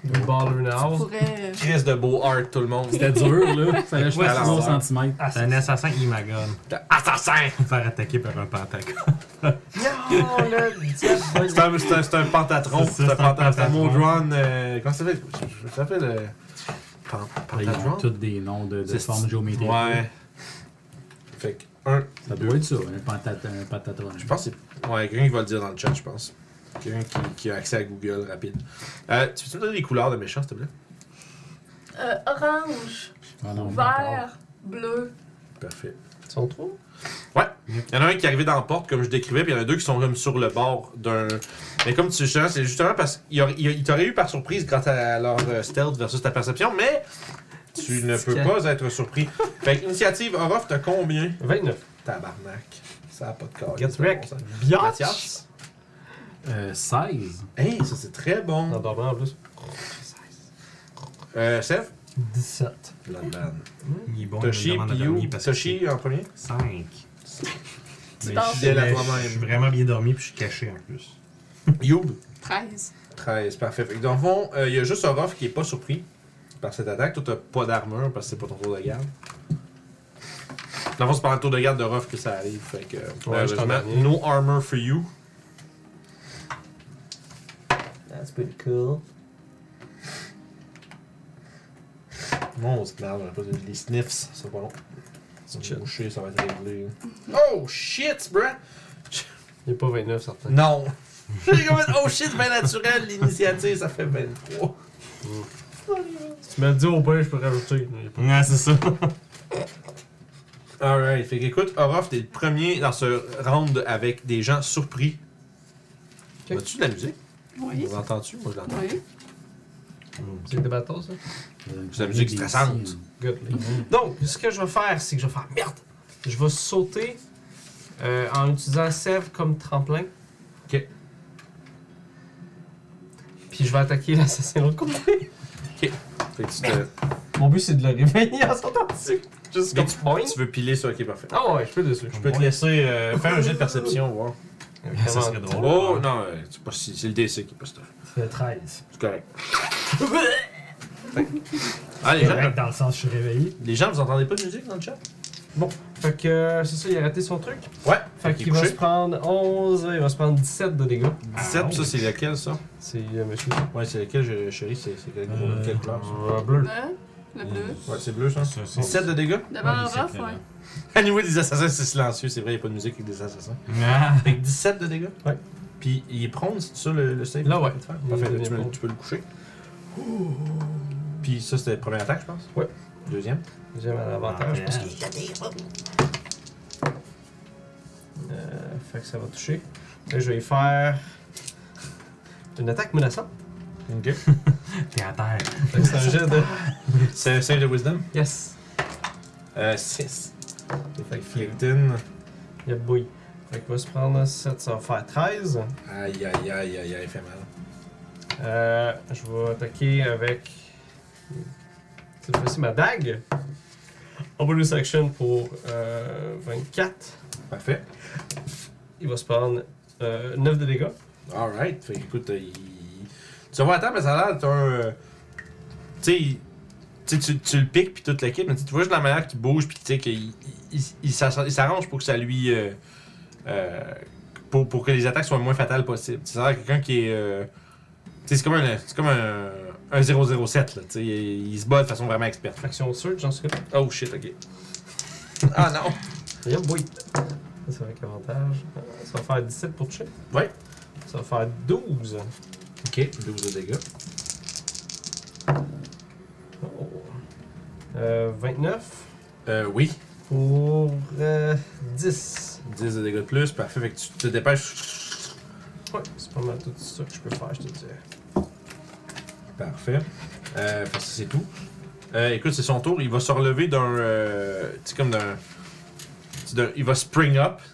Du baller tu now. pourrais. Chris de beau art, tout le monde. C'était dur, là. Fallait que je Ouais, fasse Ah, c'est 3 ça. cm. C'est un assassin Imagon. Assassin! Faire attaquer par un pentagon. Non, le C'est diable. un, c'est un, c'est un pentatron. C'est ça, C'est un c'est un pentatron. C'est un pentatron. Modron, euh, comment ça s'appelle? Ça s'appelle. euh, pen- Ils Pentatron? ont tous des noms de, de Ah, C'est- formes géométriques. Ouais. Fait que, un, Ça doit être ça, hein, euh, un, pentat un pentatron. je pense que c'est. Ouais, quelqu'un qui va le dire dans le chat, je pense. Quelqu'un qui, qui a accès à Google rapide. Euh, tu peux-tu me donner les couleurs de méchants, s'il te plaît? Euh, orange, Ah non, vert, bleu. Parfait. Ils sont trop. Ouais, Il y en a un qui est arrivé dans la porte, comme je décrivais, puis il y en a deux qui sont comme sur le bord d'un. Mais comme tu sais, c'est justement parce qu'il aurait- il- il t'aurait eu par surprise grâce à leur euh, stealth versus ta perception, mais tu ne peux pas être surpris. Fait que, initiative Orof, t'as combien 29. Tabarnak. Ça a pas de corps. Get wrecked. Mathias. Euh, 16. Hey, ça c'est très En bon. dormant en plus. Euh, Sev 17. Bloodman. Il est bon, Toshi, Piyu. Toshi en premier 5. Tu dors fidèle à Je suis toi-même. vraiment bien dormi puis je suis caché en plus. Youb 13. 13, parfait. Fait que dans le fond, euh, il y a juste Orof qui est pas surpris par cette attaque. Toi, t'as pas d'armure parce que c'est pas ton tour de garde. Dans le fond, c'est pendant le tour de garde d'Orof que ça arrive. Fait que, malheureusement, je t'en ai. no armor for you. That's pretty cool. Mon merde, on a pas de- les sniffs, c'est pas long. C'est Ils chill. vont Moucher, ça va être réglé. Oh shit, bruh! Il est pas 29 certain. Non! J'ai comme fait, oh shit, bien naturel, l'initiative, ça fait 23. Si tu m'as dit au pire, je peux rajouter. Il est pas- Ouais, c'est ça. Alright, fait qu'écoute, Orof, t'es le premier dans ce round avec des gens surpris. Ok. As-tu de la musique? Oui. Vous l'entends-tu? Moi, je l'entends. Oui. C'est des bateaux, ça. Euh, C'est la musique stressante. Good. Donc, ce que je vais faire, c'est que je vais faire merde. Je vais sauter euh, en utilisant Sève comme tremplin. Ok. Puis je vais attaquer l'assassin de l'autre côté. Fait que tu, te- Mon but, c'est de le réveiller en sautant dessus. Juste Mais comme point. tu veux piler ça, ok, parfait. Ah ouais, je peux dessus. Je peux te laisser euh, faire un jet de perception, voir. ça serait drôle. Oh, non, euh, c'est pas si- c'est le DC qui est pas ça. Ça fait 13. C'est correct. ah, les gens, Correct, dans le sens, je suis réveillé. les gens, vous entendez pas de musique dans le chat? Fait que euh, c'est ça, il a raté son truc. Ouais. Fait qu'il va se prendre 11, il va se prendre 17 de dégâts. 17, ça, c'est lequel, ça? C'est euh, monsieur. Ouais, c'est lequel, je- chérie? C'est c'est quel, Euh, quelle couleur, ça? Euh, bleu. Le, le bleu. Ouais, c'est bleu, ça. Ça, c'est- 17 de dégâts? Devant Ouais, un il rough, sait que- ouais. À niveau des assassins, c'est silencieux, c'est vrai, il n'y a pas de musique avec des assassins. Ah. Fait que 17 de dégâts. Ouais. Puis il est prone, c'est ça le, le save? Là, ouais. Tu peux le faire? Il Parfait, est là, tu, peux, prone. tu peux le coucher. Puis ça, c'était la première attaque, je pense. Ouais. Deuxième. J'aime à l'avantage. hein. Ah, Euh, fait que ça va toucher. Là, je vais y faire une attaque menaçante. Ok. T'es à terre. Fait que C'est un jet de. C'est un save de wisdom. Yes! Euh, 6. Fait que Fait Flickton. Il y a de bouille. Fait qu'il va se prendre 7, ça va faire 13. Aïe, aïe, aïe, aïe, aïe, fait mal. Euh, je vais attaquer avec. Cette fois-ci, ma dague. En bonus action pour euh, 24. Parfait. Il va se prendre euh, 9 de dégâts. Alright. Fait que, écoute, euh, il... tu vas attendre, mais ça a l'air d'être un. euh, Tu sais, il- tu sais, tu, tu le piques puis toute l'équipe, mais tu sais, tu vois juste la manière qu'il bouge puis tu sais qu'il il, il, il s'arrange il s'arrange pour que ça lui. euh, euh, pour, pour que les attaques soient le moins fatales possible. C'est l'air quelqu'un qui est. euh, tu sais, c'est comme un. C'est comme un. Un 007, là. Tu sais, il, il se bat de façon vraiment experte. Action search, j'en suis là. Oh shit, ok. ah non! Il y a de bouille. Ça, c'est avec avantage. Euh, Ça va faire 17 pour toucher. Ouais. Ça va faire 12. Ok, 12 de dégâts. Oh. Euh, 29 Euh, oui. pour euh, 10. 10 de dégâts de plus, parfait. Fait que tu te dépêches. Ouais, c'est pas mal tout ça que je peux faire, je te dirais. Parfait. Euh, parce que c'est tout. Euh, écoute, c'est son tour. Il va se relever d'un. euh, tu sais, comme d'un. tu sais, d'un- Il va spring up. Tu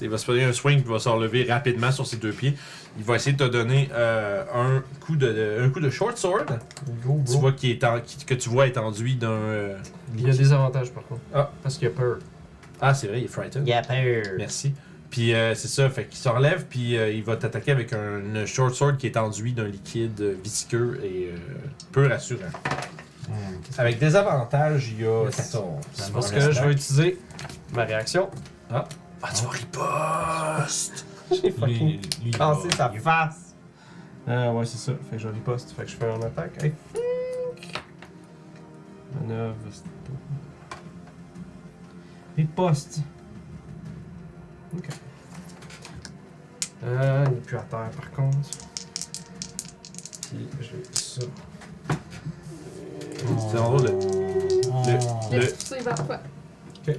sais, il va se faire un swing, puis il va se relever rapidement sur ses deux pieds. Il va essayer de te donner euh, un, coup de, de- un coup de short sword. Tu vois qu'il est en- qui- que tu vois étendu d'un. euh, Il y a des avantages par contre. Ah. Parce qu'il a peur. Ah, c'est vrai, il est frightened. Yeah, peur. Merci. Puis euh, c'est ça, fait qu'il se relève, puis euh, il va t'attaquer avec un une short sword qui est enduit d'un liquide euh, visqueux et euh, peu rassurant. Avec des avantages, il y a 14. C'est parce que là, je vais utiliser ma réaction. Ah, tu vas riposte! J'ai Lui, lui, fucking il va- cassé sa face. Euh, ouais, c'est ça. Fait que je riposte. Fait que je fais une attaque. Hey. Manœuvre. c'est pas- Riposte. Ok. Euh, il n'est plus à terre par contre. Puis j'ai ça. C'est en gros le. Oh. Le- Laisse pousser vers toi.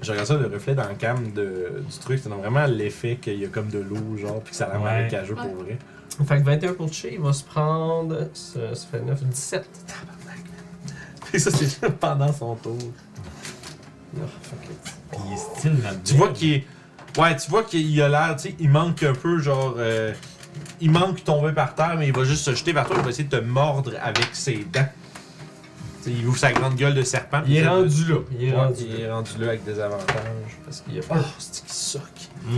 Je regarde ça, le reflet dans le cam de- du truc, ça donne vraiment l'effet qu'il y a comme de l'eau, genre, puis que ça a l'air Ouais. marécageux Ouais. pour vrai. Fait que 21 pour Chi, il va se prendre. Ça, ça fait 9, 17. Et ça, c'est pendant son tour. Non, fuck it. Il est style là-dedans. Tu vois qu'il est. Ouais, tu vois qu'il a l'air, tu sais, il manque un peu, genre. euh, il manque de tomber par terre, mais il va juste se jeter vers toi, il va essayer de te mordre avec ses dents. Tu sais, il ouvre sa grande gueule de serpent. puis Il est essaie de- rendu là. Il est Ouais, rendu il là. est rendu là avec des avantages. Parce qu'il a Oh, pas. c'est qu'il soque. Ouais.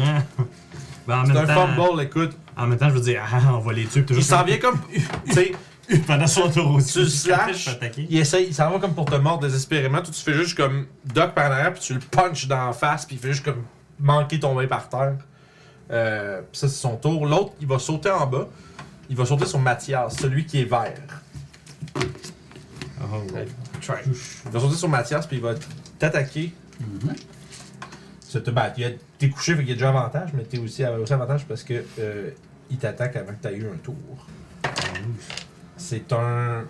Ben, en, C'est même un temps, fumble, écoute. en même temps, je veux dire, ah, on va les tuer. puis Il toujours- s'en vient comme. Tu sais, Pendant son tour aussi. Tu le slash. Je peux attaquer. il essaye, il s'en va comme pour te mordre désespérément. Toi, tu fais juste comme doc par derrière, puis tu le punches dans la face, puis il fait juste comme manquer tomber par terre. Euh, puis ça, c'est son tour. L'autre, il va sauter en bas. Il va sauter sur Mathias, celui qui est vert. Oh, ouais. Il va sauter sur Mathias, puis il va t'attaquer. Mhm. Ça te bat. Il a- T'es couché, fait qu'il y a déjà avantage, mais t'es aussi avec aussi avantage parce que euh, il t'attaque avant que t'aies eu un tour. C'est un.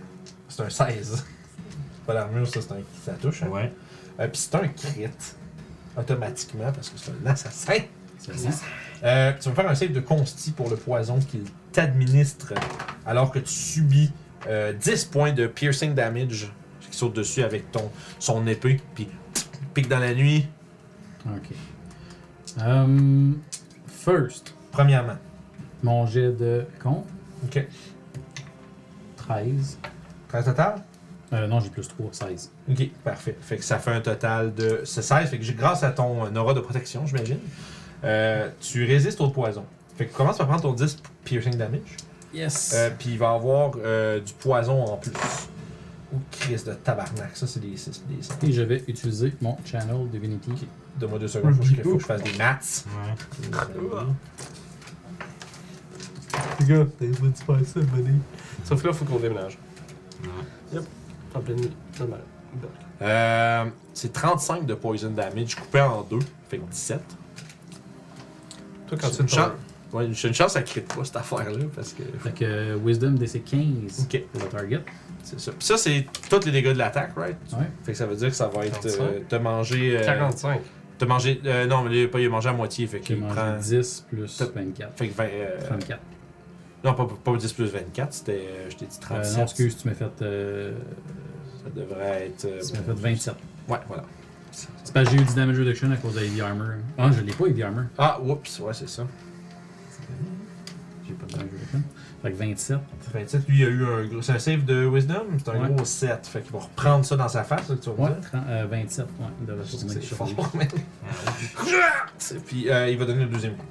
C'est un 16. C'est pas l'armure, ça, c'est un. Ça touche. hein. Ouais. Euh, Puis c'est un crit. Automatiquement, parce que c'est un assassin. C'est ça. Euh, tu vas me faire un save de consti pour le poison qu'il t'administre alors que tu subis euh, 10 points de piercing damage qui saute dessus avec ton son épée puis pique dans la nuit Ok. Hum, first, premièrement. mon jet de con, OK. 13. 13 total Euh, non, j'ai plus 3, 16. OK, parfait. Fait que ça fait un total de c'est 16 fait que j'ai- grâce à ton euh, aura de protection, j'imagine, euh, tu résistes au poison. Fait que commence par prendre ton 10 piercing damage. Yes. Euh, puis il va avoir euh, du poison en plus. Ou crise de tabarnak, ça c'est des 6 des 5. Et je vais utiliser mon channel Divinity. Donne-moi deux secondes, faut que, faut que je fasse des maths. Ouais. Les gars, t'as pas dû faire ça, buddy. Sauf que là, faut qu'on déménage. Yep. En pleine nuit. Ça mal. Euh, c'est 35 de poison damage coupé en deux, fait que 17. Toi, C'est une chance. Ouais, j'ai une chance, ça crit pas cette affaire-là, parce que. Fait que euh, Wisdom DC 15 Ok, pour le target. c'est ça. Puis ça, c'est tous les dégâts de l'attaque, right? Ouais. Fait que ça veut dire que ça va être. 45. euh, te manger. euh, 45. Te manger. euh, non, mais il a pas il a mangé à moitié, fait J'ai qu'il mangé prend. 10 plus Top. 24. Fait que 20. euh, 34. non, pas, pas 10 plus 24, c'était. euh, je t'ai dit Euh, 37. non, excuse, tu m'as fait, euh, Ça devrait être. euh, tu m'as fait 27. Ouais, voilà. C'est parce que j'ai eu du damage reduction à cause de Heavy Armor. Ah, je l'ai pas, Heavy Armor. Ah, oups, ouais, c'est ça. J'ai pas de damage reduction. Fait que 27. 27, lui, il a eu un gros. C'est un save de Wisdom, c'est un Ouais. gros 7. Fait qu'il va reprendre ça dans sa face, là, tu vas me Ouais, dire. 30, euh, 27. Ouais, il devrait Je se sais que remettre C'est sur lui. fort, man. Puis euh, il va donner le deuxième coup.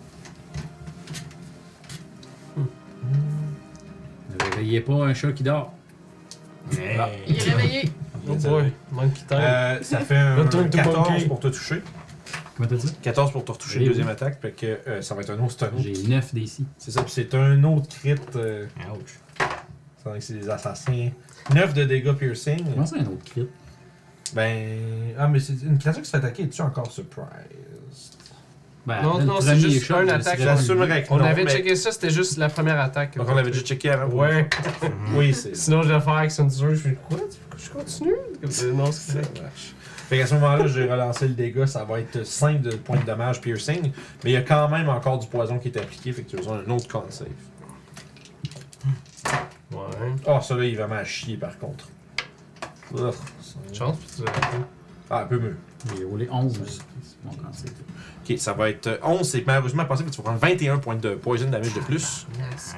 Ne réveillez pas un chat qui dort. Hey. Ah. Il est réveillé. Oh boy. Monkey time. Euh, ça fait un Return to 14 monkey. pour te toucher. Comment t'as dit 14 pour te retoucher, Oui, deuxième attaque. Fait que euh, ça va être un autre, c'est un autre. J'ai 9 DC. C'est ça, puis c'est un autre crit. Euh, Ouch. sans que c'est des assassins. 9 de dégâts piercing. Comment ça, un autre crit Ben. Ah, mais c'est une créature qui se fait attaquer. Es-tu encore surprise? Ben, Non, après le non, c'est premier juste shot, un je me attaque. suis réveillé. J'assumerais que on non, avait mais- checké ça, c'était juste la première attaque. Donc on l'avait déjà checké avant. Ouais. Oui, c'est ça. Sinon, je vais faire Action Zero. Je fais quoi Tu- Je continue Comme ça, Non, c'est Ça marche. Fait qu'à ce moment-là, j'ai relancé le dégât, ça va être 5 de points de dommage piercing, mais il y a quand même encore du poison qui est appliqué, fait que tu as besoin d'un autre con save. Ouais. Ah, oh, celui-là, il est vraiment à chier par contre. Ouf, ça- Chance, puis tu l'as Ah, un peu mieux. J'ai roulé 11. Bon, quand c'est tout. Ok, ça va être euh, 11, c'est malheureusement passé, mais tu vas prendre 21 points de poison damage de plus. Yes.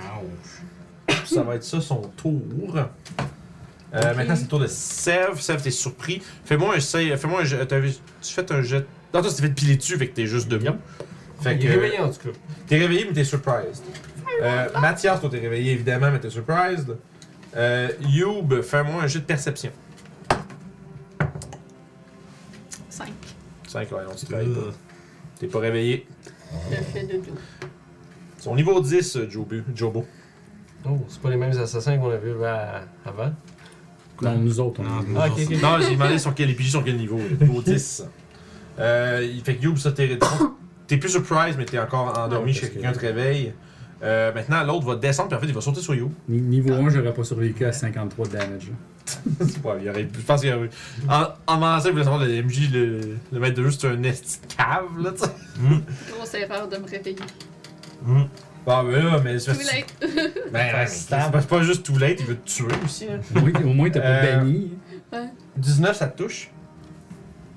Ça va être ça son tour. Euh, Maintenant, c'est le tour de Sev. Sev, t'es surpris. Fais-moi un save. Fais-moi un jet. t'as vu- Tu fais un jet. Non, toi, tu t'es fait piler dessus, fait que t'es juste debout. Fait Il que. est réveillé en tout cas. T'es réveillé, mais t'es surprised. Euh, Mathias, toi, t'es réveillé, évidemment, mais t'es surprised. Euh, Youb, fais-moi un jeu de perception. 5. 5, ouais, non, tu Ah, travailles pas. T'es pas réveillé. Le fait de doux. Ils sont au niveau 10, euh, Jobu- Jobo. Oh, c'est pas les mêmes assassins qu'on avait vus à- avant. Non, nous autres, on Non, est nous Ah, autres, ok, ok. Non, j'ai demandé sur quel, les pigeons sur quel niveau. là. Niveau 10. Euh, il fait que Youb, ça, t'es, t'es plus surprised, mais t'es encore endormi Ouais, chez parce quelqu'un que- te réveille. Euh, maintenant, l'autre va descendre, puis en fait, il va sauter sur You. Ni- Niveau 1, j'aurais pas survécu à 53 de damage. là. Ouais, il aurait, je pense qu'il aurait. En, en m'avançant, il voulait savoir le MJ, le, le maître de jeu, c'est un esti de cave, là, tu sais. Grosse erreur de me réveiller. Bah, ben là, mais c'est Too Ben, late. ben, c'est pas c'est pas juste too late, il veut te tuer aussi. hein. Au moins- Au moins, t'as pas Euh, banni. 19, ça te touche.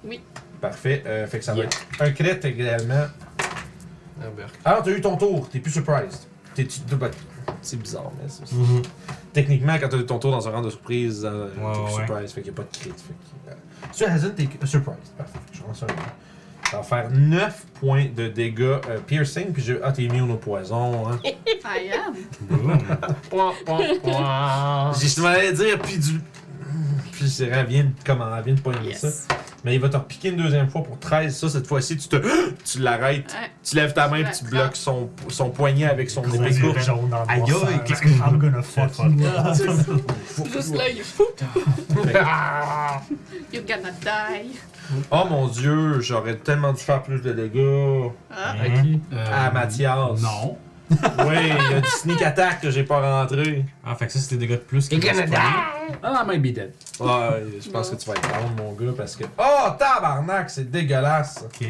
Oui. Parfait. Euh, fait que ça va être un crit également. Alors, t'as eu ton tour, t'es plus surprised. T'es, tu- t'es- bah, c'est bizarre, mais c'est, Techniquement, quand t'as eu ton tour dans un rang de surprise, euh, t'es plus ouais. surprised, fait qu'il n'y a pas de crit. Fait que, euh, sur Hazen, t'es euh, surprised. Parfait. Je rends ça un rang. Ça va faire 9 points de dégâts euh, piercing, puis j'ai. Ah, t'es immune au poison, hein. I am. j'ai je m'allais dire, ah, puis du. Puis c'est elle vient de, comment, elle vient de poigner ça. Yes. Mais il va te repiquer une deuxième fois pour 13. Ça, cette fois-ci, tu te. Tu l'arrêtes. Ouais. Tu lèves ta main, puis tu Ouais. bloques son, son poignet avec son Gros épée yeux courte. jaunes en Aïe, noir, aïe, ça- qu'est-ce I'm gonna fuck you. Juste là, il fou. Ah! You're gonna die. Oh mon dieu, j'aurais tellement dû faire plus de dégâts. Ah, À qui? À Mathias. ben, Non. Oui, il y a du sneak attack que j'ai pas rentré. Ah, fait que ça, c'est des dégâts de plus. qui You're gonna vont se prendre. die! Ah, I might be dead. Ouais, je pense que tu vas être down, mon gars, parce que. Oh, tabarnak, c'est dégueulasse. Ok.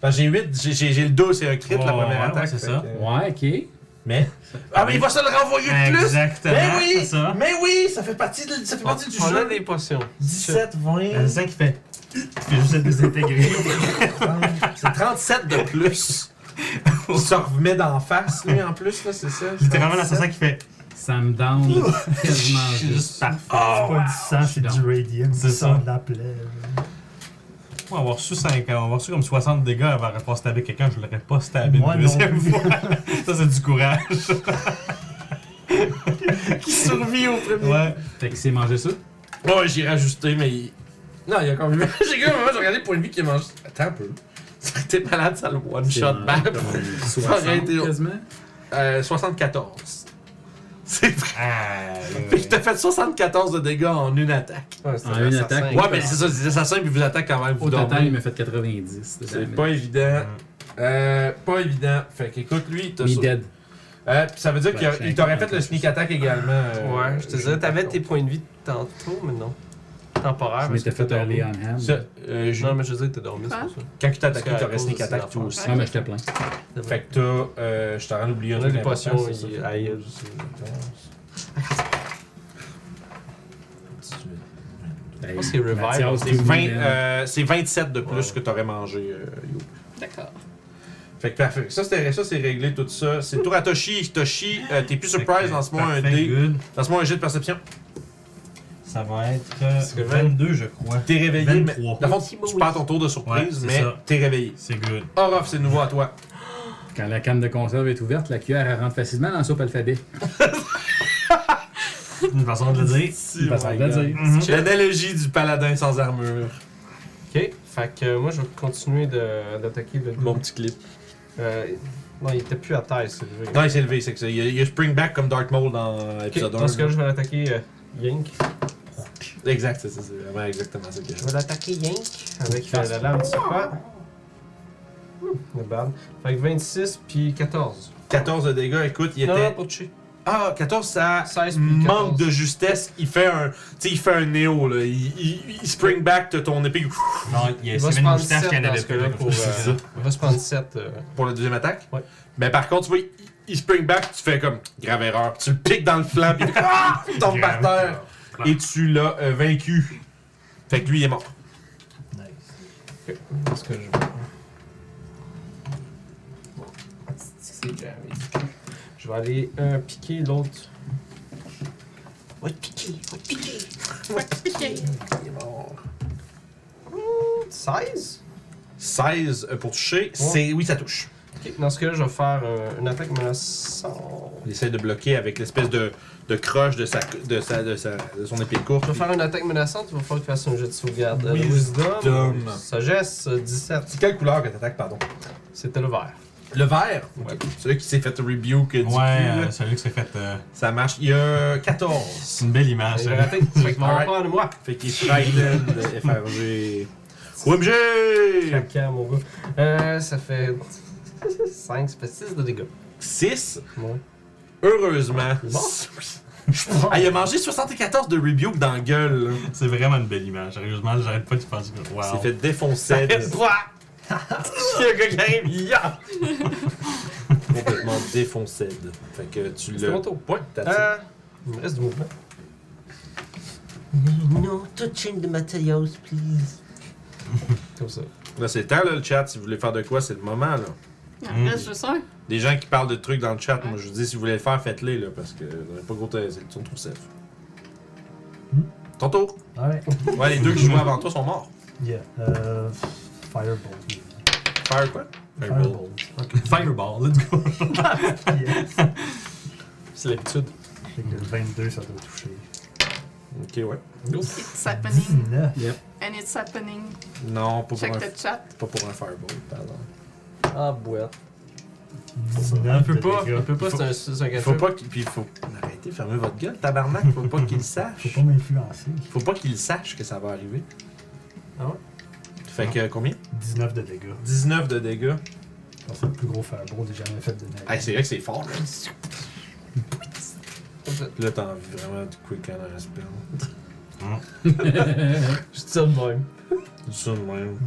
Parce que j'ai 8, j'ai, j'ai- j'ai le 2, c'est un crit la Ouais, première ouais, attaque. c'est fait ça. que- Ouais, ok. Mais. Ah, mais il va se le renvoyer de plus! Exactement. Mais oui! c'est ça. Ah, Mais oui! Ça fait partie, de- ça fait partie du On a jeu! des potions. 17, 20. C'est ça qui fait. Tu fais juste être désintégré. C'est 37 de plus. Il se remet d'en face, lui, en plus, là, c'est ça. Littéralement, l'assassin qui fait. Ça me down quasiment juste. parfait. C'est pas du sang, c'est Je suis du radium. C'est C'est ça. ça. de la plaie. On va avoir su 5, on va avoir su comme 60 dégâts avant de pas stabber quelqu'un, je l'aurais pas stabé Moi une non deuxième plus. fois. ça, c'est du courage. qui survit au premier. Ouais. Fait que c'est manger ça. Ouais, ouais, j'ai rajusté, mais. il- Non, il a encore vu. j'ai cru, moi, j'ai regardé pour une vie qui mange. Attends un peu. Ça aurait été malade, ça, le one shot map. Ça aurait été- quasiment. Euh, 74. C'est vrai. Ah, Fait que t'as fait 74 de dégâts en une attaque. Ouais, c'est En un une assassin. attaque. Ouais, mais c'est ça, c'est des assassins, puis vous attaquez quand même. Vous Au total, dormez. il m'a fait 90. de C'est damage. pas évident. Euh, pas évident. Fait qu'écoute, lui, il t'a Me sauté. dead. Euh, puis ça veut dire Ouais, qu'il a- c'est il t'aurait incroyable. fait le sneak attack également. euh, Ouais, je te disais, t'avais tes points de vie tantôt, mais non. Temporaire. Je parce m'étais que fait t'as dormi. early on hand. Ça, euh, je- Non, mais je disais que t'as dormi, c'est Quoi? pour ça. Quand il t'a attaqué, Parce qu'à t'aurais cause de sneak ces attack toi affaires. aussi. Ouais, mais je te plains. C'est vrai. Fait que t'as. Euh, je t'en rends oublié Il un y en a truc des important, potions, c'est ça. il aïe, je sais. 18. Ben, pense que c'est revive. Mathias, C'est tout 20, me dead. euh, c'est 27 de plus Ouais. que t'aurais mangé, euh, Yo. d'accord. Fait que parfait. Ça, c'était- ça, c'est réglé, tout ça. C'est le tour à Toshi. Toshi, euh, t'es plus surprise, lance-moi un Parfait, dé. good. Lance-moi un jet de perception. Ça va être euh, Parce que 22, je crois. T'es réveillé, mais. 23. Dans le fond, tu perds ton tour de surprise, Ouais, c'est mais ça. t'es réveillé. C'est good. Orof, c'est nouveau à toi. Quand la canne de conserve est ouverte, la cuillère elle rentre facilement dans la soupe alphabet. C'est une façon de le dire. C'est pas ça my de God. dire. Mhm. L'analogie du paladin sans armure. Ok, fait que euh, moi je vais continuer de- d'attaquer le. Mon petit clip. Euh, non, il était plus à terre, c'est vrai. Non, il s'est élevé, c'est que ça. Il y a, il y a Spring Back comme Dark Mole dans euh, Ok, épisode dans ce 1. cas-là, je vais l'attaquer euh, Yank. Exact, c'est ça. C'est vraiment exactement ça que Je vais l'attaquer Yank avec euh, la lame, c'est quoi? Le bad. Fait que 26 puis 14. 14 de dégâts, écoute, il Non, était. non, pas touché. Ah, 14, ça 16 puis manque 14. de justesse. Il fait un. Tu sais, il fait un néo, là. Il, il, il spring back, t'as ton épée Non, il y a Il va c'est se même une prendre moustache 7 qu'il y en dans avait ce cas-là plus. pour. euh, Il va se prendre 7. euh, pour la deuxième attaque. Ouais. Mais par contre, tu vois, il, il spring back, tu fais comme grave erreur. Puis tu le piques dans le flanc, puis il fait, ah, il tombe par terre. Et tu l'as euh, vaincu. Fait que lui, il est mort. Parce que je vais. Bon. C'est jamais dit. Je vais aller euh, piquer l'autre. Va te piquer, va te piquer. Il est mort. Mmh, 16? 16 euh, pour toucher, c'est. Oui, ça touche. Ok, dans ce cas-là, je vais faire euh, une attaque menaçante. Il essaie de bloquer avec l'espèce de, de croche de, sa, de, sa, de, sa, de son épée courte. Je vais faire une attaque menaçante, il va falloir que tu fasses un jet de sauvegarde. Euh, Wisdom. Wisdom. Sagesse, euh, 17. C'est quelle couleur que t'attaques, pardon? C'était le vert. Le vert? Celui qui s'est fait rebuke du Ouais, cul, là. euh, celui qui s'est fait. euh, Ça marche. Il y a 14. C'est une belle image. J'ai hein. raté. Fait qu'ils vont Ah, Alright. prendre moi. Fait qu'il est frightened de FRG. OMG! Caca, mon gars. Euh, ça fait 5, ça fait 6 de dégâts. 6. Ouais. Heureusement. Ah, il a mangé 74 de rebuke dans la gueule. là. C'est vraiment une belle image. Sérieusement, j'arrête pas de penser. Wow. Il s'est fait défoncer. le gars qui arrive, ya! complètement défoncé. Fait que tu C'est le. mon tour. Point, t'as Euh, il me reste du mouvement. No touching the materials, please. Comme ça. Là, c'est le temps, là, le chat. Si vous voulez faire de quoi, c'est le moment, là. Il en reste juste un. Des gens qui parlent de trucs dans le chat, moi, je vous dis, si vous voulez le faire, faites-les, là, parce que vous n'avez pas gros t- c'est le tour de Trousseff. Ton tour. Ouais. Ouais, les deux qui jouaient avant toi sont morts. Yeah. Euh, Firebolt. Faire quoi? Fireball. Fireball, let's go. Yes. C'est l'habitude. Fait que 22, ça doit toucher. Ok, ouais. It's happening. 19. And it's happening. Non, pas pour, Check un, the chat. pas pour un fireball, pardon. Ah, boîte. 19 On peut de pas, dégâts. on peut pas, c'est un, c'est un gadget. Faut pas qu'il. Puis faut. Arrêtez, fermez votre gueule, tabarnak. Faut pas qu'il le sache. Faut pas m'influencer. Faut pas qu'il sache que ça va arriver. Ah ouais? Fait que euh, combien 19 de dégâts. 19 de dégâts. Je pense que C'est le plus gros fireball que j'ai jamais fait de ma vie. Hey, c'est vrai que c'est fort. là. Je Là, t'as envie vraiment de quick en un spell. suis ça de même. Ça de même.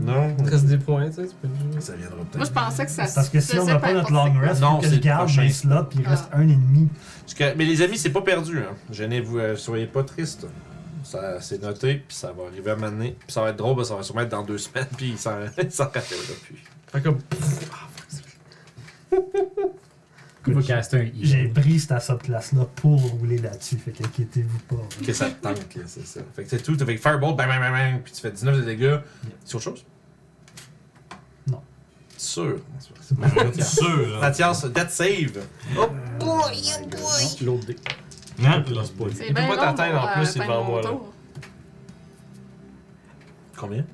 Non. Non. Il te reste des points, tu sais, tu peux le jouer. Ça viendra Moi, je peut-être. pensais que ça Parce que si je on sais n'a pas notre long importe rest, Non, faut que c'est je le garde prochain. mes slots, puis il reste un ennemi. Parce que- Mais les amis, c'est pas perdu. Hein. Gênez vous, soyez pas tristes. Ça, c'est noté, puis ça va arriver à m'amener. Puis ça va être drôle, parce que ça va sûrement être dans deux semaines, puis il s'en il s'en rappellera plus. Fait comme. Ah. Il va caster un J'ai I. pris cette subclasse-là pour rouler là-dessus, fait qu'inquiétez-vous pas. Que ça te tente, là, c'est ça. Fait que c'est tout. T'as fait Fireball, bang, bang, bang, bang, puis tu fais 19 de dégâts. C'est autre chose Non. Sûr. C'est sûr, là. Mathias, death save. L'autre dé. Non, tu lances pas. C'est Il peut bien pas long euh, ben, t'atteindre, en pour la plus, il est fin de devant mon moi, là. tour. Combien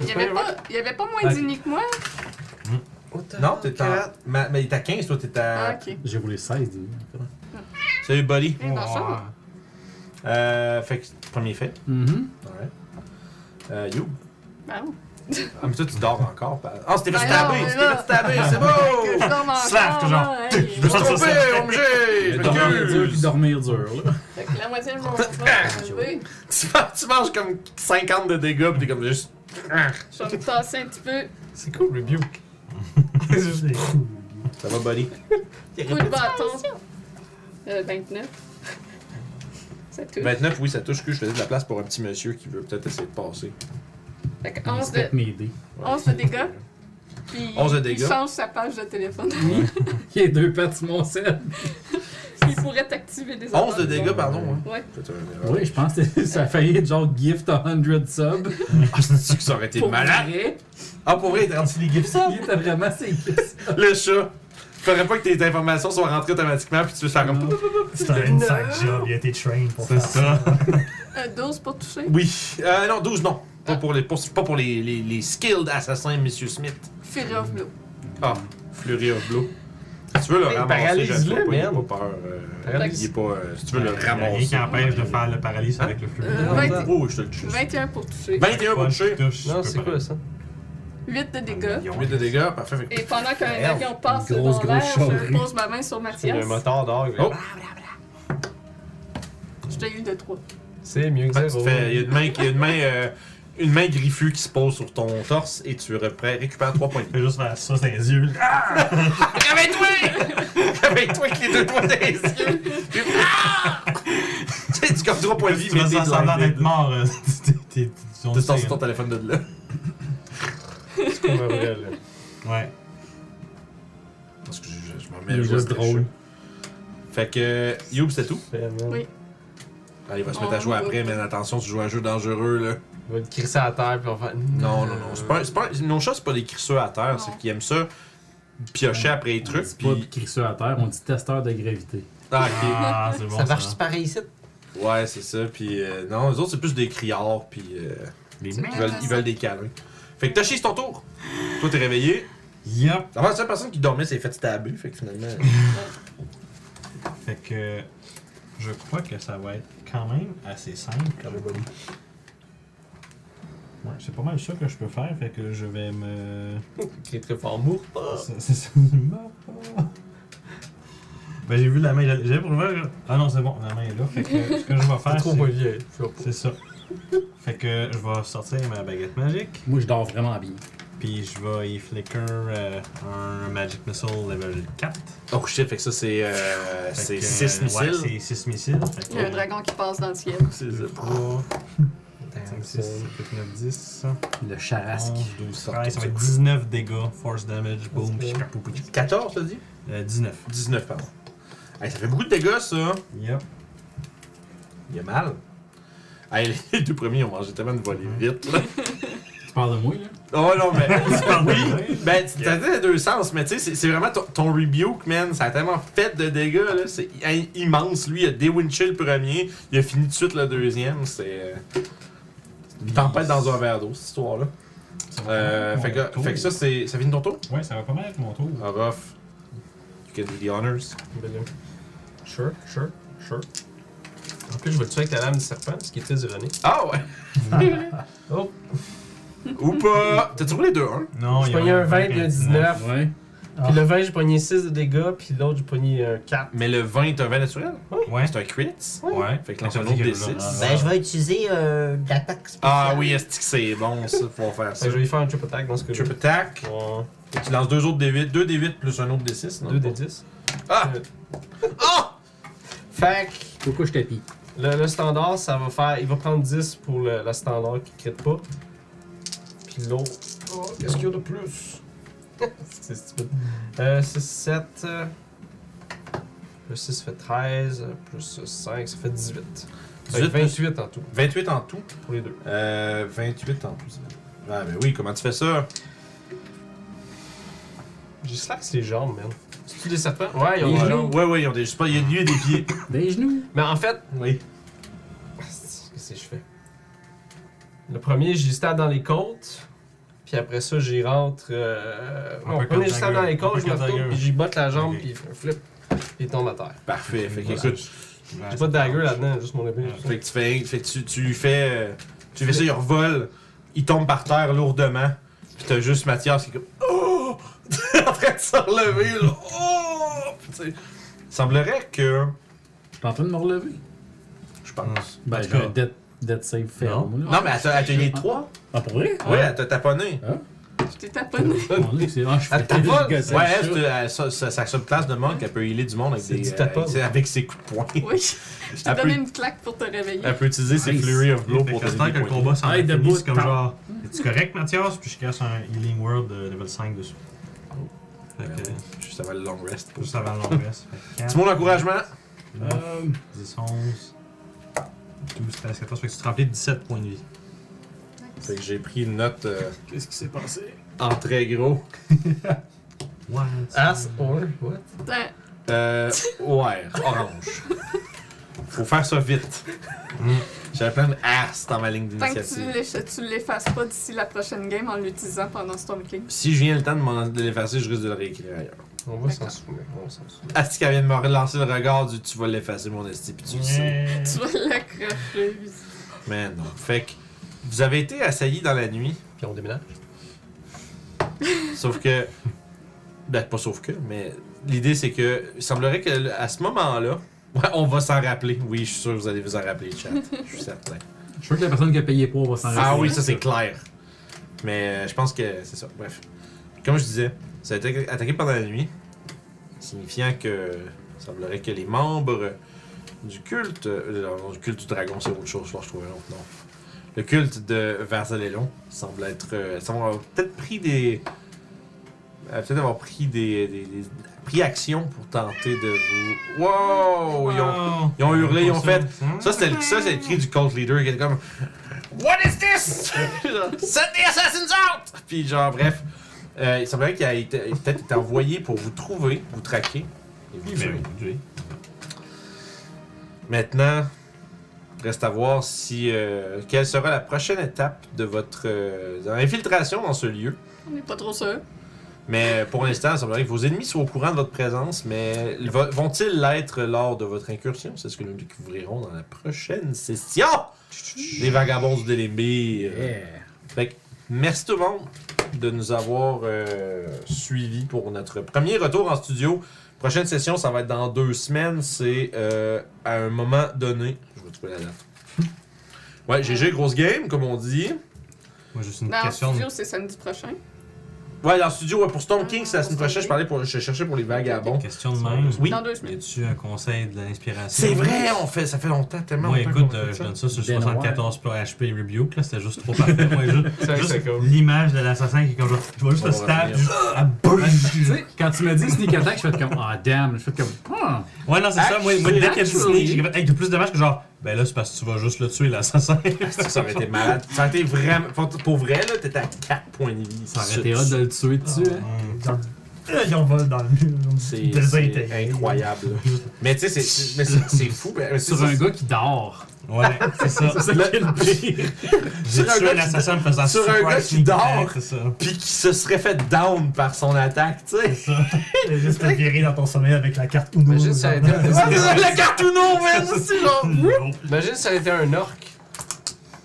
Il y avait pas, il y avait pas moins Ok. d'unis que moi. Non, t'es à. Ma- Mais il est à 15, toi, t'es Ah, à. ok. J'ai roulé 16 dé. Salut, buddy. Il est dans ça. Euh, fait que, premier fait. Mhm. Ouais. Euh, you. Ben, oui. Ah, mais toi, tu dors encore. par- Ah, c'était fait Ben stabber! non, mais C'était là- fait stabber, c'est Que beau! je dorme Slash, encore, genre. hein, Je me et- Je me suis trompé, OMG! Je Mais Dormir dur, puis m'excuse. dormir dur. là. Fait que la moitié de mon repas est arrivée. Tu man- Tu manges comme 50 de dégâts, pis t'es comme juste. Je vais me tasser un petit peu. ah, C'est cool, Rebuke. C'est cool. Ça va, buddy? Coup de bâton. Euh, 29. Ça touche. 29, oui, ça touche que je faisais de la place pour un petit monsieur qui veut peut-être essayer de passer. Fait que Il 11 se de, pète mes dés. 11 de dégâts. Puis 11 de il dégâts. change sa page de téléphone. Il y a deux pattes sur mon sel. il pourrait t'activer des 11 de alarmes. dégâts, pardon. hein. Ouais. Faites un erreur. Ben Oui, je pense que ça a failli être genre gift à 100 subs. Ah, c'est-tu que ça aurait été Pour malade? vrai, Ah, pour vrai, il est rendu les gifs. Il était vraiment ses gifts. Le chat. Faudrait pas que tes informations soient rentrées automatiquement, puis tu veux faire comme. C'est un inside job, il a été trained pour C'est faire ça. Un 12 Euh, pour toucher. Oui. Euh, non, 12, non. Pas pour les, pour, pas pour les, les, les skilled assassins, Monsieur Smith. Fury of Blue. Ah, Flurry of Blow. Si tu veux le Hey, ramasser, je Ben, paralyse-le, sais pas, il a pas man. peur. euh, Paralyse. Ben, il est pas. euh, si tu veux le Il y a Rien ramasser. qui empêche de faire le paralyse avec le flux. Euh, Ouais. 20 Oh, je te le tue. 21 pour toucher. 21 pour toucher. Non, c'est quoi ça? 8 de dégâts. 8 de dégâts, parfait. fait que- Et pendant qu'un Merde, avion passe une grosse, dans l'air, grosse je charrue. pose ma main sur Mathias. moteur d'or. Oh, Je t'ai eu de 3. C'est mieux que Fait que ah, tu zéro. te fais- il y a une main, qui- il y a une main, euh, une main griffue qui se pose sur ton torse et tu reprends- récupères 3 points de vie. Fais juste faire ça, c'est les yeux. Réveille-toi! Réveille-toi avec les deux doigts des yeux! Puis- Ah! Tu sais, tu gagnes 3 points de vie, Tu mais vas t'es s'en semblant blindé. d'être mort. euh, t'es- t'es- t'es- on Tu le sors sait, sur ton téléphone de là. comme un vrai, là. hein. Ouais. Parce que je, je m'en Il est juste drôle. Fait que, euh, Youb, c'est tout. Fait, man. Oui. Ah, il va se mettre à Oh, jouer oui. après, mais attention, tu joues à un jeu dangereux, là. On va te crisser à terre, puis on va faire. Non, non, non. C'est pas, c'est pas, nos chats, c'est pas des crisseux à terre, Non. c'est qu'ils aiment ça piocher après les On dit trucs, pas de puis... crisseux à terre, on dit testeur de gravité. Ah, ok. Ah, c'est bon. Ça marche pareil ici. Ouais, c'est ça, puis... euh, non, les autres, c'est plus des criards, puis... euh, Les C'est mecs. ils, veulent, ils veulent des câlins. Fait que Toshi, c'est ton tour! Toi, t'es réveillé. Yup. La seule personne qui dormait, c'est fait stabber, fait que finalement... Fait que. Je crois que ça va être quand même assez simple. Ouais, c'est pas mal ça que je peux faire, fait que je vais me. Qui est très fort, mourre pas. C'est ça, je meurs pas. Ben, j'ai vu la main. J'avais pour l'ouvrir. là. Ah non, c'est bon, la main est là. Fait que ce que je vais faire, trop c'est. vieille. Je vois pas. C'est ça. Fait que je vais sortir ma baguette magique. Moi, je dors vraiment bien. Puis je vais y flicker euh, un Magic Missile level 4. Oh shit, fait que ça c'est. Euh, c'est Fait que, 6 euh, ouais, missiles. c'est 6 missiles. Fait que, Il y a un dragon qui passe dans le ciel. C'est 3, 5, 6, 7, 9, 10, Le charasque. 11, 12, 13. Ça va être 19 dégâts. Force damage. Boom. puis chicapou, pou, chic. 14, t'as dit Euh, 19. 19, pardon. Hey, ça fait beaucoup de dégâts, ça. Yep. Il a mal. Hey, les deux premiers ont mangé tellement de volets vite. là. Tu parles de moi, là? Oh non, mais. Ah Oui. Ben, tu t'as dit les deux sens, mais tu sais, c'est- c'est vraiment ton, ton rebuke, man. Ça a tellement fait de dégâts, là. C'est i- immense. Lui, il a déwinché le premier, il a fini tout de suite le deuxième. C'est. euh, Une tempête dans un verre d'eau, cette histoire-là. Euh, fait, que, fait que ça, c'est. Ça finit ton tour? Ouais, ça va pas mal être mon tour. Ah, rough. You can do the honors. Ben là. Sure, sure, sure. En plus, je vais le tuer avec la lame du serpent, ce qui est très ironique. Ah ouais! Oh, Ou pas! T'as-tu roulé 2-1? Non, j'ai il y a pogné un 20 et un 19. Ouais. Puis le 20, j'ai pogné 6 de dégâts, puis l'autre, j'ai pogné un 4. Mais le 20 est un 20 naturel? Ouais. C'est un crit? Ouais. Fait que Donc, ça lance un veut autre dire des que là, six. là, Ben, je vais utiliser euh, l'attaque spéciale. Ah oui, est-ce que c'est bon ça? Faut faire ça. Ben, je vais lui faire un trip attack dans ce que Trip attack. Ouais. Et tu lances deux autres D8, deux D8 plus un autre D6. non? 2 des 10. Ah! Ah! Fait que Pourquoi je tapis? le, le standard, ça va faire. Il va prendre 10 pour le, la standard qui crête pas. Puis l'autre. Oh, qu'est-ce qu'il y a de plus? c'est stupide. Euh, 6, 7. Plus 6 fait 13. Plus 5, ça fait 18. Fait que 18 plus- 28 en tout 28 en tout. pour les deux. Euh, 28 en tout. ça. Ah, ben oui, comment tu fais ça? J'ai slack les jambes, man. C'est-tu des serpents? Ouais, ils ont Les des genoux. jambes. Ouais, ouais, ils ont des, je sais pas, il y a il y a des pieds. Des genoux. Mais en fait, oui. Qu'est-ce que je fais? Le premier, j'y stab dans les côtes. Puis après ça, j'y rentre. Euh... Un non, peu le premier, comme j'y stab dans Tiger. les côtes, Un je peu me comme retourne, Tiger. puis j'y botte la jambe, Ok. puis il fait un flip, puis il tombe à terre. Parfait. Fait que Voilà. écoute, J'ai pas de dagger là-dedans, juste mon épée. fait que tu fais, fait que tu, tu lui fais, euh, tu fais ça, il revole, il tombe par terre lourdement. Pis t'as juste Mathias qui est comme Oh! en train de se relever, là. Oh! Puis tu sais, il semblerait que. Je suis en train de me relever. Je pense. Ben, En tout j'ai un cas. dead, dead save Non. ferme. là. Non, mais elle t'a gagné 3. Ah, pour vrai? Oui, elle t'a taponné. Je t'ai taponné. Mon Dieu, c'est vraiment je Elle tapole. fais- Ouais, elle, c'est- elle, ça- ça- sa subclasse de manque, elle peut healer du monde avec, C'est des, du tapon. euh, tu sais, avec ses coups de poing. Oui. Je t'ai Elle donné peut- une claque pour te réveiller. Elle peut utiliser ses Nice. Flurry of Blow Fait pour que te c'est tant que le combat s'en Hey, est debout, fini, c'est comme t'en- genre, es-tu correct Mathias? Puis je casse un Healing World de level 5 dessus. Fait que, Juste avant le long rest. juste avant l'engresse. Fait que C'est mon encouragement. 9, Euh, 10, 11, 12, 13, 14. Fait que tu te remplis de 17 points de vie. Fait que j'ai pris une note euh, Qu'est-ce qui s'est passé? en très gros. What? Ass or what? Putain, Euh, ouais, orange. Faut faire ça vite. Mm. J'avais plein de ass dans ma ligne Tant que tu d'initiative. l'eff- tu l'effaces pas d'ici la prochaine game en l'utilisant pendant Storm King. Si je viens le temps de m'en- de l'effacer, je risque de le réécrire ailleurs. On va s'en D'accord. souvenir. On va s'en souvenir. Asti qu'elle vient de me relancer le regard du tu vas l'effacer mon esti pis tu le sais. Tu vas l'accrocher. Mais non. Fait que vous avez été assaillis dans la nuit, Puis on déménage. sauf que. Ben, pas sauf que, mais l'idée c'est que. Il semblerait que le- à ce moment-là. Ouais, on va s'en rappeler. Oui, je suis sûr que vous allez vous en rappeler, chat. Je suis certain. Je suis sûr que la personne qui a payé pour va s'en Ah rappeler. oui, ça c'est clair. Mais euh, je pense que c'est ça. Bref. Comme je disais, ça a été attaqué pendant la nuit, signifiant que il semblerait que les membres du culte, euh, non, du culte du dragon, c'est autre chose, faut que je trouve un autre nom. Le culte de Varsalelon semble être, euh, semble avoir peut-être pris des, euh, peut-être avoir pris des, des- des- pris action pour tenter de vous. Wow, Euh, ils ont- ils ont hurlé, ils ont fait- ça, c'était le, ça, c'est le cri du cult leader qui était comme What is this? Genre, Set the assassins out! Puis, genre, bref, euh, il semblerait qu'il a été, peut-être été envoyé pour vous trouver, vous traquer et vous Oui, tuer. mais oui. Maintenant, reste à voir si euh, quelle sera la prochaine étape de votre euh, infiltration dans ce lieu. On n'est pas trop sûr. Mais pour l'instant, il semblerait que vos ennemis soient au courant de votre présence, mais va- vont-ils l'être lors de votre incursion? C'est ce que nous découvrirons dans la prochaine session des Vagabonds du Délémé. Yeah. Merci tout le monde. de nous avoir euh, suivis pour notre premier retour en studio. Prochaine session, ça va être dans deux semaines. C'est euh, à un moment donné. Je vais trouver la date. Ouais, GG, grosse game, comme on dit. Moi, juste une Ben, en question. studio, c'est samedi prochain. Ouais, dans le studio, ouais, pour Storm King, c'est la semaine prochaine. Je, parlais pour, je cherchais pour les vagabonds. Une question de même. Oui. Dans deux Y semaines. a-tu un conseil de l'inspiration C'est vrai, on fait, ça fait longtemps, tellement Moi, longtemps écoute, qu'on euh, fait je ça. donne ça sur Benoît. 74 Pro HP Rebuke, là, c'était juste trop parfait. Moi, juste C'est vrai que juste c'est cool. l'image de l'assassin qui est comme genre, je vois juste On le va stab, Ah, revenir. juste à bouche. Tu sais, quand tu m'as dit sneak attack, je fais comme ah damn, je fais comme ah. Ouais, non, c'est ça, moi, moi, dès qu'il y a du sneak, Actually. j'ai fait, hey, t'as plus de matchs que genre, ben là, c'est parce que tu vas juste le tuer, l'assassin. Ça aurait été malade. Ça aurait été vraiment. pour- Pour vrai, là, t'étais à 4 points de vie. Ça aurait été hot de le tuer Ah, dessus. hein. Dans- Euh, Ils envolent dans le mur. C'est Désintégré. c'est incroyable. là. mais tu sais, c'est- c'est mais c'est- c'est fou. mais- mais Sur c'est- un gars qui dort. Ouais, c'est ça. C'est ça qui est le pire. J'ai Sur un tué gars un assassin en faisant sur un surprise gars qui sneak attack, dort. C'est ça. Puis qui se serait fait down par son attaque, tu sais. Et juste te virer dans ton sommeil avec la carte Uno. Imagine si ça a été un- Ah, c'est la carte ou non, man! C'est genre. Imagine si ça avait été un orc.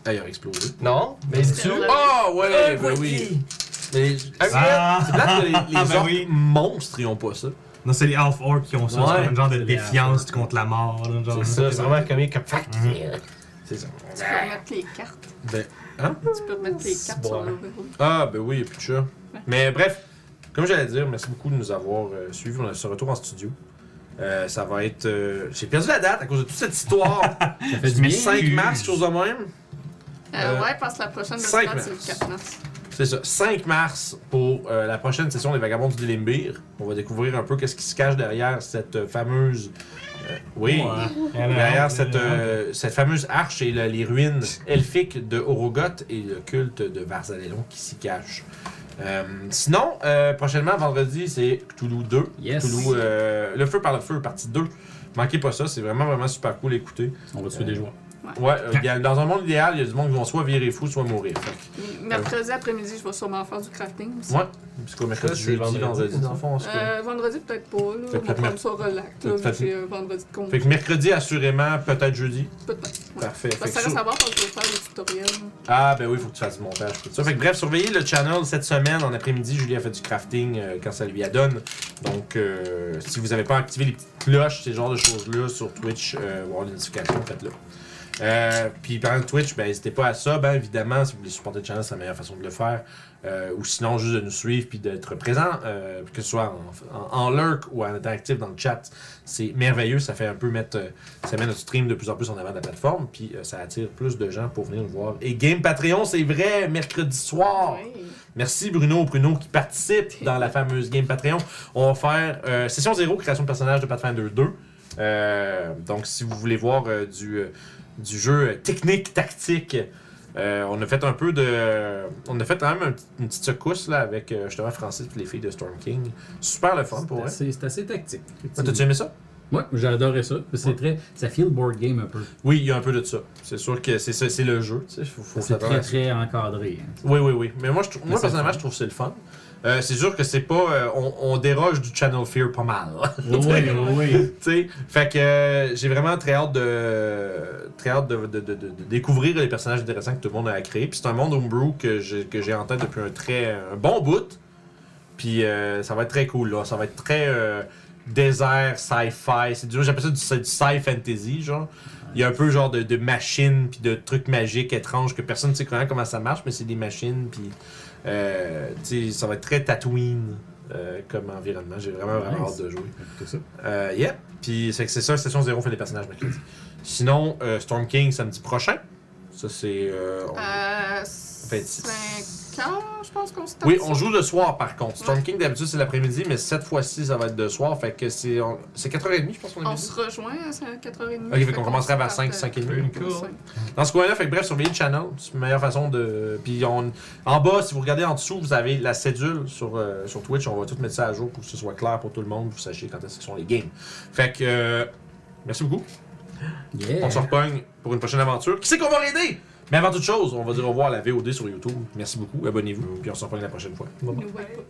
D'ailleurs, explosé. Non, mais tu. Sur le- Ah, ouais, ben oui. Mais. Ah. C'est plate que les, les Ah, ben orques oui. monstres, ils ont pas ça. Non, c'est les half-orcs qui ont ça. Ouais. C'est comme un genre de C'est les défiance contre la mort. là, genre. C'est C'est ça, c'est vraiment. vraiment comique comme fact. Mhm. C'est ça. Tu peux remettre les cartes. Ben, hein? Tu peux remettre les cartes sur l'overall. Ah, ben oui, il n'y a plus de chat. Mais bref, comme j'allais dire, merci beaucoup de nous avoir euh, suivis. On a ce retour en studio. Euh, ça va être. euh, J'ai perdu la date à cause de toute cette histoire. Ça fait du Mais bien. 5 mars, chose de même. Euh, Euh, ouais, parce que la prochaine de cinq Scott, c'est le mars. 4 mars. C'est ça. 5 mars pour euh, la prochaine session des Vagabonds du Délimbir. On va découvrir un peu qu'est-ce qui se cache derrière cette euh, fameuse. euh, oui. Derrière cette, euh, cette fameuse arche et le- les ruines elfiques de Orogoth et le culte de Varzalelon qui s'y cache. Euh, sinon, euh, prochainement, vendredi, c'est Cthulhu 2. Yes. Cthulhu, euh, le feu par le feu, partie 2. Manquez pas ça, c'est vraiment, vraiment super cool à écouter. On va tuer des joueurs. Ouais, euh, il y a- dans un monde idéal, il y a du monde qui vont soit virer fou, soit mourir. Fait que, Mercredi après-midi, je vais sûrement faire du crafting aussi. Ouais. C'est quoi, mercredi, Ça, c'est jeudi, vendredi, vendredi, ça. dans le fond, on se connaît. Euh, vendredi, peut-être pas. Là. Fait On que va le mer- prendre ça relax. Là, Fait que- vu que j'ai un vendredi de congé. Fait que mercredi, assurément, peut-être jeudi. Peut-être. ouais. Parfait. Fait Parce que que ça reste sur- à voir parce que je vais faire des tutoriels. Ah, ben oui, faut que tu fasses du montage. tout ça. Fait que bref, surveillez le channel cette semaine. En après-midi, Julie a fait du crafting euh, quand ça lui adonne. Donc, euh, si vous n'avez pas activé les petites cloches, ces genres de choses-là sur Twitch, euh, voir les notifications, faites-le. Euh, puis parlant de Twitch, ben, n'hésitez pas à ça, ben, évidemment, si vous voulez supporter le channel, c'est la meilleure façon de le faire. Euh, ou sinon, juste de nous suivre puis d'être présent, euh, que ce soit en, en- en lurk ou en étant actif dans le chat. C'est merveilleux, ça fait un peu mettre, euh, ça met notre stream de plus en plus en avant de la plateforme, puis euh, ça attire plus de gens pour venir nous voir. Et Game Patreon, c'est vrai, mercredi soir. Ouais. Merci Bruno Bruno qui participe dans la fameuse game Patreon. On va faire euh, session 0, création de personnage de Pathfinder 2. Euh, donc si vous voulez voir euh, du, euh, du jeu technique, tactique, euh, on a fait un peu de... On a fait quand même un petit- une petite secousse là avec euh, justement Francis et les filles de Storm King. Super le fun pour C'est vrai. assez- C'est assez tactique. Ah, T'as-tu aimé ça? Ouais, j'adorais ça. C'est très. Ça feel board game un peu. Oui, il y a un peu de ça. C'est sûr que c'est ça, c'est le jeu. tu sais, Faut, faut C'est s'attendre très à ça. très encadré. hein. Oui, oui, oui. Mais moi, je, trou- moi c'est personnellement, le fun. je trouve que c'est le fun. Euh, c'est sûr que c'est pas. euh, on, on déroge du Channel Fear pas mal. Oui, oui, oui. tu sais, fait que euh, j'ai vraiment très hâte de. Très hâte de, de- de- de- de découvrir les personnages intéressants que tout le monde a créé. Puis c'est un monde Homebrew que j'ai que j'ai en tête depuis un très. un bon bout. Puis euh, ça va être très cool, là. Ça va être très. euh, désert, sci-fi. C'est du- J'appelle ça du, c'est du sci-fantasy, genre. Il y a un peu genre de, de machines puis de trucs magiques étranges que personne ne sait comment, comment ça marche, mais c'est des machines puis euh, tu sais, ça va être très Tatooine euh, comme environnement. J'ai vraiment vraiment Nice. hâte de jouer. C'est ça. Euh, yep. Puis c'est que c'est ça, Station Zéro fait des personnages mercredi. Sinon, euh, Storm King samedi prochain. Ça c'est. euh, on- Euh, 26. 5 heures, je pense qu'on se tape Oui, ça. on joue le soir par contre. Storm Ouais. King d'habitude c'est l'après-midi, mais cette fois-ci ça va être de soir. Fait que c'est on- c'est 4h30 je pense qu'on est On midi. se rejoint hein, à 4h30. Ok, fait qu'on commencera vers euh, 5, 5h30. Dans ce coin-là, fait que bref, surveillez le channel. C'est une meilleure façon de. Puis on... en bas, si vous regardez en dessous, vous avez la cédule sur, euh, sur Twitch. On va tout mettre ça à jour pour que ce soit clair pour tout le monde. Vous sachiez quand est-ce que sont les games. Fait que. euh, Merci beaucoup. Yeah. On se repogne pour une prochaine aventure. Qui c'est qu'on va l'aider? Mais avant toute chose, on va dire au revoir à la VOD sur YouTube. Merci beaucoup. Abonnez-vous. Puis on se repogne la prochaine fois. Nous, ouais.